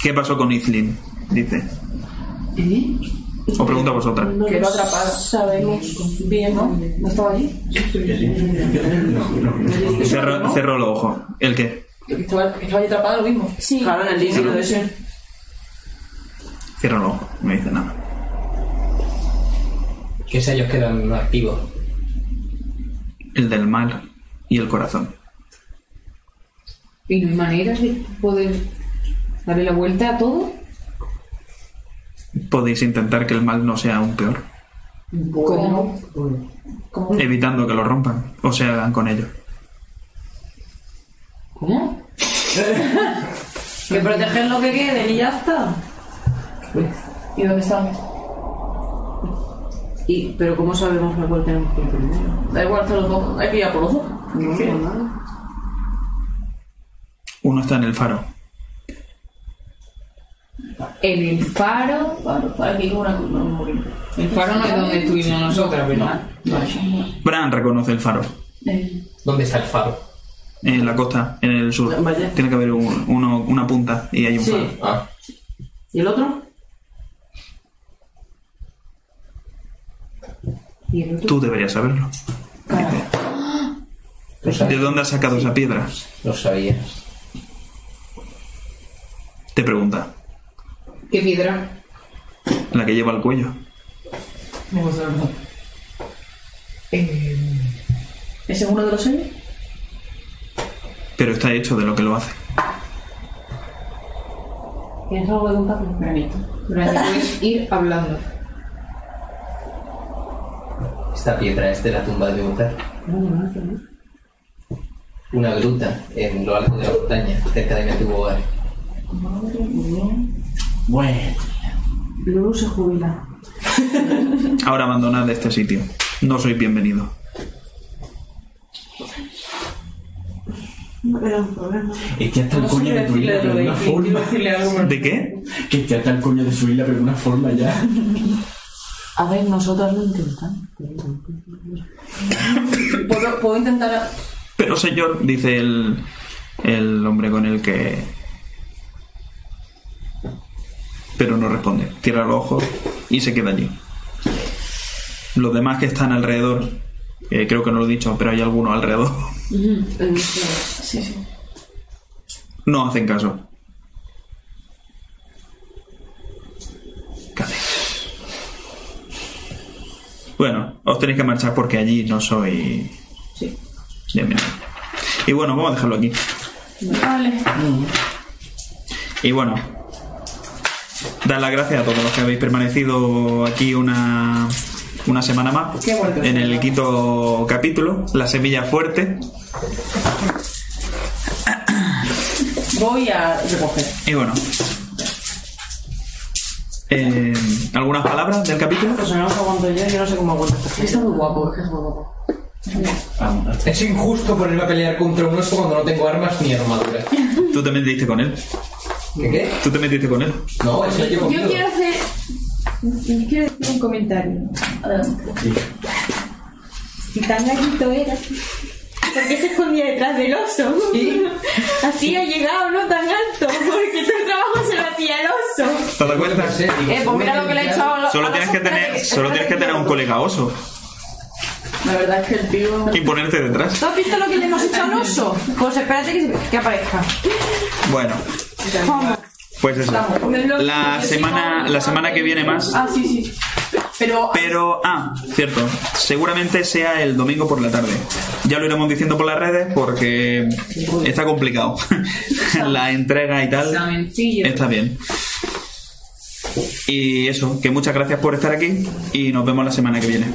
¿Qué pasó con Islin? Dice. Os pregunto a vosotras.
Quedó atrapada. Sabemos bien, ¿no? ¿No estaba allí?
Cerró, cerró los ojos. ¿El qué?
Que estaba, que estaba allí atrapada lo mismo. Sí. Claro, en el
líquido
de
ese. Cierra los ojos. No dice nada.
¿Qué sellos quedan activos?
El del mal y el corazón.
¿Y no hay maneras de poder darle la vuelta a todo?
Podéis intentar que el mal no sea aún peor,
¿Cómo?
evitando que lo rompan o se hagan con ello.
¿Cómo? que proteger lo que quede y ya está.
¿Y dónde estamos?
Y, pero ¿cómo sabemos la cual tenemos que ir primero?
Da igual, son los dos. Hay que ir a por los dos.
No,
Sí.
no, nada.
Uno está en el faro.
En el faro.
Faro, para que una no morir.
El faro no es donde estuvimos nosotras, ¿verdad?
Bran reconoce el faro.
¿Dónde está el faro?
En la costa, en el sur. Tiene que haber un- uno- una punta y hay un
Sí.
faro.
Ah.
¿Y el otro?
Tú deberías saberlo.
Pues
¿De dónde has sacado esa piedra?
Lo sabías.
Te pregunta.
¿Qué piedra?
La que lleva al cuello.
¿Ese es uno de los sellos?
Pero está hecho de lo que lo hace.
¿Tienes algo de un Granito.
Durante puedes ir hablando.
Esta piedra es de la tumba de Utar. Una gruta en lo alto de la montaña, cerca de mi antiguo hogar.
Bueno.
Lulu se jubila.
Ahora abandonad este sitio. No sois bienvenido.
No era un problema.
Es que hasta el
No sé
coño
qué
de tu isla,
decirle
pero de
lo
una
de Islin,
forma.
quiero decirle algo.
¿De qué?
Que es que hasta el coño de su isla, pero de una forma ya.
A ver, nosotras lo intentamos.
¿Puedo, puedo intentar.
Pero señor, dice el, el hombre con el que... Pero no responde. Cierra los ojos y se queda allí. los demás que están alrededor. Eh, creo que no lo he dicho, pero hay algunos alrededor.
Sí, sí.
No hacen caso. Bueno, os tenéis que marchar porque allí no soy.
Sí.
bienvenido. Y bueno, vamos a dejarlo aquí.
Vale.
Y bueno, dar las gracias a todos los que habéis permanecido aquí una, una semana más.
Qué bueno.
En el quinto capítulo, La Semilla Fuerte.
Voy a recoger.
Y bueno. Eh, ¿Algunas palabras del capítulo?
Pues no aguanto yo, yo no sé cómo aguanto este esta gente. Está muy guapo, es que es muy guapo.
Es injusto ponerme a pelear contra un oso cuando no tengo armas ni armadura.
Tú te metiste con él.
¿Qué qué?
Tú te metiste con él.
No, eso llevo
Yo
miedo.
quiero hacer. Yo quiero decir un comentario. Adelante. Si tan gallito era. ¿Por qué se escondía detrás del oso? Así ha llegado, no tan alto. Porque todo el trabajo se lo hacía el oso.
¿Te das cuenta?
Eh, pues mira lo que le he echado a los-
Solo
a
tienes
los
que tener,
hombres.
solo tienes que tener un colega oso
La verdad es que el tío.
y ponerte detrás.
¿Tú has visto lo que le hemos hecho al oso? Pues espérate que, se- que aparezca.
Bueno,
Vamos.
pues eso. La semana, la semana que viene más.
Ah, sí, sí. Pero
Pero, ah, cierto, seguramente sea el domingo por la tarde. Ya lo iremos diciendo por las redes porque está complicado. la entrega y tal está bien. Y eso, que muchas gracias por estar aquí y nos vemos la semana que viene.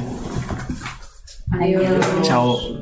Adiós.
Chao.